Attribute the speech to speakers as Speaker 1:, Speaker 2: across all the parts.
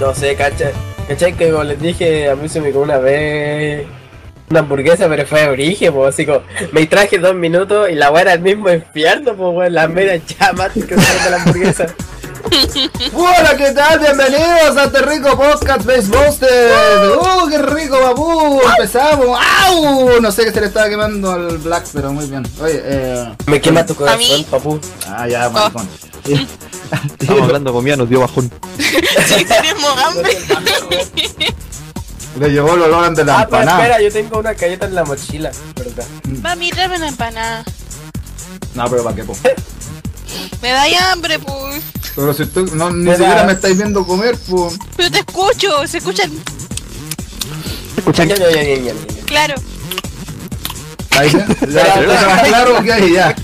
Speaker 1: no sé, cacha. ¿Cachai? Que como les dije, a mí se me comió una vez una hamburguesa, pero fue de origen, pues así como, me traje dos minutos y la weá era el mismo infierno, pues weón, las medias chamas que salen de la hamburguesa.
Speaker 2: Hola, ¿qué tal? Bienvenidos a este rico podcast Basebuster. ¡Uh, qué rico, papu! Empezamos. ¡Au! No sé qué se le estaba quemando al Black, pero muy bien. Oye, eh.
Speaker 1: Me quema tu
Speaker 3: A mí.
Speaker 1: corazón, papu.
Speaker 2: Ah, ya, maricón.
Speaker 4: Estamos hablando comida, nos dio bajón.
Speaker 3: Sí, tenemos hambre.
Speaker 2: Le llevó el olor de la
Speaker 1: Ah, pero
Speaker 2: empanada.
Speaker 1: espera, yo tengo una galleta en la mochila, ¿verdad?
Speaker 3: Mami, tráeme una empanada.
Speaker 2: No, pero para qué, po.
Speaker 3: Me da hambre, pues.
Speaker 2: Pero si tú no, ni
Speaker 1: Espera.
Speaker 2: siquiera me estáis viendo comer, po.
Speaker 3: Pero te escucho, se escucha el-
Speaker 1: Ya, ya, ya, ya, ya, ya.
Speaker 3: claro.
Speaker 2: Ahí ya. Ya,
Speaker 1: Espera.
Speaker 2: está más claro que ahí ya.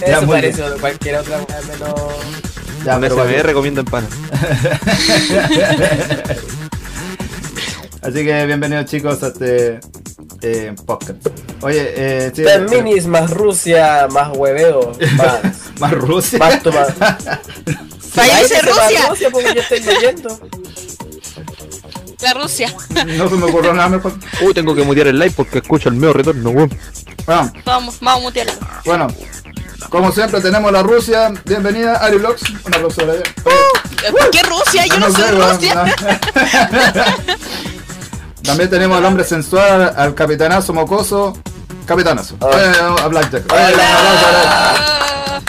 Speaker 2: Ya,
Speaker 1: Eso
Speaker 2: muy
Speaker 1: parece cualquier otra weá menos.
Speaker 2: Ya,
Speaker 4: Un
Speaker 2: pero pa' qué.
Speaker 4: SMR recomiendo empanas.
Speaker 2: Así que bienvenidos chicos a este eh, podcast. Oye, eh, sí, eh,
Speaker 1: Más minis, más Rusia, más hueveo, más.
Speaker 2: más Rusia.
Speaker 1: Más tomado.
Speaker 3: País de Rusia.
Speaker 1: Rusia, porque yo estoy leyendo.
Speaker 3: La Rusia.
Speaker 2: no se me ocurrió nada mejor.
Speaker 4: Uy, tengo que mutear el live porque escucho el medio retorno, weón.
Speaker 2: Bueno,
Speaker 3: Vamos, vamos a mutearla.
Speaker 2: bueno, como siempre tenemos la Rusia. Bienvenida Ari Vlogs. Un aplauso para ella.
Speaker 3: ¿Por Eh, qué Rusia? Uh, Yo no
Speaker 2: sé,
Speaker 3: soy
Speaker 2: weón,
Speaker 3: Rusia.
Speaker 2: no. ¿eh? También tenemos al hombre sensual, al capitanazo mocoso. Capitanazo.
Speaker 1: Ah.
Speaker 2: Eh, a Blackjack. Eh, un aplauso para él.
Speaker 3: Ah,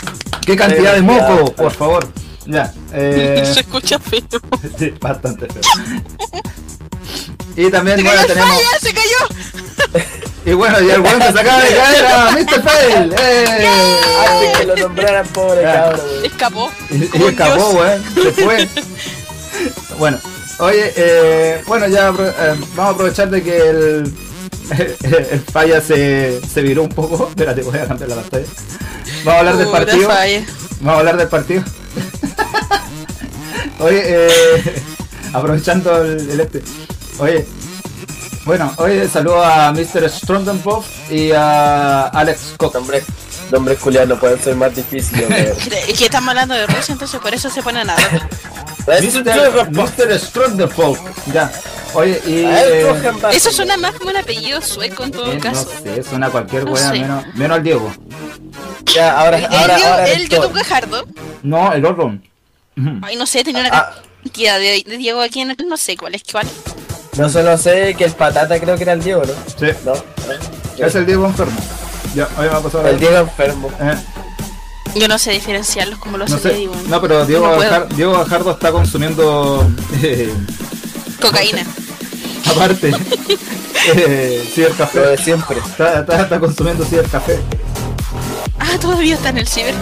Speaker 2: ¡Qué cantidad de
Speaker 1: Eh,
Speaker 2: moco!
Speaker 1: ya.
Speaker 2: Por favor. Ya. Eh,
Speaker 3: Se escucha feo.
Speaker 2: sí, bastante feo. Y también,
Speaker 3: Se
Speaker 2: bueno,
Speaker 3: cayó el
Speaker 2: tenemos.
Speaker 3: falla, se cayó.
Speaker 2: Y bueno, y el weón que se acaba de caer a Mr. Fail. ¡Eh!
Speaker 1: Antes que lo nombraran, pobre
Speaker 2: Ya.
Speaker 1: cabrón, wey.
Speaker 3: Escapó.
Speaker 2: Y, y
Speaker 3: Como
Speaker 2: escapó,
Speaker 3: Dios.
Speaker 2: weón. Se fue. Bueno, oye, eh, bueno, ya apro- eh, vamos a aprovechar de que el. El falla se, se viró un poco. Espérate, voy a cambiar la pantalla. Vamos a hablar del
Speaker 3: Puta
Speaker 2: partido.
Speaker 3: Uh, falla.
Speaker 2: Vamos a hablar del partido. Oye, eh, aprovechando el, el este. Oye, bueno, oye, saludo a Mr. Strondenpop y a Alex Coca.
Speaker 1: Nombres, nombres culiados no pueden ser más difíciles, wey.
Speaker 3: Es que estamos hablando de Rusia, entonces por eso se pone nada.
Speaker 1: Este
Speaker 2: Mr. Mr. Strondenpop. Ya. Oye, y. eh,
Speaker 3: Eso suena más como un apellido sueco en todo
Speaker 2: eh, no
Speaker 3: caso.
Speaker 2: sé, suena a cualquier
Speaker 3: No
Speaker 2: wea,
Speaker 3: sé.
Speaker 2: menos, menos al Diego.
Speaker 1: Ya, ahora,
Speaker 3: El,
Speaker 1: ahora,
Speaker 3: Dio-
Speaker 1: ahora.
Speaker 3: el
Speaker 1: eres tú.
Speaker 3: YouTube Gajardo.
Speaker 2: No, el otro. Ujú.
Speaker 3: Ay, no sé, tenía una
Speaker 1: Ah.
Speaker 3: cantidad de, de Diego aquí en el. No sé cuál es cuál.
Speaker 1: No solo sé que el patata creo que era el Diego, ¿no?
Speaker 2: Sí,
Speaker 1: No.
Speaker 2: es el Diego enfermo. Ya, hoy va a pasar
Speaker 1: El Diego enfermo.
Speaker 2: Eh.
Speaker 3: Yo no sé diferenciarlos como lo
Speaker 2: No
Speaker 3: hace
Speaker 2: sé,
Speaker 3: Diego.
Speaker 2: no, pero Diego,
Speaker 3: No puedo.
Speaker 2: Bajar- Diego Bajardo está consumiendo, eh,
Speaker 3: Cocaína.
Speaker 2: aparte, eh,
Speaker 1: Lo
Speaker 2: cibercafé.
Speaker 1: de siempre.
Speaker 2: Está, está, está consumiendo cibercafé.
Speaker 3: Ah, todavía está en el ciber.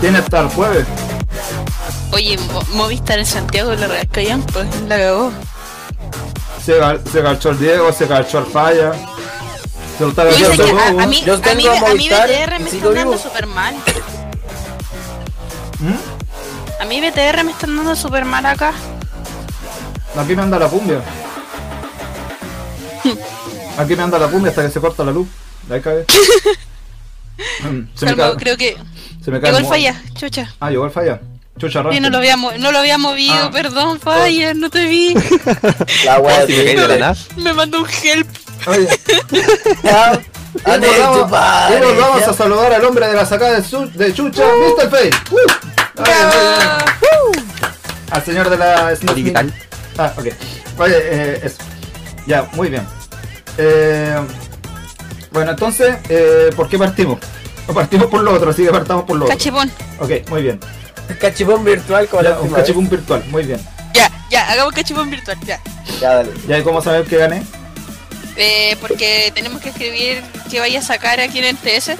Speaker 2: Tiene hasta el jueves.
Speaker 3: Oye, Mo- Movistar en Santiago lo recallan, pues la cagó.
Speaker 2: Se, gal- se garchó el Diego, se garchó el Falla. Se lo está
Speaker 3: Oye,
Speaker 2: garchando
Speaker 3: sé que a,
Speaker 2: todo,
Speaker 3: a mí,
Speaker 1: Yo
Speaker 3: a mí,
Speaker 1: tengo
Speaker 3: a mí
Speaker 1: Movistar
Speaker 3: BTR me
Speaker 1: y
Speaker 3: están
Speaker 1: sigo
Speaker 3: dando
Speaker 1: vivo.
Speaker 3: súper mal.
Speaker 2: ¿Mm?
Speaker 3: A mí BTR me están dando súper mal acá.
Speaker 2: Aquí me anda la cumbia.
Speaker 3: Hmm.
Speaker 2: Aquí me anda la cumbia hasta que se corta la luz. De ahí cae. se, me
Speaker 3: Calmo,
Speaker 2: cae
Speaker 3: creo que.
Speaker 2: se me cae
Speaker 3: Llegó el
Speaker 2: mo-
Speaker 3: falla, chucha.
Speaker 2: Ah, llegó el Falla. Chucha,
Speaker 3: Oye,
Speaker 2: arranca.
Speaker 3: no lo había, mo- no lo había movido,
Speaker 2: Ah.
Speaker 3: perdón, falla, no te vi.
Speaker 1: La wea
Speaker 4: Si me caí de la nada.
Speaker 3: me mandó un help.
Speaker 2: Oye.
Speaker 1: Ya.
Speaker 2: Y nos vamos, y nos vamos
Speaker 1: ah, Ya.
Speaker 2: a saludar al hombre de la sacada de, su- de chucha, Mr. Face. Uh. Ay, ay, ay. Al señor de la Snoop
Speaker 4: Digital.
Speaker 2: Ah, ok. Oye, eh, eso. Ya, muy bien. Eh, bueno, entonces, eh, ¿por qué partimos? No, Partimos por lo otro, así que partamos por lo otro.
Speaker 3: Cachipón.
Speaker 2: Ok, muy bien.
Speaker 1: Cachipón virtual como
Speaker 2: Ya,
Speaker 1: la
Speaker 2: un
Speaker 1: última
Speaker 2: cachipún virtual, muy bien.
Speaker 3: Ya, ya, hagamos cachipón virtual, ya.
Speaker 1: vez. Ya, dale.
Speaker 2: Ya, ¿y cómo saber que gané?
Speaker 3: Eh, porque tenemos que escribir que vaya a sacar aquí en el TS.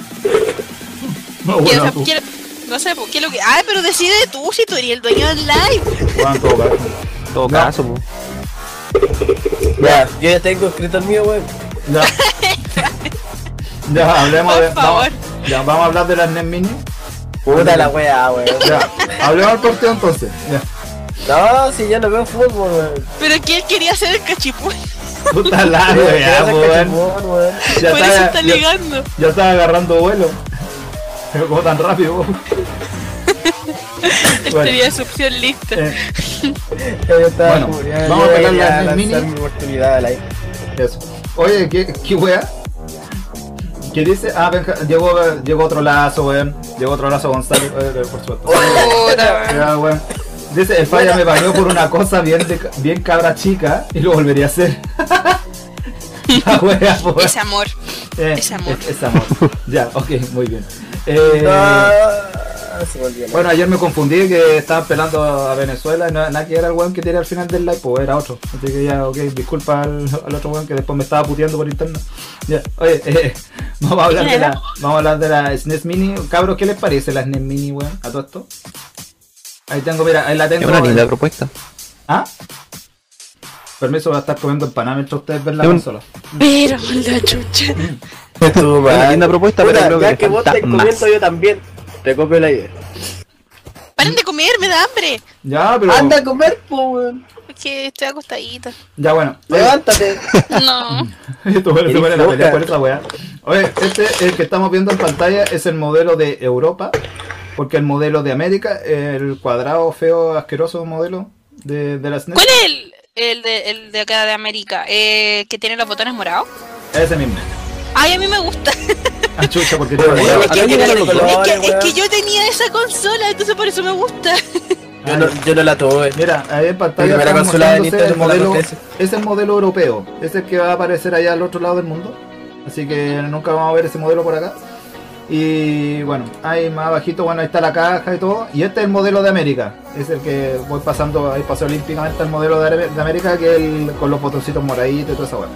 Speaker 2: No,
Speaker 3: Quiero-
Speaker 2: bueno, tú.
Speaker 3: quiero- no sé, pues, ¿qué es lo que.? Ah, pero decide tú si tú eres el dueño del live.
Speaker 2: Juan, todo cagado.
Speaker 4: Todo
Speaker 2: No.
Speaker 4: caso, po.
Speaker 1: Ya, yo ya tengo escrito el mío, wey.
Speaker 2: Ya. Ya, hablemos
Speaker 3: Por
Speaker 2: de.
Speaker 3: favor.
Speaker 2: Vamos, ya, vamos a hablar de las NES Mini.
Speaker 1: Puta la wea, wey.
Speaker 2: Ya, hablemos del partido entonces. Ya.
Speaker 1: No, si yo no veo fútbol, wey.
Speaker 3: Pero que él quería hacer el cachipú.
Speaker 2: Puta la
Speaker 1: Yo quiero
Speaker 2: wea,
Speaker 1: hacer
Speaker 2: po, Ah, weón.
Speaker 1: cachipún, weón.
Speaker 2: Ya
Speaker 3: Por eso
Speaker 2: estaba-
Speaker 3: está
Speaker 2: ya-
Speaker 3: ligando.
Speaker 2: Ya estaba agarrando vuelo. Pero como tan rápido, po. Bueno.
Speaker 3: Tenía su opción lista.
Speaker 2: Eh,
Speaker 1: Yo estaba
Speaker 2: Bueno,
Speaker 1: como,
Speaker 2: vamos a
Speaker 1: yo
Speaker 2: pegar
Speaker 1: voy
Speaker 2: la
Speaker 1: lanzar
Speaker 2: mini.
Speaker 1: mi oportunidad al aire.
Speaker 2: Eso. Oye, ¿qué, qué wea? ¿Qué dice? Ah, venga, llegó, llegó otro lazo, weón. Llegó otro lazo Gonzalo, eh, por supuesto.
Speaker 3: Puta,
Speaker 2: Ya, weón. Dice, el falla me baneó por una cosa bien, de, bien cabra chica y lo volvería a hacer. La wea,
Speaker 3: weón.
Speaker 2: weón.
Speaker 3: Es amor.
Speaker 2: Eh,
Speaker 3: es amor.
Speaker 2: Es, es amor. ya, ok, muy bien. Eh,
Speaker 1: Ah, se volvió.
Speaker 2: Bueno, ayer me confundí que estaban pelando a Venezuela y no, nada que era el weón que tiré al final del live, pues era otro. Así que ya, ok, disculpa al, al otro weón que después me estaba puteando por interno. Ya, oye, eh, vamos a hablar de la, vamos a hablar de la SNES Mini. Cabros, ¿qué les parece la SNES Mini, weón? A todo esto. Ahí tengo, mira, ahí la
Speaker 4: Es
Speaker 2: tengo.
Speaker 4: una linda propuesta.
Speaker 2: ¿Ah? Permiso, voy a estar comiendo empanada mientras ustedes ven la
Speaker 4: Es un-
Speaker 2: consola.
Speaker 3: Pero la chucha.
Speaker 1: Tú,
Speaker 4: Es una
Speaker 1: man.
Speaker 4: linda propuesta, pero
Speaker 1: Puta,
Speaker 4: creo que
Speaker 1: ya
Speaker 4: le
Speaker 1: que, vos
Speaker 4: falta
Speaker 1: te
Speaker 4: más.
Speaker 1: comiendo yo también. Te copio la idea.
Speaker 3: Paren de comer, me da hambre.
Speaker 2: Ya, pero.
Speaker 1: Anda a comer, po, weón.
Speaker 3: Porque estoy acostadita.
Speaker 2: Ya, bueno.
Speaker 1: Levántate.
Speaker 3: No.
Speaker 2: Esto parece
Speaker 1: Eres
Speaker 2: buena la pelea
Speaker 1: loca.
Speaker 2: por esa weá. Oye, este el que estamos viendo en pantalla es el modelo de Europa, porque el modelo de América, el cuadrado feo, asqueroso modelo de, de la SNES,
Speaker 3: ¿Cuál es el, el, de, el de acá de América? Eh, que tiene los botones morados.
Speaker 2: ese mismo.
Speaker 3: Ay, a mí me gusta.
Speaker 2: Ah, chucha, porque
Speaker 1: Bueno,
Speaker 2: tiene-
Speaker 1: es que-
Speaker 4: Acá llegaron los
Speaker 1: es que-
Speaker 4: dos.
Speaker 3: Es que,
Speaker 1: weón.
Speaker 3: es que yo tenía esa consola, entonces por eso me gusta.
Speaker 1: Yo no, yo no la tuve.
Speaker 2: Mira, ahí en pantalla
Speaker 1: Primera
Speaker 2: están
Speaker 1: consola de
Speaker 2: mostrándose el
Speaker 1: Nintendo con la
Speaker 2: modelo,
Speaker 1: corteza.
Speaker 2: es el modelo europeo, es el que va a aparecer allá al otro lado del mundo, así que nunca vamos a ver ese modelo por acá. Y bueno, ahí más abajito, bueno, ahí está la caja y todo, y este es el modelo de América, es el que voy pasando, ahí pasé olímpicamente el modelo de, Are- de América, que es el, con los botoncitos moraditos y toda esa hueá.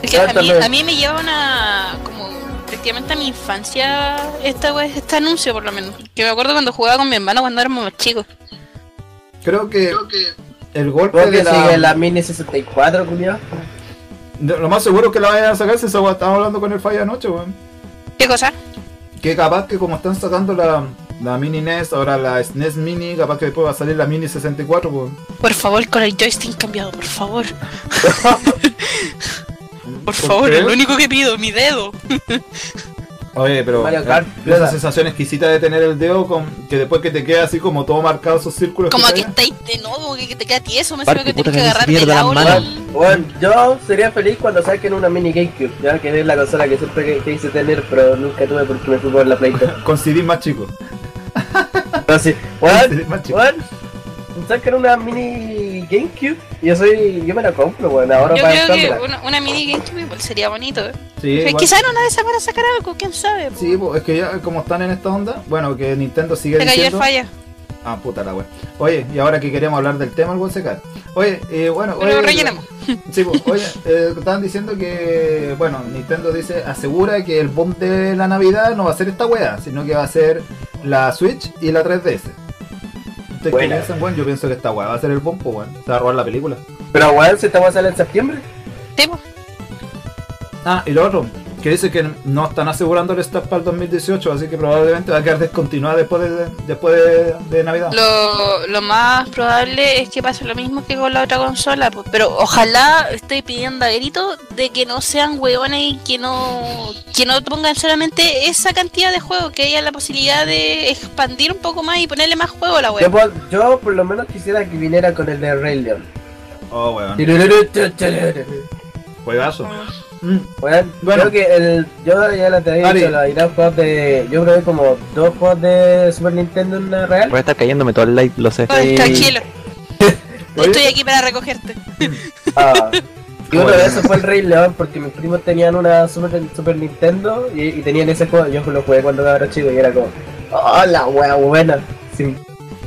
Speaker 3: Porque a, mí,
Speaker 1: Exactamente.
Speaker 3: a mí me lleva una. como prácticamente a mi infancia esta we- este anuncio por lo menos. Que me acuerdo cuando jugaba con mi hermano cuando éramos más chicos.
Speaker 2: Creo que el golpe
Speaker 1: Creo
Speaker 2: de
Speaker 1: que sigue
Speaker 2: la,
Speaker 1: la Mini 64, culiao.
Speaker 2: de- Lo más seguro es que la vayan a sacar si esa hueá, estábamos hablando con el falla anoche, weón.
Speaker 3: ¿Qué cosa?
Speaker 2: Que capaz que como están sacando la, la mini NES, ahora la SNES mini, capaz que después va a salir la mini 64, pues.
Speaker 3: Por favor, con el joystick cambiado, por favor. Por favor,
Speaker 2: qué?
Speaker 3: es lo único que pido, mi dedo.
Speaker 2: Oye, pero
Speaker 1: Mario Kart,
Speaker 2: eh, esa
Speaker 1: ¿verdad?
Speaker 2: sensación exquisita de tener el dedo con que después que te queda así como todo marcado esos círculos.
Speaker 3: Como
Speaker 2: que
Speaker 3: que
Speaker 2: te-
Speaker 3: estáis de nuevo, como que te queda tieso, me
Speaker 4: Parte,
Speaker 3: sirve que
Speaker 4: puta,
Speaker 3: tenés que
Speaker 4: que me
Speaker 3: agarrar de
Speaker 4: pierda
Speaker 3: lado.
Speaker 4: las manos.
Speaker 3: ¿no?
Speaker 1: Bueno, yo sería feliz cuando saquen una mini GameCube, ya que es la consola que siempre que- quise tener, pero nunca tuve porque me fui por la Play 2.
Speaker 2: con CD más chico.
Speaker 1: Pero sí,
Speaker 2: Con
Speaker 1: weón,
Speaker 2: CD más chico.
Speaker 1: weón, saquen una mini GameCube y yo soy, yo me la compro, weón, ahora
Speaker 3: Yo
Speaker 1: para
Speaker 3: creo que
Speaker 1: comprarla.
Speaker 3: una, una mini GameCube igual sería bonito. eh.
Speaker 2: Sí,
Speaker 3: O sea,
Speaker 2: igual-
Speaker 3: Quizá en una de esas van a sacar algo, quién sabe. po.
Speaker 2: sí, pues, es que ya como están en esta onda, bueno, que Nintendo sigue
Speaker 3: Se cayó el
Speaker 2: diciendo.
Speaker 3: falla.
Speaker 2: Ah, puta la wea. Oye, y ahora que queremos hablar del tema, el weón se cae. Oye, eh, bueno,
Speaker 3: Pero
Speaker 2: oye,
Speaker 3: rellenemos.
Speaker 2: Sí, pues, oye, eh, estaban diciendo que, bueno, Nintendo dice, asegura que el boom de la Navidad no va a ser esta weá, sino que va a ser la Switch y la 3DS. ¿Ustedes qué
Speaker 1: Buena.
Speaker 2: piensan, weón? Yo pienso que esta weá va a ser el boom, pues, weón. Se va a robar la película.
Speaker 1: Pero weón, si esta va a salir en septiembre,
Speaker 3: Sí, po.
Speaker 2: Ah, y lo otro, que dice que no están asegurando el stock para el 2018, así que probablemente va a quedar descontinuada después de, después de, de Navidad.
Speaker 3: Lo, lo más probable es que pase lo mismo que con la otra consola, po. pero ojalá estoy pidiendo a grito de que no sean hueones y que no, que no pongan solamente esa cantidad de juegos, que haya la posibilidad de expandir un poco más y ponerle más juego a la
Speaker 1: yo,
Speaker 3: web.
Speaker 1: puedo- yo por lo menos quisiera que viniera con el de Ray Leon.
Speaker 2: Oh, weón.
Speaker 1: Weón,
Speaker 2: Juegazo. Mm. Bueno.
Speaker 1: creo que el, yo ya la te había
Speaker 2: Ari.
Speaker 1: dicho, la idea de juegos de, yo probé como dos juegos de Super Nintendo en la real.
Speaker 4: Voy a estar cayéndome todo el live, lo sé.
Speaker 3: Ay, tranquilo,
Speaker 2: Oye,
Speaker 3: estoy aquí para recogerte.
Speaker 1: Ah, y uno
Speaker 2: Bueno.
Speaker 1: de esos fue el Rey León porque mis primos tenían una Super, Super Nintendo y, y tenían ese juego. Yo lo jugué cuando era chico y era como, oh, la wea buena. Si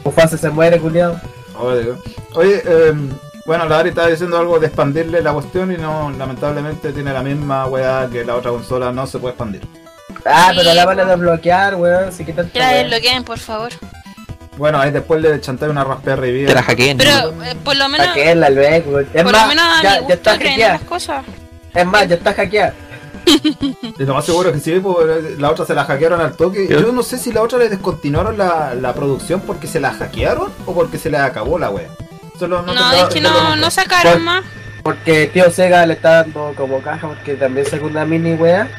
Speaker 1: Mufasa se muere, culiado.
Speaker 2: Oye, digo. Oye, em, bueno, la Ari estaba diciendo algo de expandirle la cuestión y no, lamentablemente tiene la misma weá que la otra consola, no se puede expandir.
Speaker 1: Ah,
Speaker 3: Sí, pues.
Speaker 1: pero la van a
Speaker 3: bueno.
Speaker 1: desbloquear, weón. Así que tanto.
Speaker 3: Que la desbloqueen, por favor.
Speaker 2: Bueno, ahí después le chanté una raspberry
Speaker 4: Te
Speaker 2: revivir.
Speaker 4: la hackeen.
Speaker 3: Pero eh, por lo menos,
Speaker 1: Para que la luego, weón. Es
Speaker 3: por lo
Speaker 1: más,
Speaker 3: menos a
Speaker 1: ya,
Speaker 3: mi
Speaker 1: ya
Speaker 3: gusto
Speaker 1: está
Speaker 3: creen en las
Speaker 1: hackeada.
Speaker 3: cosas.
Speaker 1: Es más, ya está hackeada.
Speaker 2: Y lo más seguro es que sí, pues, la otra se la hackearon al toque.
Speaker 4: ¿Qué?
Speaker 2: Yo no sé si la otra le descontinuaron la, la producción porque se la hackearon o porque se la acabó la weá. Solo
Speaker 3: No,
Speaker 2: tengo-
Speaker 3: es que no, no
Speaker 1: Por-
Speaker 3: sacaron más.
Speaker 1: Porque tío Sega le está dando como caja porque también sacó una mini wea.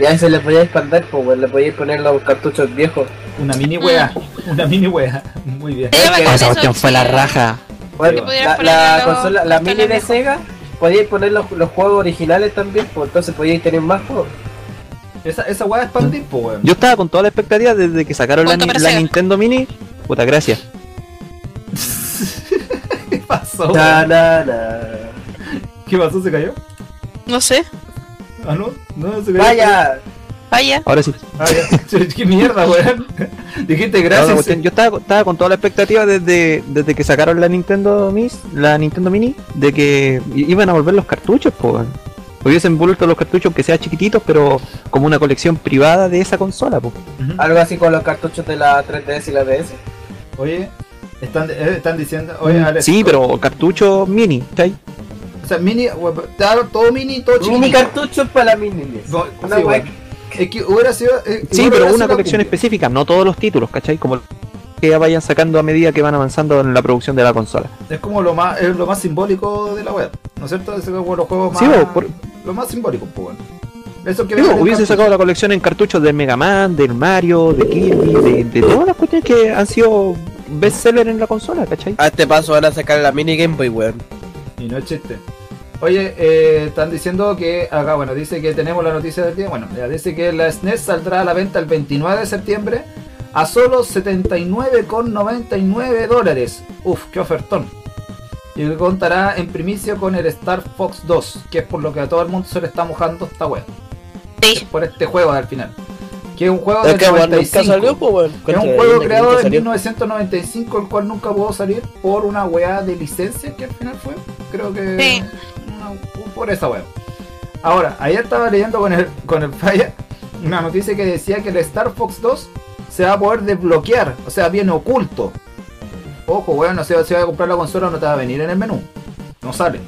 Speaker 1: Y a eso le podía espantar, pues, weón, le podía poner los cartuchos viejos.
Speaker 2: Una mini wea.
Speaker 3: Mm.
Speaker 2: Una mini wea. Muy bien.
Speaker 3: Sí, yo me
Speaker 1: que
Speaker 3: acuerdo
Speaker 4: Esa
Speaker 3: eso,
Speaker 4: cuestión fue la
Speaker 3: sí.
Speaker 4: raja.
Speaker 1: Bueno,
Speaker 3: Que pudieras
Speaker 1: la,
Speaker 3: ponerle
Speaker 1: la
Speaker 3: los
Speaker 1: consola, la mini de
Speaker 3: botones
Speaker 1: Sega, podíais poner los, los juegos originales también, pues entonces podíais tener más juegos.
Speaker 2: Esa, esa wea es pandir, pues weón.
Speaker 4: Yo estaba con toda la expectativa desde que sacaron la,
Speaker 3: Punto
Speaker 4: ni-
Speaker 3: para
Speaker 4: la
Speaker 3: Sega.
Speaker 4: Nintendo Mini. Puta, gracias.
Speaker 2: ¿Qué pasó?
Speaker 1: Ta, na, na.
Speaker 2: ¿Qué pasó? ¿Se cayó?
Speaker 3: No sé.
Speaker 2: Ah, no. No, se cayó.
Speaker 1: Vaya,
Speaker 3: Vaya.
Speaker 4: Ahora sí.
Speaker 2: Ah, ya. Qué mierda, weón. Dijiste
Speaker 4: Ahora la
Speaker 2: gracias.
Speaker 4: cuestión, yo estaba, estaba con toda la expectativa desde, desde que sacaron la Nintendo Mis, la Nintendo Mini, de que i- iban a volver los cartuchos, pues. Hubiesen vuelto los cartuchos que sea chiquititos, pero como una colección privada de esa consola, pues.
Speaker 2: Ujú.
Speaker 1: algo así con los cartuchos de la 3DS y la DS.
Speaker 2: Oye, están, eh, están diciendo. Oye, Alex.
Speaker 4: Mm, Sí, pero cartucho mini, ¿cachai?
Speaker 2: O sea, mini. weón, Claro, todo mini, todo chiquitito.
Speaker 1: Mini cartuchos para la mini.
Speaker 2: No,
Speaker 1: Una
Speaker 2: Uh.
Speaker 1: wea
Speaker 2: sí, weón. Es que hubiera sido. eh,
Speaker 4: Sí,
Speaker 2: igual hubiera
Speaker 4: pero una
Speaker 2: sido
Speaker 4: colección
Speaker 2: cumbia.
Speaker 4: específica, no todos los títulos, ¿cachai? Como que ya vayan sacando a medida que van avanzando en la producción de la consola.
Speaker 2: Es como lo más, es lo más simbólico de la web, ¿no es cierto? Es como los juegos más.
Speaker 4: Sí, bo, por-
Speaker 2: Lo más simbólico, pues bueno. Eso que
Speaker 4: Digo,
Speaker 2: venden
Speaker 4: hubiese
Speaker 2: tanto.
Speaker 4: sacado la colección en cartuchos del Mega Man, del Mario, de Kirby, de, de todas las cuestiones que han sido bestseller en la consola, ¿cachai?
Speaker 1: A este paso van a sacar la mini Game Boy, weón.
Speaker 2: Y no es chiste. Oye, eh, están diciendo que acá, bueno, dice que tenemos la noticia del día. Bueno, ya dice que la SNES saldrá a la venta el 29 de septiembre a solo 79,99 dólares. Uf, qué ofertón. Y contará en primicia con el Star Fox 2, que es por lo que a todo el mundo se le está mojando esta web.
Speaker 3: Sí.
Speaker 2: Por este juego al final. Que es un juego
Speaker 1: Es
Speaker 2: del
Speaker 1: que weón, nunca
Speaker 2: 95.
Speaker 1: salió, pues, weón.
Speaker 2: Que es
Speaker 1: Contra,
Speaker 2: un juego
Speaker 1: nunca
Speaker 2: creado en
Speaker 1: salió.
Speaker 2: 1995, el cual nunca pudo salir por una weá de licencia que al final fue. Creo que.
Speaker 3: Sí.
Speaker 2: una- por esa weá. Ahora, ayer estaba leyendo con el, con el Falla una noticia que decía que el Star Fox 2 se va a poder desbloquear, o sea, viene oculto. Ojo, weón, no sé si vas a comprar la consola no te va a venir en el menú. No sale.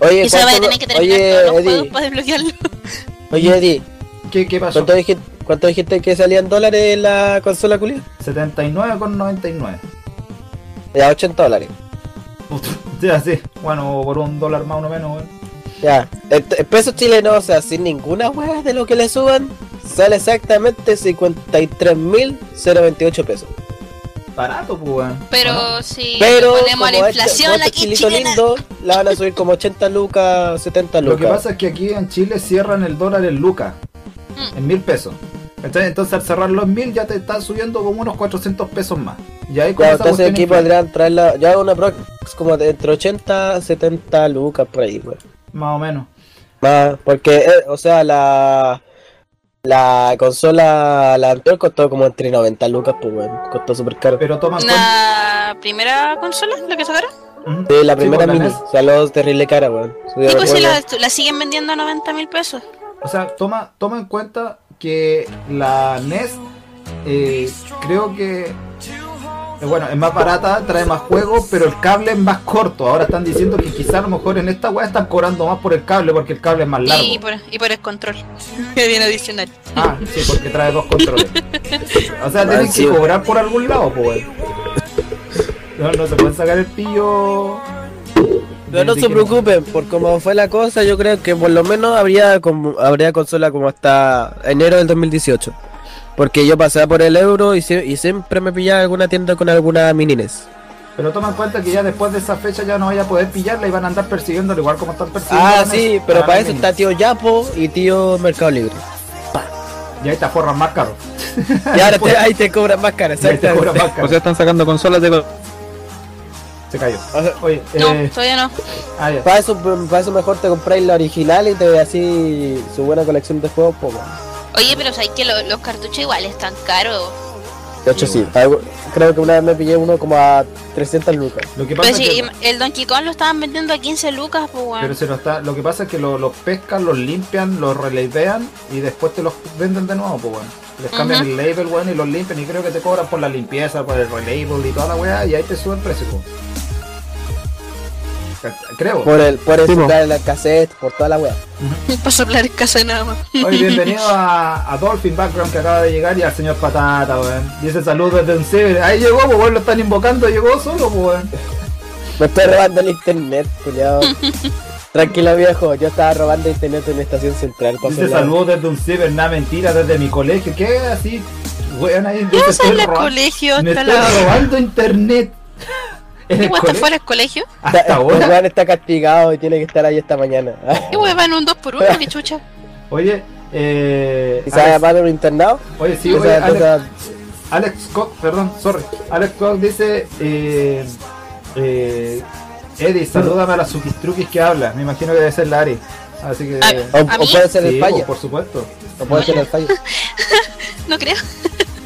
Speaker 1: Oye,
Speaker 3: Y se va a
Speaker 1: ¿cuánto-
Speaker 3: tener que terminar
Speaker 1: oye,
Speaker 3: todos los
Speaker 1: Eddie,
Speaker 3: juegos para desbloquearlo.
Speaker 1: oye, Eddie,
Speaker 2: ¿Qué, qué pasó?
Speaker 1: ¿cuánto dijiste, ¿cuánto dijiste que salían dólares la consola culia?
Speaker 2: 79,99.
Speaker 1: Ya, 80 dólares.
Speaker 2: Puta, Ya, sí. Bueno, por un dólar más o menos, weón.
Speaker 1: Ya, el, el peso chileno, o sea, sin ninguna hueá de lo que le suban, sale exactamente 53.028 pesos.
Speaker 2: Barato, pues, weón.
Speaker 3: Pero si
Speaker 1: Pero,
Speaker 3: le ponemos a
Speaker 1: como este-
Speaker 3: la inflación
Speaker 1: como este
Speaker 3: aquí
Speaker 1: chilito
Speaker 3: chilena.
Speaker 1: lindo, la van a subir como 80 lucas, 70
Speaker 2: Lo
Speaker 1: lucas.
Speaker 2: que pasa es que aquí en Chile cierran el dólar en lucas,
Speaker 3: Mm.
Speaker 2: en mil pesos. ¿Cachai? Entonces al cerrar los mil ya te están subiendo como unos 400 pesos más. Y ahí con
Speaker 1: Ya,
Speaker 2: esa
Speaker 1: entonces
Speaker 2: cuestión
Speaker 1: aquí
Speaker 2: infla-
Speaker 1: podrían traerla, ya una pro, es como de entre 80 70 lucas por ahí, güey.
Speaker 2: Más o menos.
Speaker 1: Va, porque, eh, o sea, la la consola, la anterior costó como entre 90 lucas, pues, güey, costó súper caro.
Speaker 2: Pero toman cuenta...
Speaker 3: La primera consola, la que sacaron.
Speaker 2: Ujú.
Speaker 1: De la
Speaker 2: Sí,
Speaker 1: primera
Speaker 2: pues,
Speaker 1: mini,
Speaker 2: la NES.
Speaker 1: salió terrible cara, weón. Sí,
Speaker 3: Y pues si
Speaker 1: recuerdo.
Speaker 3: la, la siguen vendiendo a 90 mil pesos.
Speaker 2: O sea, toma, toma en cuenta que la NES eh, creo que... eh, Bueno, es más barata, trae más juegos, pero el cable es más corto. Ahora están diciendo que quizá a lo mejor en esta weá están cobrando más por el cable porque el cable es más largo.
Speaker 3: Y por, y por el control. Que viene adicional.
Speaker 2: Ah, sí, porque trae dos controles. O sea, tienen que
Speaker 1: Encima.
Speaker 2: cobrar por algún lado, pues. No, no se pueden sacar el pillo.
Speaker 1: Pero no
Speaker 2: Desde
Speaker 1: se
Speaker 2: que-
Speaker 1: preocupen, por cómo fue la cosa, yo creo que por lo menos habría, como- habría consola como hasta enero del 2018. Porque yo pasaba por el euro y, sie- y siempre me pillaba alguna tienda con alguna minines.
Speaker 2: Pero toma en cuenta que ya después de esa fecha ya no vaya a poder pillarla y van a andar persiguiéndola igual como están persiguiendo.
Speaker 1: Ah,
Speaker 2: la
Speaker 1: sí,
Speaker 2: mesa.
Speaker 1: pero
Speaker 2: Ah,
Speaker 1: para
Speaker 2: la
Speaker 1: eso
Speaker 2: mesa.
Speaker 1: está tío Yapo y tío Mercado Libre.
Speaker 2: Y ahí te forran más caro.
Speaker 1: Y ahora te, ahí te cobran más cara,
Speaker 2: Y ahí te cobran
Speaker 1: exactamente.
Speaker 2: más caro.
Speaker 4: O sea, están sacando consolas de...
Speaker 2: se cayó.
Speaker 1: O sea,
Speaker 2: Oye,
Speaker 3: No,
Speaker 2: eh,
Speaker 3: todavía no.
Speaker 2: ah, ya.
Speaker 1: Para eso, para eso mejor te compráis la original y te así su buena colección de juegos, pues, weón.
Speaker 3: Oye, pero sabes que lo- los cartuchos igual están caros.
Speaker 1: De hecho, sí. Algo- Creo que una vez me pillé uno como a 300 lucas.
Speaker 2: lo que pasa
Speaker 3: Pero
Speaker 2: es
Speaker 3: si
Speaker 2: que.
Speaker 3: im- el Donkey Kong lo estaban vendiendo a 15 lucas, pues
Speaker 2: Pero
Speaker 3: weón.
Speaker 2: se lo está, lo que pasa es que lo- los pescan, los limpian, los relabellan y después te los venden de nuevo, pues bueno. Les cambian
Speaker 3: Ujú.
Speaker 2: el label, weón, y los limpian y creo que te cobran por la limpieza, por el relabel y toda la weá, y ahí te sube el precio, po. Creo.
Speaker 1: Por el, por el
Speaker 4: Sí, po.
Speaker 1: celular, la cassette, por toda la wea.
Speaker 3: Para soplar en casa nada más.
Speaker 2: Hoy bienvenido a, a Dolphin Background que acaba de llegar y al señor Patata, weón. Dice saludos desde un ciber. Ahí llegó, pues weón, lo están invocando, llegó solo, pues weón.
Speaker 1: Me estoy robando el internet, culiado. Tranquilo viejo, yo estaba robando internet en una estación central. pa'
Speaker 2: Dice
Speaker 1: hablar.
Speaker 2: saludos desde un ciber, nada mentira, desde mi colegio. ¿Qué así? Weón, ahí
Speaker 3: Yo
Speaker 2: dice,
Speaker 3: soy
Speaker 2: estoy
Speaker 3: del
Speaker 2: roba-
Speaker 3: colegio
Speaker 2: este Me
Speaker 3: hasta
Speaker 2: estoy
Speaker 3: la hora.
Speaker 2: robando internet. En
Speaker 3: ¿Qué
Speaker 2: el
Speaker 3: weón está
Speaker 2: colegio.
Speaker 3: fuera del colegio?
Speaker 1: Está-
Speaker 2: Hasta
Speaker 1: El
Speaker 2: ahora. Ah,
Speaker 1: weón está castigado y tiene que estar ahí esta mañana.
Speaker 3: ¿Qué weón va en un 2x1? ¿Qué chucha?
Speaker 2: Oye, eh.
Speaker 1: ¿Y se va a
Speaker 2: Alex-
Speaker 1: llamar un internado?
Speaker 2: Oye, sí,
Speaker 1: Esa
Speaker 2: oye,
Speaker 1: es
Speaker 2: Alex,
Speaker 1: otra-
Speaker 2: Alex Cox, perdón, sorry. Alex Cox dice, eh, eh, Eddie, salúdame a las suquistruquis que habla. Me imagino que debe ser Larry. Así que...
Speaker 3: Ah,
Speaker 1: o,
Speaker 3: ¿A
Speaker 1: o
Speaker 3: mí?
Speaker 1: puede ser
Speaker 2: sí,
Speaker 1: el
Speaker 2: pues,
Speaker 1: falla.
Speaker 2: por supuesto.
Speaker 1: O puede ser el falla.
Speaker 3: No creo.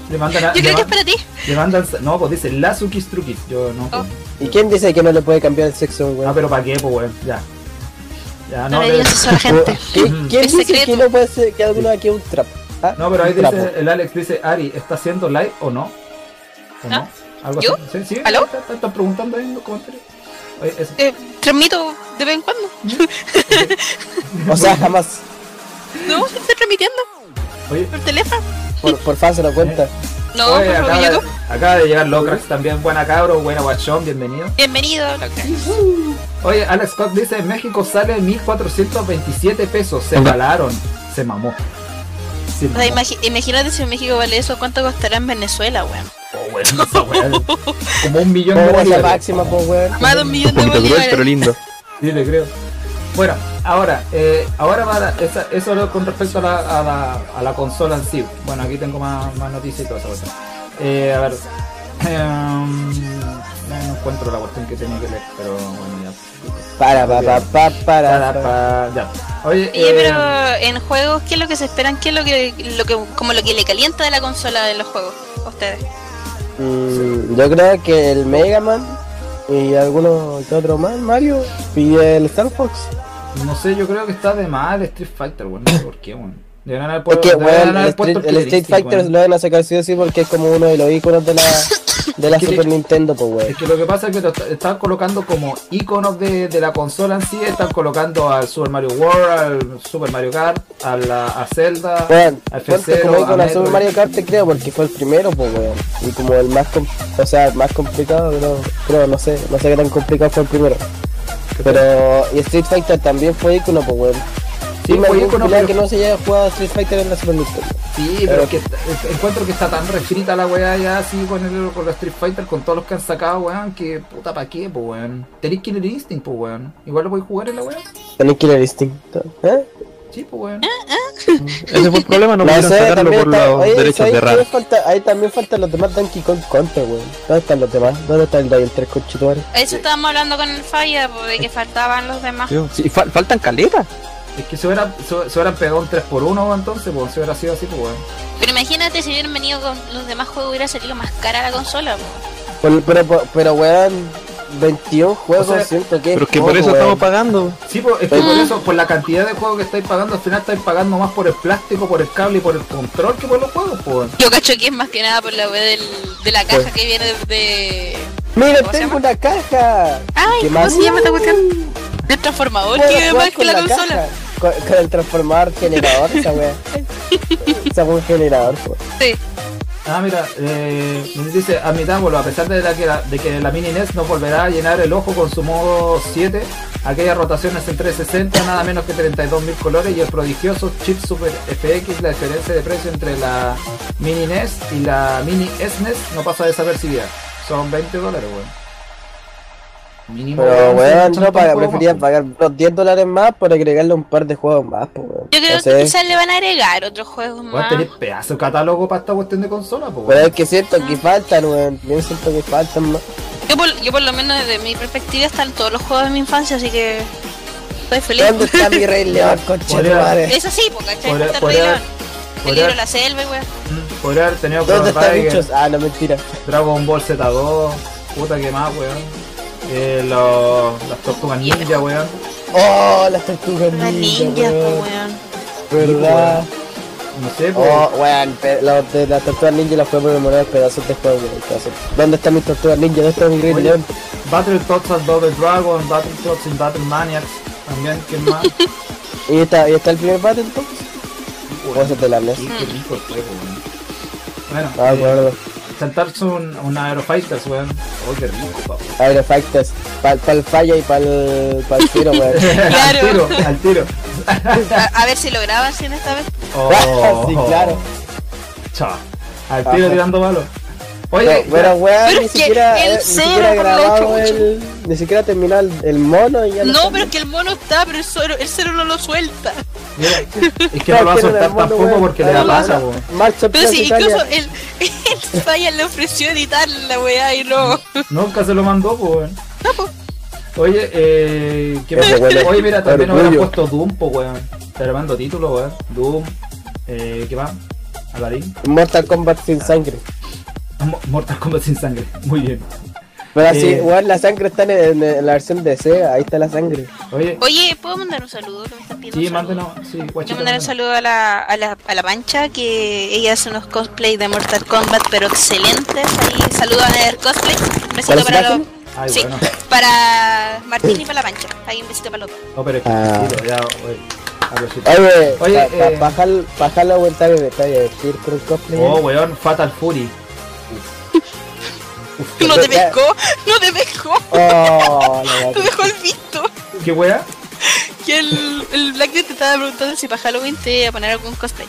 Speaker 2: Le mandan a- le
Speaker 3: Yo creo que es
Speaker 2: man-
Speaker 3: para ti.
Speaker 2: le mandan- No, pues dice las suquistruquis. Yo no... pues.
Speaker 3: Oh.
Speaker 1: ¿Y quién dice que no le puede cambiar el sexo a un
Speaker 2: Ah,
Speaker 1: weón?
Speaker 2: pero ¿para qué? Pues, weón, ya. Ya,
Speaker 3: No
Speaker 2: no,
Speaker 3: le
Speaker 2: debe-
Speaker 3: digas eso a la gente.
Speaker 1: ¿Quién, quién
Speaker 3: Es
Speaker 1: dice que
Speaker 3: secreto.
Speaker 1: no puede ser que alguno aquí es un trap? ¿Ah?
Speaker 2: Mm. no, pero ahí
Speaker 1: Un trapo.
Speaker 2: dice, el Alex dice, Ari, ¿está haciendo live o no? ¿O no?
Speaker 3: ¿Ah?
Speaker 2: ¿Algo
Speaker 3: ¿Yo?
Speaker 2: así? Sí, sí,
Speaker 3: ¿Aló?
Speaker 2: está- está- Están preguntando ahí en los comentarios. Oye, eso.
Speaker 3: Eh, transmito de vez en cuando.
Speaker 1: O sea, jamás.
Speaker 3: No, estoy transmitiendo
Speaker 2: Oye,
Speaker 3: por teléfono.
Speaker 1: Por, por fan se lo cuenta.
Speaker 3: No,
Speaker 2: Oye,
Speaker 3: por
Speaker 2: acaba,
Speaker 3: YouTube.
Speaker 2: de, acaba de llegar Locrax también. Buena cabro, buena guachón, bienvenido.
Speaker 3: Bienvenido, loca.
Speaker 2: Oye, Alex Scott dice, en México sale 1427 pesos. Se
Speaker 4: Oiga.
Speaker 2: balaron. Se mamó. Se
Speaker 3: O sea,
Speaker 2: mamó.
Speaker 3: imagi- imagínate si en México vale eso, ¿cuánto costará en Venezuela, weón?
Speaker 2: Oh, weón, esa weá. Como un millón de
Speaker 1: Pobre la
Speaker 2: dólares.
Speaker 1: máxima, pues weón.
Speaker 3: Más de un millón
Speaker 4: Un
Speaker 3: de
Speaker 4: poquito cruel, pero
Speaker 3: bolívares.
Speaker 4: lindo.
Speaker 2: Sí, le creo. Bueno, ahora, eh, ahora va la- esa- eso lo- con respecto a la, a, la, a la consola en sí. Bueno, aquí tengo más, más noticias y todo eso. Eh, a ver. em, no, no encuentro la cuestión que tenía que leer, pero bueno, ya.
Speaker 1: Para, pa, pa, pa, para,
Speaker 2: Para,
Speaker 1: pa.
Speaker 2: para, ya. Oye,
Speaker 3: Oye,
Speaker 2: eh,
Speaker 3: pero en juegos, ¿qué es lo que se esperan? ¿Qué es lo que, lo que como lo que le calienta de la consola de los juegos a ustedes?
Speaker 1: Mm, yo creo que el Mega Man y algunos que otro más, Mario, y el Star Fox.
Speaker 2: em, no sé, yo creo que está de más el Street Fighter, weón. no sé ¿Por qué, weón? Deberían haber
Speaker 1: Es
Speaker 2: puesto-
Speaker 1: que,
Speaker 2: deberían
Speaker 1: weón, el
Speaker 2: haber
Speaker 1: Street,
Speaker 2: puesto
Speaker 1: el Street
Speaker 2: joystick,
Speaker 1: Fighter
Speaker 2: weón.
Speaker 1: lo van a sacar sí o sí porque es como uno de los iconos de la, de la
Speaker 2: ¿Qué
Speaker 1: Super
Speaker 2: dices?
Speaker 1: Nintendo, pues weón.
Speaker 2: Es que lo que pasa es que lo est- están colocando como iconos de, de la consola en sí, están colocando al Super Mario World, al Super Mario Kart, a, la, a Zelda.
Speaker 1: Weón,
Speaker 2: Al
Speaker 1: ponte
Speaker 2: F0,
Speaker 1: como
Speaker 2: a
Speaker 1: icono a Super
Speaker 2: Metroid.
Speaker 1: Mario Kart, te creo, porque fue el primero, pues weón. Y como el más, com- o sea, el más complicado, creo, creo, no sé, no sé qué tan complicado fue el primero. Pero, y Street Fighter también fue icono, pues weón.
Speaker 2: Sí,
Speaker 1: Dime
Speaker 2: fue
Speaker 1: algún
Speaker 2: ícono,
Speaker 1: culiao
Speaker 2: pero-
Speaker 1: que no se haya jugado a Street Fighter en la Super Nintendo.
Speaker 2: Sí, pero que está- es- encuentro que está tan refrita la weá ya así con el con la Street Fighter, con todos los que han sacado, weón, que puta pa' qué, pues weón. Tenéis Killer Instinct, pues weón. Igual lo voy a jugar en la weá.
Speaker 1: Tenéis Killer Instinct. ¿eh?
Speaker 2: Sí, pues weón.
Speaker 4: Ese fue el problema, no pudieron sacarlo por
Speaker 1: está-
Speaker 4: los
Speaker 1: oye,
Speaker 4: derechos
Speaker 1: ¿sabes
Speaker 4: de
Speaker 1: qué?
Speaker 4: RAR.
Speaker 1: Falta- ahí también faltan los demás Donkey Kong Country, weón. ¿Dónde están los demás? ¿Dónde está el Dial 3 Conchituares?
Speaker 3: A Eso estábamos hablando con el Falla, po, de que faltaban los demás.
Speaker 4: Sí, fal- faltan caletas.
Speaker 2: Es que se hubieran, se, se hubieran pegado un 3x1 entonces, pues se hubiera sido así, pues weón.
Speaker 3: Pero imagínate si hubieran venido con los demás juegos, hubiera salido más cara la consola. po.
Speaker 1: Pero, pero, pero, weón, 21 juegos,
Speaker 2: O sea,
Speaker 1: siento que. es
Speaker 4: Pero es que por
Speaker 1: poco,
Speaker 4: eso
Speaker 1: weón.
Speaker 4: estamos pagando.
Speaker 2: Sí, pues, es que por eso, por la cantidad de juegos que estáis pagando, al final estáis pagando más por el plástico, por el cable y por el control que por los juegos, pues weón.
Speaker 3: Yo cacho que es más que nada por la web del- de la caja que viene de...
Speaker 1: Mira,
Speaker 3: ¿Cómo se
Speaker 1: tengo
Speaker 3: llama?
Speaker 1: una caja.
Speaker 3: Ay,
Speaker 1: ¿Qué
Speaker 3: ¿cómo
Speaker 1: más?
Speaker 3: se llama esta cuestión? El transformador,
Speaker 1: Puedo
Speaker 3: que
Speaker 1: jugar
Speaker 3: es más que
Speaker 1: con
Speaker 3: la,
Speaker 1: caja,
Speaker 3: consola.
Speaker 1: Con, con el transformador generador, esa weón. Esa fue un generador, weón.
Speaker 3: Sí.
Speaker 2: Ah, mira, eh, nos dice, admitámoslo, a pesar de, la que la, de que la mini NES nos volverá a llenar el ojo con su modo 7, aquellas rotaciones en 360, nada menos que 32.000 colores y el prodigioso chip Super FX, la diferencia de precio entre la mini NES y la mini SNES no pasa desapercibida. Son 20 dólares, weón. Mínimo.
Speaker 1: Pero,
Speaker 2: se
Speaker 1: weón,
Speaker 2: escuchan
Speaker 1: no
Speaker 2: un
Speaker 1: paga,
Speaker 2: juego más,
Speaker 1: prefería
Speaker 2: po.
Speaker 1: pagar unos 10 dólares más por agregarle un par de juegos más, pues, weón.
Speaker 3: Yo creo
Speaker 1: No sé.
Speaker 3: que quizás le van a agregar otros juegos
Speaker 2: Weón,
Speaker 3: más.
Speaker 2: tenés pedazo de catálogo para esta cuestión de consola, po,
Speaker 1: Pero
Speaker 2: weón.
Speaker 1: es que siento que faltan, weón. Yo siento que faltan más.
Speaker 3: Yo por, yo por lo menos desde mi perspectiva están todos los juegos de mi infancia, así que estoy feliz.
Speaker 1: ¿Dónde está mi rey león, concha de
Speaker 2: Podría-
Speaker 1: madre?
Speaker 3: Eso sí, porque ¿cachai?
Speaker 2: Podría-
Speaker 3: Está el
Speaker 2: podría-
Speaker 3: Rey León.
Speaker 2: podría-
Speaker 3: El este libro de la selva, y weón.
Speaker 2: Mm, Podría haber tenido
Speaker 1: ¿Dónde
Speaker 2: Chrono
Speaker 1: están
Speaker 2: Trigger.
Speaker 1: bichos? Ah, no, mentira.
Speaker 2: Dragon Ball Z2, puta que más, weón. Eh, los, las tortugas ninja, weón.
Speaker 1: Oh, las tortugas
Speaker 3: Las
Speaker 1: ninja,
Speaker 3: ninjas, po,
Speaker 1: pues, weón.
Speaker 3: weón.
Speaker 1: ¿Verdad?
Speaker 2: No sé, pues.
Speaker 1: Oh, weón, pe- los de las tortugas ninja las fue conmemorar pedazos de juego, weón. pedazos. ¿Dónde están mis tortugas ninja? ¿Dónde está mi rey
Speaker 2: Oye.
Speaker 1: león?
Speaker 2: Battletoads and Double Dragon, Battletoads and Battle Maniacs, también, ¿qué más?
Speaker 1: ¿Y está, y está el primer battle entonces?
Speaker 2: Weón,
Speaker 1: Cosas de la NES.
Speaker 2: sí, qué rico el juego, weón. Bueno,
Speaker 1: Ah,
Speaker 2: eh,
Speaker 1: acuerdo.
Speaker 2: Saltarse un, un Aerofighters, weón. Oh, qué rico, papá.
Speaker 1: Aero Fighters, para el falla y para el tiro, weón.
Speaker 3: Claro.
Speaker 2: al tiro, al tiro.
Speaker 3: A, a ver si lo grabas en esta vez.
Speaker 2: Oh,
Speaker 1: Sí, claro.
Speaker 2: Cha. Al tiro
Speaker 1: Ajá.
Speaker 2: tirando malo. Oye,
Speaker 1: Pero, pero
Speaker 3: Pero
Speaker 1: weón, ni
Speaker 3: es que
Speaker 1: siquiera,
Speaker 3: el
Speaker 1: eh, ni
Speaker 3: cero
Speaker 1: siquiera
Speaker 3: por la
Speaker 1: grabado
Speaker 3: chucha.
Speaker 1: el. Ni siquiera terminó el, el mono y ya lo
Speaker 3: No,
Speaker 1: estamos.
Speaker 3: pero es que el mono está, pero el cero, el cero no lo suelta.
Speaker 2: mira, es que no lo va a
Speaker 1: quiero
Speaker 2: soltar
Speaker 1: el mono,
Speaker 2: tampoco
Speaker 1: weón.
Speaker 2: porque le
Speaker 1: Ah,
Speaker 2: da
Speaker 1: no,
Speaker 2: pasa,
Speaker 1: no.
Speaker 2: weón.
Speaker 1: Mal
Speaker 3: Pero
Speaker 1: sorpresa
Speaker 3: sí,
Speaker 1: Italia.
Speaker 3: incluso el, el Falla le ofreció editar la weá y no.
Speaker 2: Nunca se lo mandó, po, weón. Oye, eh. ¿qué
Speaker 1: Eso
Speaker 2: más?
Speaker 1: huele
Speaker 2: Oye, mira, también
Speaker 1: a
Speaker 2: hubieran
Speaker 1: orgullo.
Speaker 2: puesto Doom, po, weón. Está armando título, weón. Doom. Eh, ¿Qué más? Aladdin.
Speaker 1: Mortal Kombat sin sangre.
Speaker 2: Mo- Mortal Kombat sin sangre. Muy bien.
Speaker 1: Pero así,
Speaker 2: Eh.
Speaker 1: weón, la sangre está en, en- en la versión de Sega, ahí está la sangre.
Speaker 2: Oye,
Speaker 3: Oye, ¿puedo mandar un saludo? Que me están pidiendo
Speaker 2: sí,
Speaker 3: un saludo.
Speaker 2: mándenos. Sí,
Speaker 3: Quiero
Speaker 2: guachita.
Speaker 3: mandar un
Speaker 2: mándenos.
Speaker 3: saludo a la, a, la, a la Pancha, que ella hace unos cosplays de Mortal Kombat, pero excelentes. Ahí saludos a ver Cosplay. Un besito
Speaker 1: ¿Cuál
Speaker 3: para
Speaker 1: es la
Speaker 3: los.
Speaker 2: Ay,
Speaker 3: Sí,
Speaker 2: bueno.
Speaker 3: para Martín y para la Pancha. Ahí un besito para los dos.
Speaker 2: No, pero es que.
Speaker 1: Ah.
Speaker 2: sí, ya, oye. A ver, sí.
Speaker 1: Oye,
Speaker 2: Oye,
Speaker 1: pa- pa-
Speaker 2: eh.
Speaker 1: pa jal- pa jal la vuelta de detalle, decir con cosplay.
Speaker 2: Oh, weón, Fatal Fury. Uf.
Speaker 3: No te
Speaker 1: Ya.
Speaker 3: pescó, no te pescó.
Speaker 1: Oh, la
Speaker 3: Te
Speaker 1: verdad.
Speaker 3: dejó el visto.
Speaker 2: ¿Qué wea?
Speaker 3: Que el, el Black Dude te estaba preguntando si para Halloween te iba a poner algún cosplay.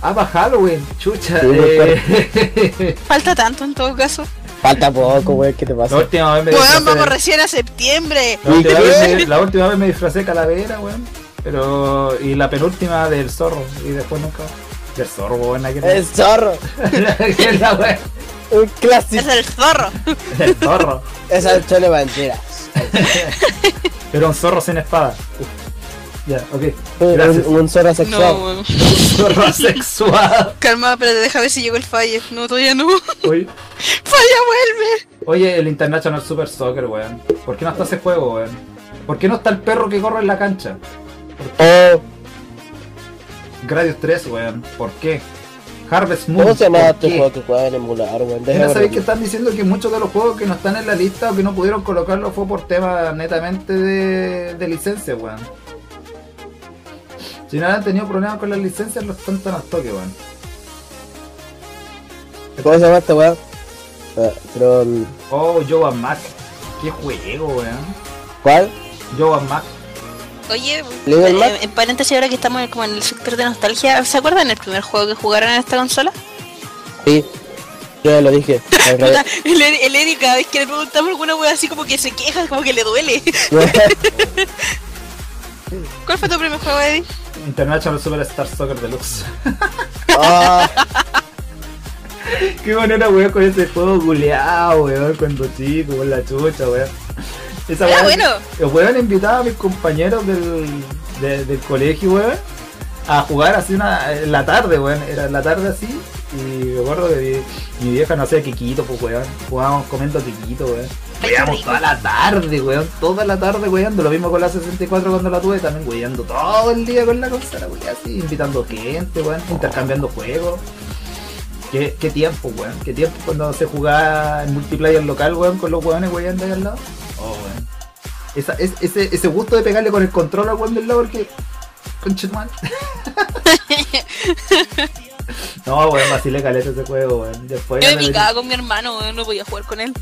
Speaker 2: Ah, para Halloween. Chucha.
Speaker 1: Sí,
Speaker 2: eh.
Speaker 3: Falta tanto en todo caso.
Speaker 1: Falta poco, weón, ¿qué te
Speaker 2: La
Speaker 1: pasa?
Speaker 2: última vez me
Speaker 3: Weón,
Speaker 2: disfracé de-
Speaker 3: vamos recién a septiembre.
Speaker 2: La última,
Speaker 1: ¿Qué?
Speaker 2: vez me, la última vez me disfracé de calavera, weón. Pero. Y la penúltima del zorro. Y después nunca. Del zorro, weón. Aquí
Speaker 1: El zorro,
Speaker 2: es la weón.
Speaker 1: un
Speaker 3: Es
Speaker 1: clásico.
Speaker 3: el zorro.
Speaker 2: Del zorro.
Speaker 1: Esa es Chole Bandera.
Speaker 2: Pero un zorro sin espada. Uf. Ya, ok.
Speaker 1: Un,
Speaker 2: Gracias.
Speaker 1: un zorro
Speaker 3: No,
Speaker 1: sexual.
Speaker 3: weón.
Speaker 2: Zorro asexuado.
Speaker 3: Calma, pero deja ver si llegó el Falla. No, todavía no.
Speaker 2: Oye,
Speaker 3: Falla, vuelve.
Speaker 2: oye, el International Super Soccer, weón. ¿Por qué no está ese juego, weón? ¿Por qué no está el perro que corre en la cancha?
Speaker 1: Oh,
Speaker 2: Gradius 3, weón. ¿Por qué? Harvest Moon.
Speaker 1: ¿Cómo se llama
Speaker 2: ¿por
Speaker 1: este
Speaker 2: qué?
Speaker 1: juego que juegan emular, weón?
Speaker 2: Mira,
Speaker 1: Déjame
Speaker 2: sabéis que
Speaker 1: ver.
Speaker 2: están diciendo que muchos de los juegos que no están en la lista o que no pudieron colocarlos fue por temas netamente de, de licencia, weón. Si no han tenido problemas con las licencias, los están tan al toque, weón.
Speaker 1: ¿Cómo se llama este weón? Eh, Pero, um,
Speaker 2: Oh, Jovan Mac. Qué juego, weón.
Speaker 1: ¿cuál?
Speaker 2: Jovan Mac.
Speaker 3: Oye,
Speaker 1: Little Mac.
Speaker 3: eh, en paréntesis, ahora que estamos en- como en el sector de nostalgia, ¿se acuerdan el primer juego que jugaron en esta consola?
Speaker 1: Sí, yo ya lo dije. Al revés.
Speaker 3: El, Eri- el Eri, cada vez que le preguntamos alguna wea así como que se queja, como que le duele. ¿Cuál fue tu primer juego, Eddie?
Speaker 2: International Superstar Soccer Deluxe.
Speaker 1: Ah,
Speaker 2: Qué buena weón con ese juego guleado, weón, cuando chico, con la chucha, weón. Esa
Speaker 3: Era
Speaker 2: weá-
Speaker 3: Ah, bueno.
Speaker 2: Los weón invitaba a mis compañeros del, de- del colegio, weón, a jugar así una, en la tarde, weón. Era en la tarde así. Y me acuerdo que mi, mi vieja no hacía quiquito, pues, weón. Jugábamos comiendo quiquito, weón.
Speaker 3: qué
Speaker 2: Jugábamos
Speaker 3: rico.
Speaker 2: toda la tarde, weón. Toda la tarde, weón. Lo mismo con la 64 cuando la tuve. También weando todo el día con la consola, weón. Así, invitando gente, weón. Intercambiando juegos. Qué, qué tiempo, weón. Qué tiempo cuando se jugaba en multiplayer local, weón, con los weones, weón, de ahí al lado. Oh, weón. Esa, es, ese, ese gusto de pegarle con el control al weón del lado porque. Conchetumal. no, weón, vacile caleta ese juego, weón. Después.
Speaker 3: Yo
Speaker 2: ya
Speaker 3: me
Speaker 2: me metí-
Speaker 3: picaba con mi hermano, weón, no podía jugar con él.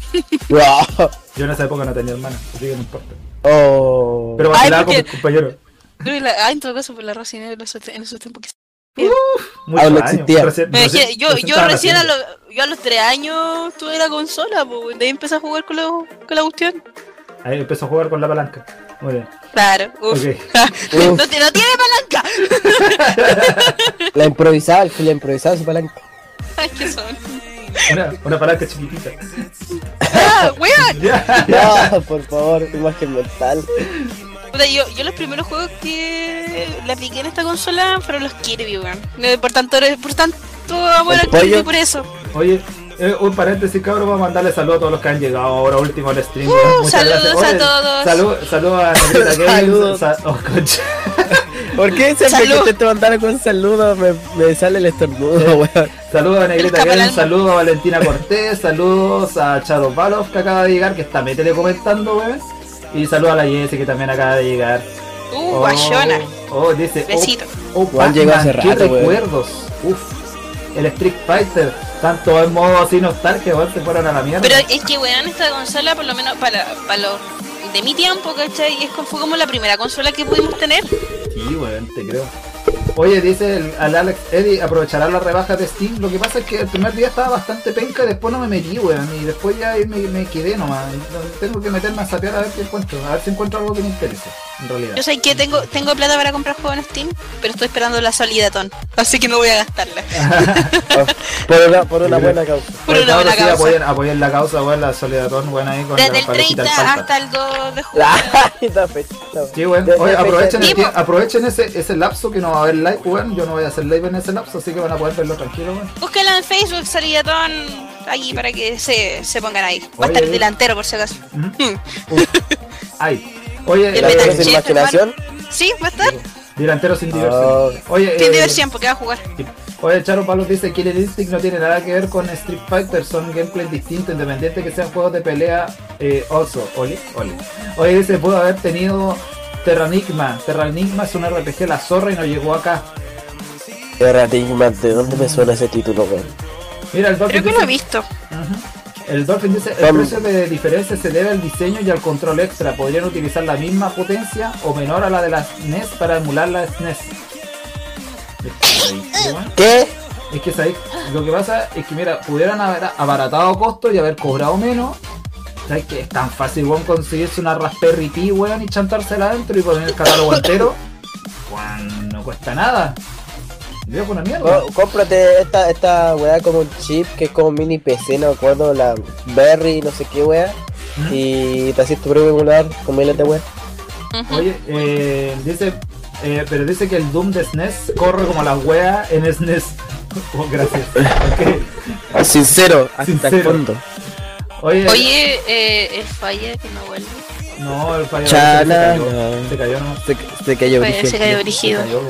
Speaker 1: wow.
Speaker 2: Yo en esa época no tenía hermana, así que no importa.
Speaker 1: Oh.
Speaker 2: Pero
Speaker 3: Ay,
Speaker 2: vacilaba con
Speaker 3: porque-
Speaker 2: mis compañeros.
Speaker 3: Creo que la- ah, en todo caso, por la Rosina en esos, en esos tiempos que
Speaker 2: Muchos
Speaker 1: Ah, no
Speaker 2: años.
Speaker 1: existía.
Speaker 2: Recién-
Speaker 3: Me
Speaker 2: recién-
Speaker 3: dejé- yo, yo
Speaker 2: estaba
Speaker 3: recién a
Speaker 2: naciendo.
Speaker 3: los, yo a los tres años tuve la consola, po, weón. de ahí empecé a jugar con, los- con la cuestión.
Speaker 2: Ahí empezó a jugar con la palanca. Muy bien.
Speaker 3: Claro, uf.
Speaker 2: Ok.
Speaker 1: Uf.
Speaker 3: No, te- no tiene palanca.
Speaker 1: La improvisaba, el que la improvisaba su palanca.
Speaker 3: Ay, ¿Qué son?
Speaker 2: Una, una palanca chiquitita.
Speaker 3: Ah, weón.
Speaker 2: Ya.
Speaker 1: No, por favor, imagen mental.
Speaker 3: Puta, Yo, yo los primeros juegos que le apliqué en esta consola fueron los Kirby, weón. Eh, Por tanto, por tanto amor
Speaker 1: ¿El
Speaker 3: al Kirby
Speaker 1: pollo?
Speaker 3: por eso.
Speaker 2: Oye, eh, un paréntesis, cabrón, vamos a mandarle saludos a todos los que han llegado ahora último al stream. weón. Muchas
Speaker 3: Uh, saludos
Speaker 2: gracias.
Speaker 3: a todos.
Speaker 2: Salud, saludos a Negrita Games.
Speaker 1: Saludos.
Speaker 2: sa- oh, concha.
Speaker 1: ¿Por qué siempre
Speaker 3: Salud.
Speaker 1: que te mandaron con saludos me, me sale el estornudo, weón?
Speaker 2: Saludos a Negrita
Speaker 3: Escapa el
Speaker 2: Games,
Speaker 3: alma.
Speaker 2: saludos a Valentina Cortés, saludos a Charo Balov que acaba de llegar, que está métele comentando, weón. Y saludos a la Jessie que también acaba de llegar.
Speaker 3: Uh, guayona.
Speaker 2: Oh, dice. oh,
Speaker 3: Besito.
Speaker 2: Oh,
Speaker 1: Juan
Speaker 2: Pac-Man,
Speaker 1: llegó hace
Speaker 2: qué
Speaker 1: rato, weón.
Speaker 2: recuerdos. Uf. El Street Fighter. Están todos en modo así nostalgia, weón, se fueron a la mierda.
Speaker 3: Pero es que, weón, esta consola, por lo menos para, para los de mi tiempo, ¿cachai? Es como- fue como la primera consola que pudimos tener.
Speaker 2: Sí, weón, te creo. Oye, dice el, al Alex Eddie, aprovechará la rebaja de Steam. Lo que pasa es que el primer día estaba bastante penca, después no me metí, weón. Y después ya ahí me, me quedé nomás. Tengo que meterme a sapear a ver qué encuentro. A ver si encuentro algo que me interese, en realidad.
Speaker 3: Yo sé que tengo, tengo plata para comprar juegos en Steam, pero estoy esperando la salida, Ton. Así que no voy a gastarla.
Speaker 1: Ah, Por una, por una buena causa.
Speaker 3: Por una
Speaker 2: Cabros,
Speaker 3: buena
Speaker 2: sí,
Speaker 3: causa.
Speaker 2: apoyen, apoyen la causa, weón, la Solidatón, weón, ahí con
Speaker 3: Desde
Speaker 2: la
Speaker 3: el
Speaker 2: parejita
Speaker 3: 30
Speaker 2: del Palpa.
Speaker 3: hasta el 2 de julio.
Speaker 1: Ay, la fecha, la-
Speaker 2: Sí, weón.
Speaker 1: Desde
Speaker 2: Oye,
Speaker 1: fecha
Speaker 2: aprovechen, el
Speaker 3: Sí,
Speaker 2: tie-
Speaker 3: po.
Speaker 2: aprovechen ese, ese lapso que no va a haber live, weón. Yo no voy a hacer live en ese lapso, así que van a poder verlo tranquilo, weón.
Speaker 3: Búscala en Facebook, Solidatón, ahí para que se, se pongan ahí. Va a
Speaker 2: Oye,
Speaker 3: estar
Speaker 2: eh.
Speaker 3: delantero, por si acaso.
Speaker 2: Ujú. Uf. Ay. Oye,
Speaker 3: El
Speaker 1: la
Speaker 2: eh,
Speaker 3: Metal
Speaker 1: fecha de
Speaker 3: Chef,
Speaker 1: imaginación.
Speaker 3: ¿Sí? ¿Va a estar?
Speaker 2: delantero sin diversión. Oye,
Speaker 3: Sin
Speaker 2: eh,
Speaker 3: diversión, porque va a jugar.
Speaker 2: sí. Oye, Charo Palos dice que Killer Instinct no tiene nada que ver con Street Fighter, son gameplays distintos, independiente que sean juegos de pelea. Eh, also, Oli, Oli. Oye, dice, pudo haber tenido Terranigma. Terranigma es un RPG La Zorra y no llegó acá.
Speaker 1: Erratigma, ¿de dónde me suena ese título, weón?
Speaker 2: Mira, el Dolphin
Speaker 3: Creo que lo
Speaker 2: dice-
Speaker 3: he visto.
Speaker 2: Ajá. El Dolphin dice, el
Speaker 1: Dame.
Speaker 2: precio de diferencia se debe al diseño y al control extra. Podrían utilizar la misma potencia o menor a la de las NES para emular la SNES. Es que Este, ahí, weón.
Speaker 1: ¿Qué?
Speaker 2: Es que ¿sabes? lo que pasa es que mira, pudieran haber abaratado costos y haber cobrado menos. ¿Sabes que es tan fácil weón conseguirse una Raspberry Pi, weón, y chantársela adentro y poner el catálogo entero? Weón, no cuesta nada. Viejo una mierda.
Speaker 1: Co- Oh, cómprate esta, esta weá como un chip que es como mini PC, no me acuerdo, la Berry, no sé qué weá. ¿Ah? Y te haces tu propio emulador con miles de weá.
Speaker 3: Ujú.
Speaker 2: Oye, eh, dice, eh, pero dice que el Doom de SNES corre como la wea en SNES. Oh, gracias. Ok.
Speaker 1: Ah, Sincero, hasta
Speaker 2: Sincero.
Speaker 1: el fondo.
Speaker 2: Oye,
Speaker 3: Oye, eh, el falla que no vuelve.
Speaker 2: no, el fallo se
Speaker 1: Chala.
Speaker 2: cayó. Se cayó, no.
Speaker 1: Se, se cayó
Speaker 3: Fue- Se
Speaker 1: origen.
Speaker 3: cayó
Speaker 2: Se
Speaker 3: dirigido.
Speaker 2: cayó.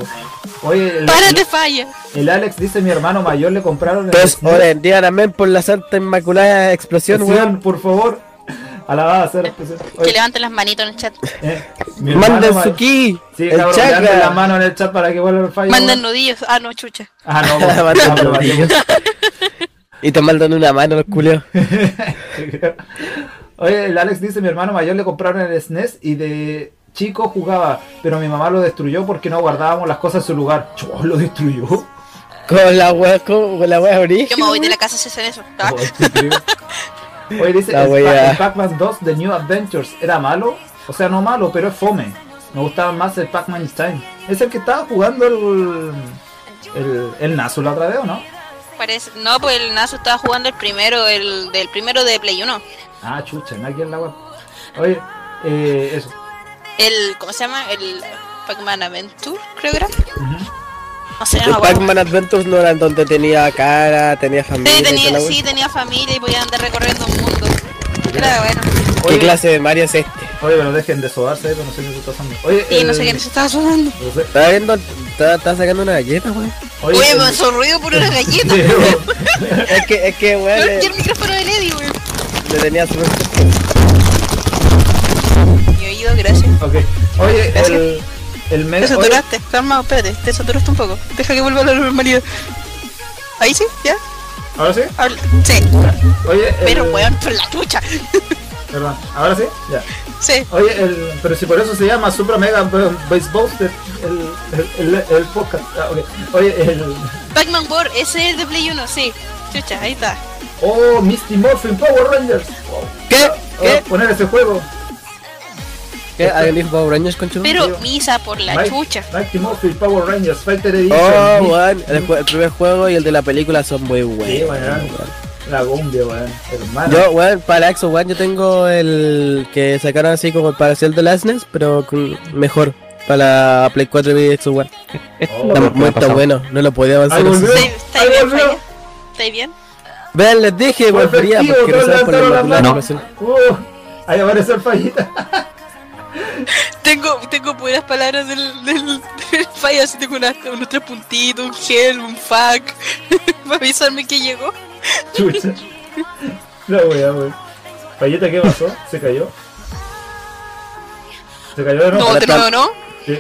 Speaker 2: Oye, el,
Speaker 3: ¡Párate, falla!
Speaker 2: el Alex dice mi hermano mayor le compraron el
Speaker 1: Dos
Speaker 2: SNES.
Speaker 1: horas en día, amén, por la santa inmaculada explosión, weón.
Speaker 2: Excepción, por favor. Alabada sea la excepción.
Speaker 3: Que
Speaker 2: Oye,
Speaker 3: levanten las manitos en el chat.
Speaker 2: eh, mi hermano
Speaker 1: Manden
Speaker 2: ma-
Speaker 1: su ki,
Speaker 2: Sí,
Speaker 1: el
Speaker 2: cabrón,
Speaker 1: chakra.
Speaker 2: levanten la mano en el chat para que vuelva el fallo.
Speaker 3: Manden nudillos. Ah, no, chucha.
Speaker 2: Ah, no, bueno.
Speaker 1: Manden
Speaker 2: Ah, pero
Speaker 1: los
Speaker 2: vale.
Speaker 1: niños. Y te mandan una mano los culios.
Speaker 2: Oye, el Alex dice, mi hermano mayor le compraron el SNES y de chico jugaba, pero mi mamá lo destruyó porque no guardábamos las cosas en su lugar. Chua, lo destruyó.
Speaker 1: Con la weá, con, con la weá origen.
Speaker 3: Yo me voy de la casa si hacen eso. Ah,
Speaker 2: Oh, te creo. Oye, dice,
Speaker 1: La
Speaker 2: el,
Speaker 1: wea.
Speaker 2: Pa- el Pac-Man 2 de New Adventures era malo. O sea, no malo, pero es fome. Me gustaba más el Pac-Man Time. Es el que estaba jugando el... El, el Nasu la otra vez, ¿o no?
Speaker 3: parece. No, pues el Nasu estaba jugando el primero, el del primero de Play 1.
Speaker 2: Ah, chucha, nadie en la web. Oye, eh, eso.
Speaker 3: El, ¿cómo se llama? El Pac-Man Adventure, creo que era.
Speaker 2: Ujú.
Speaker 3: No sé, no
Speaker 1: El
Speaker 3: me acuerdo.
Speaker 1: Pac-Man Adventures no era en donde tenía cara, tenía familia.
Speaker 3: Sí,
Speaker 1: y toda
Speaker 3: tenía,
Speaker 1: la
Speaker 3: sí,
Speaker 1: weá.
Speaker 3: tenía familia y podía andar recorriendo un mundo. Era bueno.
Speaker 1: ¿Qué
Speaker 2: Oye,
Speaker 1: clase de Mario es este?
Speaker 2: Oye, pero dejen de sobarse, eh, que no sé qué se está pasando. Oye,
Speaker 3: Y no
Speaker 2: el-
Speaker 3: sé quién se estaba sudando.
Speaker 2: no sé.
Speaker 1: ¿Estás viendo? ¿Estás estás sacando una galleta, weón?
Speaker 2: Oye,
Speaker 3: Oye,
Speaker 2: el-
Speaker 3: me sonrió por una galleta.
Speaker 1: Es que, es que, weón,
Speaker 3: Peor
Speaker 1: le,
Speaker 3: que el micrófono de Lady, weón.
Speaker 1: le tenía su...
Speaker 3: Mi oído, gracias.
Speaker 2: Ok. Oye, el, el
Speaker 3: Te
Speaker 2: mes. Oye,
Speaker 3: saturaste, calma, espérate, te saturaste un poco. Deja que vuelva a la normalidad. Ahí sí, ya,
Speaker 2: ¿Ahora sí?
Speaker 3: habla. Sí,
Speaker 2: Oye, el-
Speaker 3: pero weón, por la chucha.
Speaker 2: Perdón, ¿ahora sí? Ya.
Speaker 3: Sí,
Speaker 2: Oye, el, pero si por eso se llama Supra Mega B- Baseball, el, el, el, el podcast. Ah, ok. Oye, el.
Speaker 3: Pac-Man War, ese es de Play 1, sí. Chucha, ahí está.
Speaker 2: Oh, Misty Morphin Power Rangers. Oh,
Speaker 1: ¿Qué?
Speaker 2: oh, poner ese juego. este-
Speaker 1: ¿Qué? ¿Alguien Power Rangers con
Speaker 3: Pero misa por la
Speaker 2: Mike-
Speaker 3: chucha.
Speaker 2: Mighty Morphin Power Rangers Fighter Edition.
Speaker 1: Oh,
Speaker 2: Misty-
Speaker 1: weón, el, jue- el primer juego y el de la película son muy
Speaker 2: Sí,
Speaker 1: buenos.
Speaker 2: weón. La gumbia, weón. Hermano.
Speaker 1: Yo, weón, para Axo One yo tengo el que sacaron así como para hacer el de las SNES, pero con- mejor. Para la Play 4 y Xbox One.
Speaker 2: Oh.
Speaker 1: Está
Speaker 4: La-
Speaker 1: muy está bueno, no lo podía avanzar.
Speaker 2: Ahí volvió.
Speaker 3: ¿Estáis estáis
Speaker 2: Ahí
Speaker 3: bien,
Speaker 2: volvió.
Speaker 3: Falla? ¿Estáis bien?
Speaker 1: Vean, les dije,
Speaker 2: Fue
Speaker 1: volvería
Speaker 2: efectivo,
Speaker 1: porque no
Speaker 2: creo que
Speaker 1: saben por la
Speaker 2: levantaron la
Speaker 1: inmaculada
Speaker 4: mano.
Speaker 1: relación.
Speaker 2: Uh, ahí apareció el fallita.
Speaker 3: Tengo, tengo puras palabras del, del, del fallo, así tengo una- unos tres puntitos, un gel, un fuck. Para avisarme que llegó.
Speaker 2: Chucha. La wea, weón. Fallita, ¿qué pasó? ¿Se cayó? ¿Se cayó de nuevo?
Speaker 3: No,
Speaker 1: ahora
Speaker 3: de
Speaker 1: está-
Speaker 3: nuevo no.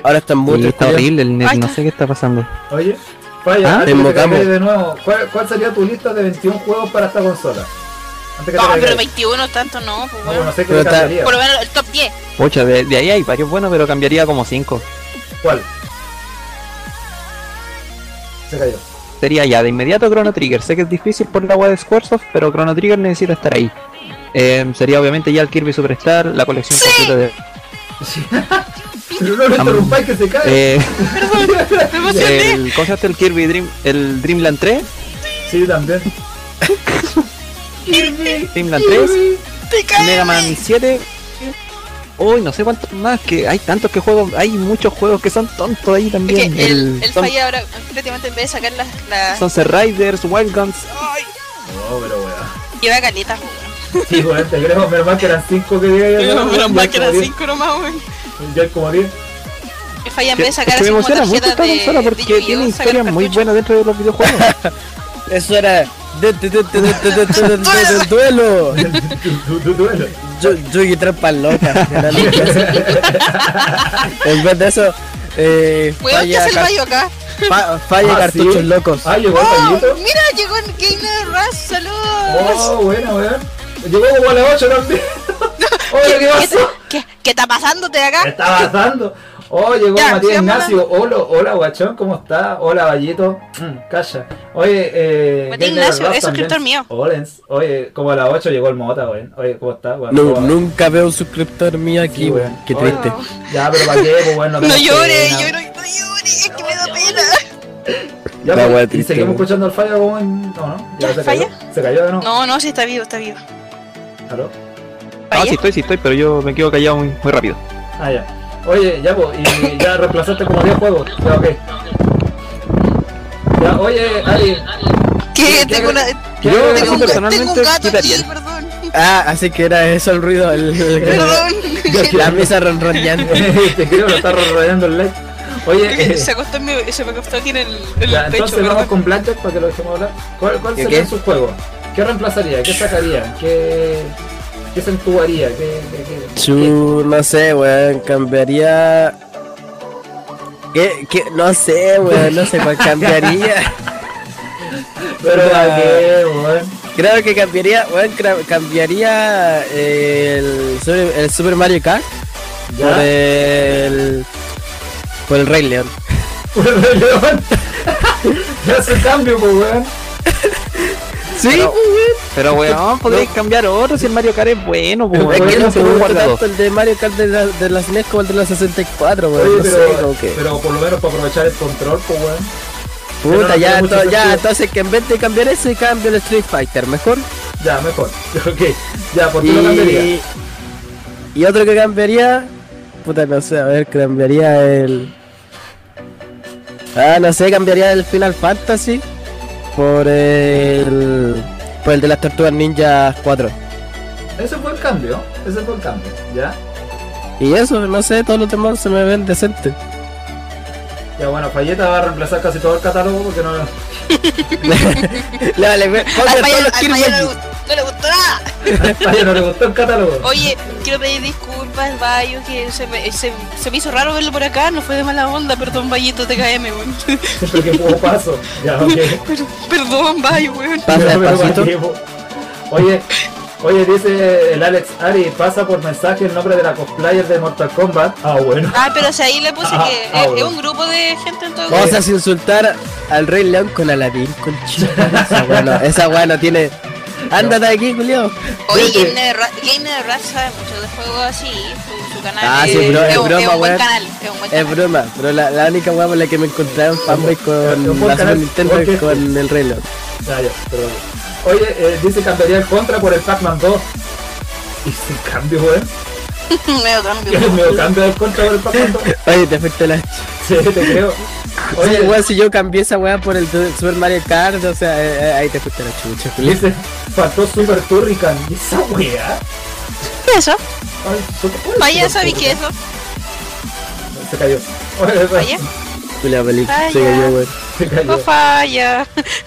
Speaker 1: Ahora están
Speaker 4: Y
Speaker 1: muchos.
Speaker 4: está
Speaker 1: culiao.
Speaker 4: horrible el net,
Speaker 3: Ay,
Speaker 4: no
Speaker 3: no.
Speaker 4: sé qué está pasando.
Speaker 2: Oye, Falla,
Speaker 4: Ah,
Speaker 2: antes que te
Speaker 1: invocamos.
Speaker 2: caigas de nuevo, ¿cuál, cuál sería tu lista de 21 juegos para esta consola? Antes que te
Speaker 3: No,
Speaker 2: caigas.
Speaker 3: pero 21 tanto no, pues
Speaker 2: No,
Speaker 3: bueno.
Speaker 2: no sé qué
Speaker 1: Pero
Speaker 2: le
Speaker 1: está-
Speaker 2: cambiaría.
Speaker 3: Por lo menos el top 10.
Speaker 4: Pucha, de, de ahí hay varios buenos, pero cambiaría como 5.
Speaker 2: ¿Cuál? Se cayó.
Speaker 4: Sería ya de inmediato Chrono Trigger. Sé que es difícil por la web de Squaresoft, pero Chrono Trigger necesita estar ahí. Eh, sería obviamente ya el Kirby Superstar, la colección
Speaker 3: Sí.
Speaker 4: completa de.
Speaker 2: Pero no lo interrumpáis que se cae.
Speaker 4: eh,
Speaker 3: Me emocioné.
Speaker 4: el, ¿Cómo se llama este? el Kirby Dream, el Dreamland 3?
Speaker 2: Sí, también.
Speaker 4: Dreamland 3,
Speaker 3: Te cae.
Speaker 4: Mega Man 7. Uy, no sé cuántos más, que hay tantos que juegos, hay muchos juegos que son tontos ahí
Speaker 3: Es que
Speaker 4: también.
Speaker 3: el, el
Speaker 4: son,
Speaker 3: falla ahora, prácticamente en vez de sacar las. las...
Speaker 4: Sunset Riders, Wild Guns,
Speaker 3: Ay,
Speaker 2: No, pero weón.
Speaker 3: lleva caletas, weón.
Speaker 2: Sí, weón, te creo, menos mal que eran 5 que diga yo.
Speaker 3: Pero
Speaker 2: Yo
Speaker 3: menos mal que eran
Speaker 2: como
Speaker 3: 5 nomás, weón.
Speaker 2: diez, Yo el como 10.
Speaker 3: El falla en
Speaker 4: Que-
Speaker 3: vez de sacar
Speaker 4: es
Speaker 3: así
Speaker 4: que me
Speaker 3: como
Speaker 4: emociona mucho
Speaker 3: tarjetas
Speaker 4: esta
Speaker 3: de.
Speaker 4: consola porque
Speaker 3: de
Speaker 4: tiene
Speaker 3: Yu-Gi-Oh, sacar
Speaker 4: historias muy
Speaker 3: cartuchos.
Speaker 4: buenas dentro de los videojuegos. Ah,
Speaker 1: Eso era. du- du- du- du- du- du- du- du- du- Duelo.
Speaker 2: Tu- tu duelo.
Speaker 1: Yo, yo y trampa loca. era lo que era. en vez de eso, eh,
Speaker 3: Weón, ¿qué
Speaker 1: falla,
Speaker 3: hace el
Speaker 1: car-
Speaker 3: fallo acá?
Speaker 1: fa- falla
Speaker 2: Ah,
Speaker 1: cartuchos
Speaker 2: ¿sí?
Speaker 1: locos.
Speaker 2: Ah, llegó el
Speaker 3: ¡Oh!
Speaker 2: payito.
Speaker 3: Mira, llegó en Gainer Raz, saludos.
Speaker 2: Oh, bueno, weón. Llegó como a las 8 también. Oye, ¿qué
Speaker 3: ¿Qué,
Speaker 2: pasó?
Speaker 3: qué, qué está pasándote
Speaker 2: ¿Qué
Speaker 3: acá?
Speaker 2: está pasando? Oh, llegó
Speaker 3: Ya,
Speaker 2: Matías
Speaker 3: sigamos
Speaker 2: Ignacio. Hola, hola, guachón, ¿cómo está? Hola, Vallito. Mm, calla. Oye, eh.
Speaker 3: Matías
Speaker 2: Gamer
Speaker 3: Ignacio,
Speaker 2: Rap
Speaker 3: es
Speaker 2: también.
Speaker 3: suscriptor mío.
Speaker 2: Olens. Oye, como a las 8 llegó el Mota, weón. Oye, ¿cómo está, weón?
Speaker 1: No,
Speaker 2: ¿Cómo va?
Speaker 1: nunca veo un suscriptor mío
Speaker 2: Sí,
Speaker 1: aquí,
Speaker 2: weón.
Speaker 1: weón. Qué
Speaker 4: Este,
Speaker 2: Oh.
Speaker 1: triste.
Speaker 2: Ya, pero ¿para qué? Pues, bueno,
Speaker 3: No
Speaker 2: llores
Speaker 3: llores, yo no, no llores, es que me da pena.
Speaker 2: Ya,
Speaker 1: La
Speaker 2: pues,
Speaker 1: wea
Speaker 2: y
Speaker 1: triste,
Speaker 2: seguimos
Speaker 1: weón.
Speaker 2: escuchando el fallo como en... No, no. Ya
Speaker 3: ¿Ya,
Speaker 2: se
Speaker 3: falla?
Speaker 2: cayó. Se cayó, ¿no?
Speaker 3: No, no, sí está vivo, está vivo.
Speaker 2: ¿Aló?
Speaker 4: Ah,
Speaker 3: Falla.
Speaker 4: sí estoy, sí estoy, pero yo me quedo callado muy, muy rápido.
Speaker 2: Ah, ya. Oye, ya, pues, y ya reemplazaste como 10 juegos. Ya, ok. Ya, oye, Ari.
Speaker 3: ¿Qué?
Speaker 2: ¿Qué-
Speaker 3: Tengo
Speaker 2: qué-
Speaker 3: una.
Speaker 2: ¿qué-
Speaker 4: Yo,
Speaker 2: qué-
Speaker 4: así
Speaker 3: Tengo un, ga-
Speaker 4: personalmente,
Speaker 3: tengo un gato aquí,
Speaker 4: quitaría.
Speaker 3: perdón.
Speaker 1: Ah, así que era eso el ruido. el- el-
Speaker 3: Perdón.
Speaker 1: la mesa ronroneando.
Speaker 2: Te creo, lo está rodeando el like. Oye, eh,
Speaker 3: se acostó en mi- se me acostó aquí en el, en
Speaker 2: ya,
Speaker 3: el pecho,
Speaker 2: entonces vamos
Speaker 3: perdón.
Speaker 2: con Blackjack para que lo dejemos hablar. ¿Cuál, cuál
Speaker 1: ¿Qué,
Speaker 2: sería
Speaker 1: qué?
Speaker 2: su juego? ¿Qué reemplazaría? ¿Qué sacaría? ¿Qué, qué se entubaría? ¿Qué, qué, qué-
Speaker 1: Chu, no sé, weón, cambiaría. ¿Qué? ¿Qué? No sé, weón, no sé cuál cambiaría.
Speaker 2: Pero ¿a qué, weón?
Speaker 1: Creo que cambiaría, weón, cra- cambiaría el, Super- el Super Mario Kart por
Speaker 2: Ya.
Speaker 1: el. por el Rey León.
Speaker 2: Por el Rey León. Ya se cambio, pues, weón.
Speaker 1: Sí,
Speaker 4: Pero weón, podéis cambiar otro si el Mario Kart es bueno, po,
Speaker 1: es
Speaker 2: Es
Speaker 4: weón.
Speaker 1: que no
Speaker 4: Se
Speaker 1: se
Speaker 4: puede
Speaker 1: me gusta
Speaker 4: guardar dos.
Speaker 1: tanto el de Mario Kart de, la, de las NES como el de la 64, weón.
Speaker 2: Oye,
Speaker 1: no sé,
Speaker 2: pero,
Speaker 1: como que.
Speaker 2: pero por lo menos para aprovechar el control, pues, weón. pero no
Speaker 1: Puta, ya,
Speaker 2: tiene mucho
Speaker 1: to- ya,
Speaker 2: sentido.
Speaker 1: entonces que en vez de cambiar ese, cambio el Street Fighter, mejor.
Speaker 2: Ya, mejor. Ok, ya, ¿por qué lo cambiaría?
Speaker 1: Y, y otro que cambiaría. Puta, no sé, a ver, cambiaría el. Ah, no sé, cambiaría el Final Fantasy por el. por el de las Tortugas Ninjas 4.
Speaker 2: Ese fue el cambio, ese fue el cambio, ¿ya?
Speaker 1: Y eso, no sé, todos los demás se me ven decentes.
Speaker 2: Ya bueno, Falleta va a reemplazar casi todo el catálogo porque no.
Speaker 1: Le vale, ve-
Speaker 3: Al
Speaker 1: pongan
Speaker 3: Falla-
Speaker 1: todos los
Speaker 3: al
Speaker 1: Kirby
Speaker 3: Falla
Speaker 1: allí.
Speaker 3: no, le gustó- no le gustó nada.
Speaker 2: a Falla no le gustó el catálogo.
Speaker 3: Oye, quiero pedir disculpas, Bayo, que se me, se, se me hizo raro verlo por acá, no fue de mala onda, perdón, Bayito, te caeme, weón.
Speaker 2: Siempre que puedo paso. Ya, ok.
Speaker 3: Pero- perdón, Bayo, weón.
Speaker 1: Pasa
Speaker 2: Ya, pero
Speaker 1: despacito.
Speaker 2: ¿para qué, po? Oye, oye, dice el Alex Ari, pasa por mensaje el nombre de la cosplayer de Mortal Kombat. Ah, bueno.
Speaker 3: Ah, pero si ahí le puse
Speaker 2: Ah,
Speaker 3: que
Speaker 2: ah,
Speaker 3: es,
Speaker 2: bueno.
Speaker 3: es un grupo de gente en todo
Speaker 1: Vamos a insultar al Rey León con Aladdin, con Esa weá no, esa weá no tiene. Ándate de aquí, Julio.
Speaker 3: Oye,
Speaker 2: Fíjate.
Speaker 3: Gamer de Ra- Gamer de Ra sabe mucho de juegos así, su, su canal
Speaker 1: Ah,
Speaker 3: es,
Speaker 1: sí, bro, es
Speaker 3: un,
Speaker 1: broma,
Speaker 3: un buen
Speaker 1: weón.
Speaker 3: canal, es un buen
Speaker 1: Es
Speaker 3: canal.
Speaker 1: broma, pero la, la única weá por la que me encontraron fanboy con
Speaker 2: Yo puedo
Speaker 1: la Super
Speaker 2: ganar,
Speaker 1: Nintendo
Speaker 2: porque-
Speaker 1: y con el reloj.
Speaker 2: Ya, ya, perdón. Oye, eh, dice cambiaría el contra por el Pac-Man 2. Y sin cambio, weón.
Speaker 3: Medio cambio.
Speaker 2: Me lo cambio del contra por el Pac-Man 2.
Speaker 1: Oye, te fuiste la.
Speaker 2: Sí, te creo.
Speaker 1: Oye,
Speaker 2: Oye,
Speaker 1: weón, si yo cambié esa weá por el du- Super Mario Kart, o sea, eh, eh, ahí te fuiste la chucha, Julio.
Speaker 2: dice, faltó Super Turrican. ¿Y esa weá?
Speaker 3: eso?
Speaker 2: Ay, Super- ¿cuál es
Speaker 3: Vaya,
Speaker 2: Super
Speaker 3: sabí que
Speaker 2: Turrican?
Speaker 3: eso.
Speaker 2: Se cayó. Oye,
Speaker 3: Vaya,
Speaker 1: Julio Felipe,
Speaker 3: Falla.
Speaker 1: se cayó, weón.
Speaker 2: Se cayó.
Speaker 3: no falla.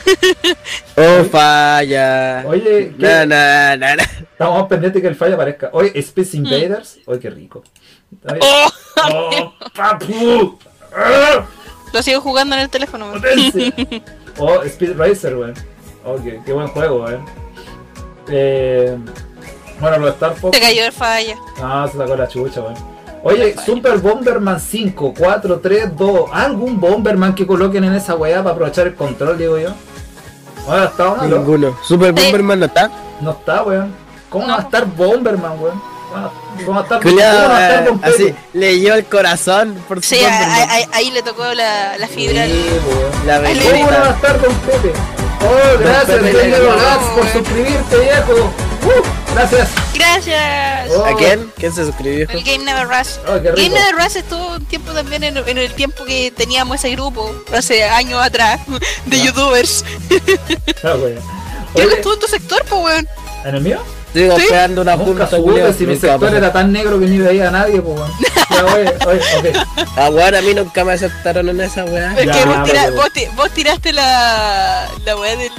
Speaker 1: Oh, falla.
Speaker 2: Oye, ¿qué?
Speaker 1: Na, na, na, na.
Speaker 2: estamos pendientes que el fallo aparezca. Oye,
Speaker 3: Mm.
Speaker 2: Space Invaders. Oye, qué rico. Está bien.
Speaker 3: Oh,
Speaker 2: Oh, papu. Ah,
Speaker 3: lo Lo sigo jugando en el teléfono. weón.
Speaker 2: Potencia. oh, Speed Racer, weón. Oh, qué, qué buen juego, weón. Eh, bueno, los Star Fox.
Speaker 3: Se cayó el falla.
Speaker 2: Ah, se sacó la chucha, weón. Oye,
Speaker 3: Falla.
Speaker 2: Super Bomberman 5, 4, 3, 2. ¿Algún Bomberman que coloquen en esa weá para aprovechar el control, digo yo? Ahora está una loca.
Speaker 5: Ninguno. Super
Speaker 3: Sí.
Speaker 5: Bomberman no está.
Speaker 2: No está, weón. ¿Cómo
Speaker 3: No.
Speaker 2: va a estar Bomberman, weón? ¿Cómo va a estar, ¿cómo va a estar
Speaker 5: Culeado, eh,
Speaker 2: Bomberman?
Speaker 5: así, leyó el corazón por su
Speaker 3: Sí, a-
Speaker 5: Bomberman.
Speaker 3: a- a- ahí le tocó la, la
Speaker 2: Sí,
Speaker 3: fibra. al-
Speaker 2: weón.
Speaker 5: La
Speaker 3: Ay,
Speaker 5: belleza.
Speaker 2: ¿Cómo no va a estar Don Pepe? Oh, gracias,
Speaker 5: Pepe
Speaker 2: Pepe
Speaker 5: Legrand.
Speaker 2: por suscribirte, viejo. Uh, gracias.
Speaker 3: Gracias.
Speaker 2: Oh.
Speaker 5: ¿A quién? ¿Quién se suscribió?
Speaker 3: El Game Never Rush.
Speaker 2: Oh, qué
Speaker 3: Game
Speaker 2: rico.
Speaker 3: Never Rush estuvo un tiempo también en, en el tiempo que teníamos ese grupo, hace años atrás, de
Speaker 2: Ya.
Speaker 3: youtubers.
Speaker 2: Ah, weón.
Speaker 3: Yo no
Speaker 2: Oye,
Speaker 3: estuve en tu sector, po, weón.
Speaker 2: ¿En el mío?
Speaker 5: Estoy
Speaker 3: Sí.
Speaker 5: golpeando una
Speaker 2: Nunca
Speaker 5: punta,
Speaker 2: supe
Speaker 5: culiao,
Speaker 2: si mi
Speaker 5: nunca va a
Speaker 2: sector
Speaker 5: pasar.
Speaker 2: era tan negro que ni veía a nadie, pues weón. Ya, oye, oye, ok.
Speaker 5: Ah, weón, a mí nunca me aceptaron en esa weá.
Speaker 3: Es
Speaker 2: Ya,
Speaker 3: que vos, tira-
Speaker 2: pero-
Speaker 3: vos ti- vos tiraste la, la weá del.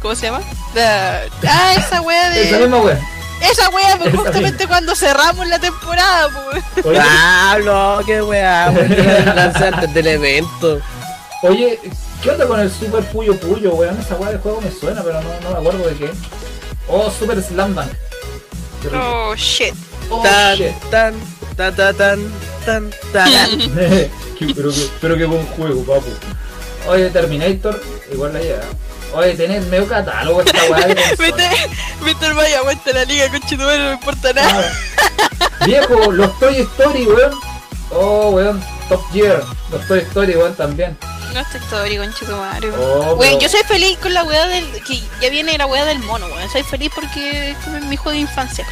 Speaker 3: ¿Cómo se llama? La, ah, esa weá
Speaker 2: Esa
Speaker 3: de.
Speaker 2: misma weón.
Speaker 3: esa weá, pues,
Speaker 2: Esa
Speaker 3: justamente cuando cerramos la temporada, pues. po,
Speaker 2: Oye,
Speaker 3: weón.
Speaker 5: Ah, no, qué weá, weón, que me lanzé antes del evento.
Speaker 2: oye, ¿qué onda con el Super Puyo Puyo, weón? Esa weá de juego me suena, pero no, no me acuerdo de qué. Oh, Super Slam Dunk. Qué rico.
Speaker 3: Oh shit.
Speaker 2: Oh,
Speaker 5: Tan,
Speaker 2: shit.
Speaker 5: tan, tan, tan, tan, tan, tan.
Speaker 2: Que- pero, que, pero que buen juego, papu. Oye, Terminator, igual la llega. Oye, tenés medio catálogo esta weá de
Speaker 3: Vete,
Speaker 2: consola.
Speaker 3: vete al vaya, aguanta la liga, conchetumare, no me importa nada.
Speaker 2: Ah, Viejo, los Toy Story, weón. Oh, weón, Top Gear. Los Toy Story, weón, también.
Speaker 3: No estoy todo conchetumare, weón.
Speaker 2: Oh,
Speaker 3: Weón, yo
Speaker 2: pero-
Speaker 3: soy feliz con la weá del. que ya viene la weá del mono, weón. Soy feliz porque es como mi juego de infancia.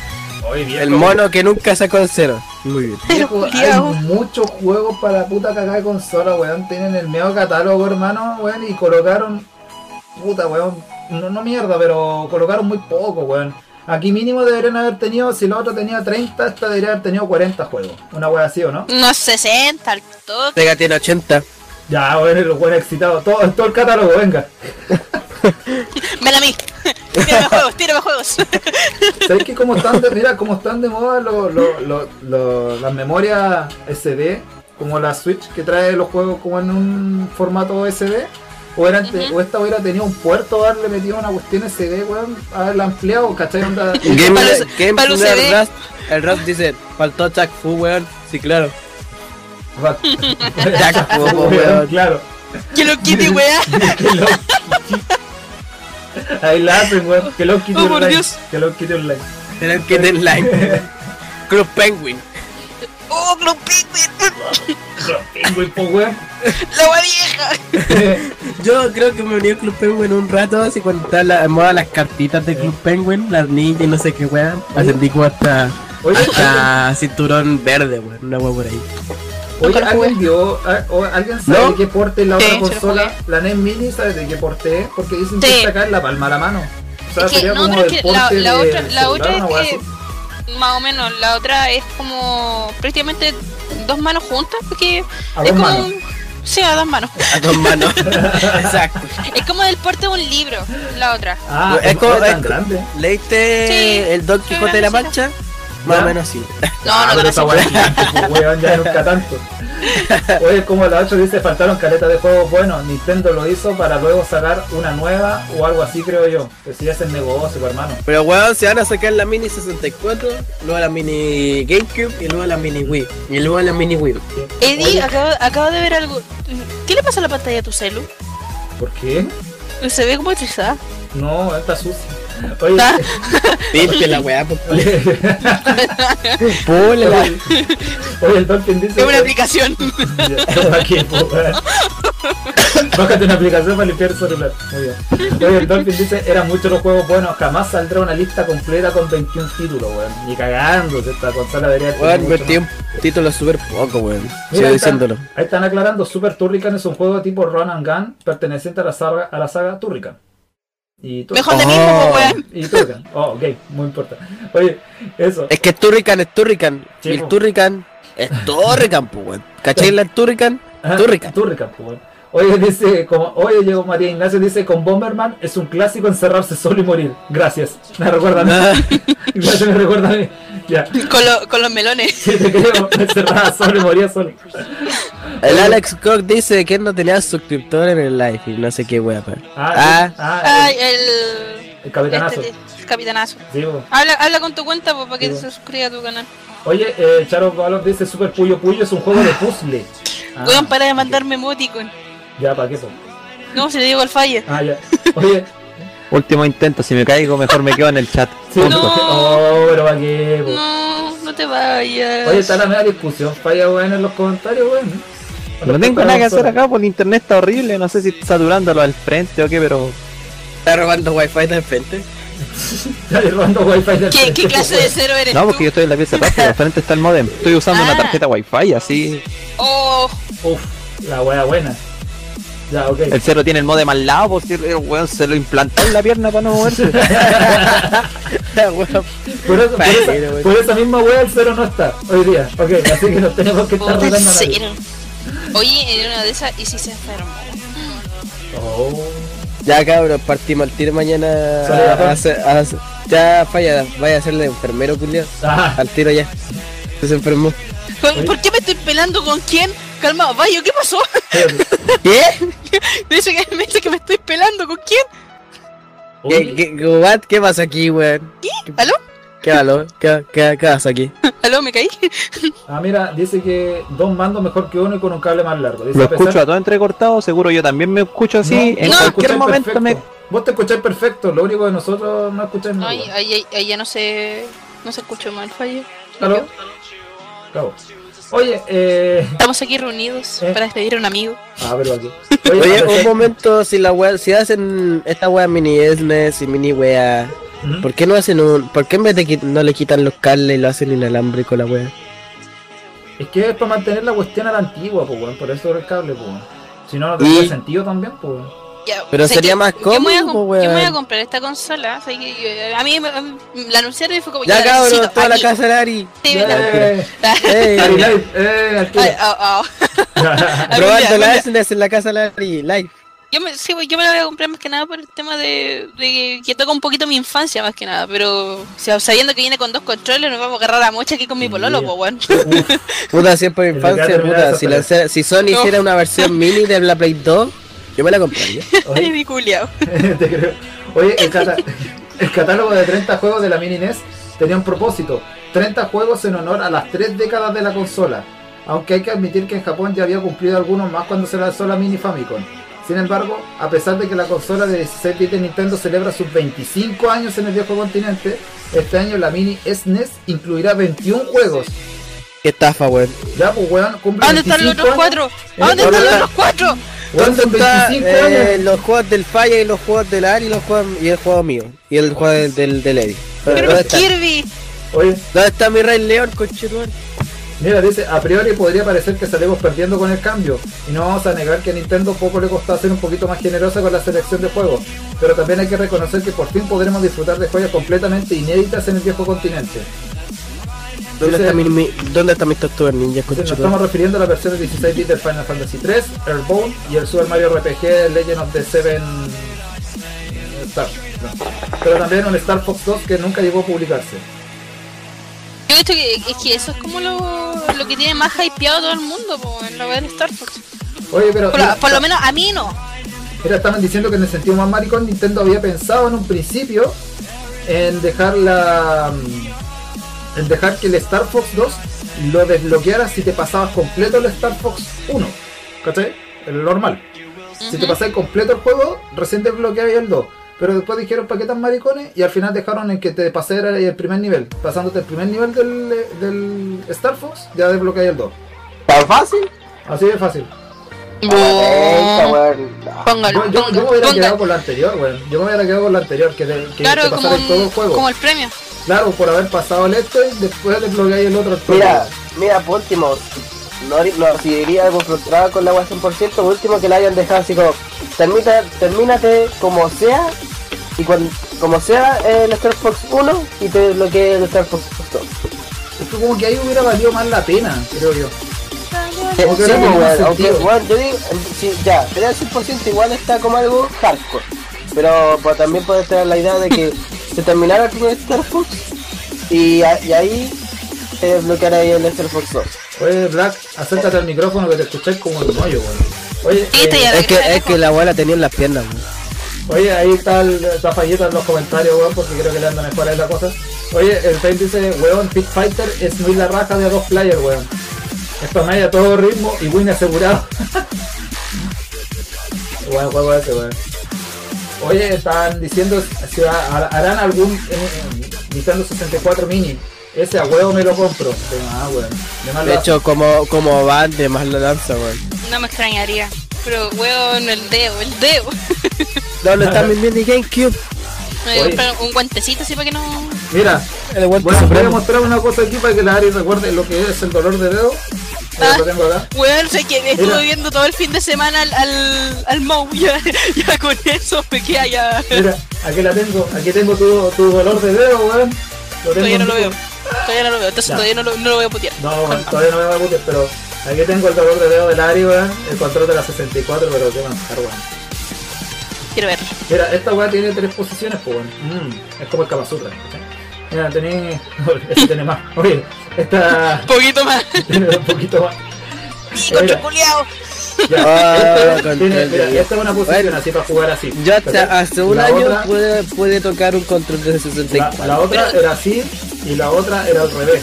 Speaker 2: Oye, viejo,
Speaker 5: El mono que nunca sacó el cero. Muy bien.
Speaker 2: Viejo, hay
Speaker 3: Culeao.
Speaker 2: muchos juegos para la puta cagada de consola, weón. Tienen el medio catálogo, hermano, weón. Y colocaron. Puta, weón. No, no mierda, pero colocaron muy poco, weón. Aquí mínimo deberían haber tenido, si la otra tenía 30, esta debería haber tenido 40 juegos. Una weá así, ¿o no?
Speaker 3: Unos 60 al toque.
Speaker 5: Sega tiene 80.
Speaker 2: Ya, weón, los weón excitados. Todo, todo el catálogo, venga.
Speaker 3: Ven a mí. Tírame juegos, tírame juegos.
Speaker 2: ¿Sabes que como están de, mira, como están de moda lo- lo- lo- lo- las memorias SD, como la Switch que trae los juegos como en un formato SD? O, eran te-
Speaker 3: Ujú.
Speaker 2: o esta hubiera tenido un puerto, haberle metido una cuestión SD, weón, haberla ampliado, ¿cachai? Onda,
Speaker 5: Game,
Speaker 3: Palo-
Speaker 5: Game
Speaker 3: Palo
Speaker 5: Player
Speaker 3: se ve.
Speaker 5: Rust. El Rust dice, faltó Jack Fu, weón. Sí, claro.
Speaker 2: va-
Speaker 5: Jack Fu,
Speaker 2: weón,
Speaker 5: weón.
Speaker 2: claro.
Speaker 3: Que lo quite, weá.
Speaker 2: Que lo- Ahí la hacen, weón. Que los quite
Speaker 3: Oh, por
Speaker 2: online.
Speaker 3: Dios.
Speaker 2: Que los quite online.
Speaker 5: Tienen que tener like. Club Penguin.
Speaker 3: Oh, Club Penguin.
Speaker 2: Penguin, po, weón.
Speaker 3: La weá vieja.
Speaker 5: Yo creo que me uní a Club Penguin un rato, así cuando estaban la, en moda las cartitas de Club Penguin, las ninjas y no sé qué weón. Ascendí como hasta,
Speaker 2: Oye,
Speaker 5: hasta cinturón verde, weón, una weón por ahí.
Speaker 2: Oye,
Speaker 3: Nunca lo
Speaker 2: ¿alguien vio? a- o ¿Alguien sabe
Speaker 5: ¿No?
Speaker 2: de qué porte es la
Speaker 3: Sí,
Speaker 2: otra
Speaker 3: se lo
Speaker 2: consola?
Speaker 3: jugué.
Speaker 2: La NES Mini, ¿sabes de qué porte es? Porque dicen que
Speaker 3: Sí.
Speaker 2: sacar la palma a la mano. O sea,
Speaker 3: Es que,
Speaker 2: sería
Speaker 3: no,
Speaker 2: como
Speaker 3: pero es
Speaker 2: el
Speaker 3: que la,
Speaker 2: porte
Speaker 3: la
Speaker 2: del
Speaker 3: otra, la otra
Speaker 2: celular,
Speaker 3: es
Speaker 2: una wea
Speaker 3: que,
Speaker 2: así.
Speaker 3: más o menos, la otra es como prácticamente dos manos juntas, porque
Speaker 2: A
Speaker 3: es
Speaker 2: dos
Speaker 3: como
Speaker 2: manos.
Speaker 3: un- Sí, a dos manos.
Speaker 5: A dos manos. Exacto.
Speaker 3: Es como del porte de un libro, la otra.
Speaker 2: Ah,
Speaker 5: Es
Speaker 2: es
Speaker 5: como-
Speaker 2: tan
Speaker 5: es-
Speaker 2: grande.
Speaker 5: ¿Leíste
Speaker 3: Sí,
Speaker 5: el Don
Speaker 3: soy
Speaker 5: Quijote de la
Speaker 3: una
Speaker 5: Mancha? Más
Speaker 2: ¿Ya?
Speaker 5: o menos sí.
Speaker 3: No, no,
Speaker 2: Ah, pero
Speaker 3: no.
Speaker 2: esa wea es gigante, pues, weón, ya nunca tanto. Oye, como la 8 dice, faltaron caletas de juegos buenos. Nintendo lo hizo para luego sacar una nueva o algo así, creo yo. Que si es el negocio, hermano.
Speaker 5: Pero weón, se van a sacar la mini 64, luego la mini GameCube y luego la mini Wii. Y luego la mini Wii.
Speaker 3: Eddie,
Speaker 2: Oye,
Speaker 3: acabo, acabo de ver algo. ¿Qué le pasa a la pantalla a tu celu?
Speaker 2: ¿Por qué?
Speaker 3: Se ve como trizada.
Speaker 2: No, está sucia. Oye,
Speaker 3: Está-
Speaker 5: Viste la weá, pues, por favor.
Speaker 2: oye,
Speaker 5: Púlela.
Speaker 2: oye, el Dolphin dice.
Speaker 3: Es una
Speaker 2: weón,
Speaker 3: aplicación.
Speaker 2: ¿Para qué, po, weón? Bájate una aplicación para limpiar el celular. Muy bien. Oye, el Dolphin dice, eran muchos los juegos buenos, jamás saldrá una lista completa con 21 títulos, weón. Ni cagándose, esta consola debería tener
Speaker 5: Weón,
Speaker 2: mucho
Speaker 5: metí
Speaker 2: más.
Speaker 5: un título súper poco, weón.
Speaker 2: Mira,
Speaker 5: Sigo
Speaker 2: ahí están-
Speaker 5: diciéndolo.
Speaker 2: Ahí están aclarando, Super Turrican es un juego tipo Run and Gun perteneciente a la saga, a la saga Turrican. Y Tur-
Speaker 3: Mejor de
Speaker 5: Oh.
Speaker 3: mismo, po, weón.
Speaker 2: Y Turrican. Oh, ok, muy importante. Oye, eso.
Speaker 5: Es que Turrican es Turrican.
Speaker 2: Sí,
Speaker 5: y el
Speaker 2: po.
Speaker 5: Turrican es Turrican, pues, weón. ¿Cachai la Turrican?
Speaker 2: Ajá,
Speaker 5: Turrican.
Speaker 2: Turrican, po, weón. Oye, dice, como, oye, llegó María Ignacio, dice, con Bomberman es un clásico encerrarse solo y morir. Gracias. Me recuerda a mí.
Speaker 4: Ah.
Speaker 2: Gracias, me recuerda a mí. Ya,
Speaker 3: Con, lo- con los melones.
Speaker 2: sí, te creo, me encerraba solo y moría solo.
Speaker 5: El Alex Cox dice que él no tenía suscriptor en el live y no sé qué wea, pa.
Speaker 2: Ah, sí, ah,
Speaker 3: Ay,
Speaker 2: el,
Speaker 3: el,
Speaker 2: el capitanazo.
Speaker 3: este- el capitanazo.
Speaker 2: Sí, pues. po.
Speaker 3: Habla, habla con tu cuenta pues, para que
Speaker 2: Sí.
Speaker 3: se suscriba a tu canal.
Speaker 2: Oye, eh, Charo Balón dice Super Puyo Puyo es un juego de puzzle. Ah,
Speaker 3: Weón, para de mandarme emoticon.
Speaker 2: Ya, ¿para qué son?
Speaker 3: No, se le digo al falla.
Speaker 2: Ah, ya. Oye,
Speaker 4: Último intento, si me caigo mejor me quedo en el chat.
Speaker 2: sí,
Speaker 4: Punto.
Speaker 3: No.
Speaker 2: Oh, pero ¿para qué? po?
Speaker 3: No, no te
Speaker 2: Oye,
Speaker 3: vayas.
Speaker 2: está la media discusión, falla weón en los comentarios, weón.
Speaker 4: No tengo nada que hacer acá porque el internet está horrible, no sé si está saturándolo al frente o qué, pero
Speaker 5: Está robando wifi de frente.
Speaker 2: Está robando wifi del
Speaker 3: ¿Qué, qué
Speaker 2: frente,
Speaker 3: clase
Speaker 2: weón.
Speaker 3: de cero eres
Speaker 4: no,
Speaker 3: tú?
Speaker 4: porque yo estoy en la pieza rápida, al frente está el modem. Estoy usando
Speaker 3: Ah.
Speaker 4: una tarjeta wifi, así
Speaker 3: Oh,
Speaker 2: Uf, la wea buena. Ya, ok.
Speaker 4: el cero tiene el modem al lado, por si el weón se lo implantó en la pierna para no moverse.
Speaker 5: Ah,
Speaker 2: Por,
Speaker 5: weón.
Speaker 2: eso- por
Speaker 5: Pero,
Speaker 2: esa,
Speaker 5: weón.
Speaker 2: por esa misma wea el cero no está hoy día. Ok, así que no tenemos que estar
Speaker 3: puta, el
Speaker 2: rogando a nadie.
Speaker 3: cero. Oye, en una de esas, ¿y si se enfermó?
Speaker 2: Oh.
Speaker 5: Ya cabros, partimos al tiro mañana
Speaker 2: Sale,
Speaker 5: a
Speaker 2: ajá.
Speaker 5: hacer- a hacer- Ya falla, vaya a ser de enfermero, culiao.
Speaker 2: Ah,
Speaker 5: Al tiro ya. Se enfermó.
Speaker 3: ¿Con-
Speaker 2: Oye.
Speaker 3: ¿Por qué me estoy pelando con quién? Calma, Bayo, ¿qué pasó?
Speaker 5: ¿Qué?
Speaker 3: Me dice, que, me dice que me estoy pelando con quién.
Speaker 5: ¿Qué,
Speaker 2: uy,
Speaker 5: qué, what? ¿Qué pasa aquí, weón?
Speaker 3: ¿Aló?
Speaker 5: ¿Qué valor? ¿Qué, qué, qué pasa aquí?
Speaker 3: ¿Aló, me caí?
Speaker 2: ah, mira, dice que dos mandos mejor que uno y con un cable más largo. Dice,
Speaker 4: Lo
Speaker 2: a pesar-
Speaker 4: escucho a todo entrecortado, seguro yo también me escucho así.
Speaker 2: No,
Speaker 4: en
Speaker 2: vos te
Speaker 4: cualquier
Speaker 2: escucháis
Speaker 4: momento me.
Speaker 2: perfecto. Vos te escucháis perfecto, lo único que nosotros no escucháis
Speaker 3: No,
Speaker 2: nada.
Speaker 3: ahí, ahí- ahí ya no se, no se escuchó mal, Bayo.
Speaker 2: Aló. Cabo. Oye, eh.
Speaker 3: Estamos aquí reunidos
Speaker 2: Eh.
Speaker 3: para despedir a un amigo.
Speaker 2: Ah, pero aquí.
Speaker 5: Oye, un
Speaker 2: eh,
Speaker 5: momento, si la wea, si hacen esta wea mini SNES y mini wea,
Speaker 2: ujú.
Speaker 5: ¿por qué no hacen un, por qué en vez de que no le quitan los cables y lo hacen inalámbrico la wea?
Speaker 2: Es que es para mantener la cuestión a la antigua, pues, weón. Por eso el cable, pues, weón. Si no, no tendría
Speaker 5: Y-
Speaker 2: sentido también, pues. weón.
Speaker 3: Ya,
Speaker 5: Pero
Speaker 3: sé
Speaker 5: sería
Speaker 3: que-
Speaker 5: más
Speaker 3: Yo me voy a,
Speaker 5: cómodo,
Speaker 3: comp- yo me voy a
Speaker 5: weón.
Speaker 3: comprar esta consola. sé que yo- a mí me- me- la anunciaron y fue como.
Speaker 5: Ya
Speaker 3: la
Speaker 5: cabros,
Speaker 3: necesito,
Speaker 5: toda la
Speaker 3: aquí.
Speaker 5: casa de Ari.
Speaker 3: Sí,
Speaker 2: Eh,
Speaker 3: la-
Speaker 2: eh,
Speaker 5: Ey,
Speaker 2: Ari Live, eh, al tiro.
Speaker 3: Ay, au, au. Algún día,
Speaker 5: probando
Speaker 3: algún
Speaker 5: la
Speaker 3: día.
Speaker 5: SNES en la casa de Ari, live.
Speaker 3: Yo me, sí, güey, yo me la voy a comprar más que nada por el tema de, de que toca un poquito mi infancia más que nada, pero o sea, sabiendo que viene con dos controles nos vamos a agarrar a mocha aquí con mi
Speaker 2: Sí.
Speaker 3: pololo, pues weón.
Speaker 2: Uf,
Speaker 5: Puta, si es por
Speaker 2: El Ricardo
Speaker 5: infancia,
Speaker 2: me da
Speaker 5: puta,
Speaker 2: esa
Speaker 5: si,
Speaker 2: pelea.
Speaker 5: lanzara- si Sony
Speaker 3: No.
Speaker 5: hiciera una versión mini de la Play 2, yo me la compraría.
Speaker 3: Ay,
Speaker 2: oye,
Speaker 3: mi culiao.
Speaker 2: te creo. Oye, el, cata- el catálogo de 30 juegos de la Mini NES tenía un propósito: 30 juegos en honor a las tres décadas de la consola. Aunque hay que admitir que en Japón ya había cumplido algunos más cuando se lanzó la Mini Famicom. Sin embargo, a pesar de que la consola de 16 bits de Nintendo celebra sus 25 años en el viejo continente, este año la Mini SNES incluirá 21 juegos.
Speaker 5: Qué estafa, weón.
Speaker 2: Ya, pues, weón, cumple
Speaker 3: ¿A dónde están los
Speaker 2: 25
Speaker 3: otros
Speaker 2: años.
Speaker 3: cuatro?
Speaker 2: Eh,
Speaker 3: ¿A dónde
Speaker 2: ahora
Speaker 3: están los
Speaker 2: está-
Speaker 3: otros cuatro?
Speaker 2: Weón,
Speaker 5: ¿Dónde
Speaker 2: son
Speaker 5: está
Speaker 2: 25
Speaker 5: eh,
Speaker 2: años.
Speaker 5: los juegos del Falla y los juegos del Ari y los juegos y el juego mío? Y el juego del, del, del Eddie. ¿Dónde,
Speaker 3: Quiero
Speaker 5: dónde
Speaker 3: los
Speaker 5: está?
Speaker 3: Kirby.
Speaker 2: Oye,
Speaker 5: ¿Dónde está mi Rey León, conchetual?
Speaker 2: Mira, dice, a priori podría parecer que salimos perdiendo con el cambio, y no vamos a negar que a Nintendo poco le costó ser un poquito más generosa con la selección de juegos, pero también hay que reconocer que por fin podremos disfrutar de joyas completamente inéditas en el viejo continente.
Speaker 5: ¿Dónde
Speaker 2: Dice-
Speaker 5: está mi, mi- ¿Dónde está mi Tortuga Ninja,
Speaker 2: Dice, nos
Speaker 5: conchetual?
Speaker 2: estamos refiriendo a las versiones 16 bits del Final Fantasy 3, Airbound y el Super Mario RPG Legend of the Seven Star. no. Pero también un Star Fox 2 que nunca llegó a publicarse.
Speaker 3: Yo he visto que, es que eso es como lo, lo que tiene más hypeado todo el mundo, pues weón, la weón Star Fox.
Speaker 2: Oye, pero
Speaker 3: Por, lo- por lo menos a mí no.
Speaker 2: Mira, estaban diciendo que en el sentido más maricón Nintendo había pensado en un principio en dejar la mm, en dejar que el Star Fox 2 lo desbloqueara si te pasabas completo el Star Fox 1 ¿cachai? el normal si te
Speaker 3: Ujú.
Speaker 2: pasabas completo el juego recién desbloqueabas el 2 pero después dijeron para qué tan maricones y al final dejaron en que te pasara el primer nivel pasándote el primer nivel del, eh, del Star Fox ya desbloqueabas el 2
Speaker 4: ¿Tan fácil?
Speaker 2: así de fácil Yo, yo,
Speaker 3: Póngalo,
Speaker 2: yo me
Speaker 3: póngalo,
Speaker 2: hubiera
Speaker 3: póngalo.
Speaker 2: quedado con la anterior, weón. Yo me hubiera quedado con la anterior, que, de, que te
Speaker 3: Claro, como,
Speaker 2: pasara todo el juego.
Speaker 3: como el premio.
Speaker 2: Claro, por haber pasado el este, después desbloqueáis el otro. al toque.
Speaker 5: Mira, mira, por último, no, no si diría algo frustrado con la wea 100%, por último que la hayan dejado así como, termina, termínate como sea, y cuando, como sea eh, el Star Fox 1 y te desbloqueé el Star Fox 2.
Speaker 2: Es que como que ahí hubiera valido más la pena, creo yo.
Speaker 5: Sí,
Speaker 2: Como que
Speaker 5: sí,
Speaker 2: no tiene
Speaker 5: weón,
Speaker 2: sentido.
Speaker 5: aunque, weón, yo digo, sí, ya, pero el 100% igual está como algo hardcore. Pero pues, también puede estar la idea de que se terminara el primer Star Fox y, a- y ahí se desbloqueara ahí el Star Fox 2.
Speaker 2: Oye, Black, acércate al micrófono que te escuché como el mollo, weón. Oye,
Speaker 3: Sí, estoy
Speaker 2: eh,
Speaker 3: a la
Speaker 5: Es que,
Speaker 3: cresta,
Speaker 5: es que la abuela tenía en las piernas, weón.
Speaker 2: Oye, ahí está el Rafayeta en los comentarios, weón, porque creo que le anda mejor a él la cosa. Oye, el Fame dice, weón, Pit Fighter es muy la raja de dos player, weón. Esto me a todo ritmo y win asegurado. Buen juego ese, weón. Oye, están diciendo si ha- harán algún eh, eh, Nintendo 64 mini. Ese a huevo me lo compro. De más, weón. De más
Speaker 5: De
Speaker 2: la-
Speaker 5: hecho, como, como van de más la danza, weón.
Speaker 3: No me extrañaría. Pero weón, el dedo, el dedo.
Speaker 5: ¿Dónde está mi mini GameCube?
Speaker 3: Me voy a
Speaker 2: Oye.
Speaker 3: comprar un guantecito así para que no.
Speaker 2: Mira,
Speaker 5: El guante
Speaker 2: bueno, voy a
Speaker 5: supremo.
Speaker 2: mostrar una cosa aquí para que la Ari recuerde lo que es el dolor de dedo. Eh, Lo tengo acá.
Speaker 3: Weón, sé que estuve
Speaker 2: Mira.
Speaker 3: viendo todo el fin de semana al, al, al Mau. Ya, ya con eso me queda ya.
Speaker 2: Mira, aquí la tengo, aquí tengo tu, tu dolor de dedo, weón. Lo tengo
Speaker 3: Todavía no
Speaker 2: en-
Speaker 3: lo veo. Todavía no lo veo. Entonces
Speaker 2: Ya.
Speaker 3: todavía no lo, no lo voy a putear.
Speaker 2: No, weón, todavía no me va a putear, pero aquí tengo el dolor de dedo del Ari, weón. El control de la 64, pero qué manjar, weón.
Speaker 3: Quiero ver.
Speaker 2: Mira, esta weá tiene tres posiciones, pues weón. Mm, es como el Kama Sutra. ¿cachai? Mira, tenés. Este tiene más. Oye, esta
Speaker 3: Poquito más.
Speaker 2: tiene un poquito más.
Speaker 3: Pico
Speaker 2: Mira.
Speaker 3: chocoleado.
Speaker 2: Ya.
Speaker 5: Ah,
Speaker 2: esta, tiene,
Speaker 5: control de
Speaker 2: mira,
Speaker 5: dedo.
Speaker 2: esta es una posición
Speaker 5: Bueno.
Speaker 2: así para jugar así.
Speaker 5: Yo hasta
Speaker 2: ¿cachai?
Speaker 5: hace un
Speaker 2: La
Speaker 5: año
Speaker 2: otra-
Speaker 5: pude, pude tocar un control de
Speaker 2: La,
Speaker 5: 64.
Speaker 2: la otra era así y la otra era al revés.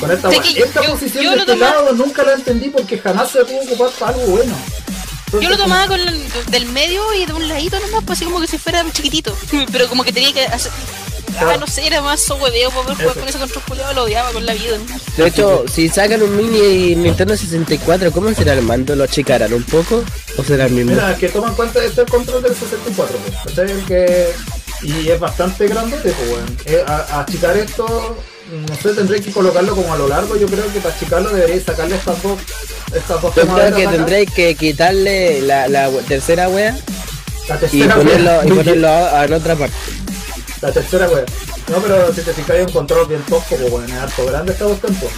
Speaker 2: Con esta,
Speaker 3: Sí,
Speaker 2: weá.
Speaker 3: que
Speaker 2: esta
Speaker 3: yo-
Speaker 2: posición
Speaker 3: yo
Speaker 2: de
Speaker 3: lo
Speaker 2: este
Speaker 3: tomaba-
Speaker 2: lado nunca la entendí porque jamás se pudo ocupar para algo bueno. Entonces,
Speaker 3: Yo lo
Speaker 2: como-
Speaker 3: tomaba con el- del medio y de un ladito nomás, pues así como que si fuera chiquitito. Pero como que tenía que hacer. Ah, no sé, era más so hueveo para poder jugar
Speaker 2: Eso.
Speaker 3: pues, con ese control culiado, lo odiaba con la vida.
Speaker 5: De hecho, si sacan un mini y Nintendo 64, ¿cómo será el mando? ¿Lo achicarán un poco? ¿O será el mismo?
Speaker 2: Mira, que toman cuenta este es el control del 64, pues, ¿cachai? El que- y es bastante grandote, pues, weón. Eh, a- achicar esto, no sé, tendré que colocarlo como a lo largo, yo creo que para achicarlo debería sacarle estas dos, estas dos
Speaker 5: Yo creo
Speaker 2: tomaderas
Speaker 5: que
Speaker 2: acá.
Speaker 5: tendréis que quitarle la, la we- tercera wea
Speaker 2: La
Speaker 5: y
Speaker 2: tercera,
Speaker 5: ponerlo, y
Speaker 2: weón.
Speaker 5: ponerlo a- en otra parte.
Speaker 2: La tercera, weón. No, pero si te fijas hay un control bien tosco, pues, weón, es harto grande esta pues. dos tiempos.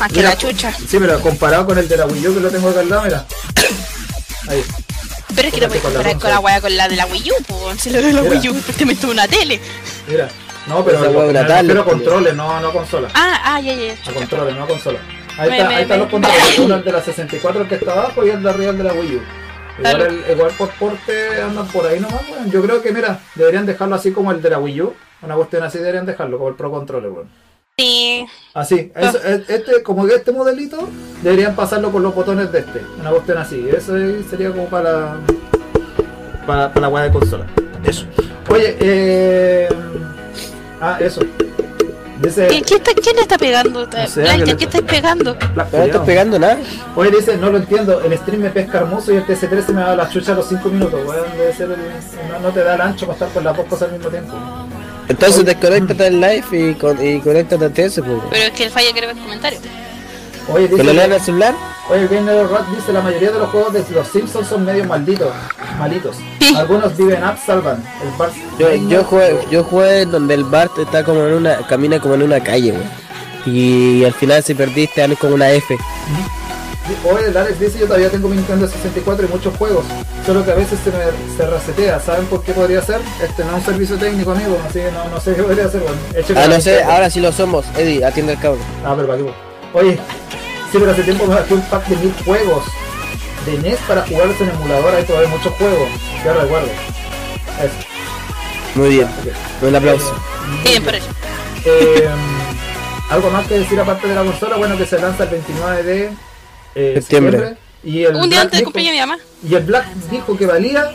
Speaker 3: Más que
Speaker 2: Mira.
Speaker 3: la chucha.
Speaker 2: Sí, pero comparado con el de la Wii U que lo tengo acá al lado, mira. Ahí.
Speaker 3: Pero es que no
Speaker 2: Porque
Speaker 3: puedes
Speaker 2: con la
Speaker 3: comparar con la
Speaker 2: consola.
Speaker 3: wea con la de la Wii U, pues. Si la de la
Speaker 2: Mira.
Speaker 3: Wii U prácticamente es una tele.
Speaker 2: Mira, no, pero
Speaker 5: Esa hueá
Speaker 2: pero
Speaker 5: brutal.
Speaker 2: controles, no, no consolas.
Speaker 3: Ah, ah, ya, ya.
Speaker 2: A
Speaker 3: chucha.
Speaker 2: controles, no a consolas. Ahí,
Speaker 3: Me-
Speaker 2: está,
Speaker 3: me-
Speaker 2: ahí están
Speaker 3: me-
Speaker 2: los controles, uno el de la 64 el que está abajo y el de arriba el de la Wii U. Igual,
Speaker 3: Claro.
Speaker 2: el, igual por porte andan por ahí nomás, weón. Yo creo que, mira, deberían dejarlo así como el de la Wii U. Una cuestión así deberían dejarlo, como el Pro Controller, weón.
Speaker 3: Sí.
Speaker 2: Así, eso- es- este, como que este modelito deberían pasarlo con los botones de este, una cuestión así. Eso ahí sería como para para, para la weá de consola. Eso. Oye, eh, ah, eso. Dice,
Speaker 3: ¿Qué, qué está, ¿Quién le está pegando?
Speaker 2: sé,
Speaker 3: Blanca,
Speaker 2: que le-
Speaker 3: ¿qué estás pegando?
Speaker 2: Black,
Speaker 5: ¿No estás
Speaker 2: culiao.
Speaker 5: Ah, pegando nada?
Speaker 2: Oye, dice, no lo entiendo, el stream me pesca hermoso y el TC3 se me da la chucha a los 5 minutos, weón. Debe ser el- no, no te da el ancho para estar con las dos cosas al mismo tiempo.
Speaker 5: Entonces desconéctate del live y, con, y conéctate a TS, pues.
Speaker 3: Pero es que el fallo creo que es comentario.
Speaker 2: Oye,
Speaker 5: ¿Te lo
Speaker 2: dice,
Speaker 5: lean al celular?
Speaker 2: Oye, viene el Rat dice, la mayoría de los juegos de los Simpsons son medio malditos, malitos. Algunos viven up, salvan. El Bart
Speaker 5: Yo, yo jugué, yo jugué donde el Bart está como en una, camina como en una calle, weón. Y al final si perdiste, dan como una F.
Speaker 2: Oye, el Alex dice, yo todavía tengo mi Nintendo 64 y muchos juegos, solo que a veces se, me- se resetea. ¿Saben por qué podría ser? Este no es un servicio técnico, amigo, así que no, no sé qué podría ser. Bueno, eche
Speaker 5: Ah,
Speaker 2: la
Speaker 5: no sé,
Speaker 2: Nintendo.
Speaker 5: ahora sí lo somos. Eddie, atiende al cabrón.
Speaker 2: Ah, pero para qué, Oye, sí, pero hace tiempo me bajé un pack de mil juegos de NES para jugarlos en emulador, ahí todavía hay muchos juegos. Ya recuerdo. Eso,
Speaker 5: Muy bien.
Speaker 2: ok.
Speaker 5: Un aplauso.
Speaker 3: Bien, por eso.
Speaker 2: Eh, algo más que decir aparte de la consola, bueno, que se lanza el 29 de eh,
Speaker 5: Septiembre.
Speaker 2: septiembre. Y el
Speaker 3: Un
Speaker 2: Black
Speaker 3: día antes de
Speaker 2: dijo-
Speaker 3: cumpleaños de mi mamá.
Speaker 2: Y el Black dijo que valía.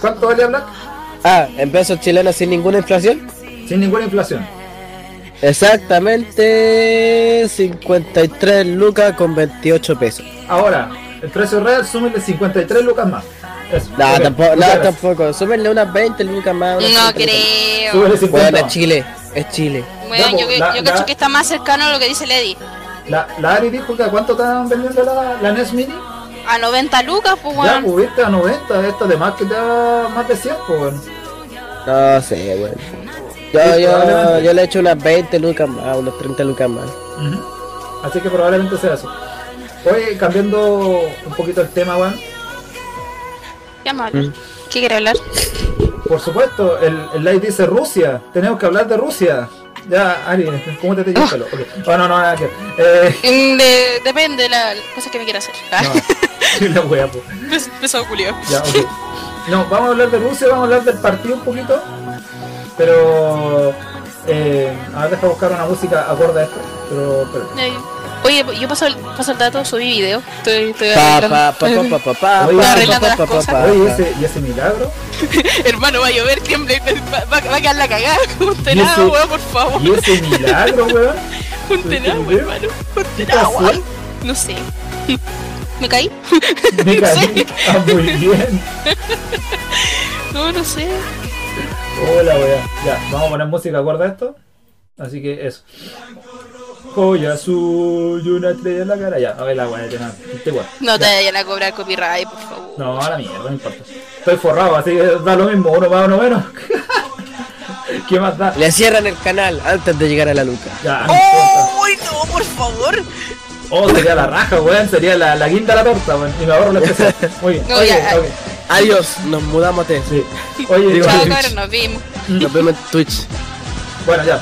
Speaker 2: ¿Cuánto valía Black?
Speaker 5: Ah, en pesos chilenos sin ninguna inflación.
Speaker 2: Sin ninguna inflación.
Speaker 5: Exactamente 53 lucas con 28 pesos.
Speaker 2: Ahora, el precio real, súmenle 53 lucas más. Eso,
Speaker 5: No,
Speaker 2: ok,
Speaker 5: tampoco, no,
Speaker 2: muchas gracias.
Speaker 5: tampoco. Súmenle unas 20 lucas más. unas
Speaker 3: No
Speaker 5: 30 lucas.
Speaker 3: creo.
Speaker 2: Súmenle 50
Speaker 5: Bueno, es
Speaker 2: más.
Speaker 5: Chile, es Chile.
Speaker 3: Bueno, yo,
Speaker 2: pues, la-
Speaker 3: yo
Speaker 2: la-
Speaker 3: cacho que está más cercano a lo que dice Lady.
Speaker 2: La, la Ari dijo que a cuánto estaban vendiendo la, la NES Mini.
Speaker 3: A 90 lucas, pues
Speaker 2: Ya,
Speaker 3: weón.
Speaker 2: pues viste, a 90, esta de más que te da más de 100, pues bueno.
Speaker 5: No sé, weón. Yo,
Speaker 2: Sí,
Speaker 5: yo,
Speaker 2: probablemente.
Speaker 5: yo le echo unas 20 lucas más, unas 30 lucas más.
Speaker 2: Ujú. Así que probablemente sea eso. Oye, cambiando un poquito el tema, weón.
Speaker 3: Ya me
Speaker 2: Mm.
Speaker 3: hablo. ¿Qué quiere hablar?
Speaker 2: Por supuesto, el, el live dice Rusia. Tenemos que hablar de Rusia. Ya, Ari, ¿cómo te te llevas el pelo? Ok. Oh, no, no, nada que ver. Eh,
Speaker 3: Mm, de- depende de la cosa que me quiera hacer. Ah,
Speaker 2: no, la wea, po.
Speaker 3: pes- pesado culiao.
Speaker 2: Ya, ok. No, vamos a hablar de Rusia, vamos a hablar del partido un poquito. Pero. Eh, a ver, deja buscar una música acorde a esto. Pero. pero-
Speaker 3: Ya, ya. Oye, yo paso el, paso el dato, subí video. Estoy, estoy
Speaker 5: Pa,
Speaker 3: arreglando-
Speaker 5: pa, pa, pa, pa, pa, pa,
Speaker 2: Oye,
Speaker 5: pa,
Speaker 3: arreglando
Speaker 5: pa,
Speaker 3: las
Speaker 5: pa, pa,
Speaker 3: cosas.
Speaker 5: pa,
Speaker 2: Oye, ¿y
Speaker 5: pa.
Speaker 2: ese, y ese milagro?
Speaker 3: Hermano, va a llover, tiembla, y va, va, va a quedar la cagada. Un
Speaker 2: eso-
Speaker 3: tenado, weón, por favor.
Speaker 2: ¿Y ese milagro, weón?
Speaker 3: Un tenado,
Speaker 2: ¿Qué?
Speaker 3: hermano. Un
Speaker 2: ¿Qué
Speaker 3: tenado,
Speaker 2: pasó?
Speaker 3: weón. No sé. ¿Me caí?
Speaker 2: Me caí. Ah, muy bien.
Speaker 3: No, no sé.
Speaker 2: Hola, weón. Ya, vamos a poner música acorde a esto. Así que eso. Joya azul y una estrella en la cara. Ya, a ver la weá, ya, nada. Este weón.
Speaker 3: No te vayan a cobrar copyright, por favor.
Speaker 2: No, a la mierda, no importa. Estoy forrado, así que da lo mismo, uno más, uno menos. ¿Qué más da?
Speaker 5: Le cierran el canal antes de llegar a la luta.
Speaker 2: Ya, no importa.
Speaker 3: ¡Uy, no, por favor!
Speaker 2: Oh, sería la raja, weón, sería la, la guinda de la torta, weón. Y me ahorro la especial. Muy bien.
Speaker 3: No,
Speaker 2: Oye,
Speaker 3: ya, eh.
Speaker 2: ok,
Speaker 5: Adiós, nos mudamos de.
Speaker 2: sí. Oye,
Speaker 5: Digo,
Speaker 2: oye,
Speaker 3: Chao,
Speaker 5: Twitch.
Speaker 3: cabrón, nos vimos.
Speaker 5: Nos vemos en Twitch.
Speaker 2: bueno, ya.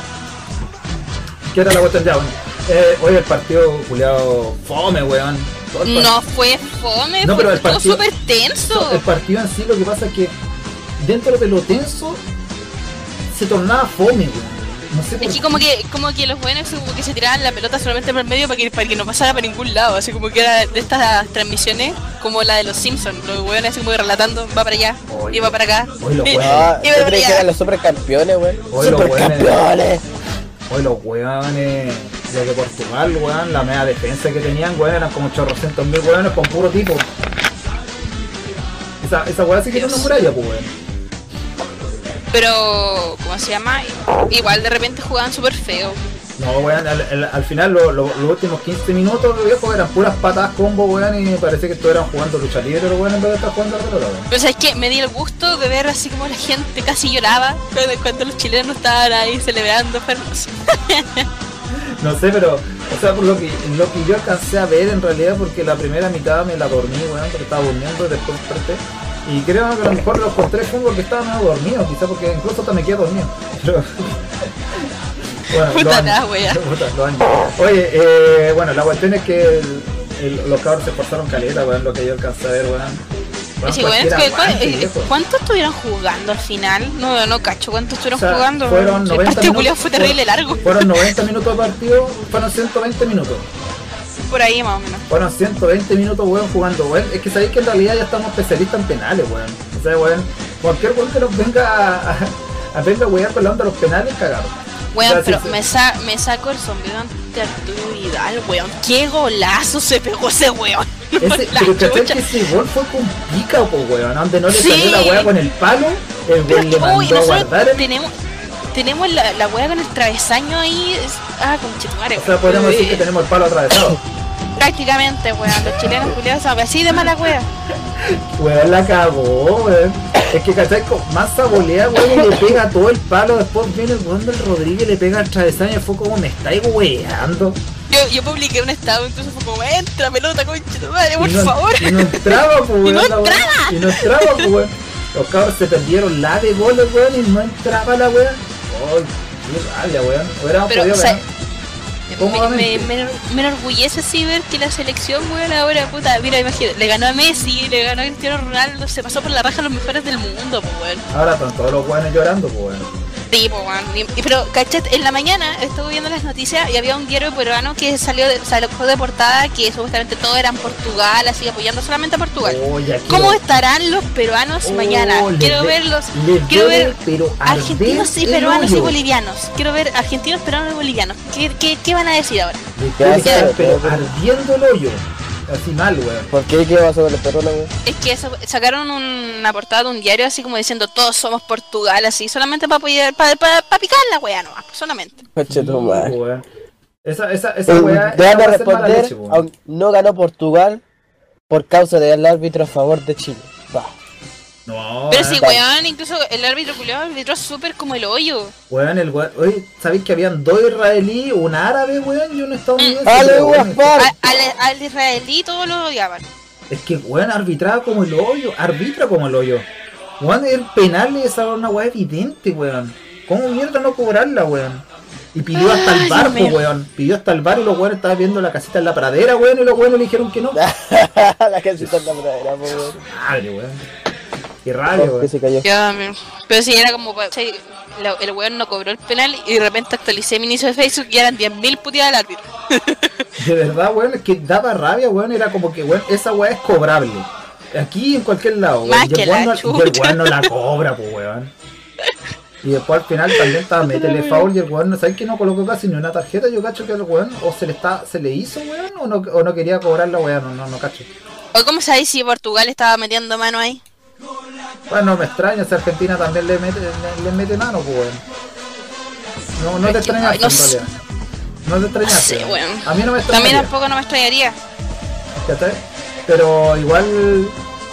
Speaker 2: ¿Qué tal la cuestión ya, weón? Eh, oye, el partido culiado fome, weón. Todo el
Speaker 3: No fue fome,
Speaker 2: No,
Speaker 3: fue
Speaker 2: pero el
Speaker 3: todo
Speaker 2: partido-
Speaker 3: súper
Speaker 2: partido- El
Speaker 3: tenso.
Speaker 2: partido en sí lo que pasa es que dentro de lo tenso se tornaba fome, weón. No sé por
Speaker 3: Es que como que, como que los buenos como que se tiraban la pelota solamente por el medio para que, para que no pasara para ningún lado. Así como que era de estas transmisiones como la de los Simpsons. Los buenos así como que relatando, va para allá y va para acá.
Speaker 2: Oye, los
Speaker 3: Y-
Speaker 2: buenos.
Speaker 5: Ah,
Speaker 3: y
Speaker 5: yo
Speaker 3: me
Speaker 5: creí que
Speaker 3: veía.
Speaker 5: eran los supercampeones, wey.
Speaker 2: Oye, los weones.
Speaker 5: Supercampeones.
Speaker 2: Oye, los weones desde Portugal, weón, la media defensa que tenían, weón, eran como chorrocientos mil weones con puro tipo. Esa, esa weá sí que es una
Speaker 3: Dios.
Speaker 2: muralla, pues weón.
Speaker 3: Pero, ¿cómo se llama? Igual de repente jugaban súper feo.
Speaker 2: No, weón, al, al- al final lo- lo- los últimos 15 minutos, los viejos, eran puras patadas combo, weón, y parece que estuvieran jugando lucha libre, los weón, en vez de estar jugando al reloj, weón.
Speaker 3: Pero sabes que me di el gusto de ver así como la gente casi lloraba cuando, cuando los chilenos estaban ahí celebrando. Fue hermoso.
Speaker 2: No sé, pero, o sea, por lo que, lo que yo alcancé a ver en realidad, porque la primera mitad me la dormí, weón, porque estaba durmiendo y después desperté. Y creo que a lo mejor los encontré fue porque estaba medio dormido, quizás porque incluso hasta me quedé dormido. Pero... bueno,
Speaker 3: Puta
Speaker 2: lo han-
Speaker 3: la wea.
Speaker 2: puta, lo han- Oye, eh, bueno, la cuestión es que el- el- los cabros se esforzaron caleta, weón, lo que yo alcancé a ver, weón. Weón,
Speaker 3: Así, bueno,
Speaker 2: cualquiera
Speaker 3: es que-
Speaker 2: aguante,
Speaker 3: eh,
Speaker 2: viejo.
Speaker 3: ¿Cuántos estuvieron jugando al final? No, no cacho, ¿cuántos estuvieron
Speaker 2: O sea,
Speaker 3: jugando?
Speaker 2: fueron 90
Speaker 3: el partido
Speaker 2: minutos,
Speaker 3: culiao fue terrible largo,
Speaker 2: Fueron 90 minutos de partido, fueron 120 minutos.
Speaker 3: por ahí más o menos.
Speaker 2: Bueno, 120 minutos, weón, jugando, weón. Es que sabéis que en realidad ya estamos especialistas en penales, weón. O sea, weón, cualquier weón que nos venga a, a, a venga a wear con la onda de los penales, cagaron.
Speaker 3: Weón,
Speaker 2: Gracias,
Speaker 3: pero
Speaker 2: sí.
Speaker 3: me, sa- me saco el sombrero ante Arturo Vidal, weón. ¡Qué golazo se pegó ese weón!
Speaker 2: Ese,
Speaker 3: La
Speaker 2: pero cachai
Speaker 3: chucha.
Speaker 2: que ese gol fue con pica, po, weón. Donde no le
Speaker 3: Sí.
Speaker 2: salió la weá con el palo, el
Speaker 3: Pero
Speaker 2: weón
Speaker 3: es que,
Speaker 2: le
Speaker 3: uy,
Speaker 2: mandó a guardar
Speaker 3: nosotros
Speaker 2: el...
Speaker 3: tenemos, tenemos la, la weá con el travesaño ahí. es- ah, con chetumare.
Speaker 2: O sea, podríamos decir que tenemos el palo atravesado.
Speaker 3: Prácticamente, weón. Los chilenos culiados son así de mala wea.
Speaker 2: Weón la cagó, weón. Es que cachai, con más sabolea, weón, y le pega todo el palo. Después viene el weón del Rodríguez, le pega el travesaño y fue como, me estáis weando.
Speaker 3: Yo, yo publiqué un estado, entonces fue como, entra pelota, conchetumare, por
Speaker 2: Y no-
Speaker 3: favor.
Speaker 2: Y no entraba, pues,
Speaker 3: Y no
Speaker 2: weón, la weá. Y no entraba, pues, weón. Los cabros se perdieron la de goles, weón, y no entraba la weá. Ay, qué rabia, weón. Hubiéramos
Speaker 3: Pero,
Speaker 2: podido
Speaker 3: o sea,
Speaker 2: ganar.
Speaker 3: Me, me,
Speaker 2: Cómodamente.
Speaker 3: me, me enorgullece así ver que la selección, weón, ahora, puta, mira, imagínate, le ganó a Messi, le ganó a Cristiano Ronaldo, se pasó por la raja a los mejores del mundo, pues, weón.
Speaker 2: Ahora están todos los weones llorando, pues, weón.
Speaker 3: Sí, po, weón. Y- y- Pero, cachet, en la mañana estuve viendo las noticias y había un diario peruano que salió de, salió de portada que supuestamente todo era en Portugal, así apoyando solamente a Portugal.
Speaker 2: Oye, aquí.
Speaker 3: ¿Cómo estarán los peruanos
Speaker 2: Oh,
Speaker 3: mañana?
Speaker 2: les
Speaker 3: Quiero
Speaker 2: de-
Speaker 3: verlos.
Speaker 2: les
Speaker 3: Quiero
Speaker 2: debe,
Speaker 3: ver
Speaker 2: pero
Speaker 3: Argentinos
Speaker 2: arder
Speaker 3: y
Speaker 2: el
Speaker 3: peruanos y
Speaker 2: hoyo.
Speaker 3: bolivianos. Quiero ver argentinos, peruanos y bolivianos. ¿Qué, qué, qué van a decir ahora?
Speaker 2: Les debe
Speaker 5: Ya,
Speaker 2: estar, pero
Speaker 5: pero-
Speaker 2: ardiendo el hoyo. Así mal, weón.
Speaker 5: ¿Por qué qué pasó con los peruanos, wey?
Speaker 3: Es que sa- sacaron una portada de un diario así como diciendo todos somos Portugal, así, solamente para apoyar, para picar la wea nomás, pues, solamente.
Speaker 5: Coche tu
Speaker 2: Sí,
Speaker 5: madre.
Speaker 2: weón. Esa, esa, Mm. esa
Speaker 5: Eh,
Speaker 2: weá.
Speaker 5: Te
Speaker 2: esa weá va ser
Speaker 5: van a
Speaker 2: mala
Speaker 5: responder,
Speaker 2: leche, weón.
Speaker 5: aun- no ganó Portugal por causa del árbitro a favor de Chile. Pa.
Speaker 2: Oh, No,
Speaker 3: Pero
Speaker 2: weón.
Speaker 3: sí, weón, incluso el árbitro culiado arbitró súper como el hoyo.
Speaker 2: Weón, el weón. Oye, ¿sabéis que habían dos israelíes, un árabe, weón, y un estadounidense?
Speaker 3: Ah,
Speaker 5: ¡Ale,
Speaker 2: Pero, weón,
Speaker 5: Guaspar!
Speaker 3: A- al, al israelí todos lo odiaban.
Speaker 2: Es que, weón, arbitraba como el hoyo, arbitra como el hoyo. Weón, el penal es ahora una weá evidente, weón. ¿Cómo mierda no cobrarla, weón? Y pidió hasta el
Speaker 3: Ay,
Speaker 2: bar,
Speaker 3: Ah, Dios
Speaker 2: po,
Speaker 3: mío.
Speaker 2: weón. Pidió hasta el bar y los weones estaban viendo la casita en la pradera, weón. Y los weones le dijeron que no.
Speaker 3: Ah.
Speaker 2: Ah,
Speaker 5: la casita en la pradera, po, weón.
Speaker 2: Madre, weón. Qué rabia,
Speaker 5: Oh, que
Speaker 2: weón.
Speaker 5: se cayó.
Speaker 3: Ya, me- pero si era como, pa- sí, la- el weón no cobró el penal y de repente actualicé mi inicio de Facebook y eran 10.000 puteadas al árbitro.
Speaker 2: De verdad, weón, es que daba rabia, weón. Era como que, weón, esa weá es cobrable. Aquí en cualquier lado, weón.
Speaker 3: Más
Speaker 2: Y el
Speaker 3: que
Speaker 2: weón
Speaker 3: la
Speaker 2: no- y el
Speaker 3: chucha.
Speaker 2: weón no la cobra, pues, weón. Y después al final también estaba métele foul y el weón, ¿sabes que no colocó casi ni una tarjeta? Yo cacho que el weón o se le está, se le hizo, weón, o no, o no quería cobrar la weón, no, no, no cacho.
Speaker 3: ¿O cómo sabéis si Portugal estaba metiendo mano ahí?
Speaker 2: Bueno, me extraña si Argentina también le mete, le, le mete mano, pues, weón. No, no te
Speaker 3: Es que,
Speaker 2: extrañaste,
Speaker 3: ay, no
Speaker 2: en
Speaker 3: sé.
Speaker 2: realidad. No te extrañaste.
Speaker 3: No sé, weón.
Speaker 2: A mí no me
Speaker 3: También
Speaker 2: extrañaría,
Speaker 3: tampoco no me extrañaría.
Speaker 2: ¿cachai? Pero igual,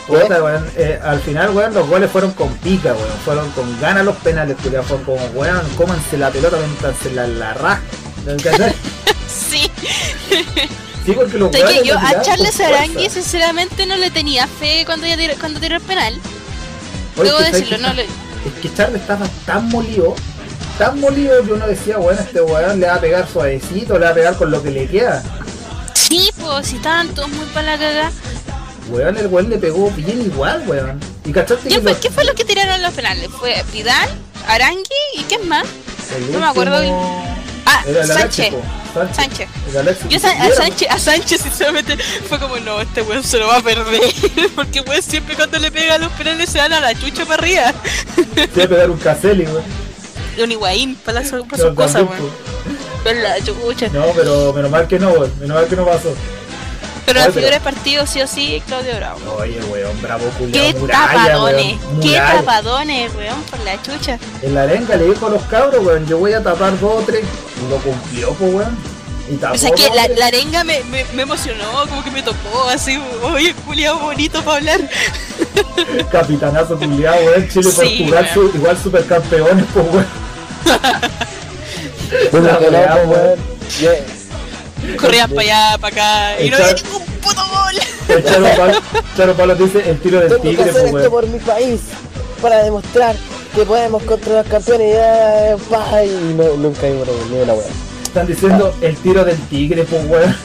Speaker 2: puta, weón, eh, al final, weón, los goles fueron con pica, weón. Fueron con ganas los penales, culiao. Fueron como, weón, cómanse la pelota mientras se la, la ras- ¿cachai?
Speaker 3: Sí,
Speaker 2: Sí, porque los
Speaker 3: sé
Speaker 2: weones
Speaker 3: que yo
Speaker 2: lo
Speaker 3: a
Speaker 2: tiraban
Speaker 3: Charles
Speaker 2: con fuerza.
Speaker 3: Arangui sinceramente no le tenía fe cuando, ella tiró- cuando tiró el penal.
Speaker 2: Oye,
Speaker 3: Debo
Speaker 2: que sabes
Speaker 3: decirlo,
Speaker 2: que
Speaker 3: no le...
Speaker 2: Es que Charles estaba tan molido, tan molido que uno decía, bueno, este weón le va a pegar suavecito, le va a pegar con lo que le queda.
Speaker 3: Sí, pues si estaban todos muy para la cagada.
Speaker 2: Weón, el weón le pegó bien igual, weón. Y cachaste que
Speaker 3: ¿Quién fue,
Speaker 2: los-
Speaker 3: pues, ¿Qué fue lo que tiraron los penales? ¿Fue Vidal, Arangui y quién más?
Speaker 2: el
Speaker 3: no me acuerdo
Speaker 2: último
Speaker 3: Ah,
Speaker 2: Era el
Speaker 3: Sánchez.
Speaker 2: Alexis, po. Sánchez.
Speaker 3: Sánchez.
Speaker 2: El Alexis.
Speaker 3: Yo a, San- a Sánchez, a Sánchez sinceramente fue como no, este weón se lo va a perder porque weón siempre cuando le pega a los penales se dan a la chucha para arriba.
Speaker 2: Te iba a pegar un Caselli, weón.
Speaker 3: Un higuaín para las para
Speaker 2: Pero
Speaker 3: sus cosas,
Speaker 2: también,
Speaker 3: weón. Pero la chucha.
Speaker 2: po. No, pero menos mal que no, weón. Menos mal que no pasó.
Speaker 3: Pero
Speaker 2: Ay,
Speaker 3: la
Speaker 2: pero-
Speaker 3: figura del partido sí o sí es Claudio Bravo.
Speaker 2: Oye, weón, bravo culiao.
Speaker 3: Qué
Speaker 2: Muralla,
Speaker 3: tapadones,
Speaker 2: weón.
Speaker 3: qué
Speaker 2: Muralla.
Speaker 3: tapadones, weón, por la chucha.
Speaker 2: En la arenga le dijo a los cabros, weón, yo voy a tapar dos o tres. Y lo cumplió, pues, weón. Y tapó.
Speaker 3: O sea que
Speaker 2: dos o
Speaker 3: la,
Speaker 2: tres.
Speaker 3: la arenga me, me, me emocionó, como que me tocó así, oye, culiao bonito para hablar.
Speaker 2: Capitanazo culiado, weón. Chile por
Speaker 3: Sí,
Speaker 2: jugar
Speaker 3: weón.
Speaker 2: su, igual supercampeones, pues, weón.
Speaker 5: Bueno, que no,
Speaker 2: weá,
Speaker 5: po,
Speaker 2: weón.
Speaker 5: weón. Yo-
Speaker 3: Corrían para allá, para acá, y no había ningún puto gol.
Speaker 2: El Charo Palo, Charo Palo dice el tiro del
Speaker 5: Tengo que
Speaker 2: tigre,
Speaker 5: hacer
Speaker 2: pues,
Speaker 3: este
Speaker 5: esto
Speaker 2: weón.
Speaker 5: por mi país para demostrar que podemos contra los campeones y, ya, pa, y no, nunca hay ni una weá.
Speaker 2: Están diciendo el tiro del tigre, pues, weón.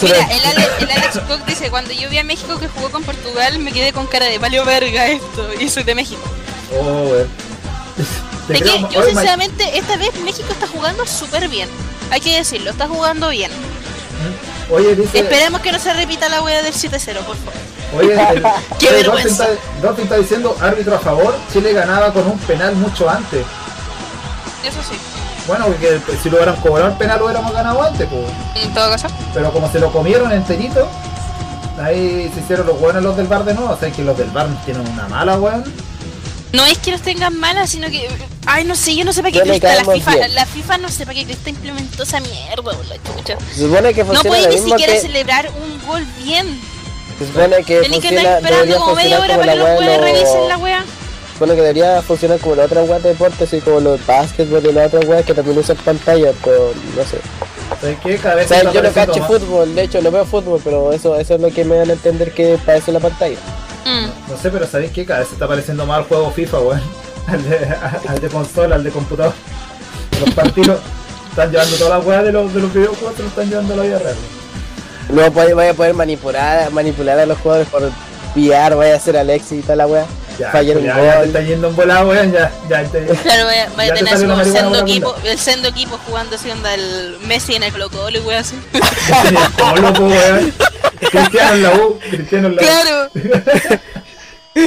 Speaker 3: Mira, el, Ale- el Alex Cook dice, cuando yo vi a México que jugó con Portugal, me quedé con cara de valio verga esto, y soy de México.
Speaker 2: Oh, weón. Te
Speaker 3: De que
Speaker 2: creo, ma-
Speaker 3: yo
Speaker 2: oye, ma-
Speaker 3: sinceramente, esta vez México está jugando súper bien. Hay que decirlo, está jugando bien.
Speaker 2: Oye, dice.
Speaker 3: Esperemos que no se repita la wea del 7-0, por favor.
Speaker 2: Oye, el, oye,
Speaker 3: Qué
Speaker 2: Dolphin,
Speaker 3: vergüenza.
Speaker 2: está, Dolphin está diciendo árbitro a favor. Chile ganaba con un penal mucho antes.
Speaker 3: Eso sí.
Speaker 2: Bueno, porque si lo hubieran cobrado el penal, lo hubiéramos ganado antes, pues.
Speaker 3: En todo caso.
Speaker 2: Pero como se lo comieron enterito, ahí se hicieron los buenos los del bar de nuevo. O sea, que los del bar tienen una mala, weón.
Speaker 3: No es que los tengan malas, sino que... Ay, no sé, yo no sé para qué
Speaker 5: Ya le
Speaker 3: Cresta, la
Speaker 5: caemos
Speaker 3: FIFA,
Speaker 5: bien.
Speaker 3: la FIFA no sé para qué Cresta implementó esa mierda, por la chucha.
Speaker 5: Se supone que
Speaker 3: eh, No
Speaker 5: funciona
Speaker 3: puede
Speaker 5: lo
Speaker 3: ni
Speaker 5: mismo
Speaker 3: siquiera
Speaker 5: que...
Speaker 3: celebrar un gol bien.
Speaker 5: Se supone Pues que
Speaker 3: Tienen que
Speaker 5: funciona,
Speaker 3: andar
Speaker 5: debería
Speaker 3: esperando como media hora
Speaker 5: funcionar como
Speaker 3: para
Speaker 5: la
Speaker 3: que los
Speaker 5: weá de
Speaker 3: jueces
Speaker 5: los-
Speaker 3: revisen la wea.
Speaker 5: Bueno, que debería funcionar como la otra weá de deportes y como los básquetbol y la otra weá que también usan pantalla, pero no sé.
Speaker 2: ¿Sabes qué? Cada
Speaker 5: O
Speaker 2: vez
Speaker 5: sea,
Speaker 2: está
Speaker 5: yo no
Speaker 2: apareciendo
Speaker 5: cacho
Speaker 2: más-
Speaker 5: fútbol, de hecho no veo fútbol, pero eso, eso es lo que me dan a entender que parece la pantalla.
Speaker 3: Mm.
Speaker 2: No sé, pero ¿sabéis qué? Cada vez se está pareciendo más al juego FIFA, weón. Al de, al de consola, al de computador. Los partidos están llevando todas las weas de los, de los videojuegos, se lo están llevando a la vida real.
Speaker 5: No voy, voy a poder manipular, manipular a los jugadores por pillar, vaya a ser Alexis y toda la weá.
Speaker 2: Ya,
Speaker 5: Fallar un
Speaker 2: ya, ya te
Speaker 5: gol.
Speaker 2: está yendo en volado, weón. Ya, ya, te-
Speaker 3: Claro, vaya, vaya
Speaker 2: Ya
Speaker 3: a
Speaker 2: te
Speaker 3: tener
Speaker 2: sale
Speaker 3: así
Speaker 2: una
Speaker 3: como el
Speaker 2: marihuana
Speaker 3: sendo
Speaker 2: por la
Speaker 3: equipo,
Speaker 2: punta.
Speaker 3: el sendo equipo jugando así onda el Messi en el Colo Colo y wea así.
Speaker 2: ya tiene el polo, po, weón. Cristiano en la U, Cristiano en la U.
Speaker 3: Claro.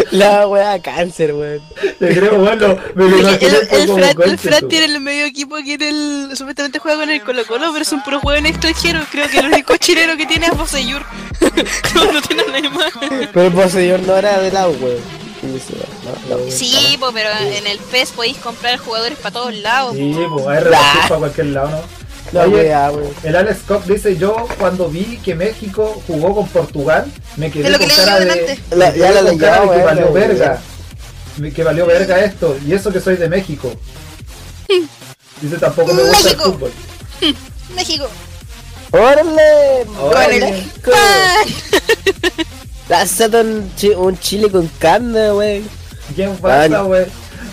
Speaker 5: La weá cáncer, weón.
Speaker 2: Te creo, weón. lo- Me lo
Speaker 3: El,
Speaker 2: imaginé
Speaker 3: el,
Speaker 2: como un
Speaker 3: Fran, el
Speaker 2: golpe,
Speaker 3: Fran
Speaker 2: tú.
Speaker 3: tiene el medio equipo que en el, supuestamente juega con el Colo Colo, pero son puros juegos extranjeros. Creo que el único chileno que tiene es Boseyur. no, no tiene nadie más.
Speaker 5: Pero el poseedor no era de la weón. Y dice, no, no.
Speaker 3: Sí, po, pero en el PES podéis comprar jugadores para todos lados.
Speaker 2: Sí, pues hay repartir para cualquier lado, ¿no?
Speaker 5: La
Speaker 2: Oye,
Speaker 5: weá, weón.
Speaker 2: El Alex Cobb dice, yo cuando vi que México jugó con Portugal, me quedé
Speaker 3: Es lo
Speaker 2: con
Speaker 3: que le
Speaker 2: cara
Speaker 3: digo
Speaker 2: de,
Speaker 3: delante.
Speaker 5: La-
Speaker 2: me
Speaker 5: ya
Speaker 2: quedé
Speaker 5: la
Speaker 2: con
Speaker 5: leyó,
Speaker 2: cara de que
Speaker 5: eh,
Speaker 2: valió
Speaker 5: la
Speaker 2: verga. Me- Que valió verga esto. Y eso que soy de México. Dice, tampoco me gusta el
Speaker 3: México.
Speaker 2: fútbol.
Speaker 3: México.
Speaker 5: ¡Órale!
Speaker 3: Con
Speaker 2: Órale.
Speaker 3: el pan.
Speaker 5: Lázate un, chi- un chile con carne, wey.
Speaker 2: ¿Quién pasa,
Speaker 5: Vale.
Speaker 2: güey?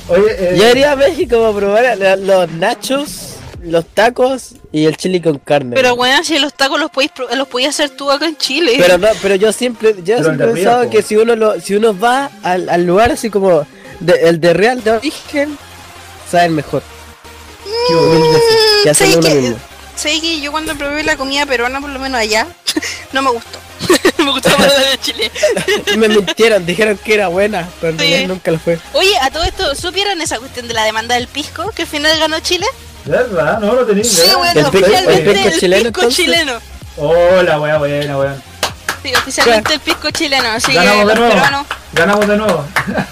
Speaker 2: Oye, eh,
Speaker 5: Yo iría a México para probar la- los nachos los tacos y el chili con carne.
Speaker 3: Pero
Speaker 5: weón.
Speaker 3: bueno, si los tacos los podéis pro- los podías hacer tú acá en Chile.
Speaker 5: Pero no, pero yo siempre, yo
Speaker 2: Pero el
Speaker 5: siempre he
Speaker 2: de
Speaker 5: pensado
Speaker 2: Real, po.
Speaker 5: que si uno lo, si uno va al, al lugar así como de- el de real de origen, saben mejor.
Speaker 2: Qué horrible.
Speaker 5: Que
Speaker 3: Mm,
Speaker 5: hacen
Speaker 3: ¿sabes
Speaker 5: uno
Speaker 3: qué?
Speaker 5: mismo.
Speaker 3: ¿Sabes qué? Yo cuando probé la comida peruana, por lo menos allá, no me gustó. me gustó más la de Chile.
Speaker 5: Me mintieron, dijeron que era buena, pero en
Speaker 3: Sí.
Speaker 5: realidad nunca lo fue.
Speaker 3: Oye, a todo esto, ¿supieron esa cuestión de la demanda del pisco que al final ganó Chile?
Speaker 2: ¿Verdad? No lo tenía.
Speaker 3: Sí,
Speaker 2: idea.
Speaker 3: bueno,
Speaker 5: ¿El pisco-
Speaker 3: oficialmente
Speaker 5: el pisco
Speaker 3: el
Speaker 5: chileno,
Speaker 3: pisco
Speaker 5: entonces?
Speaker 3: chileno.
Speaker 2: Oh, la wea buena, weón.
Speaker 3: Sí, oficialmente el pisco chileno. Así que
Speaker 2: Ganamos de
Speaker 3: los
Speaker 2: nuevo.
Speaker 3: peruanos.
Speaker 2: Ganamos de nuevo.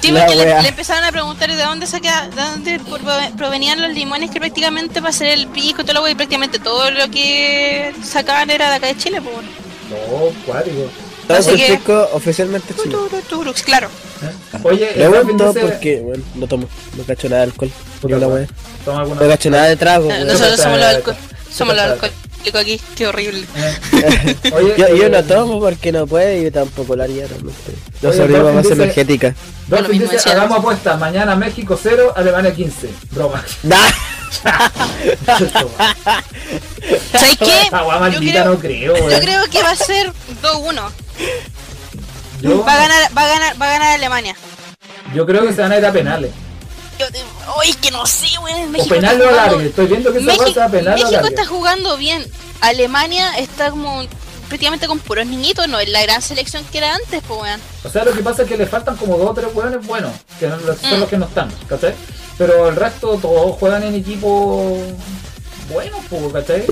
Speaker 3: Sí,
Speaker 5: La
Speaker 3: porque le,
Speaker 5: wea.
Speaker 3: le empezaron a preguntar de dónde saca, de dónde prove- provenían los limones que prácticamente para hacer el pisco y todo lo y prácticamente todo lo que sacaban era de acá de Chile, pues. bueno.
Speaker 2: No, cuático.
Speaker 5: Entonces
Speaker 3: que-
Speaker 5: el pisco oficialmente es chino.
Speaker 3: Turu, turu, Claro.
Speaker 2: Oye, el
Speaker 5: Pregunto
Speaker 2: Rafa dice-
Speaker 5: porque, bueno, no tomo, no cacho nada de alcohol.
Speaker 2: Puta,
Speaker 5: ni una
Speaker 2: weón.
Speaker 5: wea.
Speaker 2: Toma alguna.
Speaker 5: No cacho nada de trago,
Speaker 3: Eh,
Speaker 5: weón.
Speaker 3: Nosotros
Speaker 2: Súper
Speaker 3: somos los
Speaker 2: trato.
Speaker 3: alcohol, somos los
Speaker 2: trato.
Speaker 3: alcohólicos aquí, qué horrible.
Speaker 2: Eh, Oye,
Speaker 5: Yo, yo
Speaker 2: eh,
Speaker 5: no tomo porque no puedo y tampoco lo haría realmente. Yo
Speaker 2: Oye,
Speaker 5: sobrevivo a
Speaker 2: Dolphin
Speaker 5: base
Speaker 2: dice-
Speaker 5: energética.
Speaker 3: Bueno,
Speaker 2: Dolphin
Speaker 3: mismo
Speaker 2: dice,
Speaker 3: decía-
Speaker 2: hagamos apuestas. Mañana México 0, Alemania 15. Broma.
Speaker 5: ¡Nah!
Speaker 3: ¿Sabes qué?
Speaker 2: Esa wea maldita
Speaker 3: creo-
Speaker 2: no creo, weón.
Speaker 3: Yo creo que va a ser 2-1.
Speaker 2: Yo-
Speaker 3: Va a ganar, va a ganar, va a ganar Alemania.
Speaker 2: yo creo que se van a ir a penales.
Speaker 3: Yo, ay, que no sé, weón.
Speaker 2: O
Speaker 3: México está
Speaker 2: penal o
Speaker 3: jugando-
Speaker 2: alargue. Estoy viendo que esa
Speaker 3: México,
Speaker 2: wea se va a penal o
Speaker 3: México
Speaker 2: alargue.
Speaker 3: está jugando bien. Alemania está como prácticamente con puros niñitos, no es la gran selección que era antes, pues weón.
Speaker 2: O sea, lo que pasa es que le faltan como dos o tres hueones buenos, que no- son
Speaker 3: Mm.
Speaker 2: los que no están, ¿cachai? Pero el resto todos juegan en equipo bueno, pues, ¿cachai?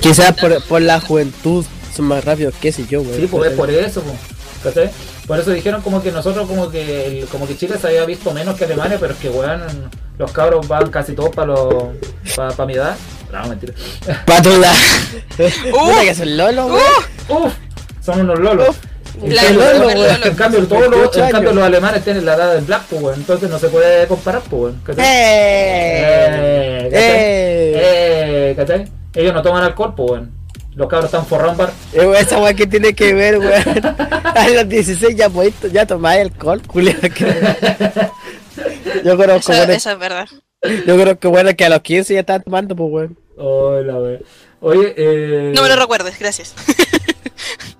Speaker 5: Quizás por, por la juventud son más rápidos, qué sé yo, weón.
Speaker 2: Sí, pues es por eso, pues, ¿cachai? Por eso dijeron como que nosotros como que el- como que Chile se había visto menos que Alemania, pero es que weón, los cabros van casi todos para los para mi edad. No, mentira.
Speaker 5: Pátula.
Speaker 3: Uh.
Speaker 5: Puta que son lolos, weón.
Speaker 2: Uf, son unos lolos. En
Speaker 3: La-
Speaker 2: cambio,
Speaker 5: lolo,
Speaker 2: en
Speaker 5: weón.
Speaker 2: cambio, todos los,
Speaker 5: 28
Speaker 2: en cambio
Speaker 5: años.
Speaker 2: los alemanes tienen la edad del Black, pues, weón, entonces no se puede comparar, pues, weón, ¿cachai?
Speaker 5: ¡Eh!
Speaker 2: Eh, ¿cachai?
Speaker 5: ¡Eh!
Speaker 2: Eh, ¿cachai? Ellos no toman alcohol, pues, weón. Los cabros están forrón bar.
Speaker 5: Eh, weón, Esa weá que tiene que ver, weón. A los 16 ya podéis, to- ya tomáis alcohol, Julio. Yo
Speaker 3: Eso,
Speaker 5: conozco, weones-
Speaker 3: eso Uh, es verdad.
Speaker 5: yo conozco, bueno, que a los 15 ya están tomando, pues, weón.
Speaker 2: Hola, weón. Oye, eh.
Speaker 3: No me lo recuerdes, gracias.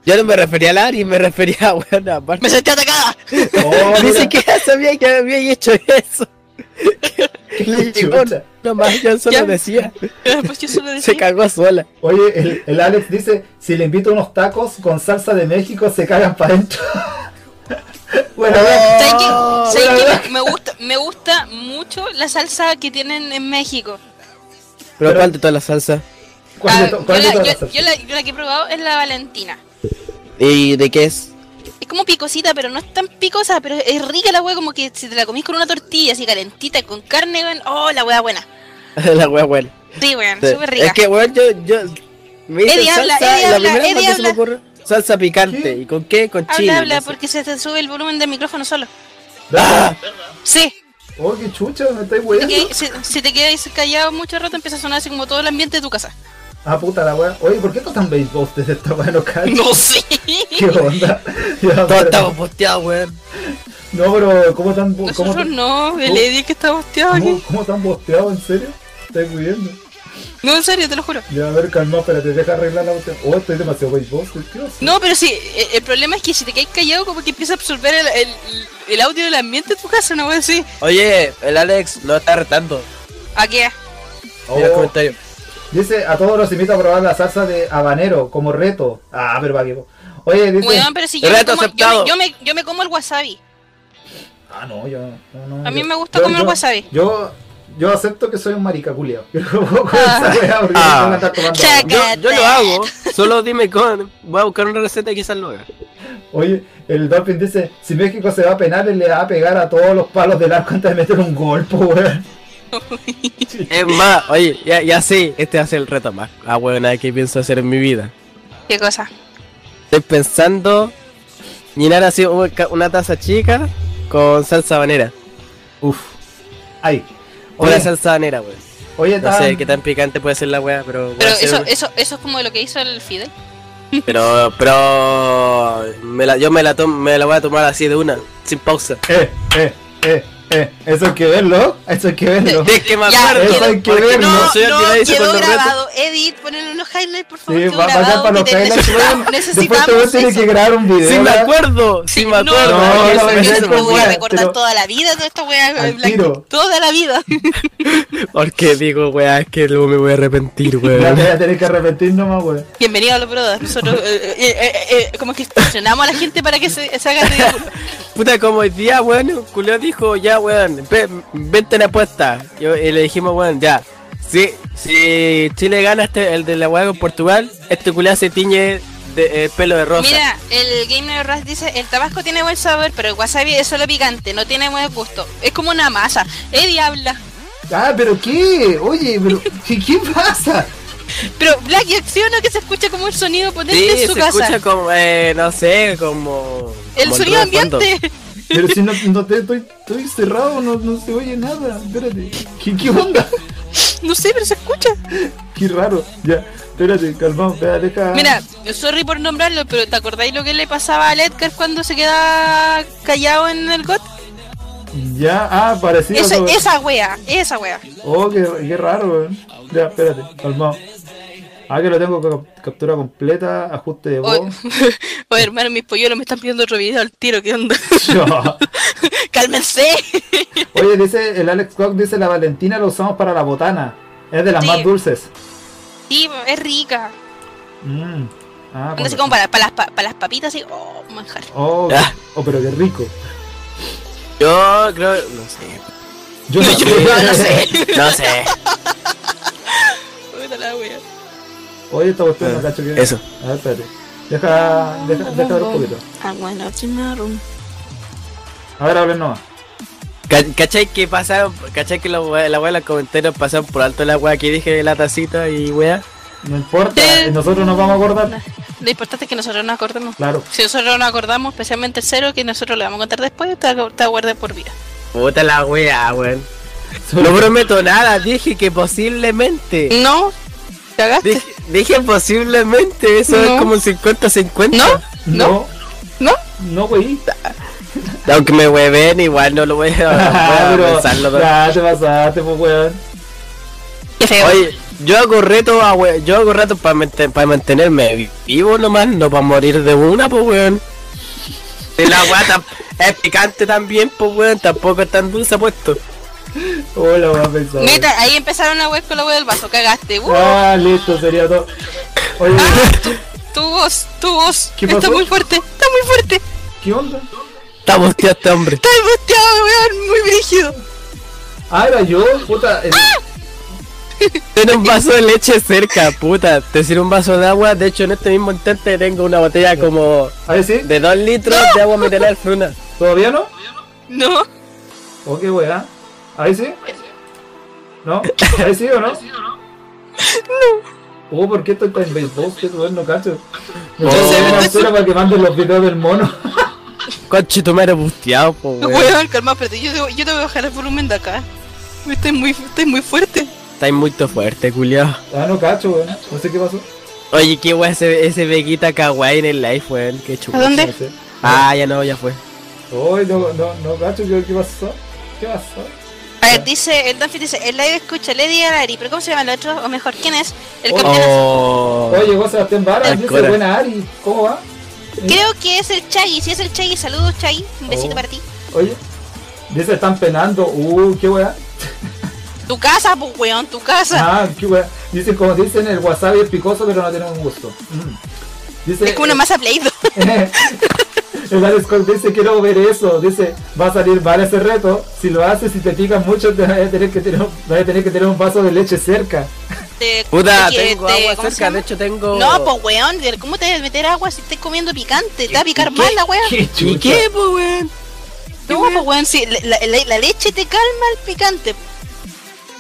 Speaker 5: Yo no me refería a Lari, me refería a weón, a Bart.
Speaker 3: Me sentí atacada.
Speaker 2: oh,
Speaker 5: Ni
Speaker 2: mira,
Speaker 5: siquiera sabía que había hecho eso. Que le llegó,
Speaker 2: chucha.
Speaker 5: nomás yo
Speaker 3: Ya.
Speaker 5: solo decía.
Speaker 3: Después yo solo decía.
Speaker 5: Se cagó sola.
Speaker 2: Oye, el, el Alex dice: si le invito unos tacos con salsa de México, se cagan para adentro. bueno, weón.
Speaker 3: ¿Sabes qué? ¿Sabes
Speaker 2: la
Speaker 3: qué?
Speaker 2: verdad.
Speaker 3: Me gusta, me gusta mucho la salsa que tienen en México.
Speaker 5: Pero
Speaker 2: Pero-
Speaker 5: ¿cuál de toda la salsa?
Speaker 2: ¿Cuál
Speaker 3: Ah,
Speaker 2: de to- cuál de
Speaker 3: yo, la,
Speaker 2: todas las
Speaker 3: yo,
Speaker 2: salsas?
Speaker 3: yo la- yo la que he probado es la Valentina.
Speaker 5: ¿Y de qué es?
Speaker 3: Es como picosita, pero no es tan picosa, pero es rica la wea, como que si te la comís con una tortilla así calentita, con carne, weón. Oh, la wea buena.
Speaker 5: la wea buena.
Speaker 3: Sí, weón,
Speaker 5: Sí.
Speaker 3: súper rica.
Speaker 5: Es que weón, yo, yo me hice
Speaker 3: Eddie habla,
Speaker 5: salsa
Speaker 3: Eddie
Speaker 5: y la
Speaker 3: habla,
Speaker 5: primera
Speaker 3: Eddie
Speaker 5: cosa que se me
Speaker 3: habla.
Speaker 5: ocurre salsa picante. ¿Y con qué? Con
Speaker 3: Habla,
Speaker 5: chile.
Speaker 3: habla,
Speaker 5: no sé.
Speaker 3: porque se te sube el volumen del micrófono solo.
Speaker 5: ¡Ah!
Speaker 3: Sí,
Speaker 2: Oh, qué chucha, me estáis
Speaker 3: te
Speaker 2: weyando.
Speaker 3: que- si, si te quedas callado mucho rato empieza a sonar así como todo el ambiente de tu casa.
Speaker 2: Ah, puta la weá. Oye, ¿por qué están béisbol desde esta weá no cae?
Speaker 3: No sé.
Speaker 2: ¿Qué onda? Ya,
Speaker 5: Todos
Speaker 2: pero-
Speaker 5: estamos posteados, weón.
Speaker 2: No, pero ¿cómo están.? cómo-
Speaker 3: Nosotros no, el
Speaker 2: cómo-
Speaker 3: Eddie que está hosteado
Speaker 2: ¿Cómo,
Speaker 3: aquí.
Speaker 2: ¿Cómo están bosteados? ¿En serio? ¿Estáis cuidando?
Speaker 3: No, en serio, te lo juro.
Speaker 2: Ya, a ver, calma, espérate, deja arreglar la bosteada. Oh, estoy demasiado béisbol, ¿qué haces?
Speaker 3: No, pero sí, eh, el problema es que si te quedas callado como que empieza a absorber el, el- el audio del ambiente de tu casa, no voy a decir.
Speaker 5: Oye, el Alex no está retando.
Speaker 3: ¿A qué?
Speaker 5: Mira el
Speaker 2: Oh,
Speaker 5: comentario.
Speaker 2: dice, a todos los invito a probar la salsa de habanero como reto. Ah, pero va que... Oye, dice...
Speaker 3: Weón, pero si yo me,
Speaker 5: Reto
Speaker 3: como, yo,
Speaker 5: aceptado.
Speaker 3: me- yo me, yo me como el wasabi.
Speaker 2: Ah, no, yo... no, no,
Speaker 3: A mí
Speaker 2: yo-
Speaker 3: me gusta
Speaker 2: yo-
Speaker 3: comer
Speaker 2: yo-
Speaker 3: wasabi.
Speaker 2: Yo... Yo acepto que soy un marica culiao. Yo no puedo comer
Speaker 3: Ah.
Speaker 2: esa weá porque
Speaker 5: Ah.
Speaker 2: no me está tomando
Speaker 3: Check.
Speaker 2: agua.
Speaker 5: Yo, yo lo hago. Solo dime con. Voy a buscar una receta y quizás lo haga.
Speaker 2: Oye, el Dolphin dice, si México se va a penar, le va a pegar a todos los palos del arco antes de meter un gol, po, weón.
Speaker 5: Es más, oye, ya, ya sé, este va a ser el reto más ah, nada que pienso hacer en mi vida.
Speaker 3: ¿Qué cosa?
Speaker 5: Estoy pensando llenar así un ca- una taza chica con salsa habanera.
Speaker 2: Uf. Ay.
Speaker 5: Una
Speaker 2: Oye,
Speaker 5: salsa habanera, weón.
Speaker 2: oye,
Speaker 5: No
Speaker 2: tan-
Speaker 5: sé qué tan picante puede ser la weá, pero. voy a
Speaker 3: Pero
Speaker 5: hacer
Speaker 3: eso,
Speaker 5: una.
Speaker 3: eso, eso es como lo que hizo el Fidel.
Speaker 5: Pero, pero. Me la, yo me la, tom- me la voy a tomar así de una, sin pausa.
Speaker 2: Eh, eh, eh, Eh, eso hay que verlo, eso hay que verlo.
Speaker 5: Es que me
Speaker 3: Ya,
Speaker 5: acuerdo.
Speaker 3: quiero-
Speaker 2: Eso hay que
Speaker 5: porque
Speaker 2: verlo.
Speaker 3: No,
Speaker 5: soy
Speaker 3: no,
Speaker 5: anti-Nice
Speaker 3: quedó
Speaker 5: cuando reto.
Speaker 3: grabado. Edit, ponle unos highlights, por favor.
Speaker 2: Sí,
Speaker 3: quedó
Speaker 2: va a pasar
Speaker 3: grabado,
Speaker 2: para los
Speaker 3: Peter,
Speaker 2: highlights, weón. Después te
Speaker 3: Necesitamos
Speaker 2: voy a tener
Speaker 3: eso.
Speaker 2: que grabar un video.
Speaker 5: Sí me
Speaker 2: ¿verdad?
Speaker 5: acuerdo, sí me
Speaker 3: no,
Speaker 5: acuerdo.
Speaker 2: no,
Speaker 5: porque
Speaker 2: no,
Speaker 5: eso
Speaker 2: no,
Speaker 5: me
Speaker 2: no,
Speaker 3: yo
Speaker 5: hizo
Speaker 3: te lo voy a
Speaker 2: weón,
Speaker 5: acordar.
Speaker 3: recordar
Speaker 2: pero-
Speaker 3: toda la vida de esta weá
Speaker 2: Al
Speaker 3: blanco,
Speaker 2: tiro.
Speaker 3: Toda la vida.
Speaker 5: Porque digo, weá, es que luego me voy a arrepentir,
Speaker 2: Ya
Speaker 5: weón.
Speaker 2: te voy a tener que arrepentir nomás, weón.
Speaker 3: Bienvenido a los brothers. Nosotros, eh, eh, eh, eh, como que entrenamos a la gente para que se, se haga ridículo.
Speaker 5: Puta, como hoy día, weón, Julio dijo, ya, weón, ve- vente una apuesta. Y, y le dijimos, weón, ya. Si, si Chile gana este, el de la weá con Portugal, este culiao se tiñe de eh, pelo de rosa.
Speaker 3: Mira, el Game Nerd Rush dice: el tabasco tiene buen sabor, pero el wasabi es solo picante, no tiene buen gusto. Es como una masa. Eddie habla.
Speaker 2: Ah, pero qué? Oye, pero ¿qué, qué pasa?
Speaker 3: Pero Black y acciona que se escucha como el sonido potente
Speaker 5: sí,
Speaker 3: en
Speaker 5: se
Speaker 3: su casa.
Speaker 5: escucha como, eh, no sé, como.
Speaker 3: El
Speaker 5: como
Speaker 3: sonido
Speaker 5: ruido de fondo.
Speaker 3: ambiente.
Speaker 2: Pero si no, no te estoy, estoy cerrado, no, no se oye nada. Espérate. ¿Qué, qué onda?
Speaker 3: No sé, pero se escucha.
Speaker 2: Qué raro. Ya, espérate, calmado, espera, deja.
Speaker 3: Mira, sorry por nombrarlo, pero ¿te acordáis lo que le pasaba al Edgar cuando se queda callado en el GOT?
Speaker 2: Ya, ah, parecido.
Speaker 3: Esa-
Speaker 2: algo.
Speaker 3: esa wea, esa wea.
Speaker 2: Oh, qué, qué raro, weón. Ya, espérate, calmado. Ah, que lo tengo con cap- captura completa, ajuste de
Speaker 3: Oye,
Speaker 2: voz.
Speaker 3: oye, hermano, mis polluelos me están pidiendo otro video al tiro, ¿qué onda? ¡Cálmense!
Speaker 2: Oye, dice el Alex Cox, dice la Valentina la usamos para la botana. Es de las
Speaker 3: Sí.
Speaker 2: más dulces.
Speaker 3: Sí, es rica.
Speaker 2: Mm. Ah,
Speaker 3: Anda así
Speaker 2: con
Speaker 3: como para, para las, pa- para las papitas, así, oh, manjar.
Speaker 2: Oh,
Speaker 5: Ah.
Speaker 2: oh, pero qué rico.
Speaker 5: Yo creo, no sé.
Speaker 2: Yo no,
Speaker 5: no sé. No sé.
Speaker 3: Puta la wea.
Speaker 2: Oye, esta cuestión no cacho que.
Speaker 5: Eso.
Speaker 2: A ver, espérate. Deja, deja, deja ver un poquito.
Speaker 3: Ah, bueno, chinaron.
Speaker 2: A ver, hablen nomás.
Speaker 5: Ca- ¿Cachai que pasaron? ¿Cachai que los we- la wea de los comentarios pasaron por alto la wea que dije de la tacita y wea?
Speaker 2: No importa,
Speaker 3: Sí.
Speaker 2: nosotros nos vamos a acordar.
Speaker 3: Lo importante es que nosotros nos acordemos.
Speaker 2: Claro.
Speaker 3: Si nosotros nos acordamos, especialmente el cero, que nosotros le vamos a contar después, te, te guardes por vida.
Speaker 5: Puta la wea, weón. No prometo nada, dije que posiblemente.
Speaker 3: No, cagaste.
Speaker 5: Dije, dije posiblemente, eso es
Speaker 3: No.
Speaker 5: como un 50-50.
Speaker 3: No, no,
Speaker 2: No,
Speaker 3: no.
Speaker 2: no, güey.
Speaker 5: Aunque me hueven, igual no lo voy a, voy a
Speaker 2: Ah, pero.
Speaker 5: pensarlo. pero-
Speaker 2: Ya, te pasaste, pues, weón.
Speaker 3: Qué feo.
Speaker 5: Oye, yo hago reto, a we- yo hago reto para mantenerme vi- vivo nomás, no para morir de una, pues weón. Y la weá tam- es picante también, pues weón, tampoco es tan dulce pues, puesto.
Speaker 2: Hola, voy a pensar.
Speaker 3: Neta, ahí empezaron a web con la wea del vaso, cagaste. Uh,
Speaker 2: Ah, listo, sería todo. Oye,
Speaker 3: Ah. tu voz, tu voz.
Speaker 2: ¿Qué
Speaker 3: Está
Speaker 2: pasó?
Speaker 3: muy fuerte, está muy fuerte.
Speaker 2: ¿qué onda?
Speaker 5: Estamos tío este hombre.
Speaker 3: Está embusteado, weón, muy brígido.
Speaker 2: Ah, era yo, puta. eh,
Speaker 3: Ah.
Speaker 5: Ten un vaso de leche cerca, puta. Te sirve un vaso de agua. De hecho, en este mismo instante tengo una botella como
Speaker 2: A ver, sí,
Speaker 5: de 2 litros de agua mineral fruna.
Speaker 2: ¿todavía no?
Speaker 3: No,
Speaker 2: Oh, qué weá. ¿Ahí sí? ¿No? ¿Ahí sí o no? No. Oh, ¿por qué estoy tan baseball? Qué weón, no cacho. Me
Speaker 5: Oh.
Speaker 2: parece una basura para que manden los videos del mono.
Speaker 5: Conche, tu madre busteado, po weón.
Speaker 3: weón, calma, espérate. Yo, debo- yo te voy a bajar el volumen de acá. Estoy muy, estoy muy fuerte.
Speaker 5: Estáis muy fuerte, culiao.
Speaker 2: Ah, no cacho, weón. No sé qué pasó.
Speaker 5: Oye, qué weá ese, ese bequita kawaii en el live, weón. Qué
Speaker 3: ¿A
Speaker 5: chulo.
Speaker 2: No
Speaker 3: dónde?
Speaker 2: sé.
Speaker 5: Ah, ya no, ya fue.
Speaker 2: Oh, no, no, no cacho, ¿qué, qué pasó? ¿Qué pasó?
Speaker 3: A ver, dice, el Danfi dice, el live escucha Lady Ari, pero ¿cómo se llama el otro? O mejor, ¿quién es? El
Speaker 2: Oh.
Speaker 3: campeón.
Speaker 5: Oh.
Speaker 2: Oye, llegó Sebastián Vara,
Speaker 5: El
Speaker 2: dice
Speaker 5: Cora.
Speaker 2: buena Ari, ¿cómo va?
Speaker 3: Creo que es el Chaggy, si es el Chaggy, saludos Chaggy, un besito
Speaker 2: Oh.
Speaker 3: para ti.
Speaker 2: Oye, dice están penando, uh, qué weá.
Speaker 3: Tu casa, pues weón, tu casa.
Speaker 2: Ah, qué weá. Dice, como dicen, el wasabi es picoso, pero no tiene un gusto. Mm. Dice,
Speaker 3: es como una masa play doh.
Speaker 2: el Alex Scott dice, quiero ver eso. Dice, va a salir vale ese reto. Si lo haces, si te picas mucho, te vas a tener que tener, un- vas a tener que tener un vaso de leche cerca.
Speaker 3: Te-
Speaker 5: Puta,
Speaker 3: te-
Speaker 5: tengo
Speaker 3: te-
Speaker 5: agua
Speaker 3: este, ¿cómo se
Speaker 5: cerca,
Speaker 3: llama?
Speaker 5: de hecho tengo.
Speaker 3: No, pues weón, de- ¿cómo te vas a meter agua si estás comiendo picante? Te va a picar
Speaker 5: ¿Qué-
Speaker 3: mal la weá.
Speaker 2: ¿Qué
Speaker 5: ¿Y qué, pues weón?
Speaker 3: No, pues weón, si la, la- la- la leche te calma el picante.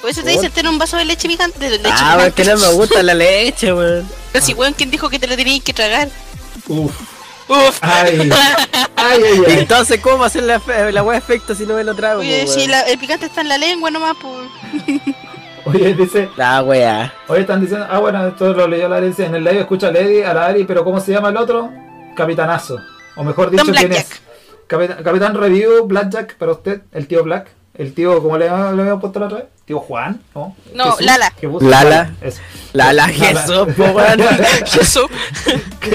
Speaker 3: Por eso te
Speaker 2: Por-
Speaker 3: dicen tener un vaso de leche picante. De leche
Speaker 5: Ah,
Speaker 3: picante.
Speaker 5: es que no me gusta la leche, weón.
Speaker 3: Pero si weón, ¿quién dijo que te lo tenías que tragar?
Speaker 2: Uf,
Speaker 3: Uf.
Speaker 2: ay, ay, ay, ay.
Speaker 5: Entonces, ¿cómo va a ser la, fe- la wea efecto si no me lo trago?
Speaker 3: Oye,
Speaker 5: po,
Speaker 3: si
Speaker 5: weón?
Speaker 3: la- el picante está en la lengua nomás, pues.
Speaker 2: Oye, dice,
Speaker 5: La wea.
Speaker 2: oye, están diciendo, ah, bueno, esto lo leyó la Ari, dice, en el live escucha a Lady, a la Ari, pero ¿cómo se llama el otro? Capitanazo. O mejor dicho,
Speaker 3: Don
Speaker 2: ¿quién
Speaker 3: Blackjack.
Speaker 2: es? Capitán, Capitán Review, Blackjack para usted, el tío Black. El tío, ¿cómo le, le había puesto la otra vez? ¿Tío Juan? ¿No?
Speaker 3: No, Lala.
Speaker 2: Jesús,
Speaker 5: Lala.
Speaker 2: eso.
Speaker 5: La la
Speaker 2: Lala.
Speaker 5: Jesús, po, weón.
Speaker 3: Jesús.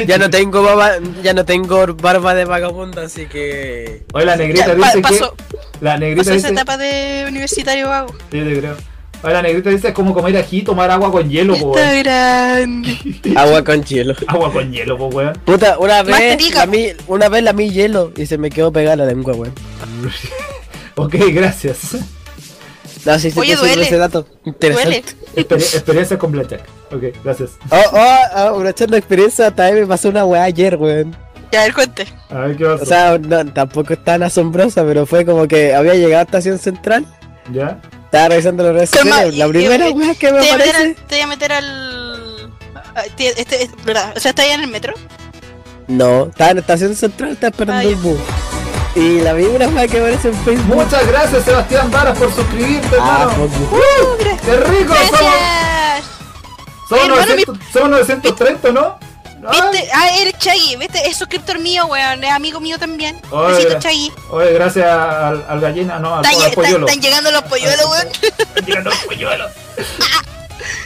Speaker 5: Ya no tengo baba- ya no tengo barba de vagabundo, así que.
Speaker 2: Oye, la negrita
Speaker 3: Ya, pa-
Speaker 2: dice
Speaker 3: pasó,
Speaker 2: que. La negrita
Speaker 3: pasó esa
Speaker 2: dice.
Speaker 3: etapa de universitario vago.
Speaker 2: Sí, te creo. Oye, la negrita dice es como comer ají, tomar agua con hielo,
Speaker 5: pues,
Speaker 2: po,
Speaker 3: Está
Speaker 2: weón.
Speaker 3: grande.
Speaker 5: Agua con hielo.
Speaker 2: Agua con hielo, po, weón.
Speaker 5: Puta, una
Speaker 3: Más
Speaker 5: vez
Speaker 3: rica,
Speaker 5: la
Speaker 3: po.
Speaker 5: mi, una vez la mi hielo y se me quedó pegada la lengua, weón.
Speaker 2: Ok, gracias.
Speaker 5: No, sí, sí,
Speaker 3: Oye,
Speaker 5: te sirve
Speaker 3: duele.
Speaker 5: ese dato.
Speaker 3: Duele.
Speaker 5: Interesante.
Speaker 2: Exper- experiencia con Blackjack. Ok, gracias.
Speaker 5: Oh, oh, oh, una chanda experiencia, también me pasó una weá ayer, weón.
Speaker 3: Ya, a ver, cuente.
Speaker 2: A ver qué pasó.
Speaker 5: O sea, no, tampoco es tan asombrosa, pero fue como que había llegado a Estación Central,
Speaker 2: ¿Ya?
Speaker 5: estaba revisando las redes
Speaker 3: Calma,
Speaker 5: sociales, la
Speaker 3: y-
Speaker 5: primera
Speaker 3: y-
Speaker 5: weá que
Speaker 3: Te
Speaker 5: me
Speaker 3: voy, a meter al-
Speaker 5: aparece...
Speaker 3: te voy a meter al. a- te- Este, es- ¿verdad? O sea, está allá en el metro.
Speaker 5: No, estaba en Estación Central, estaba esperando
Speaker 3: Ay.
Speaker 5: el bus. Y la primera weá que aparece en Facebook...
Speaker 2: Muchas gracias, Sebastián Varas, por suscribirte,
Speaker 5: Ah,
Speaker 2: hermano.
Speaker 5: fuck you.
Speaker 2: ¡Uh! ¡Qué rico! Somos,
Speaker 3: ¡Gracias!
Speaker 2: somos,
Speaker 3: Hermano,
Speaker 2: 900 somos 930, ¿no? Ay,
Speaker 3: ¿Viste? Ah, eres Chaggy, ¿viste? Es suscriptor mío, weón. Es amigo mío también.
Speaker 2: Oye,
Speaker 3: Besito,
Speaker 2: mira. Ah,
Speaker 3: Chaggy.
Speaker 2: Oye, gracias al, al gallina, no, al,
Speaker 3: Están,
Speaker 2: al
Speaker 3: lle- están-
Speaker 2: polluelo.
Speaker 3: están llegando los polluelos, weón.
Speaker 2: Están llegando los polluelos.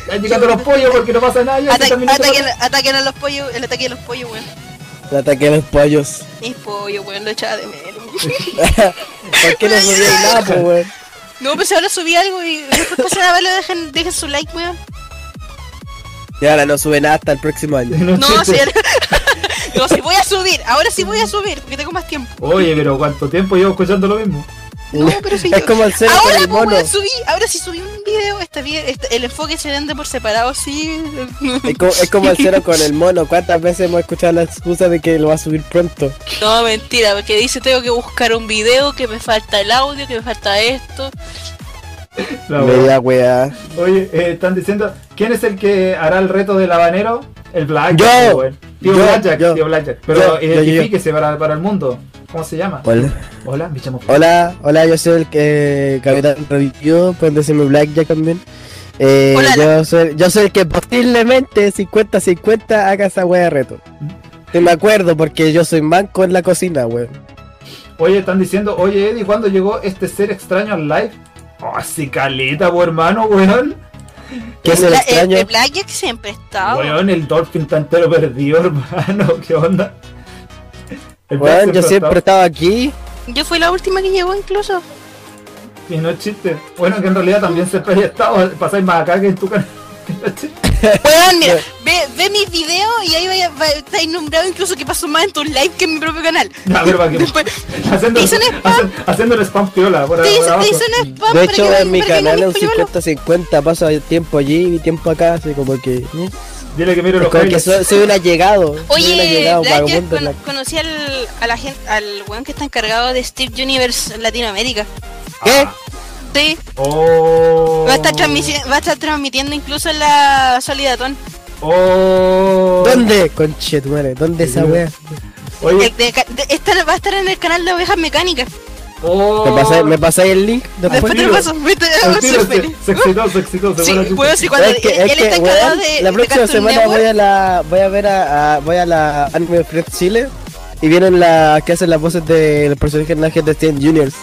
Speaker 2: Están llegando los pollos porque no pasa nada. ya
Speaker 3: Ata-
Speaker 2: se terminó todo.
Speaker 3: Ataquen ataquen a los pollos, el ataque de los pollos, weón.
Speaker 5: Le ataqué a los pollos.
Speaker 3: Es pollo, weón, lo echaba de menos.
Speaker 5: ¿Por qué no subí nada, po, weón?
Speaker 3: No, pues ahora subí algo y después pasen a verlo, dejen, dejen su like, weón.
Speaker 5: Y ahora no sube nada hasta el próximo año.
Speaker 2: No,
Speaker 3: No,
Speaker 2: chiste.
Speaker 3: si ahora- No, si voy a subir, ahora sí voy a subir, porque tengo más tiempo.
Speaker 2: Oye, pero cuánto tiempo llevo escuchando lo mismo.
Speaker 3: No, pero si
Speaker 5: Es
Speaker 3: yo-
Speaker 5: como el cero con
Speaker 3: Ahora,
Speaker 5: el
Speaker 3: pues,
Speaker 5: mono.
Speaker 3: weón, subí, ahora sí subí un video, está bien, está- el enfoque se vende por separado, sí.
Speaker 5: Es como, es como el cero con el mono. ¿Cuántas veces hemos escuchado la excusa de que lo va a subir pronto?
Speaker 3: No, mentira, porque dice tengo que buscar un video, que me falta el audio, que me falta esto.
Speaker 2: La
Speaker 5: Media weá.
Speaker 2: wea. Oye, eh, están diciendo, ¿quién es el que hará el reto del habanero? El Blackjack.
Speaker 5: Yo.
Speaker 2: po, weón. Tío
Speaker 5: Yo,
Speaker 2: Blackjack,
Speaker 5: yo.
Speaker 2: tío Blackjack. Pero
Speaker 5: Yo, yo, yo.
Speaker 2: identifíquese Para, para el mundo. ¿Cómo se llama?
Speaker 5: Hola.
Speaker 2: Hola, me llamo Fran.
Speaker 5: Hola, hola, yo soy el que capitán review, pueden decirme Blackjack también. Eh,
Speaker 3: Hola.
Speaker 5: yo, soy, yo soy el que posiblemente 50-50 haga esa weá de reto. Sí, me acuerdo porque yo soy manco en la cocina, weón.
Speaker 2: Oye, están diciendo, oye Eddie, ¿cuándo llegó este ser extraño al live? Oh, sí, caleta, po, hermano, weón.
Speaker 5: ¿Qué es el
Speaker 3: La- eh,
Speaker 5: extraño?
Speaker 3: el Blackjack siempre está.
Speaker 2: Weón, el Dolphin está entero perdido, hermano. ¿Qué onda? El Black
Speaker 5: Weón, yo siempre he
Speaker 2: está-
Speaker 5: estado aquí.
Speaker 3: Yo fui la última que llegó incluso.
Speaker 2: Y no es chiste. Bueno, que en realidad también siempre he estado. Pasáis más acá que en tu canal. No es chiste.
Speaker 3: Weón, mira, ve, ve mis videos y ahí vaya, va, estáis nombrado incluso que paso más en tus live que en mi propio canal.
Speaker 2: Ya, pero para que.
Speaker 3: Después,
Speaker 2: Haciendo,
Speaker 3: Te hizo un spam.
Speaker 2: hacen- haciendo el spam piola. Por,
Speaker 3: te
Speaker 2: por
Speaker 3: hice,
Speaker 2: abajo.
Speaker 3: te hice un spam
Speaker 5: De
Speaker 3: para que
Speaker 5: hecho,
Speaker 3: vayan-
Speaker 5: en mi
Speaker 3: para que vengan
Speaker 5: canal es
Speaker 3: mis
Speaker 5: un
Speaker 3: polluelos.
Speaker 5: 50-50, paso tiempo allí y tiempo acá, así como que...
Speaker 2: Dile que miro
Speaker 5: Es
Speaker 2: los
Speaker 5: como que
Speaker 2: bailes.
Speaker 5: soy, soy un allegado. soy un
Speaker 3: Oye,
Speaker 5: allegado,
Speaker 3: Blackjack,
Speaker 5: vagabundo. en
Speaker 3: cono-
Speaker 5: la-
Speaker 3: conocí al, a la gente, al weón que está encargado de Steve Universe en Latinoamérica.
Speaker 5: ¿Qué?
Speaker 3: Sí,
Speaker 2: Oh.
Speaker 3: va a estar, transmisi- va a estar transmitiendo incluso en la Solidatón.
Speaker 2: Oh.
Speaker 5: ¿Dónde? Conchetumare, ¿dónde esa wea?
Speaker 2: Oye.
Speaker 3: El Eh, de ca- de- esta- va a estar en el canal de Ovejas Mecánicas.
Speaker 2: Oh.
Speaker 5: ¿Me pasáis, me pasáis el link?
Speaker 3: Después
Speaker 5: Después
Speaker 3: te lo paso. Vete,
Speaker 2: Al
Speaker 3: soy
Speaker 2: tiro, se,
Speaker 3: feliz.
Speaker 2: se excitó, se excitó. Se
Speaker 3: Sí,
Speaker 2: fue la
Speaker 3: weón,
Speaker 2: chucha.
Speaker 3: sí, cuando
Speaker 5: Es que-
Speaker 3: él,
Speaker 5: es
Speaker 3: él
Speaker 5: que,
Speaker 3: está encargado
Speaker 5: weón,
Speaker 3: de.
Speaker 5: la
Speaker 3: de
Speaker 5: próxima
Speaker 3: Cartoon
Speaker 5: semana
Speaker 3: Network.
Speaker 5: voy a la voy a ver a, a- voy a la Anime Friends Chile y vienen las que hacen las voces de los personajes de Steven Juniors.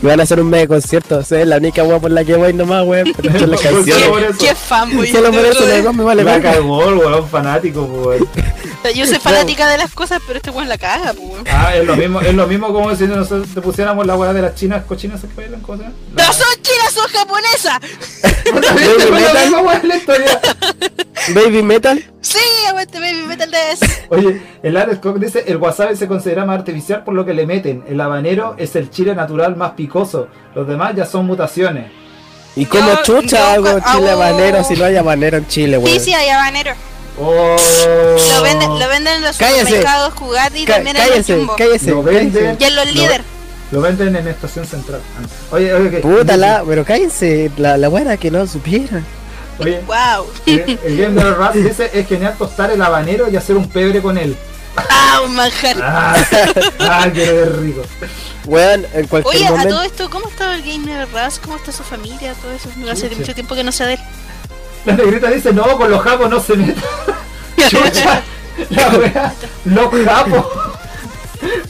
Speaker 5: Y van a hacer un mega concierto, o sea, es la única wea por la que voy nomás, weón, pero escuchar las
Speaker 2: Solo por
Speaker 5: canciones.
Speaker 2: eso.
Speaker 3: Qué fanboy.
Speaker 5: Solo por eso,
Speaker 3: Yo-
Speaker 5: weón, me vale
Speaker 2: La
Speaker 5: verga.
Speaker 2: cagó el weón fanático, po, weón.
Speaker 3: Yo soy fanática de las cosas, pero este weón la caga, po, weón.
Speaker 2: Ah, es lo mismo, es lo mismo como si nosotros te pusiéramos la weá de las chinas cochinas que bailan, ¿cómo se llama? La-
Speaker 3: ¡No son chinas, son japonesas!
Speaker 2: Fue la misma weá de la historia.
Speaker 5: Baby Metal,
Speaker 3: Sí, aguante, baby, metal dance.
Speaker 2: Oye, el Alex Cox dice, el wasabi se considera más artificial por lo que le meten. El habanero es el chile natural más picoso. Los demás ya son mutaciones.
Speaker 5: ¿y cómo
Speaker 3: Yo- yo
Speaker 5: chucha hago
Speaker 3: hago-
Speaker 5: chile habanero si no hay habanero en Chile, weón?
Speaker 3: Sí, sí, hay habanero.
Speaker 2: Oh,
Speaker 3: Lo venden, lo venden en los
Speaker 5: Cállese.
Speaker 3: supermercados Jugati y
Speaker 5: Ca-
Speaker 3: también en los
Speaker 5: cállese,
Speaker 3: Jumbo.
Speaker 5: cállese,
Speaker 2: Lo
Speaker 5: cállese.
Speaker 2: venden.
Speaker 3: Y en los
Speaker 2: Lo-
Speaker 3: líder.
Speaker 2: Lo venden en estación central. Ah, no. Oye, oye, que-
Speaker 5: Puta la, pero cállense, la, la buena que no supiera.
Speaker 2: Oye,
Speaker 3: Wow.
Speaker 2: el el Game Boy Rats dice, es genial tostar el habanero y hacer un pebre con él.
Speaker 3: Ah, un manjar.
Speaker 2: Ah, ah qué rico.
Speaker 5: Weón, en cualquier
Speaker 3: Oye, a
Speaker 5: momento.
Speaker 3: todo esto, ¿cómo está el gamer Raz? ¿Cómo está su familia? Todo eso. No hace
Speaker 2: Chucha.
Speaker 3: mucho tiempo que no sé de él.
Speaker 2: La negrita dice, no, con los japos no se meta. Chucha, la wea, los japos.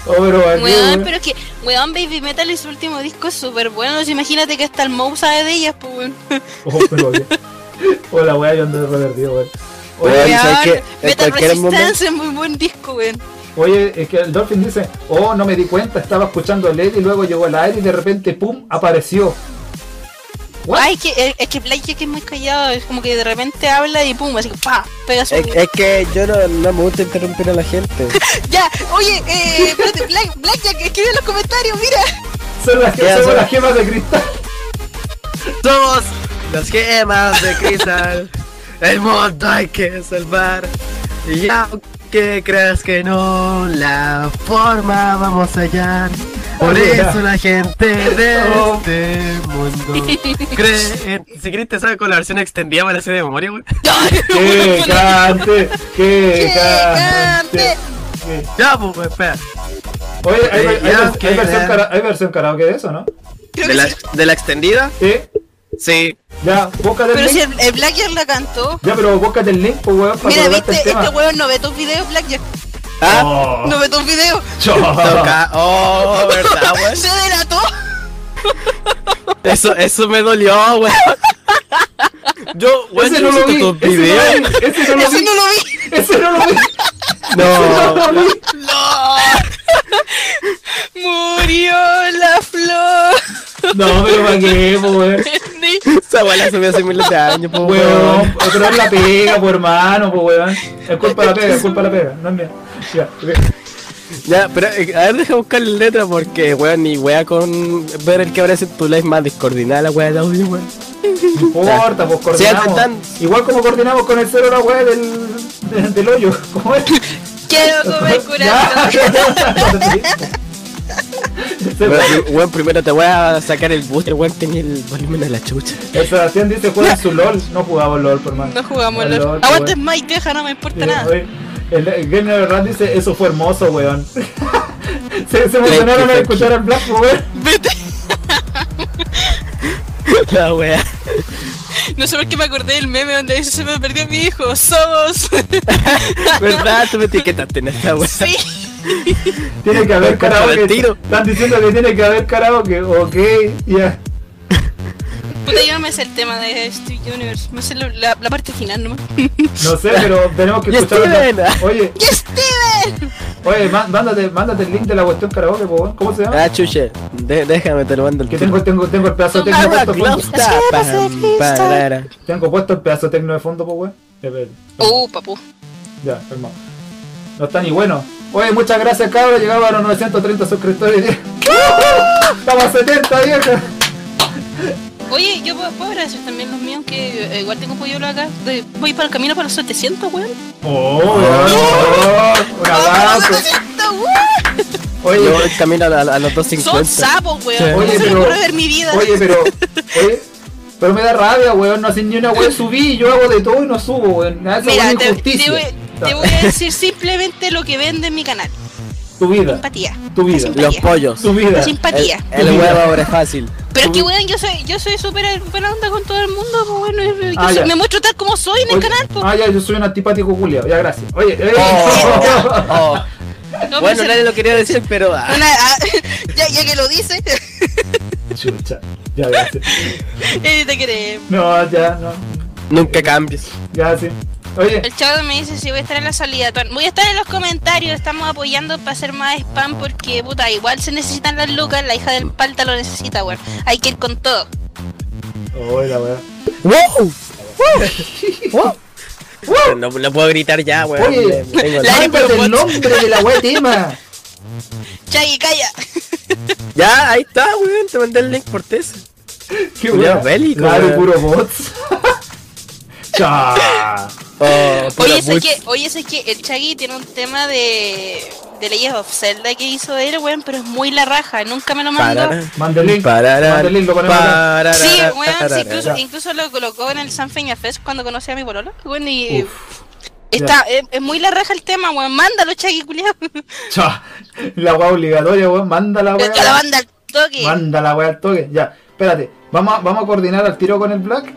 Speaker 2: Oh, pero aquí,
Speaker 3: Weón,
Speaker 2: weón.
Speaker 3: pero es que, weón, Baby Metal y su último disco es súper bueno. Entonces, imagínate que hasta el Moe sabe de ellas, pues, weón.
Speaker 2: Oh, pero aquí. Hola, weá, yo ando re perdido, weón. Oye,
Speaker 5: Weón, ¿sabes qué?
Speaker 3: Weón,
Speaker 5: En
Speaker 3: Metal
Speaker 5: cualquier
Speaker 3: Resistance es muy buen disco, weón.
Speaker 2: oye, es que el Dolphin dice, oh, no me di cuenta, estaba escuchando LED y luego llegó el aire y de repente, pum, apareció. What?
Speaker 3: Ay, que, es, es que Black Jack es muy callado, es como que de repente habla y pum, así que pa, pega su.
Speaker 5: Es, es que yo no, no me gusta interrumpir a la gente.
Speaker 3: Ya, oye, eh, espérate, Black, Black Jack, escribe en los comentarios, mira.
Speaker 2: Son las,
Speaker 5: Ya,
Speaker 2: son
Speaker 5: son-
Speaker 2: las gemas de cristal.
Speaker 5: Somos los gemas de cristal. El mundo hay que salvar. Y aunque creas que no, la forma vamos a hallar. Por eso la gente de este mundo cree. en- Si querés te sabe con la versión extendida para hacer de memoria, güey.
Speaker 2: ¡Qué cante! ¡Qué
Speaker 3: ¡Qué
Speaker 2: cante!
Speaker 3: cante!
Speaker 5: Ya, pues, güey, espera.
Speaker 2: Oye, hay, hay- hay-
Speaker 5: Eh, Ya,
Speaker 2: hay
Speaker 5: ok,
Speaker 2: versión
Speaker 5: ya.
Speaker 2: cara- hay versión karaoke de eso, ¿no?
Speaker 3: Creo
Speaker 5: ¿De
Speaker 3: que
Speaker 5: la,
Speaker 3: sí.
Speaker 5: de la extendida?
Speaker 2: Sí,
Speaker 5: Sí.
Speaker 2: ya, búscate el
Speaker 3: Pero
Speaker 2: link.
Speaker 3: si el, el Black Jack la cantó.
Speaker 2: Ya, pero búscate el link, pues, weón, para
Speaker 3: Mira,
Speaker 2: colocarte
Speaker 3: viste,
Speaker 2: el tema.
Speaker 3: este weón no ve tus videos, Black Jack.
Speaker 5: Ah,
Speaker 2: Oh,
Speaker 3: No ve tus videos.
Speaker 2: choca.
Speaker 5: toca. Oh, verdad, güey.
Speaker 3: Se delató.
Speaker 5: Eso, eso me dolió, güey. Yo, güey,
Speaker 2: Ese
Speaker 5: yo
Speaker 2: no lo
Speaker 5: visito
Speaker 2: vi,
Speaker 5: tus
Speaker 2: ese no
Speaker 5: videos.
Speaker 2: lo vi, ese no lo
Speaker 3: Eso
Speaker 2: vi,
Speaker 3: no lo vi.
Speaker 2: ese no lo vi,
Speaker 5: No.
Speaker 2: no lo vi.
Speaker 3: Murió la flor.
Speaker 2: No, pero para qué,
Speaker 5: pues,
Speaker 2: po, weón.
Speaker 5: Esa abuela se me hace miles de años, po,
Speaker 2: Weón, pero es la pega, po, hermano, po, weón. Es culpa de la pega, es culpa de la pega, no es mía. Ya,
Speaker 5: Ya, pero eh, a ver, deja buscar la letra porque, weón, ni wea con ver el que ahora es tu live más descoordinada, la wea de audio, weón.
Speaker 2: no importa, pues
Speaker 5: tan-
Speaker 2: coordinamos. Igual como coordinamos con el cero la weá del, del, del hoyo, ¿cómo es?
Speaker 3: Quiero comer
Speaker 2: Ya.
Speaker 3: curado.
Speaker 5: Weón, pri- weón, primero te voy a sacar el booster, weón, tenía el volumen de la chucha.
Speaker 2: El Sebastián dice juega su LOL, no jugamos LOL, por más.
Speaker 3: No jugamos
Speaker 2: Ah,
Speaker 3: LOL.
Speaker 2: qué
Speaker 3: Aguantes
Speaker 2: bueno.
Speaker 3: Mike, deja, no me importa
Speaker 2: Eh,
Speaker 3: nada.
Speaker 2: oye, El, el Gamer Rat dice, eso fue hermoso, weón. se, se emocionaron al escuchar al Black, weón.
Speaker 3: Vete.
Speaker 5: La wea.
Speaker 3: No sé por qué me acordé del meme donde dice se me perdió mi hijo. Somos.
Speaker 5: ¿Verdad? Tú me etiquetaste en esta wea.
Speaker 3: Sí.
Speaker 2: Tiene que haber
Speaker 5: Contra el
Speaker 2: karaoke.
Speaker 5: tiro.
Speaker 2: Están diciendo que tiene que haber karaoke. Ok, ya.
Speaker 3: Puta, yo no me sé el tema de Steve Universe. Me sé lo- la, la parte final nomás.
Speaker 2: No sé, pero tenemos que
Speaker 5: Y
Speaker 2: escuchar.
Speaker 5: Steven.
Speaker 2: Oye,
Speaker 3: ¡Y Steven!
Speaker 2: oye, má- mándate, mándate el link de la cuestión karaoke, po, weón. ¿Cómo se llama?
Speaker 5: Ah, chuche. De- déjame, te lo mando el
Speaker 2: Que tengo, tengo, tengo el pedazo
Speaker 3: Son
Speaker 2: técnico
Speaker 5: Ahora,
Speaker 2: puesto de fondo.
Speaker 5: Glove Star, pam, parara.
Speaker 2: Tengo puesto el pedazo técnico de fondo, po, weón. Ya, pero-
Speaker 3: Uh, papu.
Speaker 2: Ya, hermano. No está ni bueno. Oye, muchas gracias, cabros. Llegamos a los 930 suscriptores. Estamos a 70, vieja.
Speaker 3: Oye, yo puedo, puedo agradecer también los míos que eh, igual tengo pollo acá. De- voy para el camino para los 700, weón.
Speaker 2: Oh, oh, un abrazo.
Speaker 3: uh.
Speaker 2: Oye,
Speaker 5: Yo voy camino a, a- a los
Speaker 3: Son
Speaker 5: 250.
Speaker 3: sapos,
Speaker 5: Sí.
Speaker 3: weón. ¿Cómo
Speaker 2: Oye,
Speaker 3: se
Speaker 2: pero-
Speaker 3: me ocurre ver mi vida?
Speaker 2: oye, pero. Oye. Pero me da rabia, weón. No hacen ni una weón. Subí, yo hago de todo y no subo, weón. Nada, Esa
Speaker 3: Mira,
Speaker 2: weón es
Speaker 3: te, te
Speaker 2: injusticia.
Speaker 3: voy, te voy a decir simplemente lo que vende en mi canal.
Speaker 2: Tu vida,
Speaker 3: Simpatía.
Speaker 2: tu vida,
Speaker 3: Simpatía.
Speaker 5: Los pollos.
Speaker 2: tu vida. Eh,
Speaker 5: El,
Speaker 3: Simpatía.
Speaker 5: el huevo ahora es fácil.
Speaker 3: Pero es que, weón, yo soy yo soy súper buena onda con todo el mundo, pues, bueno, yo- yo
Speaker 2: Ah,
Speaker 3: soy-
Speaker 2: ya.
Speaker 3: me muestro tal como soy en el
Speaker 2: Oye,
Speaker 3: canal, pues.
Speaker 2: ah, ya, yo soy un antipático Julio. Ya, gracias. Oye, eh,
Speaker 5: Oh, oh.
Speaker 2: ah,
Speaker 3: No,
Speaker 5: Bueno,
Speaker 3: pero se-
Speaker 5: nadie lo quería decir, pero. ah,
Speaker 3: una- ah, ya, ya que lo dice,
Speaker 2: Chucha. Ya, gracias.
Speaker 3: eh, te crees.
Speaker 2: No, ya, no.
Speaker 5: Nunca cambies.
Speaker 2: Ya, sí. Oye.
Speaker 3: El chavo me dice si voy a estar en la salida. Tuan. Voy a estar en los comentarios. Estamos apoyando para hacer más spam porque, puta, igual se necesitan las lucas. La hija del palta lo necesita, weón. Hay que ir con todo.
Speaker 2: Oh, la weá.
Speaker 5: ¡Wow! ¡Wow! ¡Wow! No, no puedo gritar ya, weón.
Speaker 2: Oye,
Speaker 5: Me- tengo
Speaker 3: La-
Speaker 5: el-
Speaker 2: Mándate el nombre de la wea tema.
Speaker 3: Chagui, calla.
Speaker 5: Ya, ahí está, weón. Te mandé el link por test.
Speaker 2: Qué
Speaker 5: Culiao
Speaker 2: wea.
Speaker 5: bélico,
Speaker 2: Claro,
Speaker 5: wea.
Speaker 2: puro bots. Cha. Eh,
Speaker 5: Oh, pura
Speaker 3: Oye, sé
Speaker 5: bull-
Speaker 3: que, oye, sé que el Chagui tiene un tema de, de Leyes of Zelda que hizo él, weón, pero es muy la raja. Nunca me lo mandó.
Speaker 5: Parara,
Speaker 2: Manda el link.
Speaker 5: parara,
Speaker 2: Manda el link, lo ponemos acá.
Speaker 5: parara,
Speaker 3: Sí, weón, sí,
Speaker 5: parara.
Speaker 3: incluso,
Speaker 2: ya.
Speaker 3: incluso lo colocó en el San Feña Fest cuando conocí a mi bololo, weón, y
Speaker 2: Uf,
Speaker 3: está, es, es muy la raja el tema, weón, mándalo, Chagui, culiao.
Speaker 2: Ah, cha. La wea obligatoria, weón. Manda la
Speaker 3: Yo la
Speaker 2: wea.
Speaker 3: banda al toque.
Speaker 2: Manda la wea al toque. Ya, espérate. Vamos a, vamos a coordinar al tiro con el Black.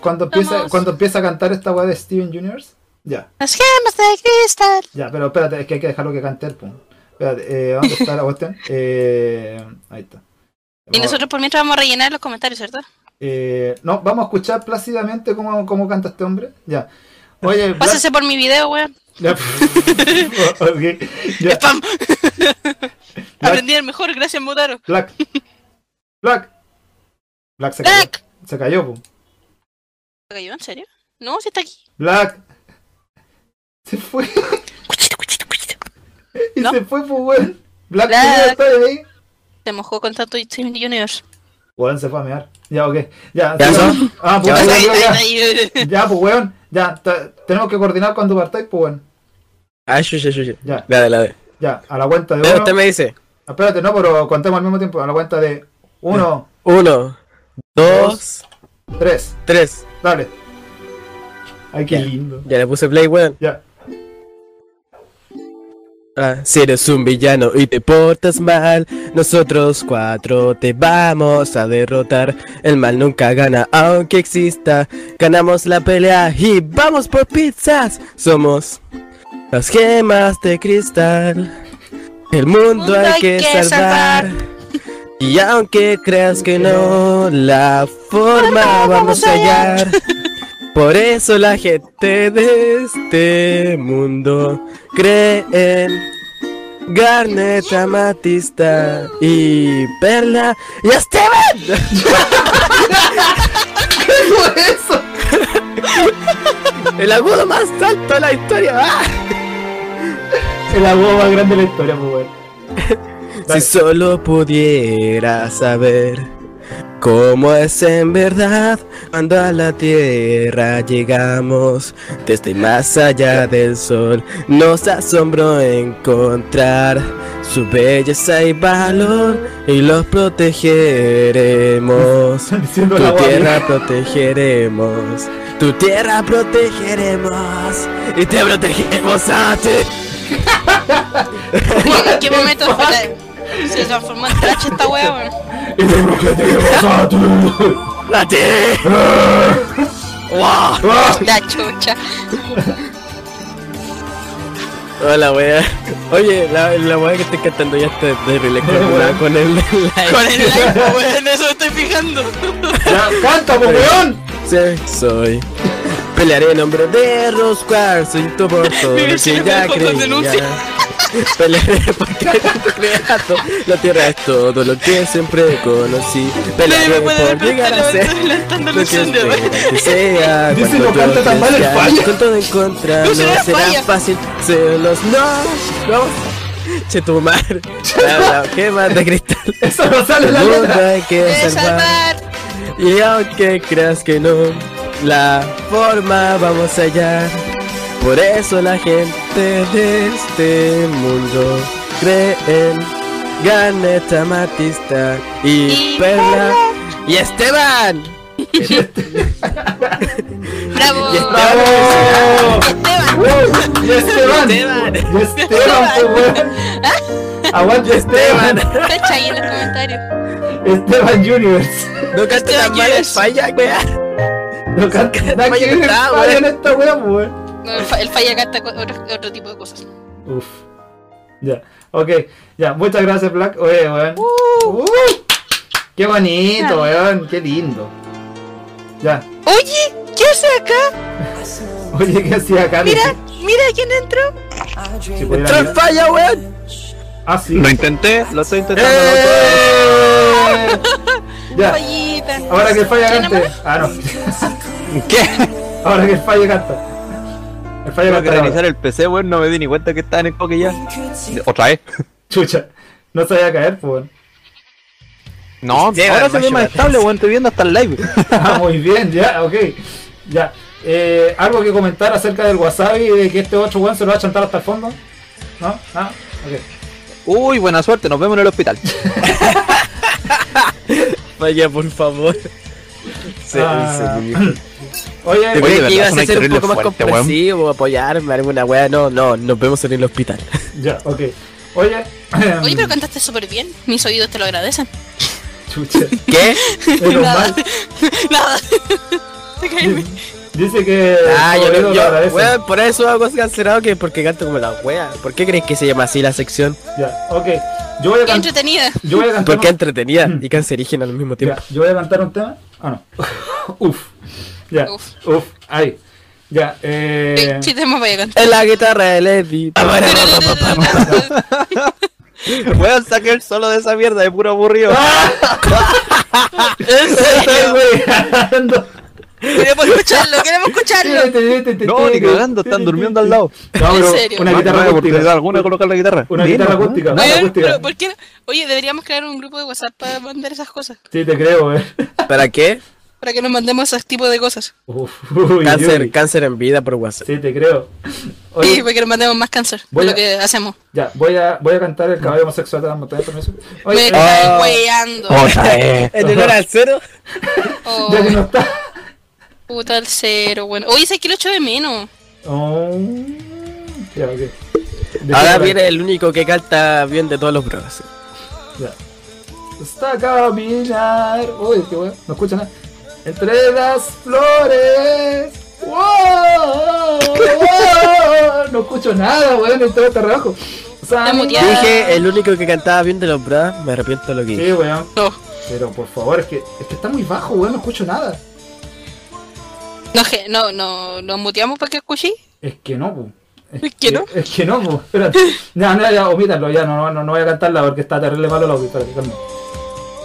Speaker 2: Cuando empieza,
Speaker 3: Vamos.
Speaker 2: cuando empieza a cantar esta wea de Steven Universe. Ya,
Speaker 3: Las gemas de cristal.
Speaker 2: ya, pero espérate, es que hay que dejarlo que cante el pum. Espérate, eh, ¿dónde está la cuestión? Eh, ahí está.
Speaker 3: Y
Speaker 2: Vamos-
Speaker 3: nosotros por mientras vamos a rellenar los comentarios, ¿cierto?
Speaker 2: eh, no, vamos a escuchar plácidamente cómo, cómo canta este hombre. Ya. Oye, Black-
Speaker 3: Pásese por mi video, weón.
Speaker 2: Ya. Ok, ya.
Speaker 3: Spam.
Speaker 2: Black,
Speaker 3: Aprendí el mejor, gracias, Mutaro.
Speaker 2: Black. Black. Black se cayó.
Speaker 3: ¡Black!
Speaker 2: Se cayó, po.
Speaker 3: ¿Se cayó? ¿En serio? No, si está aquí.
Speaker 2: Black. Se fue.
Speaker 3: Cuchito, cuchito, cuchito.
Speaker 2: Y
Speaker 3: No.
Speaker 2: se fue, po, weón. Black,
Speaker 3: Black.
Speaker 2: ¿qué está ahí?
Speaker 3: Se mojó con tanto Steven Universe.
Speaker 2: Weón, se fue a mear. Ya, ok. Ya,
Speaker 5: ¿Ya
Speaker 2: sigamos.
Speaker 5: son?
Speaker 2: Ah,
Speaker 5: Ya
Speaker 2: puta,
Speaker 5: son.
Speaker 2: ya,
Speaker 3: Ahí,
Speaker 2: ya,
Speaker 3: ahí, ahí, ahí.
Speaker 2: ya. Ya, pues, weón. Ya, te- tenemos que coordinar cuando partáis, pues, weón.
Speaker 5: Ah, yo, yo, yo, yo.
Speaker 2: Ya,
Speaker 5: La de la de.
Speaker 2: ya. A la cuenta de
Speaker 5: Luego
Speaker 2: uno.
Speaker 5: usted me dice:
Speaker 2: Espérate, no, pero contemos al mismo tiempo. A la cuenta de uno,
Speaker 5: uno, dos,
Speaker 2: tres.
Speaker 5: tres.
Speaker 2: Dale. Ay, qué
Speaker 5: Ya.
Speaker 2: lindo.
Speaker 5: Ya le puse play, weón.
Speaker 2: Ya.
Speaker 5: Ah, si eres un villano y te portas mal, nosotros cuatro te vamos a derrotar. El mal nunca gana, aunque exista. Ganamos la pelea y vamos por pizzas. Somos las gemas de cristal. El mundo
Speaker 3: Mundo
Speaker 5: hay que salvar. Y aunque creas que no, la forma vamos a hallar. Por eso la gente de este mundo cree en Garnet Amatista y Perla y Esteban.
Speaker 2: ¿Qué es eso?
Speaker 5: El agudo más alto de la historia. ¡Ah!
Speaker 2: El agudo más grande de la historia, pues, weón.
Speaker 5: Si
Speaker 2: Dale.
Speaker 5: solo pudiera saber cómo es en verdad cuando a la tierra llegamos desde más allá del sol, nos asombró encontrar su belleza y valor y los protegeremos.
Speaker 2: Están diciendo el
Speaker 5: Tu
Speaker 2: agua.
Speaker 5: tierra protegeremos, tu tierra protegeremos y te protegeremos a ti.
Speaker 3: ¿En qué momento fue la- se transformó en trash esta weá, weón?
Speaker 2: Y te protegemos a ti.
Speaker 5: La tierra. ¡Wow!
Speaker 2: Ah,
Speaker 3: La chucha.
Speaker 5: Hola, wea. Oye, la, la wea que estoy cantando ya está terrible con, con el
Speaker 3: Con el like, weón, eso estoy fijando.
Speaker 2: Ya, canta, pues, weón.
Speaker 5: Sí, soy. Pelearé en nombre de Rosquar, soy tu por todo
Speaker 3: Mira,
Speaker 5: lo
Speaker 3: si
Speaker 5: que
Speaker 3: me
Speaker 5: ya
Speaker 3: pongo denuncia.
Speaker 5: creía. Pelearé porque tu creado. La tierra es todo lo que siempre conocí.
Speaker 3: Nadie
Speaker 5: Pelearé
Speaker 3: me puede
Speaker 5: por llegar
Speaker 3: representar
Speaker 5: a ser.
Speaker 3: levantando
Speaker 5: Lo
Speaker 3: el
Speaker 5: Pues que
Speaker 3: incendio,
Speaker 5: espera
Speaker 3: weón.
Speaker 5: que sea
Speaker 2: Dice,
Speaker 5: cuando
Speaker 2: no
Speaker 5: yo
Speaker 2: canta tan mal el
Speaker 5: crezca,
Speaker 2: falla.
Speaker 5: Con todo en contra
Speaker 3: No,
Speaker 5: no,
Speaker 3: será el
Speaker 5: será
Speaker 3: falla.
Speaker 5: fácil Celos no, no Che tu madre La gema de cristal
Speaker 2: Eso no sale en
Speaker 5: El
Speaker 2: la
Speaker 5: mundo
Speaker 2: letra.
Speaker 5: hay que
Speaker 3: De
Speaker 5: salvar
Speaker 3: salvar.
Speaker 5: Y aunque creas que no La forma vamos a hallar Por eso la gente de este mundo Cree en Ganeta Matista y,
Speaker 3: Y
Speaker 5: Perla y Esteban
Speaker 3: Bravo.
Speaker 5: Y Esteban
Speaker 2: ¡Bravo!
Speaker 3: Esteban.
Speaker 2: ¡Uh! ¡Y Esteban!
Speaker 5: Esteban.
Speaker 2: ¡Y Esteban, pues, weón! ¡Aguante Esteban!
Speaker 3: Cacha ahí en los comentarios.
Speaker 2: Esteban Universe.
Speaker 5: No canta tan mal el falla, wea.
Speaker 2: No canta. Nada que ver
Speaker 5: Está,
Speaker 2: falla en
Speaker 5: weón.
Speaker 2: esta weá, pues, weón.
Speaker 3: No, el, fa- el falla canta co- otro, otro tipo de cosas.
Speaker 2: Uf. Ya. Ok. Ya. Muchas gracias, Black. Oye, weón. Uh. Qué bonito, weón. Qué lindo. Ya.
Speaker 3: Oye, ¿qué hace acá?
Speaker 2: Oye, ¿qué hacía acá?
Speaker 3: Mira, mira quién entró.
Speaker 2: Si- si pudiera
Speaker 5: Entró el
Speaker 2: mirar.
Speaker 5: falla, weón.
Speaker 2: Ah, sí.
Speaker 4: Lo intenté, lo estoy intentando.
Speaker 5: ¡Eh!
Speaker 2: Ya.
Speaker 3: Fallita.
Speaker 2: Ahora que el falla
Speaker 3: ¿Quién
Speaker 2: cante.
Speaker 3: más?
Speaker 2: Ah, no.
Speaker 4: ¿Qué?
Speaker 2: Ahora que el falla canta. El falla
Speaker 4: Tengo que
Speaker 2: canta. ahora.
Speaker 4: reiniciar el PC, weón. No me di ni cuenta que estaba en el coque ya. Otra vez.
Speaker 2: Chucha. No se vaya a caer, pues, weón.
Speaker 4: No,
Speaker 5: Lleva
Speaker 4: ahora
Speaker 5: el
Speaker 4: se ve
Speaker 5: macho
Speaker 4: más
Speaker 5: de
Speaker 4: estable, weón. Estoy viendo hasta el live.
Speaker 2: Ah, muy bien, ya, ok. Ya. Eh, ¿Algo que comentar acerca del wasabi de que este otro weón se lo va a chantar hasta el fondo? ¿No? Ah, ok.
Speaker 4: Uy, buena suerte. Nos vemos en el hospital.
Speaker 5: Falla,
Speaker 4: pues,
Speaker 5: por favor. Se
Speaker 2: Ah.
Speaker 5: dice,
Speaker 2: Oye,
Speaker 5: Te creí
Speaker 4: verdad,
Speaker 5: que ibas
Speaker 4: suena
Speaker 5: a ser un
Speaker 4: terrible
Speaker 5: poco más
Speaker 4: fuerte, weón.
Speaker 5: comprensivo, apoyarme, alguna wea. No, no, nos vemos en el hospital.
Speaker 2: Ya, ok. Oye.
Speaker 3: Oye, pero cantaste súper bien. Mis oídos te lo agradecen.
Speaker 2: Chucha.
Speaker 5: ¿Qué?
Speaker 2: Menos
Speaker 3: Nada.
Speaker 2: mal.
Speaker 3: Nada. Se cae.
Speaker 2: Dice que.
Speaker 5: Ah,
Speaker 2: tu
Speaker 5: yo,
Speaker 2: oído
Speaker 5: yo,
Speaker 2: lo agradece.
Speaker 5: weón, por eso hago cancelado que porque canto como la wea. ¿Por qué crees que se llama así la sección?
Speaker 2: Ya, ok. Yo voy a
Speaker 3: Qué
Speaker 2: cantar.
Speaker 3: entretenida.
Speaker 2: Yo voy a cantar.
Speaker 5: Porque es entretenida y cancerígena al mismo
Speaker 2: Ya,
Speaker 5: tiempo.
Speaker 2: yo voy a cantar un tema. Ah, no. uf. Ya. Uf.
Speaker 3: Uf.
Speaker 2: Ahí. Ya. Eh.
Speaker 3: Sí, te me voy a cantar.
Speaker 5: Es la guitarra de Lady.
Speaker 4: Weón, saqué el solo de esa mierda de puro aburrido.
Speaker 2: Ah,
Speaker 5: ¿En
Speaker 2: Estoy weando.
Speaker 3: Queremos escucharlo, queremos escucharlo.
Speaker 4: No, ni cagando, están durmiendo al lado.
Speaker 2: No,
Speaker 3: ¿En
Speaker 2: pero
Speaker 3: serio?
Speaker 2: una
Speaker 4: No, Ah, no
Speaker 2: guitarra
Speaker 4: hay oportunidad
Speaker 2: acústica.
Speaker 4: alguna de colocar la guitarra.
Speaker 2: Una
Speaker 4: Bien,
Speaker 2: guitarra
Speaker 4: ¿no?
Speaker 2: acústica.
Speaker 4: Nada.
Speaker 2: Una
Speaker 3: Oye,
Speaker 2: acústica.
Speaker 3: pero ¿por qué no? Oye, deberíamos crear un grupo de WhatsApp para mandar esas cosas.
Speaker 2: Sí, te creo, eh.
Speaker 5: ¿Para qué?
Speaker 3: Para que nos mandemos esos tipos de cosas.
Speaker 2: Uf, uy,
Speaker 5: Cáncer,
Speaker 2: uy.
Speaker 5: cáncer en vida por WhatsApp.
Speaker 2: Sí, te creo.
Speaker 3: Y
Speaker 2: Oye,
Speaker 3: para que nos mandemos más cáncer. de
Speaker 2: Voy a-
Speaker 3: lo que hacemos.
Speaker 2: ya, voy a, voy a cantar el caballo homosexual de la montaña, permiso.
Speaker 3: Me
Speaker 2: Oye, eh,
Speaker 3: estáis hueando.
Speaker 5: ¿En honor al cero?
Speaker 3: Oh,
Speaker 2: ya que no está.
Speaker 3: puta el cero, bueno. Oye, sé que lo echo de menos.
Speaker 2: Oh, ya, ok. Dejé
Speaker 5: Ahora
Speaker 2: por ahí.
Speaker 5: viene el único que canta bien de todos los bros.
Speaker 2: Ya. Está caminar. Uy, qué bueno. No escucha nada. Entre las flores. ¡Wow! ¡Wow! No escucho nada, weón, en todo este trabajo.
Speaker 3: Está muteado.
Speaker 5: Dije el único que cantaba bien de los bros, me arrepiento de lo que dije.
Speaker 2: Sí, weón.
Speaker 3: No,
Speaker 2: Pero por favor, es que, es que está muy bajo, weón, no escucho nada.
Speaker 3: no, je- no, no, nos muteamos para que escuchéis.
Speaker 2: Es que no, weón.
Speaker 3: ¿Es que no?
Speaker 2: Es que no, weón. Espérate. No, no, ya, omítalo, ya, no, no, no voy a cantarla porque está terrible malo el audio. Espérate, calma.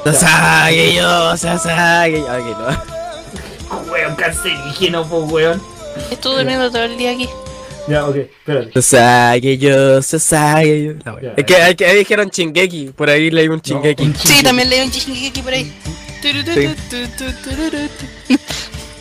Speaker 5: Sasage yo, Sasage yo. Ok, no.
Speaker 2: Ah, Weón, cancerígeno, pues, weón.
Speaker 3: Estuve durmiendo todo el día aquí.
Speaker 2: Ya, ok, espérate.
Speaker 5: Sasage yo, Sasage yo. La wea.
Speaker 2: Ya,
Speaker 5: Es que, es que ahí dijeron chingeki, por ahí leí un chingeki.
Speaker 2: un
Speaker 3: Sí, también leí un chingue aquí por ahí. Tururú,
Speaker 4: Sí.
Speaker 3: tu, tu, tururú, tu.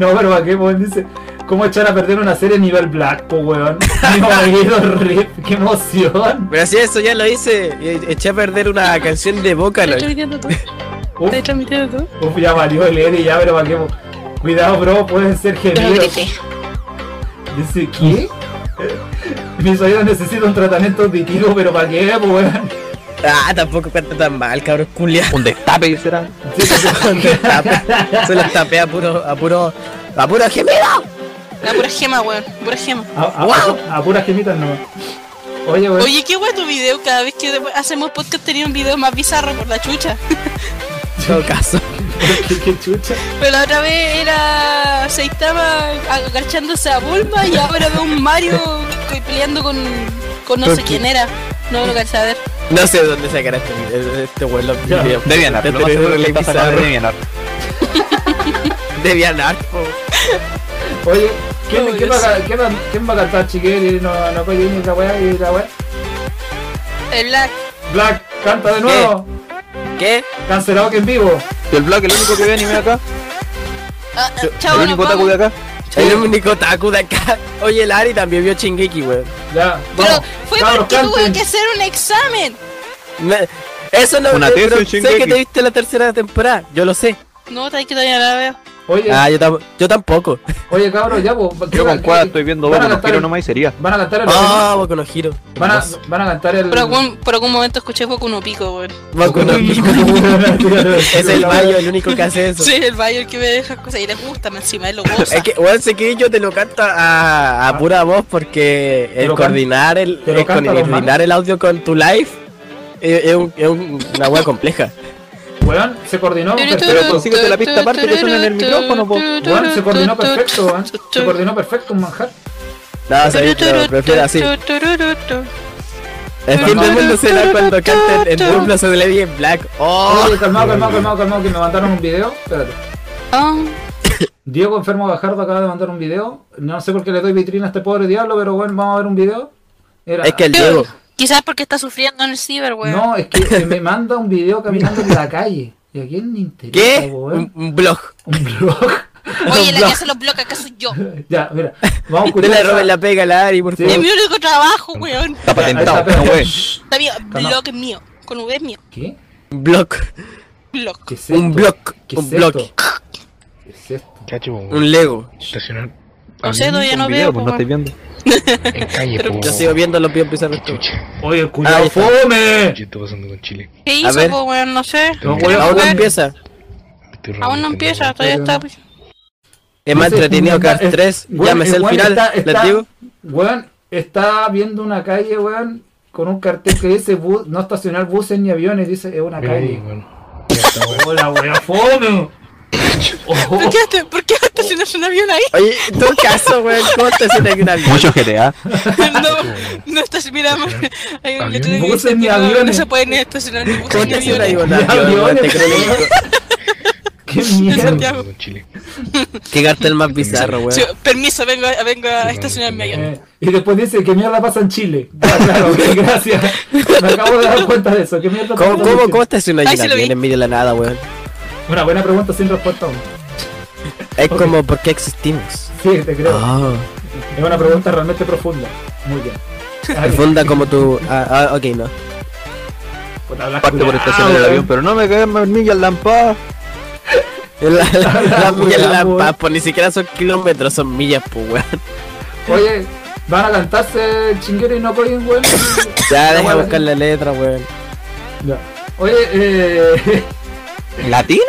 Speaker 2: No, pero ¿a qué, weón? Dice, ¿cómo echar a perder una serie nivel black, po, weón? No, Guido Rip, qué emoción.
Speaker 5: Pero si eso ya lo hice, e- eché a perder una canción de boca,
Speaker 3: ¿Estás
Speaker 5: ¿no?
Speaker 3: transmitiendo todo?
Speaker 2: Uh. Uf,
Speaker 3: ¿Estás transmitiendo todo?
Speaker 2: uf, ya valió el Eddie, ya, pero ¿a qué, weón? Cuidado, bro, pueden ser
Speaker 3: Yo no
Speaker 2: gemidos.
Speaker 3: grité.
Speaker 2: Dice, ¿qué? Mis oídos necesitan un tratamiento auditivo, pero ¿para qué, po, weón?
Speaker 5: Ah, tampoco canta tan mal, cabrón, culia.
Speaker 4: Un destape será.
Speaker 2: Sí, sí, sí.
Speaker 5: Se las tapé a puro, a puro, a puro gemido.
Speaker 3: La pura gema, weón. Pura gema.
Speaker 2: A, a- a puras gemitas no. Oye, weón.
Speaker 3: Oye, qué guay tu video. Cada vez que hacemos podcast tenía un video más bizarro por la chucha.
Speaker 5: En todo caso.
Speaker 2: qué, qué chucha.
Speaker 3: Pero la otra vez era Saitama agachándose a Bulma y ahora veo un Mario co- peleando con, con no sé quién era. No lo cansé a ver.
Speaker 5: No sé dónde sacar este, este weón los
Speaker 2: Ya.
Speaker 5: videos.
Speaker 4: Debianar, lo más seguro que está sacando de Debianar.
Speaker 5: Debianar, po.
Speaker 2: Oye, ¿quién,
Speaker 3: No,
Speaker 2: ¿quién,
Speaker 3: yo
Speaker 2: va, a- quién, va, ¿quién va a cantar chiquel y no, no coño ni la weá y la weá?
Speaker 3: El Black.
Speaker 2: Black, canta de nuevo.
Speaker 5: ¿Qué?
Speaker 2: Cancelado que en vivo.
Speaker 4: Y el Black, el único que ve anime acá.
Speaker 3: Ah, ah,
Speaker 4: El
Speaker 3: chao, nos
Speaker 4: único taco
Speaker 3: vamos.
Speaker 4: de acá.
Speaker 5: El único taku de acá. Oye, el Ari también vio Chingeki, weón.
Speaker 2: Ya,
Speaker 3: Pero
Speaker 2: vamos.
Speaker 3: fue
Speaker 2: Cabros,
Speaker 3: porque tuve
Speaker 2: canten.
Speaker 3: que hacer un examen.
Speaker 5: Me- Eso no
Speaker 4: Una
Speaker 5: eh,
Speaker 4: tesis
Speaker 5: pero
Speaker 4: en
Speaker 5: Sé
Speaker 4: Shingeki.
Speaker 5: que te viste la tercera temporada, yo lo sé.
Speaker 3: No, te que todavía no la veo.
Speaker 2: Oye,
Speaker 5: Ah, yo, tam- yo tampoco.
Speaker 2: oye, cabros, ya, po. ¿qué
Speaker 4: Yo
Speaker 2: va-
Speaker 4: con
Speaker 2: qué-
Speaker 4: cuadra estoy viendo
Speaker 2: van a
Speaker 4: Boku no
Speaker 2: cantar
Speaker 4: quiero
Speaker 2: el-
Speaker 4: nomás y sería.
Speaker 2: Van a cantar el.
Speaker 5: Ah, Boku no giro.
Speaker 2: van, a, van a cantar el.
Speaker 3: Por algún, por algún momento escuché Boku no Pico, weón.
Speaker 5: Boku no Hero. Es el baño el único que hace eso.
Speaker 3: Sí, el Bayer que me deja cosas y les gusta, más encima, él lo goza.
Speaker 5: Es que, weón, sé que yo te lo canta a, a pura voz porque
Speaker 2: Te
Speaker 5: el
Speaker 2: lo can-
Speaker 5: coordinar el,
Speaker 2: te lo
Speaker 5: el
Speaker 2: canta a los
Speaker 5: coordinar
Speaker 2: manos.
Speaker 5: el audio con tu live es, es un- es un- una weá compleja.
Speaker 2: Weón, se coordinó.
Speaker 4: Pero
Speaker 2: perfecto.
Speaker 4: consíguete la pista aparte que suena en el micrófono, po.
Speaker 2: Weón, se coordinó perfecto, weón. Se coordinó perfecto un manjar.
Speaker 5: No, sabía, pero prefiero así. El fin del mundo será cuando canten en Duplo se le en Black. Oh,
Speaker 4: Ah.
Speaker 2: Oye, calmado, calmado, calmado, calmado, que me mandaron un video. Espérate.
Speaker 3: Ah,
Speaker 2: Diego Enfermo Bajardo acaba de mandar un video. No sé por qué le doy vitrina a este pobre diablo, pero bueno, vamos a ver un video. Era-
Speaker 5: es que el Diego.
Speaker 3: Quizás porque está sufriendo en el ciber, weón.
Speaker 2: No, es que se me manda un video caminando en la calle. ¿Y a quién le interesa,
Speaker 5: ¿Qué?
Speaker 2: weón?
Speaker 5: Un, un blog.
Speaker 2: Un blog.
Speaker 3: Oye, la que
Speaker 4: blogs.
Speaker 3: hace los blogs acá soy yo.
Speaker 2: Ya, mira. Vamos a
Speaker 5: No le
Speaker 2: escuchar-
Speaker 5: roben la pega a la Ari, por
Speaker 2: Sí.
Speaker 5: favor.
Speaker 3: Es mi único trabajo, weón.
Speaker 4: Está
Speaker 2: Ya, ahí está,
Speaker 4: patentado, no,
Speaker 2: pero-
Speaker 4: güey.
Speaker 2: Shh.
Speaker 3: Está bien,
Speaker 2: Calma.
Speaker 3: blog es mío. Con V es mío.
Speaker 2: ¿Qué?
Speaker 5: Un block,
Speaker 3: Blog.
Speaker 2: ¿Qué es esto?
Speaker 5: un block,
Speaker 2: ¿Qué es
Speaker 5: un block,
Speaker 2: esto? ¿Qué es esto?
Speaker 6: Cacho, po,
Speaker 5: un Lego.
Speaker 6: estacionar.
Speaker 3: No sé,
Speaker 6: Hablando
Speaker 3: todavía
Speaker 6: con
Speaker 3: no
Speaker 6: video,
Speaker 3: veo.
Speaker 4: Pues no estoy viendo.
Speaker 6: En calle, po.
Speaker 5: Yo sigo viendo los pies pisar esto.
Speaker 6: Chucha,
Speaker 2: Oye, el culiao
Speaker 5: Ahí está.
Speaker 2: fome.
Speaker 6: ¿qué está pasando con Chile?
Speaker 3: ¿Qué
Speaker 5: A ver.
Speaker 3: hizo, po, weón? No sé.
Speaker 2: No,
Speaker 6: Estoy-
Speaker 2: weón.
Speaker 5: Aún no
Speaker 3: Bueno.
Speaker 5: empieza.
Speaker 6: estoy
Speaker 3: Aún no
Speaker 6: realmente
Speaker 3: empieza,
Speaker 6: loco.
Speaker 3: todavía está.
Speaker 5: Es más
Speaker 2: Ese
Speaker 5: entretenido que
Speaker 2: weón,
Speaker 5: Cars
Speaker 2: es-
Speaker 5: 3.
Speaker 2: weón,
Speaker 5: Ya me sé
Speaker 2: el
Speaker 5: el
Speaker 2: weón
Speaker 5: final,
Speaker 2: está-
Speaker 5: les
Speaker 2: está-
Speaker 5: digo.
Speaker 2: Weón, está viendo una calle, weón, con un cartel que dice bu- no estacionar buses ni aviones, dice es una
Speaker 6: Mira ahí,
Speaker 2: calle.
Speaker 6: weón. Ya está, weón.
Speaker 2: Hola, weón, fome. Ojo.
Speaker 3: ¿Por qué, ¿Por qué estacionas un avión ahí?
Speaker 5: Oye, en todo caso, weón, ¿cómo te sientes que un avión?
Speaker 4: Mucho GTA.
Speaker 3: No, no estás mirando. Hay un letrero que
Speaker 2: Buses
Speaker 3: dice
Speaker 2: ni
Speaker 3: que no- No
Speaker 2: aviones.
Speaker 3: se pueden estacionar ni
Speaker 5: ¿Cómo
Speaker 3: buses ni
Speaker 5: te sientes ahí
Speaker 3: aviones.
Speaker 5: un
Speaker 2: Ni
Speaker 5: avión? weón? Te
Speaker 2: aviones,
Speaker 5: creo
Speaker 2: weón.
Speaker 5: que-
Speaker 2: Qué
Speaker 6: ¿Qué está
Speaker 2: mierda.
Speaker 3: Santiago.
Speaker 6: pasando con Chile?
Speaker 5: Qué cartel más bizarro,
Speaker 3: Sí,
Speaker 5: weón.
Speaker 3: permiso, vengo, a- vengo a estacionarme allá.
Speaker 2: Eh, y después dice que mierda pasa en Chile. Ya, claro, ok, gracias. Me acabo de dar cuenta de eso. ¿Qué mierda pasa
Speaker 5: ¿Cómo,
Speaker 2: en
Speaker 5: cómo,
Speaker 2: Chile?
Speaker 5: cómo te sientes
Speaker 3: Ahí
Speaker 5: ahí
Speaker 3: sí
Speaker 5: un
Speaker 3: lo
Speaker 5: avión
Speaker 3: vi.
Speaker 5: en medio de la nada, weón?
Speaker 2: Una buena pregunta sin respuesta aún.
Speaker 5: Es como, ¿por qué existimos?
Speaker 2: Sí, te creo.
Speaker 5: Ah,
Speaker 2: Es una pregunta realmente profunda. Muy bien.
Speaker 5: profunda como tu... Ah, ah, ok, no.
Speaker 2: Puta, hablas
Speaker 4: Parte por
Speaker 2: culiao,
Speaker 5: Ah,
Speaker 4: estacionar el
Speaker 2: weón.
Speaker 4: avión, pero no me caen más millas lampadas.
Speaker 5: La, la,
Speaker 2: La
Speaker 5: las millas
Speaker 2: wea,
Speaker 5: la
Speaker 2: weón.
Speaker 5: papo, ni siquiera son kilómetros, son millas, pues, weón.
Speaker 2: Oye, van a cantarse Chinguero y no Coin, weón.
Speaker 5: Ya,
Speaker 2: La
Speaker 5: deja
Speaker 2: wea,
Speaker 5: buscar la letra, weón.
Speaker 2: Ya. Oye, eh.
Speaker 4: ¿Latina?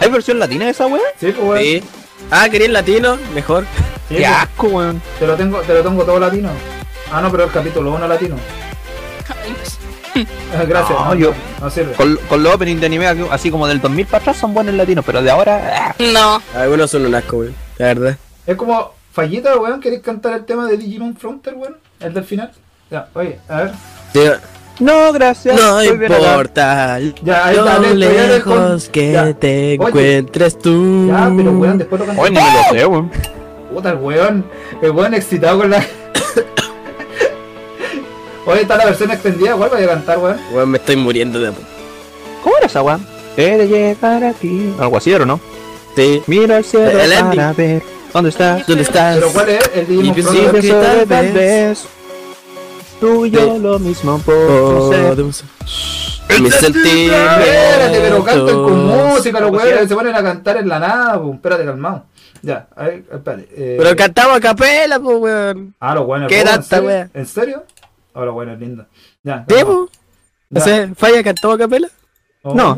Speaker 4: ¿Hay versión latina de esa weá?
Speaker 2: Sí, pues, weón.
Speaker 5: Sí. Ah, quería el latino, mejor.
Speaker 2: Sí,
Speaker 4: Qué asco, weón.
Speaker 2: pues, Te lo tengo, te lo tengo todo latino. Ah, no, pero el capítulo 1 latino. Ah, Gracias.
Speaker 4: No,
Speaker 2: No,
Speaker 4: yo-
Speaker 2: No sirve.
Speaker 4: Con, con los openings de anime, así como del 2000 para atrás, son buenos latinos, pero de ahora. ah.
Speaker 3: No,
Speaker 5: Algunos son un asco, weón. La verdad.
Speaker 2: Es como, fallita, weón, ¿queréis cantar el tema de Digimon Frontier, weón? El del final. Ya, oye, a ver.
Speaker 5: Sí,
Speaker 4: No, gracias.
Speaker 5: No
Speaker 4: estoy bien acá.
Speaker 5: importa
Speaker 2: Ya, ahí
Speaker 5: lo
Speaker 2: está, listo, ya le con-
Speaker 5: lejos que
Speaker 2: ya.
Speaker 5: te
Speaker 2: Oye.
Speaker 5: encuentres tú.
Speaker 2: Ya, pero weón, después lo
Speaker 4: Oye,
Speaker 2: cantas.
Speaker 4: ni me lo sé, weón.
Speaker 2: Puta, el weón. El weón excitado con la. Oye, está la versión extendida, weón, vaya a cantar, weón.
Speaker 5: Weón, me estoy muriendo de
Speaker 4: ¿Cómo era esa weá? He de llegar aquí. Algo así, ¿o no?
Speaker 5: Sí.
Speaker 4: Mira el cielo
Speaker 5: El
Speaker 4: para
Speaker 5: ending.
Speaker 4: ver. ¿Dónde estás?
Speaker 5: ¿Dónde estás?
Speaker 2: Pero ¿cuál es? El
Speaker 5: Y
Speaker 2: Digimon
Speaker 5: pues
Speaker 4: Sí,
Speaker 2: Frontier.
Speaker 5: que
Speaker 4: pienso
Speaker 5: tal
Speaker 4: que tal
Speaker 5: vez-
Speaker 4: vez. Tú y yo
Speaker 5: Sí.
Speaker 4: lo mismo
Speaker 5: Oh,
Speaker 4: por
Speaker 5: Dios.
Speaker 2: Este
Speaker 5: Mis
Speaker 2: Espérate, pero cantan con
Speaker 5: sentimientos.
Speaker 2: música los
Speaker 4: Como
Speaker 2: weones,
Speaker 4: sea.
Speaker 2: se ponen a cantar en la nada, pum, espérate, calmado. Ya, a ver, espérate. eh,
Speaker 5: Pero cantaba a capela, pues, weón.
Speaker 2: Ah, los weones
Speaker 5: ¿Qué
Speaker 2: rudos,
Speaker 5: edad
Speaker 2: ¿en
Speaker 5: esta
Speaker 2: serio?
Speaker 5: wea?
Speaker 2: ¿En serio? Ah, los weones lindos. Ya.
Speaker 5: Sí,
Speaker 2: calmado.
Speaker 5: po. O sea, falla cantaba a capela.
Speaker 2: Oh,
Speaker 4: No,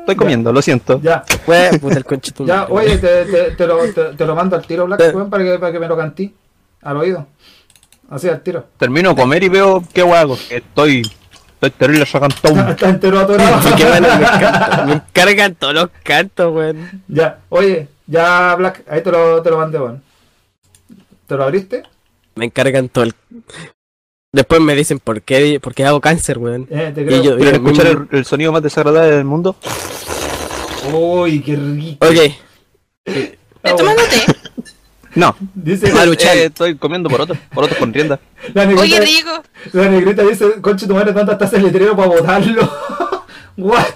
Speaker 4: Estoy
Speaker 2: ya,
Speaker 4: comiendo, lo siento.
Speaker 2: Ya,
Speaker 5: Weón, puta el conche tu
Speaker 2: ya,
Speaker 5: madre,
Speaker 2: oye,
Speaker 5: weón.
Speaker 2: te, te, te lo, te, te lo mando al tiro, Black,
Speaker 5: Eh.
Speaker 2: weón, para que, para que me lo cantí. Al oído. Así, al tiro.
Speaker 4: Termino de comer y veo qué weá hago. Estoy. Estoy terrible sacantón.
Speaker 2: Está entero atorado.
Speaker 5: Sí, qué bueno, me encanta. Me encargan todos los cantos, weón.
Speaker 2: ya, oye, ya, Black, ahí te lo, te lo mandé, weón. ¿Te lo abriste?
Speaker 5: Me encargan todo el. Después me dicen por qué, por qué hago cáncer, weón.
Speaker 2: Eh, te
Speaker 5: Y
Speaker 2: creo.
Speaker 5: yo-
Speaker 4: ¿Quieren escuchar el, el sonido más desagradable del mundo?
Speaker 2: Uy, qué rico.
Speaker 5: Ok,
Speaker 3: ¿Te
Speaker 2: Ah, bueno.
Speaker 3: tomando té?
Speaker 4: No.
Speaker 2: Dice
Speaker 5: Maruchan.
Speaker 4: Eh, estoy comiendo porotos, porotos con rienda.
Speaker 2: la
Speaker 3: Oye,
Speaker 2: negrita,
Speaker 3: Rico,
Speaker 2: la negrita dice, conche tu madre, tanta estás el letrero para botarlo. What?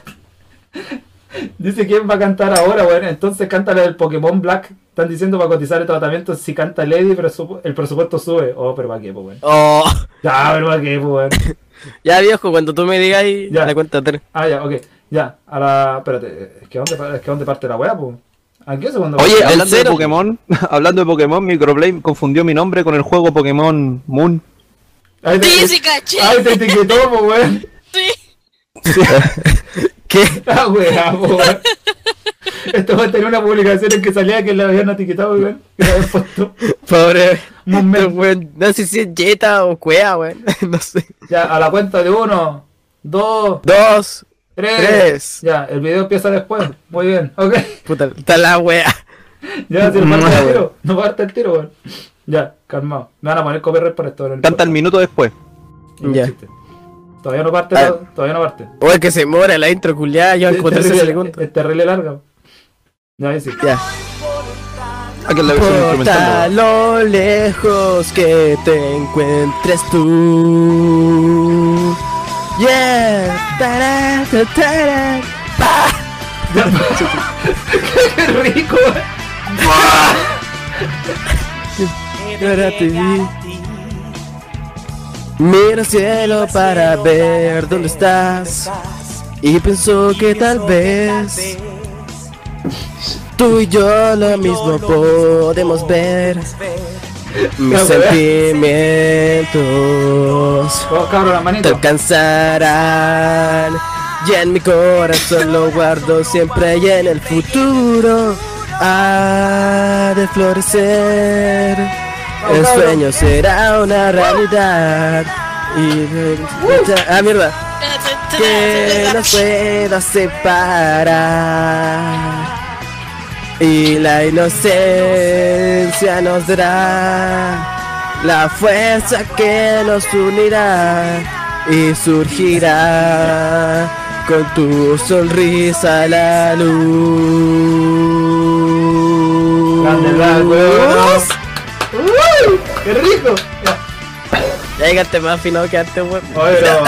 Speaker 2: Dice quién va a cantar ahora, weón. Entonces cántale el Pokémon Black. Están diciendo para cotizar el tratamiento si canta Lady, pero su- el presupuesto sube. Oh, pero va qué, po, weón.
Speaker 5: Oh,
Speaker 2: Ya, pero va qué, po, weón.
Speaker 5: ya viejo, cuando tú me digas ahí,
Speaker 2: Ya.
Speaker 5: la cuenta tres.
Speaker 2: Ah, ya, ok. Ya, a la. Espérate, es que dónde, pa- es que dónde parte la weá, po. ¿A qué segundo?
Speaker 5: Oye, el
Speaker 4: hablando de
Speaker 5: cero.
Speaker 4: Pokémon, hablando de Pokémon, Microblade confundió mi nombre con el juego Pokémon Moon.
Speaker 2: ahí
Speaker 3: ah, sí, sí, caché.
Speaker 2: Ay, te etiquetó, po, weón.
Speaker 3: Sí.
Speaker 5: ¿Qué?
Speaker 2: Ah, weá, po, weón. Esto va a tener una publicación en que salía que la habían etiquetado, weón. Que la habían puesto.
Speaker 5: Pobre.
Speaker 2: Momento.
Speaker 5: este weón, No sé si es Jetta o Cuea, weón. No sé.
Speaker 2: Ya, a la cuenta de uno, dos,
Speaker 5: Dos.
Speaker 2: tres.
Speaker 5: Tres.
Speaker 2: Ya, el video empieza después. Muy bien, ok.
Speaker 5: Puta, está la wea.
Speaker 2: Ya, si no
Speaker 5: No,
Speaker 2: parte el
Speaker 5: weón.
Speaker 2: tiro, no parte el tiro, weón. Ya, calmado. Me van a poner copyright por esto, weón.
Speaker 4: Canta el minuto después.
Speaker 5: Ya.
Speaker 2: Todavía no parte,
Speaker 5: Ah.
Speaker 2: la- todavía no parte.
Speaker 5: Oye, que se mora la intro culiada, llevan como 13 segundos.
Speaker 2: es terrible larga. Ya, ahí sí.
Speaker 5: Ya.
Speaker 4: Aquí es Ah, la versión
Speaker 5: Importa
Speaker 4: instrumental.
Speaker 5: lo lejos que te encuentres tú. Yeah. Tará, tará, tará.
Speaker 2: ¡Qué rico, weón!
Speaker 5: Ahora te vi. Mira al cielo para ver dónde estás. Y pensó que tal vez tú y yo lo mismo podemos ver. Mis
Speaker 2: No,
Speaker 5: sentimientos
Speaker 2: Oh, cabrón, la
Speaker 5: te
Speaker 2: manito.
Speaker 5: alcanzarán. Y en mi corazón lo guardo siempre y en el futuro ha de florecer. El sueño será una realidad. Y ah, mierda, que nos pueda separar. Y la inocencia nos dará la fuerza que nos unirá y surgirá con tu sonrisa la luz.
Speaker 2: Grande la huevona. ¡Uy! ¡Qué rico!
Speaker 5: Llégate más fino que antes, weón.
Speaker 2: Oye, pero.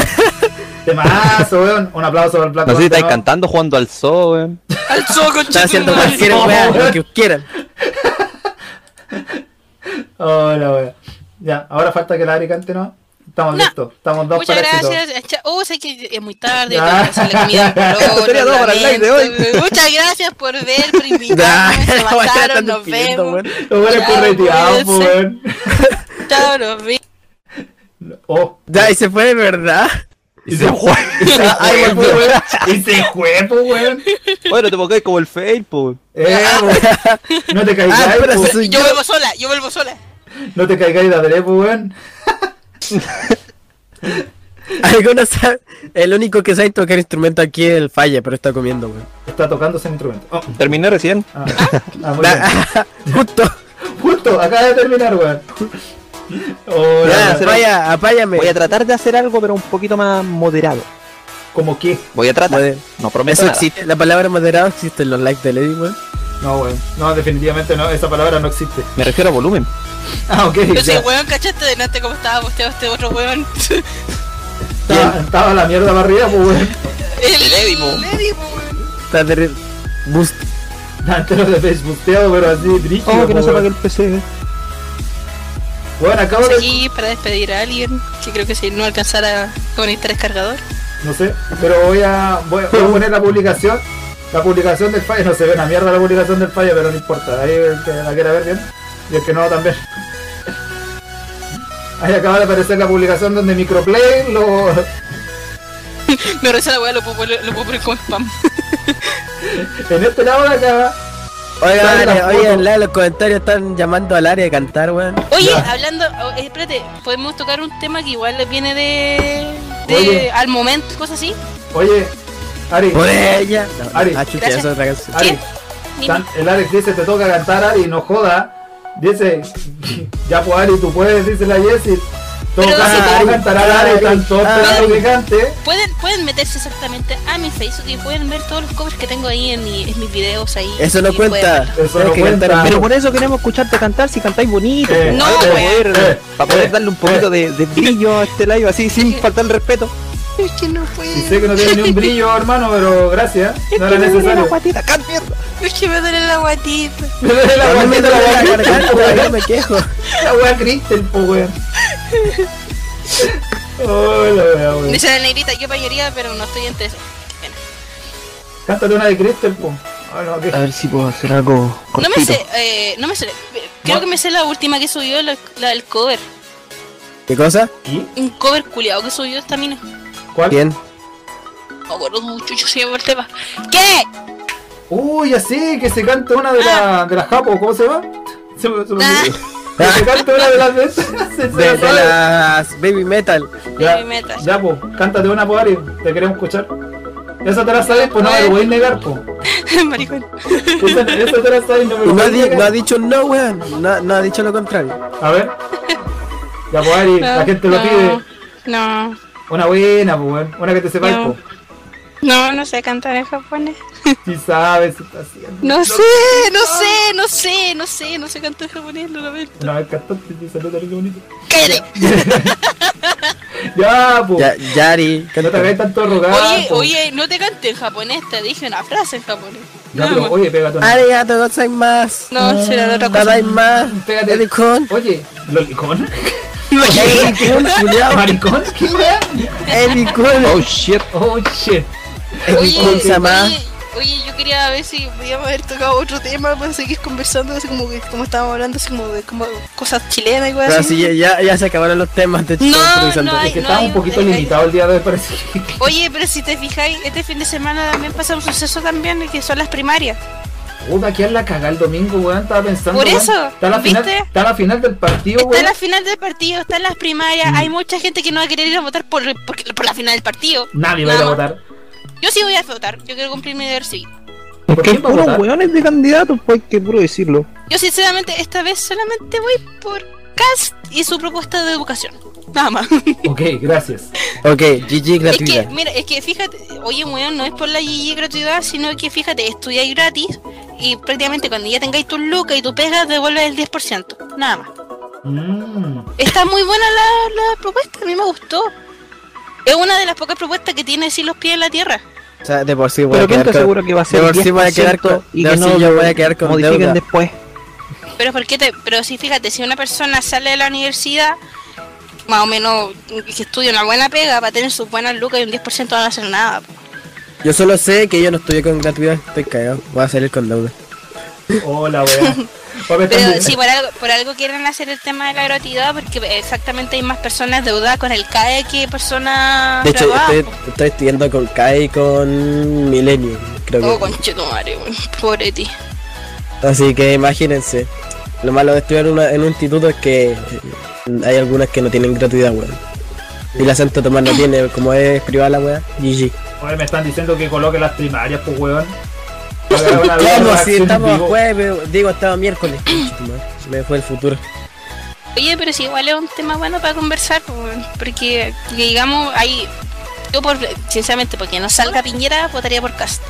Speaker 2: Temazo, weón. Un aplauso para el plato.
Speaker 4: No sé si estáis
Speaker 2: ¿no?
Speaker 4: cantando jugando al zoo, eh. weón.
Speaker 3: Al zoo,
Speaker 5: Está haciendo
Speaker 3: conchetumare.
Speaker 5: cualquier
Speaker 2: no,
Speaker 5: weá, lo
Speaker 2: weón.
Speaker 5: que quieran.
Speaker 2: Hola, weón. Ya, ahora falta que la Ari cante, ¿no? Estamos
Speaker 3: No.
Speaker 2: listos. Estamos dos
Speaker 3: Muchas
Speaker 2: para el éxito.
Speaker 3: gracias. Cha- Oh, sé que es muy tarde.
Speaker 2: Ah.
Speaker 3: tengo que hacer la comida al calor,
Speaker 4: Esto sería todo para el live de hoy.
Speaker 3: lamento. Muchas gracias por ver, por invitarme. Se
Speaker 5: Nah, weón,
Speaker 3: mataron,
Speaker 5: están
Speaker 3: nos
Speaker 5: despidiendo,
Speaker 3: vemos.
Speaker 5: weón.
Speaker 2: Los buenos
Speaker 3: Ya,
Speaker 2: correteados, po,
Speaker 3: cuídense.
Speaker 2: weón.
Speaker 3: Chao, nos vemos.
Speaker 2: Oh.
Speaker 5: Ya, y se fue de verdad.
Speaker 4: Y se fue.
Speaker 2: Ay, weón, weón. Y se fue, po, weón.
Speaker 4: Bueno, te pongáis como el fail, po.
Speaker 2: Eh,
Speaker 3: Ah.
Speaker 2: weón. No te caigas,
Speaker 5: Ah, espera,
Speaker 2: po.
Speaker 5: soy
Speaker 3: Yo
Speaker 5: yo.
Speaker 3: vuelvo sola, yo vuelvo sola.
Speaker 2: No te caigas de la po, weón.
Speaker 5: Algunos saben- el único que sabe tocar instrumento aquí es el falla, pero está comiendo, weón.
Speaker 2: Está tocándose el instrumento. Oh.
Speaker 4: Terminé recién.
Speaker 2: Ah, ah, muy bien.
Speaker 5: Justo.
Speaker 2: Justo, acaba de terminar, weón. Hola,
Speaker 5: Ya,
Speaker 2: weón.
Speaker 5: falla, apáyame.
Speaker 4: Voy a tratar de hacer algo, pero un poquito más moderado.
Speaker 2: ¿Cómo qué?
Speaker 4: Voy a tratar.
Speaker 5: Moder-
Speaker 4: No prometo
Speaker 5: Eso
Speaker 4: nada.
Speaker 5: existe, la palabra moderado existe en los likes de Lady, weón.
Speaker 2: No, weón. No, definitivamente no. Esa palabra no existe.
Speaker 4: Me refiero a volumen.
Speaker 2: Ah, ok.
Speaker 3: Yo
Speaker 2: ya.
Speaker 3: sé, weón, cachaste delante cómo estaba posteado este otro weón.
Speaker 2: Estaba, estaba la mierda para arriba, pues, weón.
Speaker 3: El
Speaker 4: Levi, po.
Speaker 3: Levi, po, weón.
Speaker 5: Está terrible. Boost.
Speaker 2: Estaba entero de facebookeado, pero así, brígido.
Speaker 4: Oh, que
Speaker 2: pues,
Speaker 4: no se apague
Speaker 2: weón.
Speaker 4: el PC.
Speaker 2: Weón, acabo de.
Speaker 3: Aquí para despedir a alguien que creo que si no alcanzara a conectar el cargador.
Speaker 2: No sé, pero voy a, voy, voy a poner la publicación. La publicación del fallo. No se ve una mierda la publicación del fallo, pero no importa. Ahí el que la quiera ver bien. Y el que no también. Ahí acaba de aparecer la publicación donde Microplay lo,
Speaker 3: No reza la weá, lo puedo poner lo puedo poner como spam.
Speaker 2: En este lado de acá.
Speaker 5: Oiga,
Speaker 2: Dale la
Speaker 5: vale,
Speaker 2: foto.
Speaker 5: oye, en la de los comentarios están llamando al área de cantar, weón.
Speaker 3: Oye,
Speaker 2: Ya.
Speaker 3: hablando, oh, eh, espérate, podemos tocar un tema que igual viene de. de
Speaker 2: Oye.
Speaker 3: al momento, cosas así.
Speaker 2: Oye, Ari,
Speaker 5: Por ella. No, no,
Speaker 2: Ari.
Speaker 5: ah, chucha,
Speaker 3: Gracias.
Speaker 5: esa es otra canción.
Speaker 2: Ari,
Speaker 3: Ni-
Speaker 2: tan- el Alex dice te toca cantar Ari, no joda. Dice, ya pues Ari, tú puedes, dice la Jessie. Toca
Speaker 3: Pero no se
Speaker 2: cantar,
Speaker 5: puede.
Speaker 2: cantar a Ari,
Speaker 5: Ari,
Speaker 2: tanto
Speaker 5: Ari.
Speaker 2: obligante.
Speaker 3: Pueden, pueden meterse exactamente a mi Facebook y pueden ver todos los covers que tengo ahí en, mi- en mis videos ahí.
Speaker 5: Eso
Speaker 3: Y
Speaker 5: no
Speaker 3: pueden
Speaker 5: cuenta.
Speaker 2: Eso
Speaker 3: verlo.
Speaker 5: Tienes
Speaker 2: no
Speaker 5: que
Speaker 2: cuenta.
Speaker 5: cantar en
Speaker 4: Pero
Speaker 5: vivo.
Speaker 4: por eso queremos escucharte cantar si cantáis bonito.
Speaker 2: Eh,
Speaker 4: po.
Speaker 3: No,
Speaker 4: Algo para
Speaker 3: weón.
Speaker 4: poder,
Speaker 2: Eh,
Speaker 4: para poder
Speaker 2: eh,
Speaker 4: darle un poquito
Speaker 2: eh.
Speaker 4: de, de brillo a este live, así sin faltar el respeto.
Speaker 3: Es que no puedo.
Speaker 2: Y sé que no tiene ni un brillo, hermano, pero gracias. No
Speaker 4: Que
Speaker 2: era
Speaker 4: me duele la
Speaker 2: necesario.
Speaker 4: guatita, can mierda.
Speaker 3: Es que me duele la guatita.
Speaker 2: Me duele la
Speaker 5: A mí me
Speaker 2: guatita,
Speaker 5: duele
Speaker 2: la
Speaker 5: la
Speaker 2: wea
Speaker 5: garganta,
Speaker 2: Kristen,
Speaker 5: weón, no me quejo.
Speaker 2: La wea Kristen, po weón. Oh, la wea, weón.
Speaker 3: Dice la negrita, yo mayoría, pero no estoy entre eso.
Speaker 2: Cántate una de Kristen, po. Ah, no, ok.
Speaker 4: A ver si puedo hacer algo
Speaker 3: No
Speaker 4: cortito.
Speaker 3: me sé, eh, no me sé. Creo
Speaker 2: No.
Speaker 3: que me sé la última que subió, la, la del cover.
Speaker 5: ¿Qué cosa?
Speaker 3: Un cover culiado que subió esta mina.
Speaker 2: ¿Cuál?
Speaker 5: ¿Quién?
Speaker 3: No acuerdo mucho, yo soy el tema. ¿Qué?
Speaker 2: Uy, así que se canta una de las de las japo, ¿cómo se llama? Se me, se me
Speaker 3: Ah.
Speaker 2: olvidó. Que se canta una de las de esas, se- se
Speaker 5: De,
Speaker 2: la
Speaker 5: de
Speaker 2: sabe.
Speaker 5: las Baby Metal.
Speaker 3: Baby
Speaker 2: Ya,
Speaker 3: metal.
Speaker 2: ya, po, cántate una, po, Ari, te queremos escuchar. Esa te la sabes, pues no me lo voy a negar, po.
Speaker 3: Maricón.
Speaker 2: Esa, esa te la sabes, no me lo
Speaker 5: No,
Speaker 2: voy
Speaker 5: ha
Speaker 2: a
Speaker 5: di- no ha
Speaker 2: negar.
Speaker 5: dicho no, weón. No, no ha dicho lo contrario.
Speaker 2: A ver. Ya, po, Ari, la gente lo
Speaker 3: No,
Speaker 2: pide.
Speaker 3: No,
Speaker 2: Una buena, po, weón. Una que te sepáis,
Speaker 3: No.
Speaker 2: po.
Speaker 3: no, no sé cantar en japonés.
Speaker 2: Si sabes, se está haciendo.
Speaker 3: No sé, no sé, no sé, no sé, no sé cantar en japonés, lo lamento.
Speaker 2: Una vez cantaste, te salió tan bonito.
Speaker 3: ¡Cállate!
Speaker 2: Ya, po.
Speaker 5: Ya, Yari.
Speaker 2: Que no te hagáis tanto rogar.
Speaker 3: Oye,
Speaker 2: po.
Speaker 3: oye, no te cante en japonés, te dije una frase en japonés.
Speaker 2: Ya, pero, oye, pégate una.
Speaker 5: Arigato gozaimasu.
Speaker 3: No,
Speaker 2: Ah,
Speaker 3: será la otra cosa.
Speaker 5: Tadaimasu.
Speaker 2: Pégate.
Speaker 5: Ericón.
Speaker 2: Oye, ¿lolicón?
Speaker 5: Ericón, culiao.
Speaker 2: ¿Maricón? ¿Qué weá?
Speaker 5: Ericón.
Speaker 4: Oh shit.
Speaker 2: Oh shit.
Speaker 3: Oye,
Speaker 5: Ericón, sama.
Speaker 3: oye, oye, yo quería ver si podíamos haber tocado otro tema para seguir conversando, así como que como estábamos hablando, así como de como cosas chilenas y cosas
Speaker 5: Pero así ya- ya, ya se acabaron los temas de
Speaker 3: No,
Speaker 5: estaba improvisando.
Speaker 3: no hay-
Speaker 2: Es que estaba un poquito limitado el día de hoy, parece que.
Speaker 3: Oye, pero si te fijáis, este fin de semana también pasa un suceso también, que son las primarias.
Speaker 2: Puta, que la cagada el domingo, weón. Estaba pensando.
Speaker 3: Por
Speaker 2: weón.
Speaker 3: eso,
Speaker 2: Está la, final,
Speaker 3: ¿viste?
Speaker 2: está la final del partido,
Speaker 3: Está
Speaker 2: weón.
Speaker 3: la final del partido, están las primarias, hay mucha gente que no va a querer ir a votar por, por, por la final del partido.
Speaker 2: Nadie va a ir a
Speaker 3: Nada.
Speaker 2: votar.
Speaker 3: Yo sí voy a votar, yo quiero cumplir mi deber civil.
Speaker 4: Porque hay
Speaker 2: quién va a
Speaker 4: puros
Speaker 2: votar?
Speaker 4: hueones de candidatos, pues hay que puro decirlo.
Speaker 3: Yo sinceramente esta vez solamente voy por Cast y su propuesta de educación. Nada más.
Speaker 2: Ok, gracias.
Speaker 5: Ok, GG
Speaker 3: Es que,
Speaker 5: gratuita.
Speaker 3: mira, es que fíjate, oye, weón, no es por la GG gratuidad, sino que fíjate, estudiáis gratis y prácticamente cuando ya tengáis tus lucas y tu pegas, devuelves el 10%. Nada más.
Speaker 2: Mm.
Speaker 3: Está muy buena la, la propuesta, a mí me gustó. Es una de las pocas propuestas que tiene así los pies en la tierra.
Speaker 5: O sea, de por sí voy
Speaker 4: Pero
Speaker 5: a
Speaker 4: quién
Speaker 5: quedar
Speaker 4: te
Speaker 5: con-
Speaker 4: asegura que va a ser
Speaker 5: de por sí voy a quedar
Speaker 4: 10%
Speaker 5: con-
Speaker 4: y
Speaker 5: de
Speaker 4: que no
Speaker 5: por sí yo voy a quedar con
Speaker 4: modifiquen
Speaker 5: deuda.
Speaker 4: después.
Speaker 3: Pero ¿por qué te, pero si fíjate, si una persona sale de la universidad, más o menos que estudia una buena pega, va a tener sus buenas lucas y un 10% no va a hacer nada. po.
Speaker 5: Yo solo sé que yo no estudié con gratuidad. Estoy cagado. Voy a salir con deuda.
Speaker 2: Hola, weón. Papi,
Speaker 3: Pero
Speaker 2: estás-
Speaker 3: si por algo, por algo quieren hacer el tema de la gratuidad, porque exactamente hay más personas deudadas con el CAE que personas
Speaker 5: De hecho, este
Speaker 3: graduadas,
Speaker 5: estoy, estoy estudiando con Kai y con Millennium, creo que.
Speaker 3: po. Oh, conchetumare, weón, pobre ti.
Speaker 5: Así que imagínense. Lo malo de estudiar una- en un instituto es que eh, hay algunas que no tienen gratuidad, weón. Y la Santo Tomás no tiene, como es privada la weá, GG.
Speaker 2: Oye, me están diciendo que coloque las primarias, pues, weón.
Speaker 5: Claro, si estamos
Speaker 2: Digo,
Speaker 5: jueves, digo, estamos miércoles. Se Me fue el futuro.
Speaker 3: Oye, pero si igual es un tema bueno para conversar, po, weón, porque que digamos, ahí, yo por, sinceramente, porque no salga Piñera, votaría por Cast.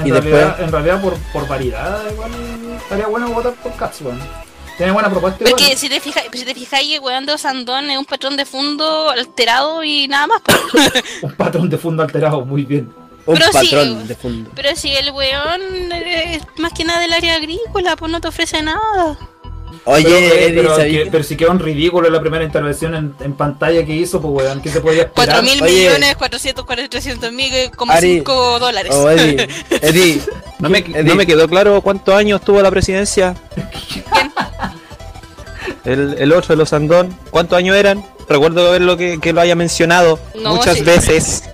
Speaker 2: En,
Speaker 5: Y
Speaker 2: realidad,
Speaker 5: después-
Speaker 2: en realidad, por, por variedad, igual estaría bueno votar por Cats, weón. Tiene buena propuesta, igual.
Speaker 3: Porque si te fijas, si te fijáis, el weón de Osandón es un patrón de fondo alterado y nada más. po.
Speaker 2: Un patrón de fondo alterado, muy bien.
Speaker 5: Un
Speaker 3: Pero sí,
Speaker 5: patrón
Speaker 3: weón.
Speaker 5: de fondo.
Speaker 3: Pero si el weón es más que nada del área agrícola, pues no te ofrece nada.
Speaker 5: Oye, Eddie,
Speaker 2: pero,
Speaker 5: ¿sabí-
Speaker 2: que- pero si quedó un ridículo en la primera intervención en, en pantalla que hizo, pues, weón, ¿qué se podía esperar?
Speaker 3: 4 mil
Speaker 5: Oye.
Speaker 3: millones, 443 mil, eh, como
Speaker 5: Ari.
Speaker 3: 5 dólares.
Speaker 5: Oh, Eddie, Eddie,
Speaker 4: No me,
Speaker 5: Eddie.
Speaker 4: no me quedó claro cuántos años tuvo la presidencia. El, el otro, el Osandón. ¿Cuántos años eran? Recuerdo haberlo que, que lo haya mencionado
Speaker 3: No,
Speaker 4: muchas
Speaker 3: sí.
Speaker 4: veces.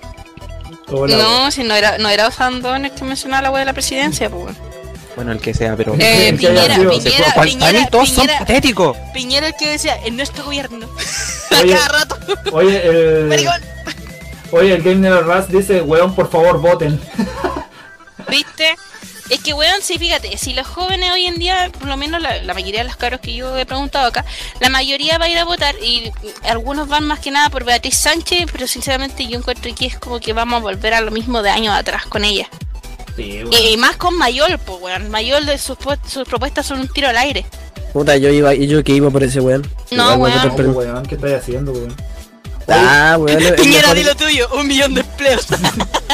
Speaker 2: Hola, weón.
Speaker 3: no, si no era, no era Osandón el que mencionaba la weón de la presidencia, pues. weón.
Speaker 4: Bueno, el que sea, pues, pero.
Speaker 3: Eh,
Speaker 2: Sí,
Speaker 3: Piñera,
Speaker 2: sí, sí.
Speaker 4: No sé,
Speaker 3: Piñera,
Speaker 4: ¿cuál-
Speaker 3: Piñera,
Speaker 4: todos son
Speaker 3: Piñera,
Speaker 4: patéticos.
Speaker 3: Piñera el que decía, en nuestro gobierno. A
Speaker 2: Oye.
Speaker 3: cada rato,
Speaker 2: Oye, el,
Speaker 3: maricón.
Speaker 2: oye, el Game Never Rust dice, weón, por favor, voten.
Speaker 3: ¿Viste? Es que, weón, sí, fíjate, si los jóvenes hoy en día, por lo menos la, la mayoría de los caros que yo he preguntado acá, la mayoría va a ir a votar y algunos van más que nada por Beatriz Sánchez, pero sinceramente yo encuentro que es como que vamos a volver a lo mismo de años atrás con ella.
Speaker 2: Sí,
Speaker 3: Y, y más con Mayol, pues, weón. Mayol, de sus, po- sus propuestas son un tiro al aire.
Speaker 5: puta, yo iba, y yo que iba por ese weón.
Speaker 3: No,
Speaker 5: Igual voy a
Speaker 3: Ah, weón.
Speaker 5: votar por-
Speaker 2: No, weón, ¿qué estáis haciendo, weón?
Speaker 5: Ah, weón. es
Speaker 3: Piñera,
Speaker 5: mejor-
Speaker 3: di lo tuyo, un millón de empleos.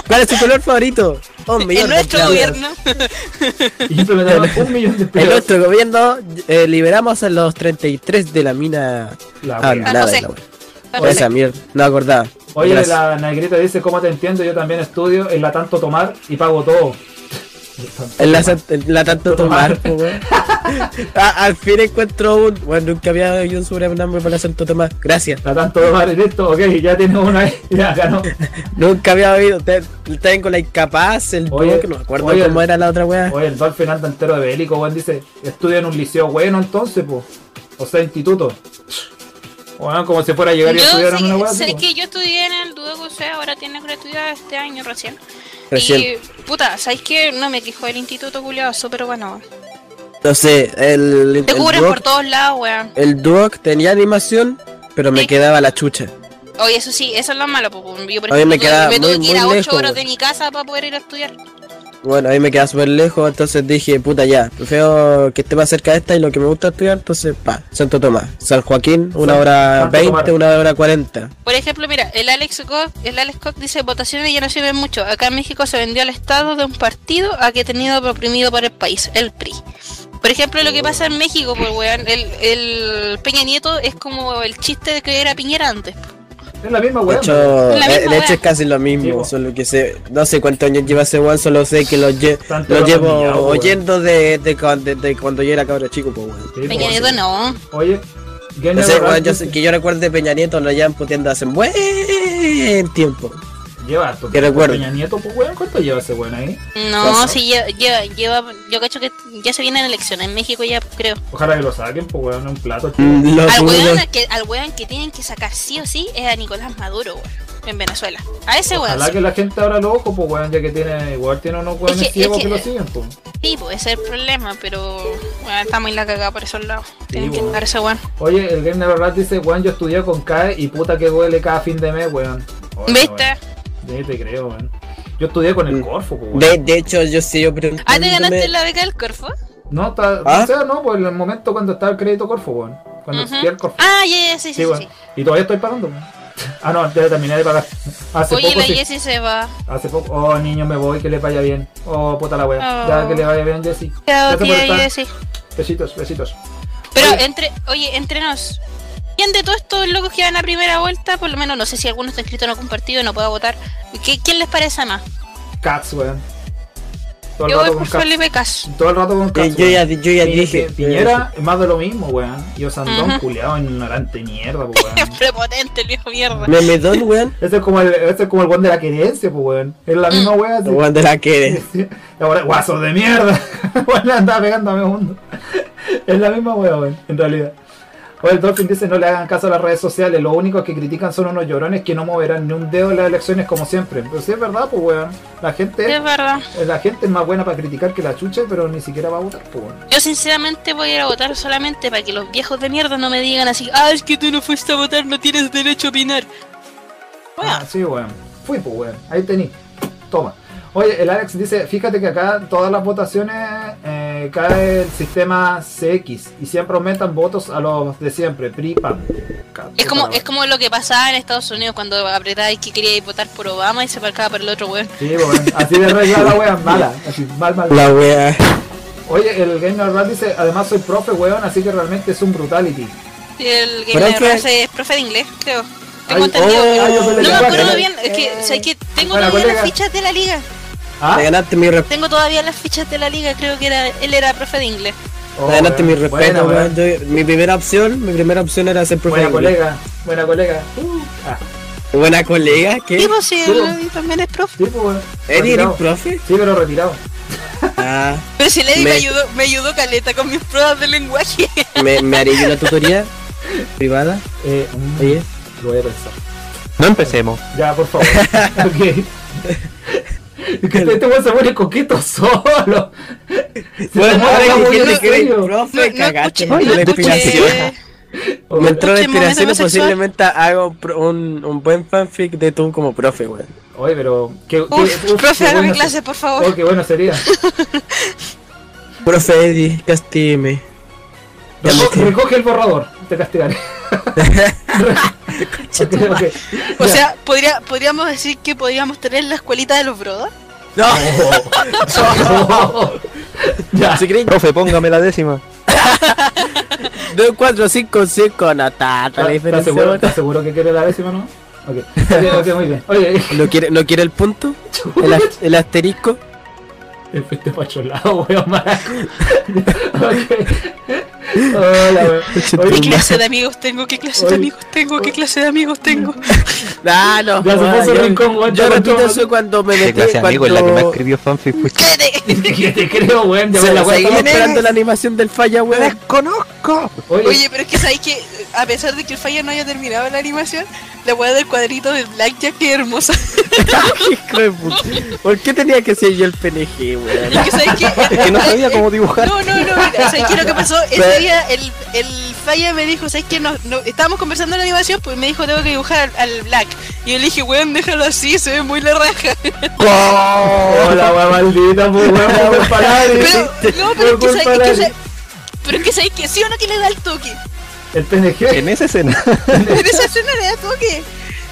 Speaker 5: ¿Cuál es tu color favorito? Oh, Un millón
Speaker 3: en
Speaker 5: de
Speaker 3: nuestro
Speaker 5: empleados.
Speaker 3: gobierno.
Speaker 2: Implementaron un millón de
Speaker 5: En
Speaker 2: empleos.
Speaker 5: nuestro gobierno eh, liberamos a los 33 de la mina.
Speaker 2: La weá.
Speaker 5: Ah,
Speaker 3: San
Speaker 5: nada,
Speaker 3: José.
Speaker 5: la wea. Esa mierda, no acordaba.
Speaker 2: Oye,
Speaker 5: Gracias.
Speaker 2: la negrita dice, ¿cómo te entiendo? Yo también estudio, es la tanto tomar y pago todo.
Speaker 5: En la, san- en la tanto tomar, po, weón. Ah, al fin encuentro un. Bueno, nunca había oído un sobrenombre para Santo Tomás. Gracias.
Speaker 2: La tanto tomar y listo, ok, ya tienes una ahí, ya ganó.
Speaker 5: Nunca había oído. Te- tengo la incapaz, el
Speaker 2: Oye,
Speaker 5: dúo, que no me acuerdo
Speaker 2: oye,
Speaker 5: cómo era la otra weá.
Speaker 2: Oye, el Dolphin anda entero de bélico, weón, dice, estudia en un liceo bueno entonces, pues. O sea, instituto. Bueno, como si fuera a llegar y estudiar en una
Speaker 3: Yo
Speaker 2: weá.
Speaker 3: sé, sé
Speaker 2: tipo.
Speaker 3: que yo estudié en el Duogo, o sea, ahora tiene gratuidad este año recién.
Speaker 5: Recién.
Speaker 3: Y, puta, ¿sabes qué? No me quejó el instituto culiadoso, pero bueno.
Speaker 5: No sé, el. el
Speaker 3: Te cubren
Speaker 5: Duoc-
Speaker 3: por todos lados, weón.
Speaker 5: el Duoc tenía animación, pero me
Speaker 3: Sí.
Speaker 5: quedaba la chucha.
Speaker 3: Oye, eso sí, eso es lo malo, po, po. Yo, por
Speaker 5: A mí me
Speaker 3: tuve-
Speaker 5: queda
Speaker 3: me tuve
Speaker 5: muy-
Speaker 3: que ir
Speaker 5: muy
Speaker 3: a 8
Speaker 5: lejos,
Speaker 3: horas
Speaker 5: weón.
Speaker 3: de mi casa para poder ir a estudiar.
Speaker 5: Bueno, ahí me queda súper lejos, entonces dije, puta ya, prefiero que esté más cerca de esta y lo que me gusta estudiar, entonces, pa, Santo Tomás, San Joaquín, una
Speaker 2: San-
Speaker 5: hora
Speaker 2: Santo
Speaker 5: 20,
Speaker 2: Tomás.
Speaker 5: una hora 40.
Speaker 3: Por ejemplo, mira, el Alex Cox, el Alex Cox dice votaciones ya no sirven mucho. Acá en México se vendió al Estado de un partido a que tenido oprimido por el país, el PRI. Por ejemplo, lo que pasa en México, pues weón, el, el Peña Nieto es como el chiste de que era Piñera antes.
Speaker 2: Es la misma
Speaker 5: De
Speaker 2: weón.
Speaker 5: hecho,
Speaker 3: La
Speaker 5: eh,
Speaker 3: misma
Speaker 5: de hecho
Speaker 3: wea.
Speaker 5: es casi lo
Speaker 2: Sí,
Speaker 5: mismo,
Speaker 2: po.
Speaker 5: solo que sé, no sé cuántos años lleva ese one, solo sé que lo, lle-
Speaker 2: Tanto
Speaker 5: lo
Speaker 2: lo
Speaker 5: llevo
Speaker 2: cambiado, weón.
Speaker 5: oyendo de, de cu- de- de cuando yo era cabro chico, pues weón.
Speaker 2: Sí,
Speaker 3: Peña
Speaker 2: po,
Speaker 3: Nieto no.
Speaker 2: Oye, Genia
Speaker 5: No sé,
Speaker 2: Barral
Speaker 5: weón, yo
Speaker 2: dice-
Speaker 5: sé- que yo recuerde Peña Nieto lo llevan puteando hace un buen tiempo.
Speaker 2: Lleva harto
Speaker 5: Que
Speaker 2: tiempo,
Speaker 5: recuerdo.
Speaker 2: Peña Nieto, pues weón, ¿cuánto lleva ese weón ahí?
Speaker 3: No, sí, lleva, lleva, lleva- yo cacho que ya se vienen elecciones en México ya, creo.
Speaker 2: Ojalá que lo saquen, pues weón, en un plato. chico.
Speaker 5: Mm, Lo
Speaker 3: Al
Speaker 5: dudo.
Speaker 3: weón al que, al weón que tienen que sacar sí o sí es a Nicolás Maduro, weón, en Venezuela. A ese weón.
Speaker 2: Ojalá
Speaker 3: sí.
Speaker 2: que la gente abra los ojos, pues weón, ya que tiene, igual tiene unos weones
Speaker 3: que- es
Speaker 2: ciegos
Speaker 3: que-
Speaker 2: que, lo siguen, pues.
Speaker 3: Sí, pues ese es el problema, pero bueno, estamos en la cagada por esos lados. Tienen que
Speaker 2: bueno.
Speaker 3: estar ese weón.
Speaker 2: Oye, el Game Never Rat dice, weón, yo estudié con CAE y puta que duele cada fin de mes, weón. Oye,
Speaker 3: ¿Viste?
Speaker 2: weón, Sí, te creo, weón. Yo estudié con el
Speaker 5: Mm.
Speaker 2: Corfo, pues, weón.
Speaker 5: De, de hecho, yo sí, yo pregunté.
Speaker 3: Ah, ¿te ganaste la beca del Corfo?
Speaker 2: No, está,
Speaker 5: ¿Ah?
Speaker 2: o sea, no, pues en el momento cuando estaba el crédito Corfo, weón. Cuando
Speaker 3: Ujú.
Speaker 2: existía el Corfo.
Speaker 3: Ah, ya, ya, sí,
Speaker 2: sí,
Speaker 3: sí, sí.
Speaker 2: weón.
Speaker 3: sí.
Speaker 2: Y todavía estoy pagando, weón. Ah, no, ya terminé de pagar. Hace
Speaker 3: Oye,
Speaker 2: poco
Speaker 3: la
Speaker 2: sí.
Speaker 3: Jessie se va.
Speaker 2: Hace poco. Oh, niño, me voy, que le vaya bien. Oh, puta la wea.
Speaker 3: Oh.
Speaker 2: Ya que le vaya bien, Jessy.
Speaker 3: Chao,
Speaker 2: Gracias por
Speaker 3: tía
Speaker 2: estar.
Speaker 3: Jessie.
Speaker 2: Besitos, besitos.
Speaker 3: Pero
Speaker 2: Oye.
Speaker 3: entre, oye, entre nos. ¿Quién de todos estos locos que van a primera vuelta? Por lo menos no sé si alguno está inscrito o no compartido, no puedo votar. ¿Qué, ¿Quién les parece más?
Speaker 2: Cats, weón. Todo el
Speaker 3: Yo voy
Speaker 2: rato con
Speaker 3: por
Speaker 2: Cats.
Speaker 3: Felipe Cas.
Speaker 2: Todo el rato con Cats.
Speaker 5: Yo
Speaker 2: weón.
Speaker 5: ya, yo ya
Speaker 2: Pi-
Speaker 5: dije.
Speaker 2: Pi- Piñera es más de lo mismo, weón. Y Osandón,
Speaker 3: Ujú.
Speaker 2: culeado, ignorante mierda, po, weón.
Speaker 3: Es prepotente el viejo mierda.
Speaker 5: eh, Me me don, weón.
Speaker 2: Ese es como el, ese es como el weón de la querencia, pues weón. Es la misma wea así.
Speaker 5: El weón de la que.
Speaker 2: Sí. Ahora, guaso de mierda. Bueno, le andaba pegando a mi mundo. Es la misma wea, weón, en realidad. Oye, el Dolphin dice no le hagan caso a las redes sociales, lo único que critican son unos llorones que no moverán ni un dedo en las elecciones como siempre. Pero sí es verdad, pues weón. La gente,
Speaker 3: Es verdad.
Speaker 2: la gente es más buena para criticar que la chucha, pero ni siquiera va a votar, pues weón.
Speaker 3: Yo sinceramente voy a ir a votar solamente para que los viejos de mierda no me digan así, ah, es que tú no fuiste a votar, no tienes derecho a opinar.
Speaker 2: Ah,
Speaker 3: Bueno,
Speaker 2: sí, weón. Fui, pues weón. Ahí tení. Toma. Oye, el Alex dice, fíjate que acá todas las votaciones eh, cae el sistema CX y siempre aumentan votos a los de siempre, PRI, PAN.
Speaker 3: es como, es como lo que pasaba en Estados Unidos cuando apretabais que queríais votar por Obama y se marcaba por el otro weón.
Speaker 2: Sí, weón. Así de regla la wea mala. Así, mal, mal.
Speaker 5: La wea.
Speaker 2: Oye, el Gamer Rat dice, además soy profe, weón, así que realmente es un brutality.
Speaker 3: Y el que
Speaker 5: Pero
Speaker 3: me
Speaker 5: es que-
Speaker 3: parece es profe de inglés, creo.
Speaker 2: Ay,
Speaker 3: Tengo entendido,
Speaker 5: oh,
Speaker 3: creo.
Speaker 5: ay, yo
Speaker 3: No
Speaker 5: me
Speaker 3: me
Speaker 5: la-
Speaker 3: acuerdo
Speaker 5: bueno,
Speaker 3: bien, es que,
Speaker 2: eh,
Speaker 3: o sea, es que tengo
Speaker 2: bueno,
Speaker 3: todavía
Speaker 2: colega.
Speaker 3: las fichas de la liga.
Speaker 5: Te
Speaker 2: Ah,
Speaker 5: ganaste mi respeto.
Speaker 3: Tengo todavía las fichas de la liga, creo que era, él era profe de inglés.
Speaker 2: Oh,
Speaker 5: Te ganaste mi
Speaker 2: weón.
Speaker 5: respeto,
Speaker 2: Buena,
Speaker 5: weón. Yo- Mi primera opción, mi primera opción era ser
Speaker 2: Buena
Speaker 5: profe. de inglés.
Speaker 2: colega, buena colega. Uh, ah,
Speaker 5: Buena colega,
Speaker 3: Y
Speaker 5: ¿qué?
Speaker 3: pues sí,
Speaker 2: ¿Tú?
Speaker 3: él también es profe.
Speaker 2: sí, pues, weón.
Speaker 5: ¿Eri,
Speaker 2: Retirado.
Speaker 5: eres profe?
Speaker 2: Sí, pero retirado.
Speaker 5: Ah,
Speaker 3: Pero si Lady
Speaker 5: Me-
Speaker 3: me ayudó, me ayudó caleta con mis pruebas de lenguaje.
Speaker 5: me, me haré yo una tutoría privada.
Speaker 2: Eh, mm,
Speaker 5: Oye,
Speaker 2: lo voy a pensar.
Speaker 4: No empecemos.
Speaker 2: Ya, por favor. ok. Es Que este weón se pone coqueto solo. Se
Speaker 5: bueno,
Speaker 2: toma
Speaker 5: ahora
Speaker 2: la
Speaker 5: que
Speaker 2: wea
Speaker 5: dijiste
Speaker 2: en
Speaker 5: que eres
Speaker 2: serio.
Speaker 3: No,
Speaker 5: profe,
Speaker 3: no
Speaker 5: cagaste.
Speaker 3: escuché,
Speaker 5: me
Speaker 3: no
Speaker 5: entró la inspiración.
Speaker 2: eh.
Speaker 3: escuché.
Speaker 2: Oh,
Speaker 5: Me entró
Speaker 3: Escuché, momento
Speaker 5: la inspiración y
Speaker 3: homosexual.
Speaker 5: posiblemente hago pro- un, un buen fanfic de tú como profe, weón.
Speaker 2: Oye, pero. ¿qué, qué-
Speaker 3: Uf,
Speaker 2: uf,
Speaker 3: profe,
Speaker 2: qué
Speaker 3: hágame
Speaker 2: bueno
Speaker 3: clase, por
Speaker 2: se-
Speaker 3: favor.
Speaker 2: Oh, qué bueno sería.
Speaker 5: Profe Eddie, castígueme. Ya me
Speaker 2: Reco-
Speaker 5: quedé.
Speaker 2: recoge el borrador, te castigaré. Ok, ok.
Speaker 3: O
Speaker 2: Ya.
Speaker 3: sea, podría, podríamos decir que podríamos tener la escuelita de los brodos.
Speaker 5: No,
Speaker 2: ya.
Speaker 5: si creen
Speaker 4: Profe, póngame la décima.
Speaker 5: 2, 4, 5, 5, no, tata, la
Speaker 2: ¿Estás estás
Speaker 5: diferencia.
Speaker 2: Ah, seguro,
Speaker 5: weón.
Speaker 2: estás seguro que quiere la décima, no? Ok, ok, ok, muy bien. Oye,
Speaker 5: ¿No quiere, ¿No quiere el punto? ¿El, as- el asterisco?
Speaker 2: Te fuiste pa' otro lado, weón, maraco. Ok. Hola, weón.
Speaker 3: ¿Qué
Speaker 2: Oye,
Speaker 3: clase de amigos tengo? ¿Qué clase de
Speaker 2: Oye.
Speaker 3: amigos tengo? ¿Qué clase de amigos tengo?
Speaker 5: Ah, no.
Speaker 2: Ya se
Speaker 5: weón,
Speaker 2: puso
Speaker 5: yo-
Speaker 2: rincón, weón,
Speaker 5: Yo
Speaker 2: ya
Speaker 5: repito
Speaker 2: contó,
Speaker 5: eso cuando me
Speaker 4: Qué
Speaker 5: metí.
Speaker 4: clase de amigo es la que me
Speaker 5: cuando-
Speaker 4: escribió fanfic. pucha.
Speaker 3: ¡Cállate!
Speaker 2: que te creo, weón. Ya me
Speaker 5: Se-
Speaker 2: la weá
Speaker 5: Seguimos
Speaker 2: estaba-
Speaker 5: esperando la animación del falla, weón.
Speaker 4: ¡Desconozco!
Speaker 2: Oye,
Speaker 3: Oye, pero es que sabéis que a pesar de que el falla no haya terminado la animación, la weá del cuadrito de Blackjack que hermosa.
Speaker 5: Hijo de puta. ¿Por qué tenía que ser yo el PNG, weón?
Speaker 3: Es que eh, sabéis que.
Speaker 4: Es que no sabía cómo dibujar.
Speaker 3: No, no, no, mira, ¿sabéis qué lo que pasó? Ese, día el, el falla me dijo, ¿sabes qué? Nos- no- estábamos conversando en la animación, pues me dijo, tengo que dibujar al, al Black. Y yo le dije, weón, déjalo así, se ve muy la raja.
Speaker 2: Hola, wea maldita, pues wea, wea, palabra.
Speaker 3: Pero, no, pero es que
Speaker 2: Por
Speaker 3: sabes
Speaker 2: culpa
Speaker 3: es que,
Speaker 2: de-
Speaker 3: sabes- pero es que sabes que sí o no que le da el toque.
Speaker 2: El PNG.
Speaker 4: En esa escena.
Speaker 3: En esa escena le da toque.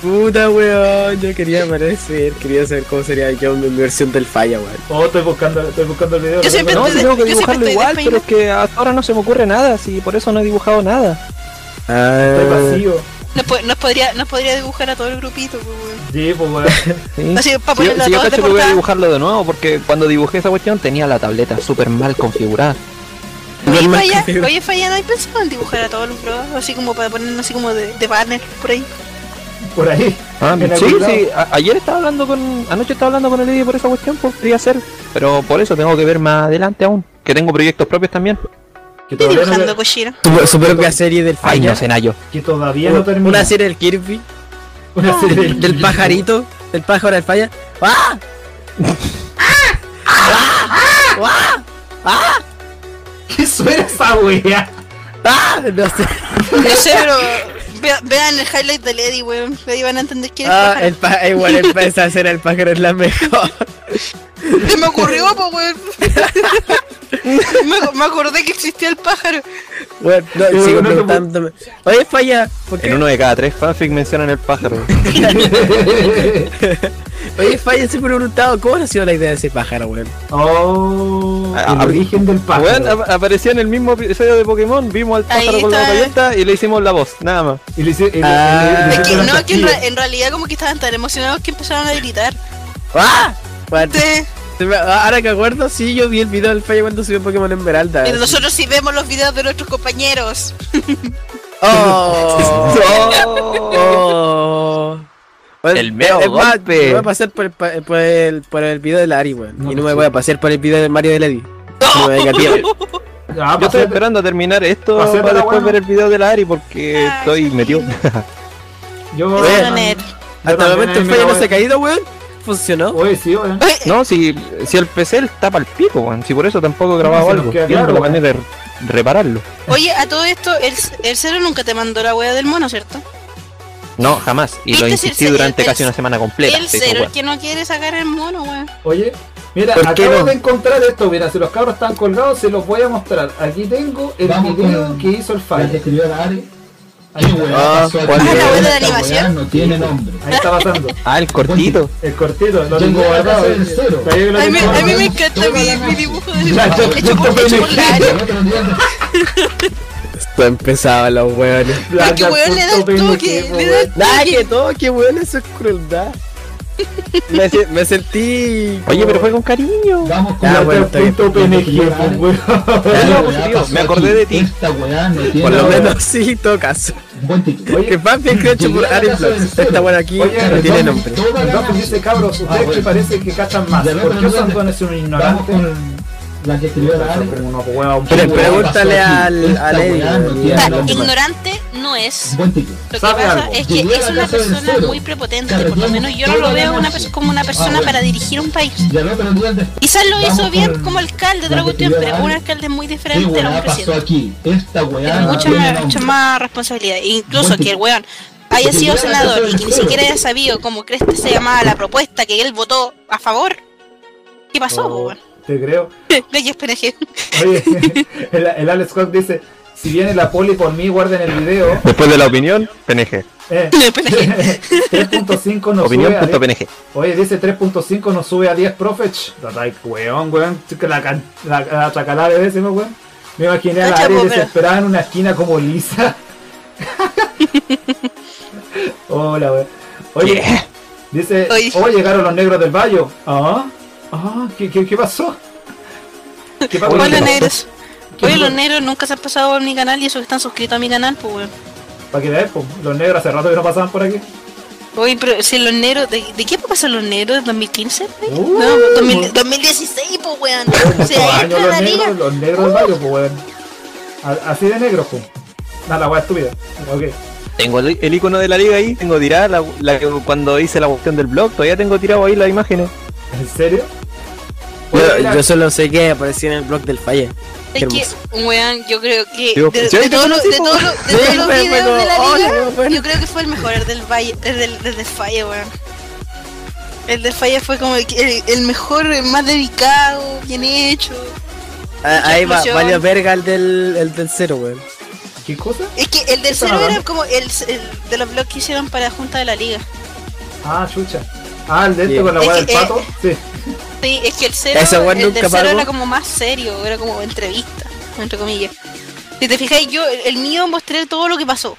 Speaker 5: Puta weón, yo quería aparecer, quería saber cómo sería yo mi versión del falla, weón.
Speaker 2: Oh, estoy buscando, estoy buscando el video.
Speaker 3: Yo siempre-
Speaker 4: No, si tengo que
Speaker 3: Yo siempre
Speaker 4: dibujarlo
Speaker 3: estoy
Speaker 4: igual, pero es
Speaker 3: despeinada.
Speaker 4: que hasta ahora no se me ocurre nada, si por eso no he dibujado nada.
Speaker 2: Estoy
Speaker 5: Ah,
Speaker 2: vacío.
Speaker 3: Nos, po- nos podría, nos podría dibujar a todo el grupito, pues, weón.
Speaker 2: Sí, pues weón.
Speaker 4: ¿sí?
Speaker 3: Así, para
Speaker 4: Si yo,
Speaker 3: ponerlo a
Speaker 4: si yo
Speaker 3: todos de
Speaker 4: cacho que voy a
Speaker 3: portada.
Speaker 4: dibujarlo de nuevo, porque cuando dibujé esa cuestión tenía la tableta súper mal configurada.
Speaker 3: Oye,
Speaker 5: Normal
Speaker 3: Falla,
Speaker 5: configura-
Speaker 3: oye, Falla, ¿no hay pensado en dibujar a todos los bros? Así como para ponernos así como de, de banner por ahí.
Speaker 2: Por ahí.
Speaker 4: Ah,
Speaker 2: En
Speaker 4: sí,
Speaker 2: algún lado.
Speaker 4: sí, a- ayer estaba hablando con, anoche estaba hablando con el Eddie por esa cuestión, podría ser, pero por eso tengo que ver más adelante aún, que tengo proyectos propios también.
Speaker 2: Que
Speaker 3: Estoy
Speaker 2: todavía no,
Speaker 3: dibujando
Speaker 2: te-
Speaker 3: Koshira.
Speaker 5: Su, su propia serie del
Speaker 4: Ay,
Speaker 5: falla.
Speaker 4: no sé, Nayo.
Speaker 2: que todavía no termina.
Speaker 5: Una serie del Kirby,
Speaker 2: Una serie
Speaker 5: del, del pajarito, del pájaro del falla. ¡Ah!
Speaker 2: ¿Qué suena esa wea?
Speaker 5: ¡Ah! No sé.
Speaker 3: No sé, pero vea- vean el highlight de Lady, weón. Ahí van a entender quién es.
Speaker 5: Ah,
Speaker 3: Fajara.
Speaker 5: el pa igual empezó a hacer el pájaro es la mejor.
Speaker 3: Se me ocurrió, pues, weón. me, me acordé que existía el pájaro.
Speaker 5: Bueno, no,
Speaker 2: Pero
Speaker 5: sigo
Speaker 2: no te pu-
Speaker 5: preguntándome. Oye, falla, ¿por qué?
Speaker 4: En uno de cada tres fanfic mencionan el pájaro.
Speaker 5: Oye, falla, siempre me he preguntado, ¿cómo nació la idea de ese pájaro, weón?
Speaker 2: oh,
Speaker 4: Ah,
Speaker 2: el
Speaker 4: ah,
Speaker 2: origen del pájaro.
Speaker 4: Bueno, ap- aparecía en el mismo episodio de Pokémon, vimos al
Speaker 3: Ahí
Speaker 4: pájaro con la
Speaker 3: está.
Speaker 4: galleta y le hicimos la voz, nada más.
Speaker 2: y le hice- y le-
Speaker 5: Ah.
Speaker 2: y le-
Speaker 5: Es
Speaker 2: le
Speaker 3: Es que,
Speaker 2: hicieron
Speaker 3: no, es que en,
Speaker 2: así.
Speaker 3: ra- en realidad como que estaban tan emocionados que empezaron a gritar.
Speaker 5: ¡Ah! Bueno,
Speaker 3: Sí.
Speaker 5: se me- ahora que acuerdo, sí, yo vi el video del falla cuando subió Pokémon Esmeralda.
Speaker 3: Pero nosotros sí vemos los videos de nuestros compañeros.
Speaker 5: ¡Oh! ¡Oh! Bueno,
Speaker 4: El meo
Speaker 5: es más,
Speaker 4: golpe.
Speaker 5: me voy a pasar por el, pa- eh, por el, por el video de la Ari, weón.
Speaker 2: No
Speaker 5: y
Speaker 2: te
Speaker 5: no me
Speaker 2: creo.
Speaker 5: voy a pasar por el video de Mario de Lady. No me venga, tío.
Speaker 2: Ah,
Speaker 4: Yo estoy
Speaker 2: pasé-
Speaker 4: esperando a terminar esto
Speaker 2: Pasé de
Speaker 4: para
Speaker 2: la
Speaker 4: después
Speaker 2: buena.
Speaker 4: ver el video de la Ari porque
Speaker 3: Ay,
Speaker 4: estoy
Speaker 3: qué
Speaker 4: metido.
Speaker 3: lindo.
Speaker 2: Yo,
Speaker 5: Oye,
Speaker 3: Internet.
Speaker 2: yo
Speaker 5: Hasta el
Speaker 2: también
Speaker 5: momento
Speaker 2: ahí
Speaker 5: el
Speaker 2: me
Speaker 5: falla
Speaker 2: la
Speaker 5: no
Speaker 2: voy-
Speaker 5: se ha caído, weón. Funcionó.
Speaker 2: Oye, sí, weón.
Speaker 3: Oye,
Speaker 4: No, si, si el PC el tapa el pico, weón. Si por eso tampoco he grabado
Speaker 2: se nos
Speaker 4: algo.
Speaker 2: queda
Speaker 4: Viendo
Speaker 2: claro,
Speaker 4: la
Speaker 2: weón.
Speaker 4: manera de re- repararlo.
Speaker 3: Oye, a todo esto, el, el cero nunca te mandó la wea del mono, ¿cierto?
Speaker 4: No, jamás. Y
Speaker 3: Este
Speaker 4: lo
Speaker 3: es el
Speaker 4: insistí
Speaker 3: señor
Speaker 4: durante
Speaker 3: del-
Speaker 4: casi una semana completa.
Speaker 3: el
Speaker 4: se hizo,
Speaker 3: cero, el
Speaker 4: weón.
Speaker 3: que no quiere sacar el mono, weón.
Speaker 2: Oye, mira,
Speaker 5: ¿Por qué
Speaker 2: acabo
Speaker 5: no?
Speaker 2: de encontrar esto. Mira, si los cabros están colgados, se los voy a mostrar. Aquí tengo el
Speaker 7: Vamos
Speaker 2: video
Speaker 7: con-
Speaker 2: que hizo el
Speaker 7: La que
Speaker 2: fallo.
Speaker 7: escribió la Ari. Ay, weón,
Speaker 5: Ah,
Speaker 7: pasó aquí.
Speaker 4: ¿cuál
Speaker 3: es? Ah, la weá de la
Speaker 7: Esta
Speaker 3: animación.
Speaker 7: weá No tiene nombre.
Speaker 2: Ahí está pasando.
Speaker 4: Ah, el cortito.
Speaker 2: El cortito, lo tengo
Speaker 7: Llegó a
Speaker 2: guardado.
Speaker 7: casa del
Speaker 2: eh.
Speaker 7: cero.
Speaker 2: Ahí lo
Speaker 3: A
Speaker 2: tengo
Speaker 3: mí, a mí
Speaker 2: guardado.
Speaker 3: me encanta mi, mi dibujo de
Speaker 2: Ya, yo-
Speaker 3: hecho
Speaker 2: yo
Speaker 3: por, hecho por la
Speaker 2: también-
Speaker 3: área.
Speaker 7: El otro día-
Speaker 5: Esto empezaba los weones.
Speaker 3: Porque weón le da el
Speaker 2: Plata.png,
Speaker 3: toque, le da
Speaker 2: weón.
Speaker 3: el
Speaker 5: Nada, que
Speaker 3: toque.
Speaker 5: todo, qué bueno, eso es crueldad. me, se- me sentí.
Speaker 4: Oye, pero fue con cariño.
Speaker 7: Vamos con
Speaker 5: Ya,
Speaker 7: la
Speaker 5: bueno, está bien.
Speaker 2: Plata.png, pues, weón.
Speaker 7: Esta
Speaker 4: no,
Speaker 7: weá
Speaker 4: positivo,
Speaker 7: pasó
Speaker 4: me acordé
Speaker 7: aquí.
Speaker 4: de ti.
Speaker 7: Esta weá no tiene
Speaker 5: Por lo
Speaker 7: nombre.
Speaker 5: menos sí, todo caso.
Speaker 7: Buen título.
Speaker 5: Que fanfic hecho por
Speaker 7: Llegué a la
Speaker 5: Ari
Speaker 7: casa del
Speaker 5: Flux.
Speaker 7: cero.
Speaker 5: Esta buena aquí
Speaker 2: Oye,
Speaker 5: no tiene
Speaker 7: perdón,
Speaker 5: nombre.
Speaker 7: toda
Speaker 2: El
Speaker 7: la
Speaker 2: Rafa
Speaker 7: gana-
Speaker 2: dice, cabros,
Speaker 7: Ah,
Speaker 2: ustedes que
Speaker 7: bueno.
Speaker 2: parece que cachan más.
Speaker 7: De
Speaker 2: ¿Por qué
Speaker 7: repente,
Speaker 2: Sandones es un
Speaker 7: Vamos
Speaker 2: ignorante?
Speaker 7: con la que escribió la Ari.
Speaker 2: Como unos weón.
Speaker 5: Pero
Speaker 7: Esta weá
Speaker 5: pregúntale
Speaker 7: pasó aquí.
Speaker 5: al-
Speaker 7: Esta
Speaker 5: al
Speaker 7: weá
Speaker 5: Eddie,
Speaker 7: no
Speaker 5: weón.
Speaker 7: tiene
Speaker 5: Está
Speaker 7: nombre.
Speaker 3: Ignorante no es.
Speaker 7: Buen título.
Speaker 3: Lo que
Speaker 2: Sabe
Speaker 3: pasa
Speaker 2: algo.
Speaker 3: es que
Speaker 7: Llegué a
Speaker 3: es
Speaker 7: la
Speaker 3: una
Speaker 7: casa del
Speaker 3: persona
Speaker 7: cero.
Speaker 3: muy prepotente, por lo menos yo no
Speaker 7: Toda
Speaker 3: lo
Speaker 7: la
Speaker 3: veo una
Speaker 7: noche.
Speaker 3: perso- como una persona para dirigir un país.
Speaker 7: Y al otro día de-
Speaker 3: Quizás lo
Speaker 7: Vamos
Speaker 3: hizo bien
Speaker 7: con
Speaker 3: como alcalde de
Speaker 7: la
Speaker 3: la cuestión,
Speaker 7: actividad
Speaker 3: pero
Speaker 7: de
Speaker 3: un
Speaker 7: Ari.
Speaker 3: alcalde muy
Speaker 7: ¿Qué
Speaker 3: diferente a
Speaker 7: weá
Speaker 3: un
Speaker 7: pasó
Speaker 3: presidente.
Speaker 7: aquí? Esta weá
Speaker 2: Ah,
Speaker 3: Tiene
Speaker 7: no
Speaker 3: mucha
Speaker 7: tiene
Speaker 3: más,
Speaker 7: nombre.
Speaker 3: mucha más responsabilidad. E Incluso
Speaker 7: Buen
Speaker 3: que el weón haya
Speaker 7: Porque
Speaker 3: sido
Speaker 7: ya la
Speaker 3: senador y
Speaker 7: persona
Speaker 3: que ni
Speaker 7: es cero.
Speaker 3: siquiera haya sabido cómo crees que se llamaba la propuesta que él votó a favor. ¿Qué pasó, po,
Speaker 2: Oh,
Speaker 3: weón?
Speaker 2: Te creo.
Speaker 3: Yo esperé que-
Speaker 2: Oye, el, el Alex Scott dice, si viene la poli por mí, guarden el video.
Speaker 4: Después de la opinión, PNG.
Speaker 2: Eh,
Speaker 3: yo esperé que-
Speaker 2: 3.5 nos sube a 10.
Speaker 4: Opinión.png.
Speaker 2: Oye, dice 3.5 nos sube a 10, profech. Ay, weón, weón. chica, La, can- la, la chacalada de veces, ¿no, weón. Me imaginé a la
Speaker 3: Cacha,
Speaker 2: Ari
Speaker 3: po, pero-
Speaker 2: desesperada en una esquina como lisa. Hola, weón. Oye, dice,
Speaker 3: Oye.
Speaker 2: oh, llegaron los negros del valle. Ah, ah, ¿qué, qué, qué pasó? ¿Qué pasó?
Speaker 3: Hola
Speaker 2: ¿Qué pasó?
Speaker 3: negros.
Speaker 2: ¿Qué
Speaker 3: Oye,
Speaker 2: pasó?
Speaker 3: los negros nunca se han pasado por mi canal y eso que están suscritos a mi canal, pues weón.
Speaker 2: Para que veas, po, los negros hace rato que no pasaban por aquí.
Speaker 3: Oye, pero si los negros. ¿De, de qué época son los negros? ¿2015?
Speaker 2: Uh,
Speaker 3: no, pues, 2000 2016, pues weón. O
Speaker 2: Estos
Speaker 3: sea, ahí
Speaker 2: años
Speaker 3: entra
Speaker 2: los
Speaker 3: la liga. Uh.
Speaker 2: negros, los negros del barrio, pues weón. A- Así de negros, pues. Nada, la weá estúpida. Ok.
Speaker 4: Tengo el, el icono de la liga ahí, tengo tirada la, la que- cuando hice la cuestión del blog, todavía tengo tirado ahí las imágenes.
Speaker 2: ¿En serio? Oye,
Speaker 5: Yo,
Speaker 2: la-
Speaker 5: yo solo sé que aparecía en el blog del Falla.
Speaker 3: Es que,
Speaker 5: hermoso.
Speaker 3: weón, yo creo que
Speaker 4: Digo,
Speaker 3: de,
Speaker 4: sí,
Speaker 3: de
Speaker 4: ahí te
Speaker 3: todos los, de
Speaker 4: conocí,
Speaker 3: todos los- de
Speaker 5: Sí,
Speaker 3: todos los
Speaker 5: pero-
Speaker 3: videos
Speaker 5: pero-
Speaker 3: de la
Speaker 5: hola,
Speaker 3: liga,
Speaker 5: bueno.
Speaker 3: yo creo que fue el mejor, el del Valle, el del, el del Falla, weón. El del Falla fue como el, que- el- el mejor, el más dedicado, bien hecho.
Speaker 5: Ah, Ahí va,
Speaker 3: Conclusión.
Speaker 5: valió verga el del, el del cero, weón.
Speaker 2: ¿Qué cosa?
Speaker 3: Es que el del
Speaker 2: Eso
Speaker 3: cero
Speaker 2: no,
Speaker 3: era
Speaker 2: ¿no?
Speaker 3: como el, el de los blogs que hicieron para Junta de la Liga.
Speaker 2: Ah, chucha. Ah, el de este
Speaker 5: Bien.
Speaker 2: con la
Speaker 3: Es
Speaker 2: weá del
Speaker 3: que, eh,
Speaker 2: pato. Sí.
Speaker 3: Sí, es que el cero,
Speaker 5: Ese
Speaker 3: el
Speaker 5: weón
Speaker 3: del
Speaker 5: nunca
Speaker 3: cero
Speaker 5: pagó.
Speaker 3: era como más serio, era como entrevista, entre comillas. Si te fijáis, yo, el, el mío mostré todo lo que pasó.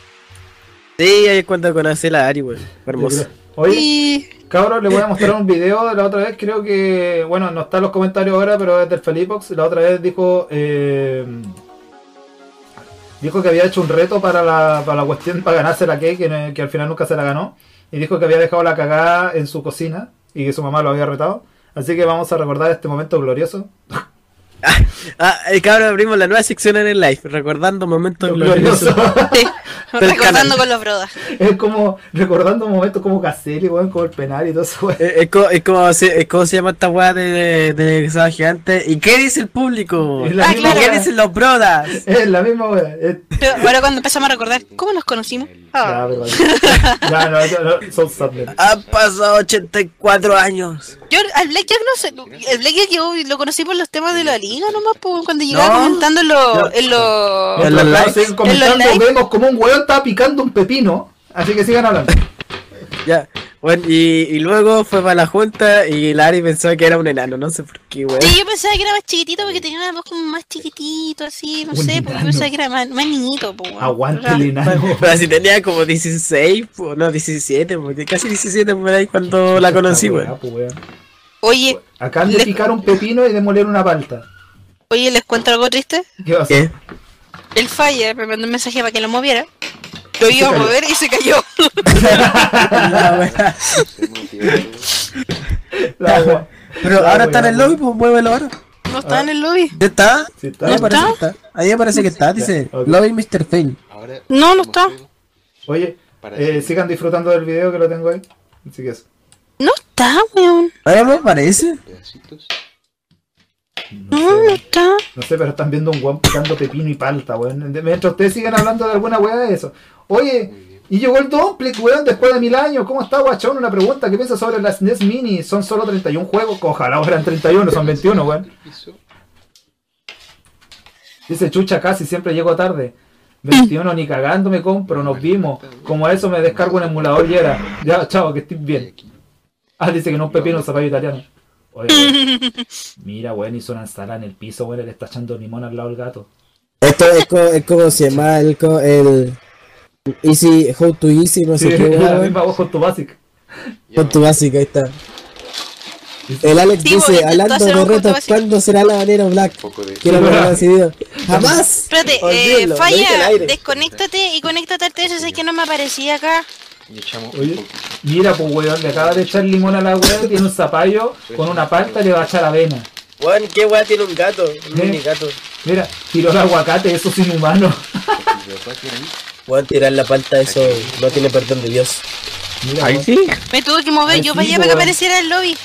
Speaker 5: Sí, ahí es cuando conocí la Ari, weón. Fue Hermoso.
Speaker 2: Oye,
Speaker 3: Y...
Speaker 2: cabros, les voy a mostrar un video de la otra vez. Creo que, bueno, no está en los comentarios ahora, pero es del Felipox. La otra vez dijo. eh, dijo que había hecho un reto para la, para la cuestión, para ganarse la cake, que, no- que al final nunca se la ganó. Y dijo que había dejado la cagada en su cocina y que su mamá lo había retado. Así que vamos a recordar este momento glorioso.
Speaker 5: Ah, el cabrón abrimos la nueva sección en el live, recordando momentos gloriosos.
Speaker 3: Sí,
Speaker 5: Del
Speaker 3: recordando
Speaker 5: canal.
Speaker 3: con los brodas.
Speaker 2: es como recordando momentos como Caselli, weón, como el penal y todo eso, weón.
Speaker 5: Eh, Es, co- es como se, es como se llama esta weá de, de, de Sábado Gigante. ¿Y qué dice el público?
Speaker 2: Es la
Speaker 5: ¿Y
Speaker 2: misma
Speaker 5: qué
Speaker 2: weá.
Speaker 5: dicen los brodas?
Speaker 2: Es la misma weón. Es-
Speaker 3: Pero ahora cuando empezamos a recordar, ¿cómo nos conocimos?
Speaker 2: Ya,
Speaker 3: Ah,
Speaker 2: pero vale. Ya, no, eso no, son Sadler.
Speaker 5: Han pasado 84 años.
Speaker 3: yo al Blackjack no sé, el Blackjack yo lo conocí por los temas de la liga nomás, pues, cuando llegaba
Speaker 5: No.
Speaker 3: comentando en
Speaker 5: No.
Speaker 3: lo, en lo-
Speaker 5: En los
Speaker 2: Mientras
Speaker 5: likes,
Speaker 2: siguen
Speaker 3: Oh. en
Speaker 2: comentando,
Speaker 3: los likes.
Speaker 2: vemos como un weón está picando un pepino. Así que sigan hablando.
Speaker 5: Ya. Bueno, y, y luego fue para la junta y la Ari pensó que era un enano, no sé por qué, weón.
Speaker 3: Sí, yo pensaba que era más chiquitito porque tenía una voz como más chiquitito, así, no
Speaker 2: Un
Speaker 3: sé, porque yo
Speaker 2: enano.
Speaker 3: pensaba que era más, más niñito, pues. weón.
Speaker 2: Aguante
Speaker 3: Era-
Speaker 2: el enano.
Speaker 5: Pero si tenía como 16, po, no, 17, porque casi 17 por ahí cuando la conocí, weón.
Speaker 2: Guapo, pues, weón.
Speaker 3: Oye,
Speaker 2: Acaban de
Speaker 3: Le-
Speaker 2: picar un pepino y de moler una palta.
Speaker 3: oye, les cuento algo triste.
Speaker 2: ¿Qué va a hacer?
Speaker 5: ¿Qué?
Speaker 3: El Fire me mandó un mensaje para que lo moviera. Lo iba a
Speaker 2: cayó.
Speaker 3: mover y se cayó.
Speaker 2: Ah,
Speaker 5: La weá.
Speaker 2: La weá.
Speaker 5: Pero
Speaker 2: La
Speaker 5: ahora
Speaker 2: weá,
Speaker 5: está en el
Speaker 2: Ah, weón.
Speaker 5: lobby, pues muévelo ahora.
Speaker 3: No estaba en el lobby.
Speaker 5: ¿Ya está?
Speaker 2: Sí, está.
Speaker 5: Ahí
Speaker 2: ¿No
Speaker 5: aparece que está. Ahí aparece que está, dice.
Speaker 2: Ya, ok.
Speaker 5: Lobby Mr. Fail.
Speaker 6: Ahora,
Speaker 3: No, no
Speaker 6: como
Speaker 3: está.
Speaker 6: juego,
Speaker 2: Oye,
Speaker 6: para
Speaker 2: eh, sigan disfrutando del video que lo tengo ahí. Así que eso.
Speaker 3: No está, weón.
Speaker 5: Ahora no aparece.
Speaker 6: pedacitos.
Speaker 3: No, no está.
Speaker 2: No sé, pero están viendo un guan picando pepino y palta, weón. Mientras ustedes sigan hablando de alguna weá de eso. Oye, y llegó el Domplic, weón, después de mil años. ¿Cómo está, guachón? Una pregunta. ¿Qué piensas sobre las NES Mini? Son solo 31 juegos. Ojalá fueran 31, son 21, weón.
Speaker 6: Piso.
Speaker 2: Dice Chucha, casi siempre llego tarde. 21, ni cagando me compro, nos vimos. Como a eso me descargo un emulador y era. Ya, chao, que estés bien. Ah, dice que no un pepino, zapallo italiano. Oye, weón. Mira, weón, hizo una ensalada en el piso, weón, le está echando limón al lado del gato.
Speaker 5: Esto es como, es como se llama el, co- el Easy, How to Easy, no
Speaker 2: Sí,
Speaker 5: sé qué,
Speaker 2: la
Speaker 5: weón.
Speaker 2: misma voz con tu basic.
Speaker 5: Con tu básica, ahí está. El Alex
Speaker 3: Sí,
Speaker 5: dice,
Speaker 3: weón,
Speaker 5: hablando
Speaker 3: entonces
Speaker 5: de
Speaker 3: vamos con tu
Speaker 5: retos,
Speaker 3: básica.
Speaker 5: ¿cuándo será la bandera black?
Speaker 6: poco de...
Speaker 5: Quiero ver
Speaker 2: Weón.
Speaker 5: el decidido. ¡Jamás!
Speaker 3: Espérate,
Speaker 5: Olvídalo,
Speaker 3: eh,
Speaker 5: lo dije al
Speaker 3: falla,
Speaker 5: aire.
Speaker 3: desconéctate y conéctate al TSS que no me aparecía acá.
Speaker 6: Y echamos un
Speaker 2: Oye,
Speaker 6: poco.
Speaker 2: mira, pues weón, le acaba de echar limón a la weá, tiene un zapallo con una palta y le va a echar avena.
Speaker 5: Weón, qué weá tiene un gato, un
Speaker 2: ¿Eh?
Speaker 5: mini gato.
Speaker 2: Mira, tiró el aguacate, eso es inhumano.
Speaker 6: Y de atrás tiene ahí.
Speaker 5: Weón, tirar la palta, eso no tiene perdón de Dios.
Speaker 2: Mira,
Speaker 4: Ahí
Speaker 2: weón.
Speaker 4: sí.
Speaker 3: Me tuve que mover
Speaker 2: Ay,
Speaker 3: yo
Speaker 2: sí,
Speaker 3: para allá para que
Speaker 2: weón.
Speaker 3: apareciera el lobby.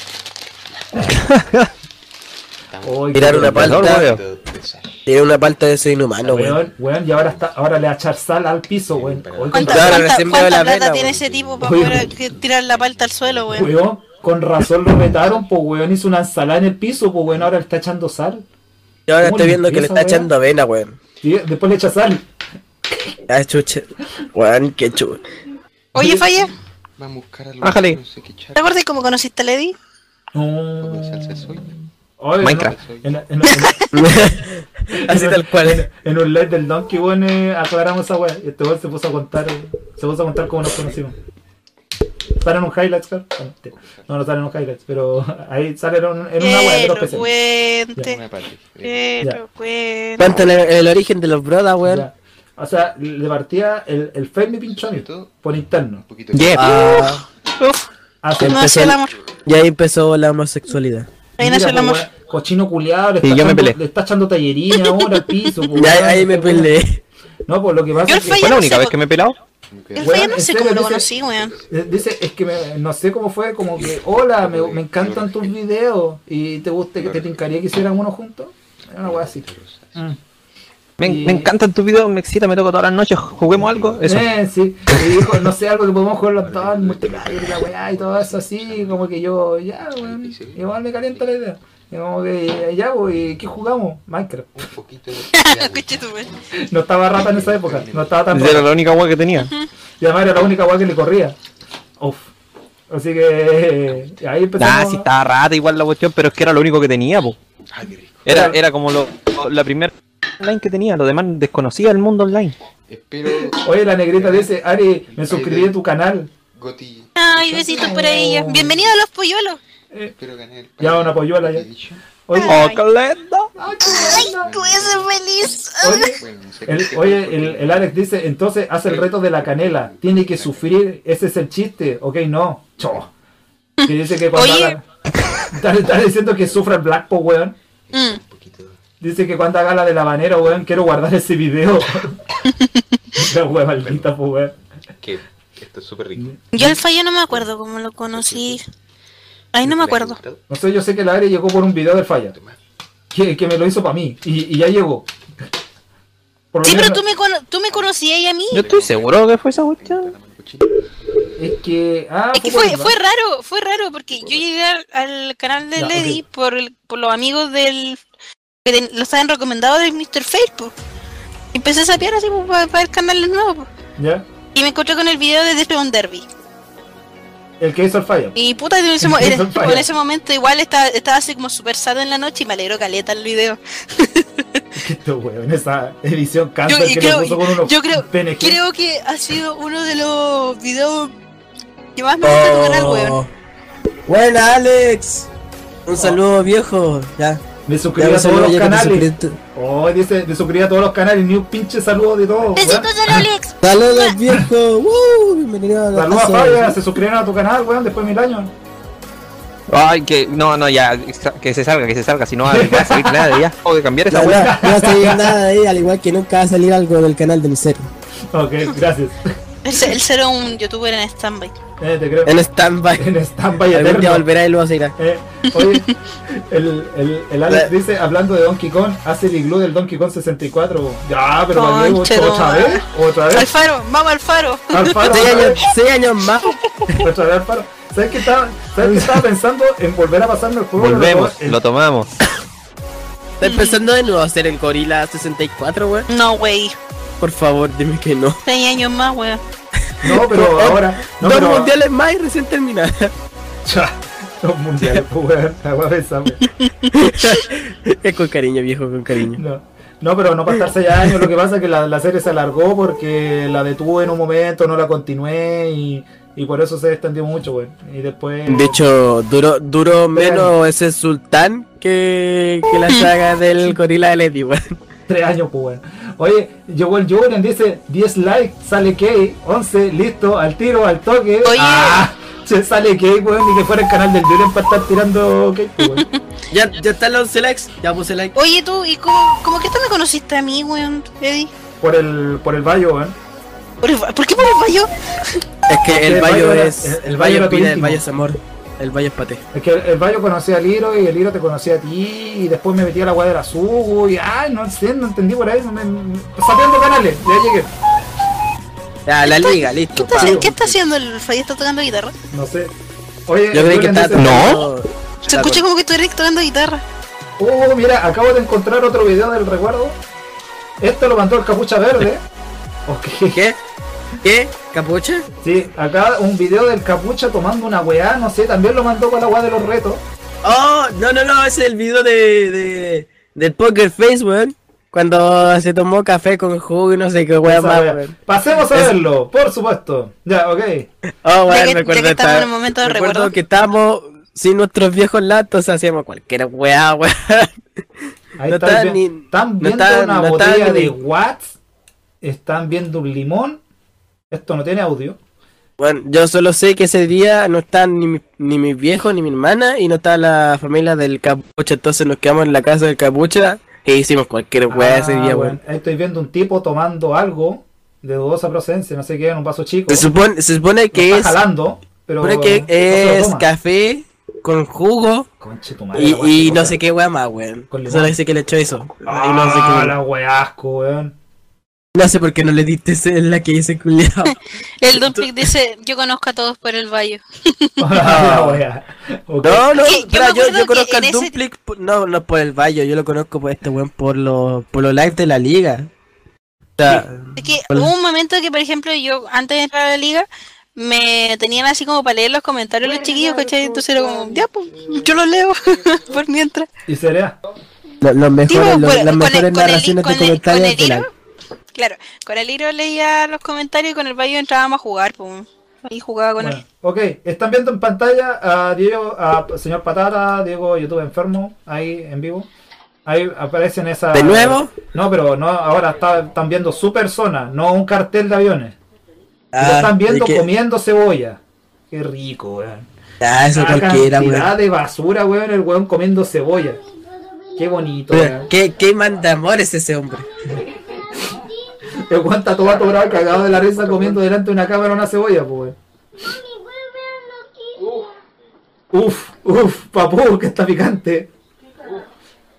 Speaker 2: Oy,
Speaker 5: Tirar
Speaker 2: qué
Speaker 5: una
Speaker 2: weón.
Speaker 5: palta,
Speaker 6: De- de sal.
Speaker 5: tirar una palta de eso es inhumano, weón.
Speaker 2: Weón, weón, y ahora está, ahora le va a echar sal al piso, weón. Oy, con-
Speaker 3: ¿Cuánta,
Speaker 5: Claro,
Speaker 3: cuánta-
Speaker 5: recién me
Speaker 3: cuánta
Speaker 5: dio la
Speaker 3: plata
Speaker 5: pena,
Speaker 3: tiene
Speaker 5: weón.
Speaker 3: ese tipo para
Speaker 2: Oye,
Speaker 3: poder que- tirar la palta al suelo, weón?
Speaker 2: weón, con razón lo retaron, pues weón, hizo una ensalada en el piso, pues weón, ahora le está echando sal.
Speaker 5: Yo ahora
Speaker 2: ¿Cómo
Speaker 5: estoy
Speaker 2: le
Speaker 5: viendo que le
Speaker 2: empieza,
Speaker 5: está
Speaker 2: weón?
Speaker 5: echando avena, weón.
Speaker 2: Y después le echa sal.
Speaker 5: Ah, chucha. Weón, qué chucha.
Speaker 3: Oye, Falla,
Speaker 6: Vamos a buscar a los...
Speaker 4: Bájale.
Speaker 6: No sé qué echar.
Speaker 3: ¿te acuerdas cómo conociste a Lady?
Speaker 6: Poco de salsa
Speaker 2: No.
Speaker 6: de soya.
Speaker 2: Oye, no.
Speaker 4: Minecraft.
Speaker 2: En la- en la- en la-
Speaker 5: Así tal cual.
Speaker 2: En un live del Donkey, weón, eh, aclaramos esa weá. Y este weón se puso a contar, eh, se puso a contar cómo nos conocimos. ¿Salen un highlights, Carl? Ah, no, te- No, no salen un highlights, pero ahí salen en, en una weá de los
Speaker 3: Quiero
Speaker 2: PC.
Speaker 3: cuente,
Speaker 6: Una parte.
Speaker 3: quiero cuente.
Speaker 5: Cuéntale el origen de los brodas, weón.
Speaker 2: Ya. O sea, le partía el, el Fame me pinchó a mí, por interno. Ah,
Speaker 6: Un poquito de...
Speaker 4: Yeah.
Speaker 5: Ah,
Speaker 3: Uf,
Speaker 2: Hace
Speaker 3: no hace el amor.
Speaker 5: y ahí empezó la homosexualidad.
Speaker 3: Ahí
Speaker 2: Mira,
Speaker 3: nació el
Speaker 2: po,
Speaker 3: amor.
Speaker 2: weón, Cochino culiado, le
Speaker 4: Y
Speaker 2: está,
Speaker 4: yo me
Speaker 2: echando,
Speaker 4: peleé.
Speaker 2: le está echando tallerina ahora al piso. po,
Speaker 5: Y ahí,
Speaker 2: weón.
Speaker 5: ahí me peleé.
Speaker 2: No, pues lo que pasa
Speaker 3: Yo
Speaker 2: es que.
Speaker 3: el
Speaker 4: Fue la
Speaker 3: no
Speaker 4: única
Speaker 3: sé,
Speaker 4: vez
Speaker 3: po-
Speaker 4: que me he pelado.
Speaker 6: Me quedé-
Speaker 3: El
Speaker 2: Weón,
Speaker 3: Falla no
Speaker 2: en
Speaker 3: sé
Speaker 2: serio,
Speaker 3: cómo lo
Speaker 2: dice-
Speaker 3: conocí, weón.
Speaker 2: Eh, Dice, es que me- no sé cómo fue, como que, hola, me, me encantan tus videos y te guste que te tincaría que hicieran uno juntos. Era una wea así.
Speaker 4: Me,
Speaker 2: Y-
Speaker 4: me encantan tus videos, me excita, me toca todas las noches, juguemos algo. Eso.
Speaker 2: Eh, sí. Y dijo, no sé, algo que podemos jugar los dos, el multiplayer y la weá y todo eso así, como que yo, ya, weón, igual me calienta la idea. Y como que, ya, wey, ¿qué jugamos? Minecraft.
Speaker 6: Un poquito de...
Speaker 3: Escuché tu weón.
Speaker 2: No estaba rata en esa época, no estaba tan
Speaker 4: Era
Speaker 2: rata.
Speaker 4: la única agua que tenía.
Speaker 2: Y además era la única weá que le corría. Uf. Así que, eh, ahí empezamos.
Speaker 4: Ah, sí, estaba rata igual la cuestión, pero es que era lo único que tenía, po.
Speaker 6: Ay, qué rico.
Speaker 4: Era,
Speaker 2: Claro.
Speaker 4: era como lo, lo- la primera online que tenía, lo demás desconocía el mundo online.
Speaker 6: Espero,
Speaker 2: Oye, la negrita dice, Ari, me suscribí a tu canal.
Speaker 6: Goti,
Speaker 3: Ay, besitos por ahí ya. Bienvenido a los polluelos.
Speaker 6: espero ganar el
Speaker 2: Ya, una polluela, ya.
Speaker 6: He dicho.
Speaker 2: Oye,
Speaker 4: ¡Oh, qué lindo!
Speaker 2: ah, qué onda.
Speaker 3: Tú voy a ser feliz.
Speaker 2: Oye,
Speaker 6: Bueno, no sé
Speaker 2: el,
Speaker 6: qué-
Speaker 2: oye, el, el Alex dice, entonces hace el reto de la
Speaker 6: eh,
Speaker 2: canela, tiene que sufrir, ese es el chiste, ok, no, cho. Que dice que cuando
Speaker 3: Oye.
Speaker 2: haga... Está, está diciendo que sufre el Black po, weón.
Speaker 3: Mm.
Speaker 6: Un poquito de-
Speaker 2: Dice que cuando haga la de la manera, weón, quiero guardar ese video. la weón maldita, po, weón.
Speaker 6: que esto es súper rico.
Speaker 3: Yo al Falla no me acuerdo cómo lo conocí. Ay, no me acuerdo.
Speaker 2: No sé, yo sé que la Ari llegó por un video del falla, que, que me lo hizo para mí, y, y ya llegó. Por lo
Speaker 3: Sí, pero
Speaker 2: menos-
Speaker 3: tú me, cono- tú me conocías y a mí.
Speaker 4: Yo estoy seguro que fue esa cuestión.
Speaker 2: Es que... Ah,
Speaker 3: Es que
Speaker 2: por
Speaker 3: fue,
Speaker 2: el-
Speaker 3: fue raro, fue raro, porque yo llegué al, al canal de
Speaker 2: pues. Ya,
Speaker 3: Lady por, el- por los amigos del... que ten- los habían recomendado del Mr. Facebook. Y empecé a sapear así para, ver canales nuevos. po.
Speaker 2: ¿Ya?
Speaker 3: Y me encontré con el video de Deathbound Derby.
Speaker 2: El que hizo el falla.
Speaker 3: Y puta, en ese, mo-
Speaker 2: Eso
Speaker 3: en-
Speaker 2: es falla.
Speaker 3: en ese momento igual estaba, estaba así como super sad en la noche y me alegró caleta el video.
Speaker 2: Este weón, esa edición cáncer
Speaker 3: Yo- y
Speaker 2: que
Speaker 3: creo-
Speaker 2: le puso con unos
Speaker 3: yo creo-
Speaker 2: PNG.
Speaker 3: Creo que ha sido uno de los videos que más me gusta
Speaker 5: Oh.
Speaker 3: de tu canal, weón.
Speaker 5: Buena, Alex. Un saludo, viejo. Ya,
Speaker 2: Me
Speaker 5: ya
Speaker 2: suscribí
Speaker 5: un
Speaker 2: a todos
Speaker 5: saludo,
Speaker 2: Oh. los
Speaker 5: ya que te
Speaker 2: canales.
Speaker 5: suscribiste.
Speaker 2: Oh, dice, me suscribí a todos los canales, ni un pinche saludo de todos. weón.
Speaker 3: Besitos de Rolex.
Speaker 5: Saludos, viejo. Woo, bienvenido a la
Speaker 2: Saludos a
Speaker 5: casa.
Speaker 2: Fabia, se suscribieron a tu canal, weón, después de mil años.
Speaker 4: Ay, que no, no, ya, que se salga, que se salga, si no va a salir nada de allá. Tengo que cambiar esa
Speaker 5: No,
Speaker 4: weá.
Speaker 5: no, no va a salir nada de ahí, al igual que nunca va a salir algo del canal de miseria.
Speaker 2: Ok, gracias.
Speaker 3: El, ce- el cero es un youtuber en stand-by.
Speaker 2: Eh, te creo.
Speaker 5: En stand-by.
Speaker 2: En stand-by
Speaker 5: Algún día
Speaker 2: eterno.
Speaker 5: volverá y luego se irá.
Speaker 2: Eh, oye, el, el, el Alex
Speaker 5: La-
Speaker 2: dice, hablando de Donkey Kong, hace el iglú del Donkey Kong 64. weón. Ya, pero me llevo
Speaker 3: Conche tu
Speaker 2: otra
Speaker 3: madre.
Speaker 2: vez, otra vez.
Speaker 3: Alfaro, vamos Alfaro.
Speaker 2: Alfaro,
Speaker 5: Seis
Speaker 2: otra vez.
Speaker 5: años, seis años más.
Speaker 2: Nuestra gran paro. ¿Sabes qué estaba, ¿sabes qué estaba pensando en volver a pasarme el juego?
Speaker 4: Volvemos,
Speaker 2: El-
Speaker 4: lo tomamos.
Speaker 5: Está empezando de nuevo a hacer el Gorila 64, weón.
Speaker 3: No, wey.
Speaker 5: Por favor, dime que no.
Speaker 3: Seis años más, weón.
Speaker 2: No, pero ahora. No,
Speaker 5: Dos
Speaker 2: pero,
Speaker 5: mundiales más y recién terminada.
Speaker 2: Cha, dos mundiales, pues, weón. La weá pesa, weón.
Speaker 5: Es con cariño, viejo, con cariño.
Speaker 2: No. No, pero no pasar seis años. Lo que pasa es que la, la serie se alargó porque la detuve en un momento, no la continué y, y por eso se extendió mucho, weón. Y después.
Speaker 5: De hecho, duró, duró menos ese sultán que, que la saga del gorila de Lady, weón.
Speaker 2: Tres años, pues, weón. Oye, llegó el Juren, dice 10 likes, sale Key, 11, listo, al tiro, al toque.
Speaker 3: Oye.
Speaker 2: Ah, se sale Key, weón, ni que fuera el canal del Juren para estar tirando Key, pues, weón.
Speaker 5: Ya, ya están los 11 likes, ya puse like.
Speaker 3: Oye, tú, ¿y cómo, cómo que tú me conociste a mí, weón, Eddie?
Speaker 2: Por el, por el Bayo, weón.
Speaker 3: ¿Por, el va- por qué por el fallo?
Speaker 5: Es que el
Speaker 2: El
Speaker 5: bayo
Speaker 2: Bayo era-
Speaker 5: es.
Speaker 2: el- el
Speaker 5: El
Speaker 2: Bayo
Speaker 5: bayo
Speaker 2: era tu
Speaker 5: pide, el
Speaker 2: íntimo.
Speaker 5: bayo es amor. El bayo es pate.
Speaker 2: Es que el, el Bayo conocía al Hiro y el Hiro te conocía a ti y después me metí a la guay de la Sugu y ay, no sé, no entendí por ahí, no me, me- sapeando canales, ya llegué.
Speaker 5: Ya, la liga, listo.
Speaker 3: ¿Qué está,
Speaker 5: pa.
Speaker 3: haciendo- ¿Qué está haciendo el fallo? ¿Está tocando guitarra?
Speaker 2: No sé. Oye,
Speaker 5: Yo creí que
Speaker 2: Julen
Speaker 5: está.
Speaker 2: dice,
Speaker 3: Se escucha como que tú eres tocando guitarra.
Speaker 2: Oh, mira, acabo de encontrar otro video del recuerdo. Esto lo mandó el capucha verde. Ok.
Speaker 5: ¿Qué? ¿Qué? ¿Capucha?
Speaker 2: Sí, acá un video del capucha tomando una weá, no sé, también lo mandó para la weá de los retos.
Speaker 5: Oh, no, no, no, ese es el video de, de del Poker Face, weón. Cuando se tomó café con jugo y no sé qué weón
Speaker 2: Esa
Speaker 5: más,
Speaker 2: weá.
Speaker 5: weón.
Speaker 2: Pasemos a
Speaker 5: Es-
Speaker 2: verlo, por supuesto. Ya, ok.
Speaker 5: Oh,
Speaker 3: Ya
Speaker 5: weón,
Speaker 3: que-
Speaker 5: me acuerdo
Speaker 3: ya que estamos
Speaker 5: esta-
Speaker 3: en el momento de
Speaker 5: me acuerdo
Speaker 3: recuerdo.
Speaker 5: que estábamos sin nuestros viejos latos, hacíamos cualquier weá, weón.
Speaker 2: Ahí
Speaker 5: No
Speaker 2: están,
Speaker 5: está
Speaker 2: vi-
Speaker 5: ni-
Speaker 2: están
Speaker 5: no
Speaker 2: viendo
Speaker 5: está-
Speaker 2: una
Speaker 5: no está
Speaker 2: botella
Speaker 5: ni-
Speaker 2: de watts, están viendo un limón. Esto no tiene audio.
Speaker 5: Bueno, yo solo sé que ese día no están ni, mi- ni mis viejos ni mi hermana y no está la familia del capucha, entonces nos quedamos en la casa del capucha e hicimos cualquier weá ese
Speaker 2: Ah,
Speaker 5: día,
Speaker 2: bueno,
Speaker 5: weón.
Speaker 2: Ahí estoy viendo un tipo tomando algo de dudosa procedencia, no sé qué, en un vaso chico.
Speaker 5: Se supone, se supone
Speaker 2: Lo
Speaker 5: que
Speaker 2: está
Speaker 5: es,
Speaker 2: jalando, pero.
Speaker 5: supone que es café con jugo
Speaker 2: Conche tu madre.
Speaker 5: y,
Speaker 2: la weá
Speaker 5: y
Speaker 2: asquerosa.
Speaker 5: no sé qué weá más, weón.
Speaker 2: Con limón.
Speaker 5: Solo dice que le echó eso. Y no sé
Speaker 2: Ah,
Speaker 5: qué-
Speaker 2: la weá asco, weón.
Speaker 5: No sé por qué no le diste ese- la que hice culiado.
Speaker 3: El Dumpic dice, yo conozco a todos por el valle.
Speaker 2: la weá. Ok.
Speaker 5: No, no,
Speaker 3: Es que yo
Speaker 5: espera,
Speaker 3: me
Speaker 5: yo,
Speaker 3: acuerdo
Speaker 5: yo,
Speaker 3: que
Speaker 5: conozco
Speaker 3: en
Speaker 5: al
Speaker 3: ese-
Speaker 5: Duplic, por- no, no por el Bayo, yo lo conozco por este weón por los por los live de la liga. O sea,
Speaker 3: Es que
Speaker 5: Hola.
Speaker 3: hubo un momento que, por ejemplo, yo antes de entrar a la liga, me tenían así como para leer los comentarios los chiquillos, ¿cachai? Entonces era como, ya, pues, yo los leo por mientras.
Speaker 2: Y cerea.
Speaker 4: Lo- los mejores,
Speaker 3: Tipo, bueno,
Speaker 4: lo- las
Speaker 3: con el-
Speaker 4: mejores
Speaker 3: con el-
Speaker 4: narraciones
Speaker 3: con
Speaker 4: de
Speaker 3: el- con
Speaker 4: comentarios
Speaker 3: el
Speaker 4: de la-
Speaker 3: hilo. Claro, con el Iro leía los comentarios y con el Bayo entrábamos a jugar, pues. Ahí jugaba con
Speaker 2: Bueno,
Speaker 3: él.
Speaker 2: ok, están viendo en pantalla a Diego, a señor Patata, Diego YouTube enfermo, ahí en vivo. Ahí aparecen esas.
Speaker 5: ¿De nuevo?
Speaker 2: No, pero no, ahora está- están viendo su persona, no un cartel de aviones. Y lo
Speaker 5: ah,
Speaker 2: están viendo
Speaker 5: es que-
Speaker 2: comiendo cebolla. Qué rico, weón.
Speaker 5: ah, eso
Speaker 2: La
Speaker 5: cualquiera,
Speaker 2: cantidad
Speaker 5: weón.
Speaker 2: de basura, weón, el weón comiendo cebolla. Qué bonito,
Speaker 5: Pero,
Speaker 2: weón.
Speaker 5: ¿Qué, qué mandamor es ese hombre?
Speaker 2: El weón está todo atorado, cagado de la risa, comiendo delante de una cámara una cebolla, pues, weón. Uf, uf, papu, que está picante.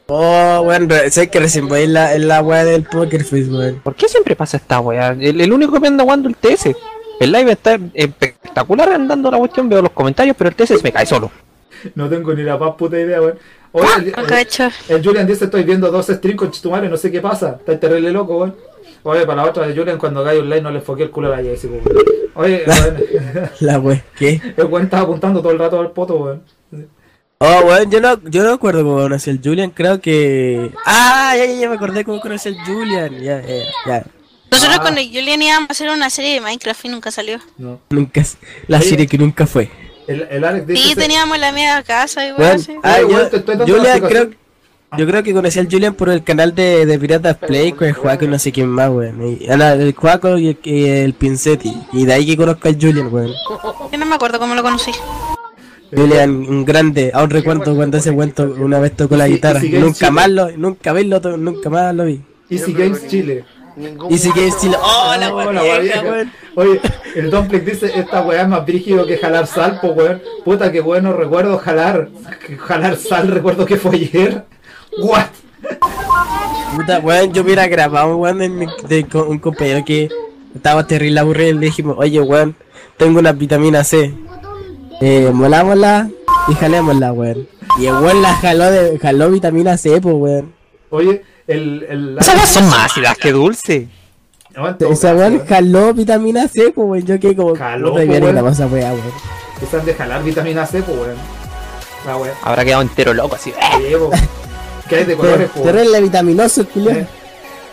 Speaker 5: Oh, weón, re- sé que recién voy en la, en la weá del Poker Face, weón.
Speaker 4: ¿Por qué siempre pasa esta weá? El, el único que me anda jugando el TS. El live está espectacular andando la cuestión, veo los comentarios, pero el TS se me cae solo.
Speaker 2: No tengo ni la más puta idea, weón. Oye, el,
Speaker 3: No
Speaker 2: el-
Speaker 3: cacho.
Speaker 2: el Julian dice, estoy viendo dos streams con chitumales, no sé qué pasa. Está terrible loco, weón. Oye, para la otra de Julian, cuando cae un like no le enfoqué el culo a la Jessie, po, weón. Oye, weón,
Speaker 5: La weá, ¿qué?
Speaker 2: el weón estaba apuntando todo el rato al poto, weón.
Speaker 5: Oh, weón, yo no, yo no acuerdo cómo conocí al Julian, creo que. Ah, ya, ya, ya me acordé cómo conocí al Julian. Ya, ya, ya.
Speaker 3: Nosotros
Speaker 2: Ah.
Speaker 3: con el Julian íbamos a hacer una serie de Minecraft y nunca salió.
Speaker 2: No.
Speaker 5: Nunca, la
Speaker 2: Oye.
Speaker 5: serie que nunca fue.
Speaker 2: El, el Alex dice...
Speaker 3: Sí, teníamos la media casa y bueno,
Speaker 5: Weón,
Speaker 3: sí.
Speaker 5: ah,
Speaker 2: Oye,
Speaker 5: yo,
Speaker 2: weón, te estoy dando
Speaker 5: Julian,
Speaker 2: la explicación.
Speaker 5: creo, yo creo que conocí al Julian por el canal de, de Piratas Play con el Juaco y no sé quién más, weón. Y- ah, no, el Juaco y el, y el Pincetti. Y de ahí que conozco al Julian, weón.
Speaker 3: Yo no me acuerdo cómo lo conocí.
Speaker 5: Julian, un grande. Aún recuerdo cuando ese cuento una vez tocó la
Speaker 2: Y si- y
Speaker 5: guitarra.
Speaker 2: sigue en
Speaker 5: Nunca
Speaker 2: Chile.
Speaker 5: más lo, nunca más lo, to- nunca más lo vi.
Speaker 2: Easy Games Chile.
Speaker 5: Y sigue en Chile. ¡Oh, la
Speaker 2: Hola, vieja.
Speaker 5: weá vieja, weón!
Speaker 2: Oye, el Domplic dice, esta weá es más brígido que jalar sal, po, weón. Puta, que bueno recuerdo jalar. Jalar sal, recuerdo que fue ayer. What?
Speaker 5: Puta, weón, yo hubiera grabado, weón, de, mi- de co- un compañero que estaba terrible aburrido y le dijimos, oye, weón, tengo una vitamina C. Eh, molámosla y jalémosla, weón. Y el weón la jaló, de, jaló vitamina C, pues, weón.
Speaker 2: Oye, el... el
Speaker 4: Esas weas son más ácidas que dulce.
Speaker 2: No, en todo
Speaker 5: Esa
Speaker 2: caso,
Speaker 5: weón
Speaker 2: weón.
Speaker 5: jaló vitamina C, pues, weón. Yo que como...
Speaker 2: Jaló,
Speaker 5: puta,
Speaker 2: po,
Speaker 5: viene
Speaker 2: weón.
Speaker 5: la masa, weá, weón.
Speaker 2: Quizás de jalar vitamina C, pues, weón. La weá.
Speaker 4: Habrá quedado entero loco así.
Speaker 2: Sí, po. Que hay de colores, po, weón.
Speaker 5: Terrible vitaminoso, culiao.
Speaker 2: Eh.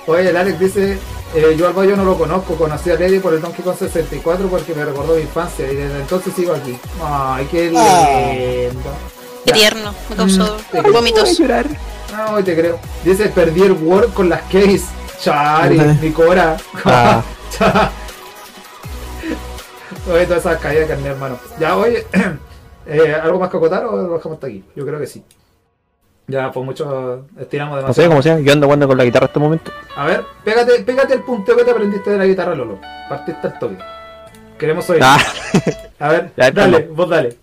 Speaker 2: Oye, el Alex dice, eh, yo al Bayo no lo conozco, conocí a Lady por el Donkey Kong 64 porque me recordó mi infancia y desde entonces sigo aquí. Ay, qué
Speaker 5: Ah.
Speaker 2: lindo.
Speaker 3: Qué
Speaker 2: Ya.
Speaker 3: tierno, me causó
Speaker 2: Mm, te creo.
Speaker 3: vómitos.
Speaker 2: No, te creo. Dice, perdí el Word con las keys. Chari,
Speaker 5: Ajá.
Speaker 2: mi cora.
Speaker 4: Ah.
Speaker 2: Cha. Oye, todas esas caídas que andé, hermano. Ya, oye, eh, ¿algo más que acotar o lo dejamos hasta aquí? Yo creo que sí. Ya, pues mucho estiramos
Speaker 4: No sé
Speaker 2: demasiado.
Speaker 4: cómo sea, yo ando jugando con la guitarra este momento.
Speaker 2: A ver, pégate, pégate el punteo que te aprendiste de la guitarra, Lolo. Partiste al toque. Queremos oír.
Speaker 4: Ah,
Speaker 2: A ver,
Speaker 4: Ya,
Speaker 2: dale,
Speaker 4: perdón.
Speaker 2: vos dale.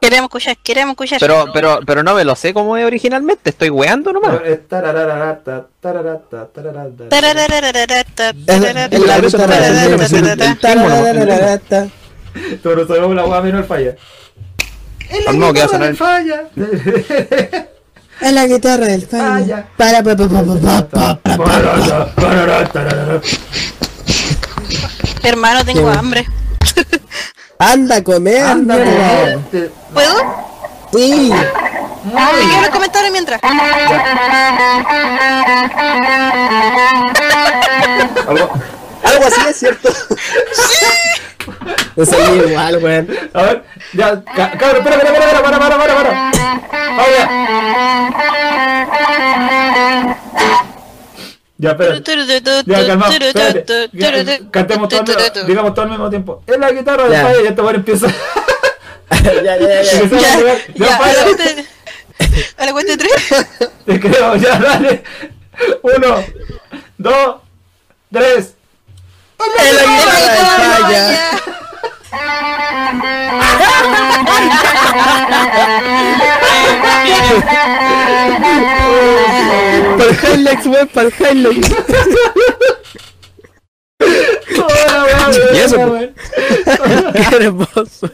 Speaker 3: Queremos escuchar, queremos escuchar.
Speaker 4: pero, pero, pero no me lo sé cómo es originalmente, estoy weando
Speaker 2: A
Speaker 4: nomás.
Speaker 2: ver, es tarararata, tararata, tararata.
Speaker 3: Tarararararata,
Speaker 5: Es
Speaker 3: tararara-
Speaker 5: es la
Speaker 4: Eso
Speaker 5: guitarra,
Speaker 4: parece
Speaker 5: tarara,
Speaker 4: que es un-
Speaker 5: tarara,
Speaker 4: el timbre nomás, el timbre.
Speaker 5: tarara.
Speaker 2: Todos nos sabemos la hueá menos el falla.
Speaker 4: la No, que va a guitarra sonar del el-
Speaker 2: falla.
Speaker 5: Es la guitarra del
Speaker 2: Falla.
Speaker 5: Para, pa, pa, pa, pa, pa, pa.
Speaker 3: Hermano, tengo
Speaker 5: Qué-
Speaker 3: hambre.
Speaker 5: Anda a comer,
Speaker 2: Anda,
Speaker 5: mierda.
Speaker 2: valiente.
Speaker 3: ¿Puedo?
Speaker 5: Sí.
Speaker 3: Me quiero los comentarios mientras.
Speaker 5: Algo así es cierto. No salió igual, weón.
Speaker 2: A ver, ya, ca- cabrón, espera, espera, espera, espera, para, para, para, para. Ahora. Ya, espera. Ya, calmado, espérate. Ya, Cantemos todo al mismo- digamos todo al mismo tiempo. Es la guitarra de
Speaker 5: Ya.
Speaker 2: falla y este weón empieza.
Speaker 5: Ya, ya, ya, ya.
Speaker 2: Empezamos a jugar. Ya,
Speaker 3: Ya, a
Speaker 2: falla.
Speaker 3: la cuenta- a la cuenta de tres.
Speaker 2: Te creo, ya, dale. Uno, dos, tres.
Speaker 5: ¡El aguijón de falla! Para el Hilux, weón, para el Hilux. Y eso, po. Qué hermoso.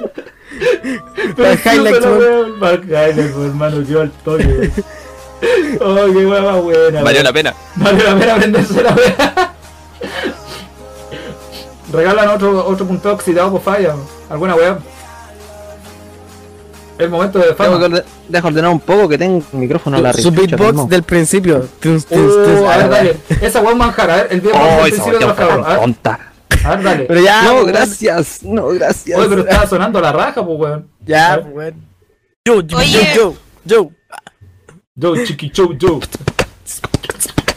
Speaker 5: Para el Hilux, weón.
Speaker 2: Highlights, hermano, yo al toque. weón. Oh, qué hueva buena.
Speaker 4: Valió
Speaker 2: weón.
Speaker 4: la pena.
Speaker 2: Vale la pena aprenderse la wea. Regalan otro, otro punto oxidado por falla. ¿Alguna wea? El momento de
Speaker 4: Tengo que
Speaker 2: fama.
Speaker 4: orde- deja ordenar un poco que tengo un micrófono a la
Speaker 5: Su
Speaker 4: rechucha,
Speaker 5: beatbox
Speaker 4: hermano.
Speaker 5: del principio. Tus, tus, tus.
Speaker 2: Uh, a ver, dale. Esa wea es manjara. A ver, el video
Speaker 4: Oh,
Speaker 2: del
Speaker 4: esa
Speaker 2: principio de
Speaker 4: cuestión
Speaker 2: los
Speaker 4: fue
Speaker 2: cabros.
Speaker 4: tan
Speaker 2: A ver,
Speaker 4: tonta.
Speaker 2: a ver, dale.
Speaker 5: Pero ya,
Speaker 4: No,
Speaker 5: weón.
Speaker 4: gracias. No, gracias.
Speaker 2: Oye, pero estaba sonando la raja, pues weón.
Speaker 5: Ya, weón. Yo, yo, yo,
Speaker 3: Oye.
Speaker 5: yo, yo.
Speaker 2: Yo, chiqui, yo, yo.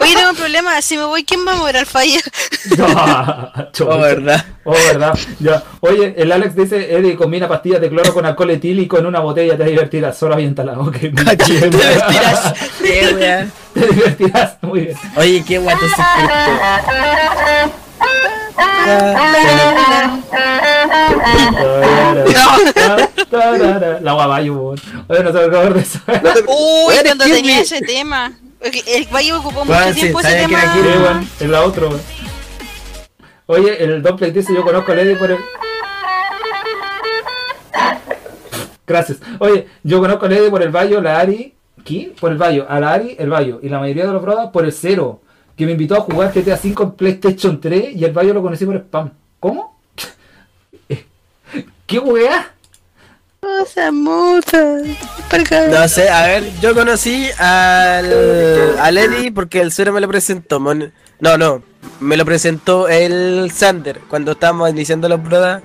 Speaker 3: Oye, tengo un problema. Si me voy, ¿quién va a mover al falla?
Speaker 5: Oh, verdad.
Speaker 2: Oh, verdad. Ya. Oye, el Alex dice, Eddie combina pastillas de cloro con alcohol etílico en una botella, te divertirás, solo avienta la boca.
Speaker 5: Te vestirás. Qué weón. Ah,
Speaker 2: Te divertirás, muy bien.
Speaker 5: Oye, qué guato este ese efecto.
Speaker 2: La guabayo, weón. Oye, no se me acabó de eso.
Speaker 3: Uy,
Speaker 5: Oye,
Speaker 3: cuando
Speaker 5: excuse
Speaker 3: tenía
Speaker 5: me.
Speaker 3: ese tema. Oye, El Valle ocupó
Speaker 5: Bueno,
Speaker 3: mucho
Speaker 5: sí,
Speaker 3: tiempo ese
Speaker 5: sabía que era
Speaker 2: Sí,
Speaker 3: tema.
Speaker 2: weón, es la otra, weón. Oye, el Doppler dice, yo conozco a Lady por el... Gracias. Oye, yo conozco a Lady por el Bayo, la Ari... ¿Qué? Por el Bayo, a la Ari, el Bayo. Y la mayoría de los brothers por el Cero, que me invitó a jugar GTA 5 en PlayStation 3 y el Bayo lo conocí por spam. ¿Cómo? ¿Qué weá?
Speaker 3: Cosa muta.
Speaker 5: No sé, a ver, yo conocí al, al Eddie porque el cero me lo presentó. mon- no, no, me lo presentó el Sander cuando estábamos iniciando los brodas,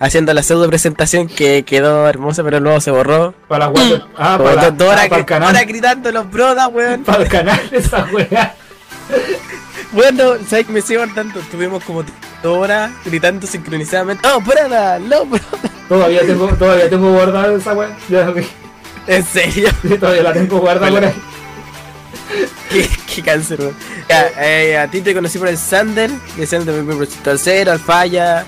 Speaker 5: haciendo la pseudo presentación que quedó hermosa, pero luego se borró.
Speaker 2: Para las guatas- Ah,
Speaker 5: Como
Speaker 2: para,
Speaker 5: dos- dos horas
Speaker 2: ah, para el
Speaker 5: gri- horas
Speaker 2: canal.
Speaker 5: gritando los brodas, weón.
Speaker 2: Para el canal, esa weá.
Speaker 5: Bueno, ¿sabes que me sigo tanto? Estuvimos como dos horas gritando sincronizadamente. ¡Oh, broda! ¡No, bro!
Speaker 2: Todavía tengo, todavía tengo guardada esa weá. Ya, ok.
Speaker 5: ¿En serio?
Speaker 2: Sí, todavía la tengo guardada por ahí.
Speaker 5: qué, qué cáncer, weón. Ya, eh, a ti te conocí por el Sander, y el Sander me presentó al Cero, al Falla,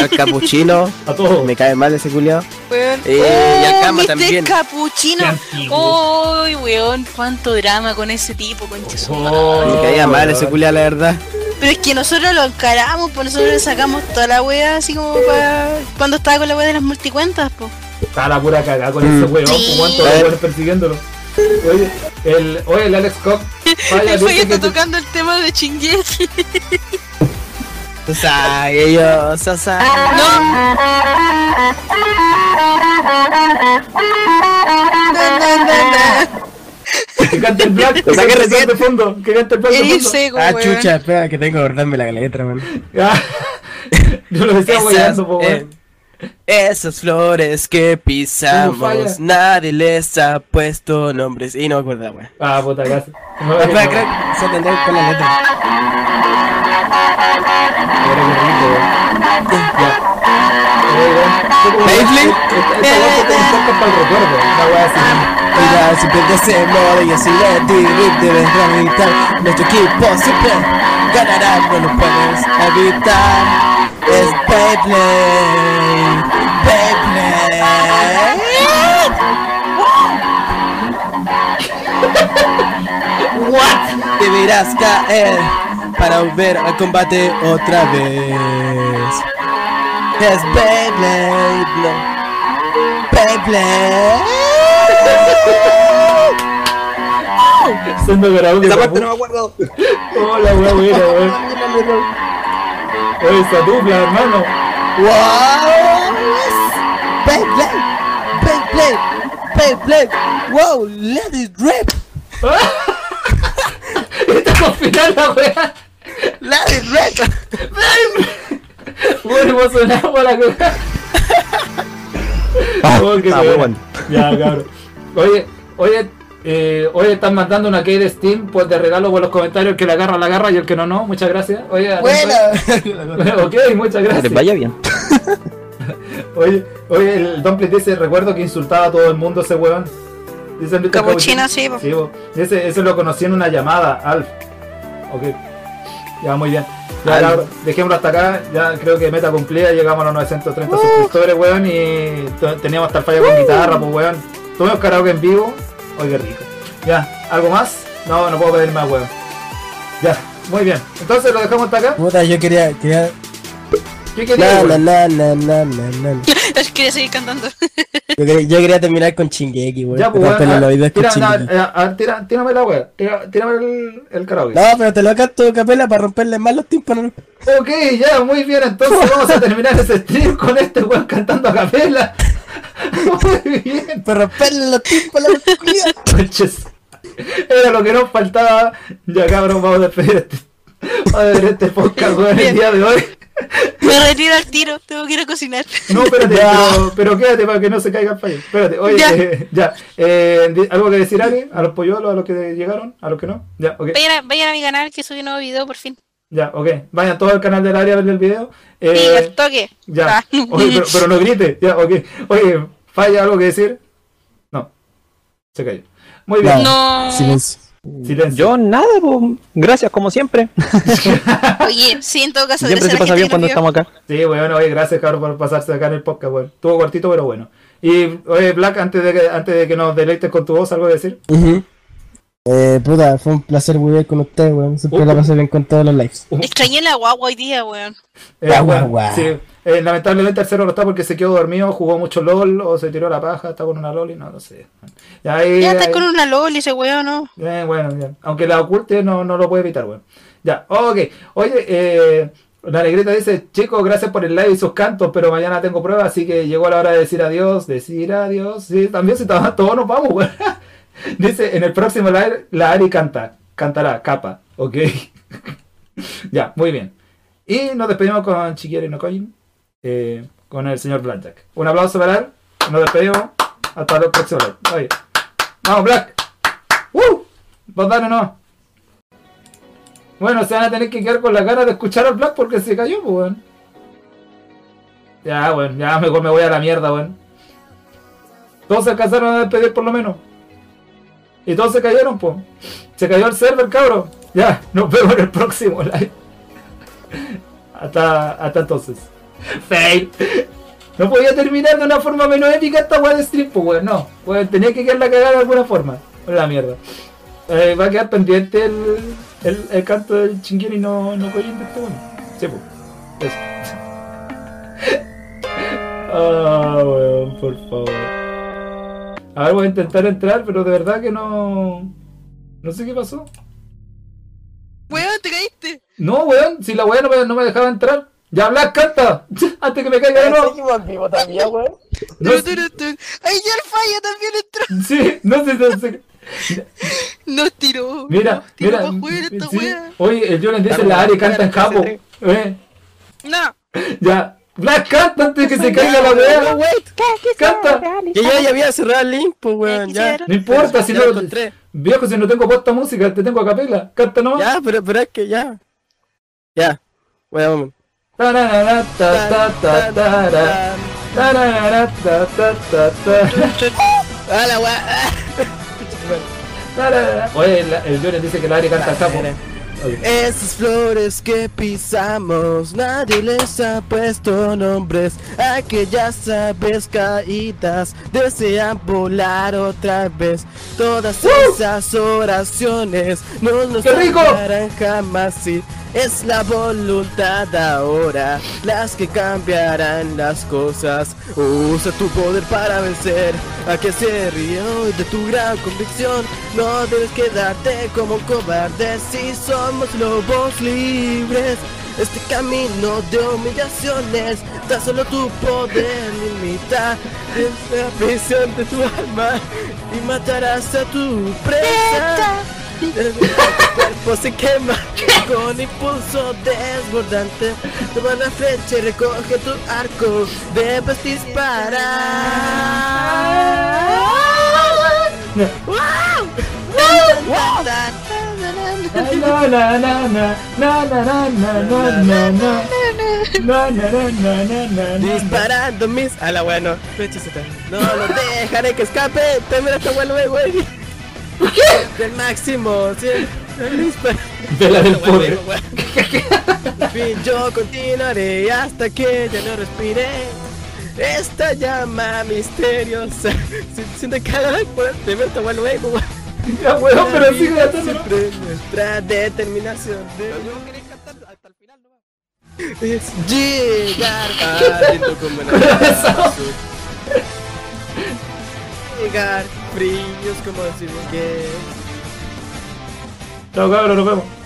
Speaker 5: al Capuchino.
Speaker 2: A todos.
Speaker 5: me cae mal ese culiao.
Speaker 3: Weón.
Speaker 5: Eh, y al Kama también.
Speaker 3: Capuchino.
Speaker 2: Qué
Speaker 3: Uy,
Speaker 2: antiguo.
Speaker 3: weón, cuánto drama con ese tipo, concha su madre.
Speaker 2: Oh,
Speaker 5: Me caía mal ese culiao, la verdad.
Speaker 3: Pero es que nosotros lo encaramos, pues nosotros le sacamos toda la wea así como para cuando estaba con la wea de las multicuentas, pues.
Speaker 2: Está la pura cagada con
Speaker 5: Mm.
Speaker 2: ese weón,
Speaker 3: Sí.
Speaker 2: cuánto lo weón persiguiéndolo. Oye, el, oye, el Alex Cobb falla,
Speaker 3: El Valle
Speaker 2: dice que
Speaker 3: Este está
Speaker 2: tu-
Speaker 3: tocando el tema de Chinguetti.
Speaker 5: Sasa, yo, Sasa.
Speaker 3: No.
Speaker 2: que cante el black, que
Speaker 5: saqué
Speaker 2: cante el
Speaker 5: recién.
Speaker 2: black de fondo, que cante el black de
Speaker 3: Eres
Speaker 2: fondo.
Speaker 3: seco,
Speaker 5: Ah,
Speaker 3: weón.
Speaker 5: chucha, espera, que tengo que acordarme la letra, weón.
Speaker 2: Ah, Yo lo decía
Speaker 5: Esas,
Speaker 2: weyando, po,
Speaker 5: eh,
Speaker 2: weón.
Speaker 5: esas flores que
Speaker 2: falla.
Speaker 5: pisamos, nadie les ha puesto nombres. Y no me acuerdo, weón.
Speaker 2: Ah, puta gracias. No,
Speaker 5: Ah,
Speaker 2: no,
Speaker 5: espera,
Speaker 2: no.
Speaker 5: creo que se tendrá que ir con la letra.
Speaker 2: Era muy rico, weón. Ya. Oye, weón,
Speaker 5: ¿Beyblade?
Speaker 2: Esta- esta weá
Speaker 3: Eh,
Speaker 2: fue como un podcast para el recuerdo, una weá así.
Speaker 5: Mira, siempre te hacemos y así la dirip debes rehabilitar. Nuestro equipo siempre ganará, no lo puedes evitar. Es Beyblade, Beyblade. What? Deberás caer para volver al combate otra vez. Es Beyblade, no. Beyblade.
Speaker 2: Siendo grabado de
Speaker 4: Esa
Speaker 2: Rabu.
Speaker 4: parte no me acuerdo.
Speaker 2: Hola, weón, buena, weón. Oye, esa dupla, hermano.
Speaker 5: Wow! Beyblade! Beyblade! Beyblade! Wow! Let it rip!
Speaker 2: Está con final la weá.
Speaker 5: Let it rip!
Speaker 2: Weón, emocionado por la weá.
Speaker 4: Ah,
Speaker 2: Oh, qué
Speaker 4: ah,
Speaker 2: buena.
Speaker 4: bueno.
Speaker 2: Ya, cabrón. Oye, oye, eh, oye, están mandando una key de Steam pues de regalo por los comentarios. El que la agarra, la agarra y el que no, no. Muchas gracias. Oye, Alonso- ok, muchas
Speaker 4: Que les
Speaker 2: gracias.
Speaker 4: vaya bien.
Speaker 2: Oye, oye, el Dumpling dice, recuerdo que insultaba a todo el mundo ese weón. Dice el Mr.
Speaker 3: Capuchino, sí, po.
Speaker 2: Sí, bo. Ese, ese lo conocí en una llamada, Alf. Ok. Ya, muy bien. Ya,
Speaker 4: Alf.
Speaker 2: Laura, dejémoslo hasta acá. Ya creo que meta cumplida. Llegamos a los 930 suscriptores, weón. Y to- teníamos hasta el fallo con guitarra, pues, weón. Tuvimos karaoke en vivo. Oye, qué rico. Ya, ¿algo más? No, no puedo pedir más, weón. Ya, muy bien. Entonces lo dejamos hasta acá.
Speaker 5: Puta, yo quería. quería...
Speaker 2: ¿Qué querías,
Speaker 5: Na,
Speaker 2: weón?
Speaker 5: na, na, na, na, na, na.
Speaker 3: Es que seguir cantando.
Speaker 5: Yo, quería, yo quería terminar con Chingeki, weón.
Speaker 2: Ya, pues,
Speaker 5: Romperle
Speaker 2: weón,
Speaker 5: los
Speaker 2: ah,
Speaker 5: oídos con
Speaker 2: tira, na-
Speaker 5: Shingeki.
Speaker 2: eh, ah, tira- tírame la wea, tira- tírame el, el karaoke.
Speaker 5: No, pero te lo canto capela para romperle más los tímpanos.
Speaker 2: Ok, ya, muy bien, entonces vamos a terminar ese stream con este weón cantando a capela. muy bien,
Speaker 5: Para romperle los tímpanos, culiao.
Speaker 2: coches. Era lo que nos faltaba. Ya, cabrón, vamos a despedir este, vamos a despedir este podcast, weón, el día de hoy.
Speaker 3: Me retiro al tiro, tengo que ir a cocinar.
Speaker 2: No, espérate, pero, pero quédate para que no se caiga el fallo. Espérate, oye,
Speaker 3: Ya.
Speaker 2: eh, ya. eh, di- ¿Algo que decir, alguien? ¿A los polluelos, a los que llegaron, a los que no? Ya, ok.
Speaker 3: Vayan a, vayan a mi canal que subí un nuevo video por fin.
Speaker 2: Ya, ok. Vayan todo el canal del área a ver el video.
Speaker 3: Sí,
Speaker 2: Eh,
Speaker 3: al toque.
Speaker 2: ya.
Speaker 3: Ah.
Speaker 2: Oye, pero, pero no grite. Ya, ok. Oye, ¿falla algo que decir? No. Se cayó. Muy bien.
Speaker 3: No.
Speaker 5: Silencio.
Speaker 2: Silencio.
Speaker 4: Yo nada, po. gracias como siempre.
Speaker 3: Oye, sí, en todo caso,
Speaker 4: Siempre
Speaker 3: gracias
Speaker 4: se
Speaker 3: a la
Speaker 4: pasa
Speaker 3: gente
Speaker 4: bien
Speaker 3: que nos
Speaker 4: cuando
Speaker 3: vio.
Speaker 4: estamos acá.
Speaker 2: Sí, bueno, oye, gracias, cabrón, por pasarse acá en el podcast, weón. Estuvo cortito, pero bueno. Y, oye, Black, antes de que, antes de que nos deleites con tu voz, ¿algo que decir?
Speaker 5: Ujú. Eh, puta, fue un placer volver con ustedes, weón. Siempre la pasé bien con todos los lives.
Speaker 3: Extrañé la guagua hoy día, weón.
Speaker 2: Eh,
Speaker 5: Guau,
Speaker 2: bueno,
Speaker 5: guau, guau.
Speaker 2: sí. Eh, lamentablemente el cero no está porque se quedó dormido, jugó mucho LOL o se tiró la paja, está con una LOL y no, no sé. Y ahí-
Speaker 3: Ya está
Speaker 2: ahí-
Speaker 3: con una loli ese weón, ¿no?
Speaker 2: Eh, bueno, ya. Aunque la oculte, no, no lo puede evitar, weón. Ya, ok. Oye, eh, la negrita dice, chicos, gracias por el live y sus cantos, pero mañana tengo pruebas, así que llegó la hora de decir adiós, decir adiós. Sí, también si estaba- todos nos vamos, weón. Dice, en el próximo live, la Ari canta, cantará, capa, ok. ya, muy bien. Y nos despedimos con Chiquiere no Coin, eh, con el señor Blackjack. Un aplauso para él, nos despedimos, hasta el próximo live. Oye, vamos, Black. ¡Uh! ¿Vos dale o no? Bueno, se van a tener que quedar con la cara de escuchar al Black porque se cayó, pues, weón. Ya, weón, ya mejor me voy a la mierda, weón. Todos se alcanzaron a despedir por lo menos. Y todos se cayeron, pues. Se cayó el server, cabrón. Ya, nos vemos en el próximo live. Hasta, hasta entonces. Fail. No podía terminar de una forma menos épica esta weá de stream, pues, weón. No, weón, tenía que quedar la cagada de alguna forma. La mierda. Eh, va a quedar pendiente el, el, el canto del chinguero y no, no coyen de este bueno. Sí, pues. Eso. Ah, weón, por favor. A ver, voy a intentar entrar, pero de verdad que no. No sé qué pasó.
Speaker 3: Weón, te caíste.
Speaker 2: No, weón, si la weá no me, no me dejaba entrar. Ya Black canta, antes que me caiga de nuevo.
Speaker 1: Seguimos en vivo todavía, weón.
Speaker 2: No,
Speaker 3: Turu, turu, turu. Ay, ya el falla también entró.
Speaker 2: sí, no sé, no sé.
Speaker 3: Nos tiró.
Speaker 2: Mira,
Speaker 3: nos tiró
Speaker 2: mira.
Speaker 3: pa' afuera esta
Speaker 2: sí.
Speaker 3: weá.
Speaker 2: Oye, el Jordan dice la área y canta en capo. Eh,
Speaker 3: No.
Speaker 2: Ya. Black, canta antes que se caiga la weá. Canta.
Speaker 5: Que yo ya había cerrado el link, pues, weón. Ya,
Speaker 3: quisiera.
Speaker 2: No importa si
Speaker 5: Ya
Speaker 2: no
Speaker 5: lo encontré.
Speaker 2: Viejo, si no tengo posta música, te tengo a capela. Canta nomás.
Speaker 5: Ya, pero, pero es que ya. Ya. Bueno, vamos.
Speaker 2: Tararara, ta, ta, ta, tara. Tararara, ta, ta, ta, ta.
Speaker 5: Ah, la weá.
Speaker 2: Tararara. Oye, la- el Jordan dice que la área canta en capo. Oye.
Speaker 5: Esas flores que pisamos, nadie les ha puesto nombres. Aquellas aves caídas desean volar otra vez. Todas esas oraciones no nos
Speaker 2: ¡Qué rico!
Speaker 5: cambiarán jamás. sí. es la voluntad ahora las que cambiarán las cosas. Usa tu poder para vencer a que se rió de tu gran convicción. No debes quedarte como un cobarde si somos lobos libres. Este camino de humillaciones, tan solo tu poder limita la prisión de tu alma y matarás a tu presa. cuerpo se quema con impulso desbordante. Toma la flecha y recoge tu arco. Debes disparar.
Speaker 2: Ay, na, na, na, na, na, na, na, na, na, na, na. Na, na, na, na, na, na, na.
Speaker 5: Disparando mis. A la bueno, No lo dejaré que escape. Tendré esta hueá luego, güey. Del máximo, sí. Dispara-
Speaker 2: Vela del
Speaker 5: Bueno,
Speaker 2: pobre.
Speaker 5: bueno, bueno. En fin, yo continuaré hasta que ya no respire. Esta llama misteriosa. Si- Siente cada por el evento, bueno, luego. bueno.
Speaker 2: Ya, weón, pero sigue cantando.
Speaker 5: Siempre nuestra determinación de es llegar pálido como la azul. Llegar fríos como si que
Speaker 2: Chao, cabrón, nos vemos.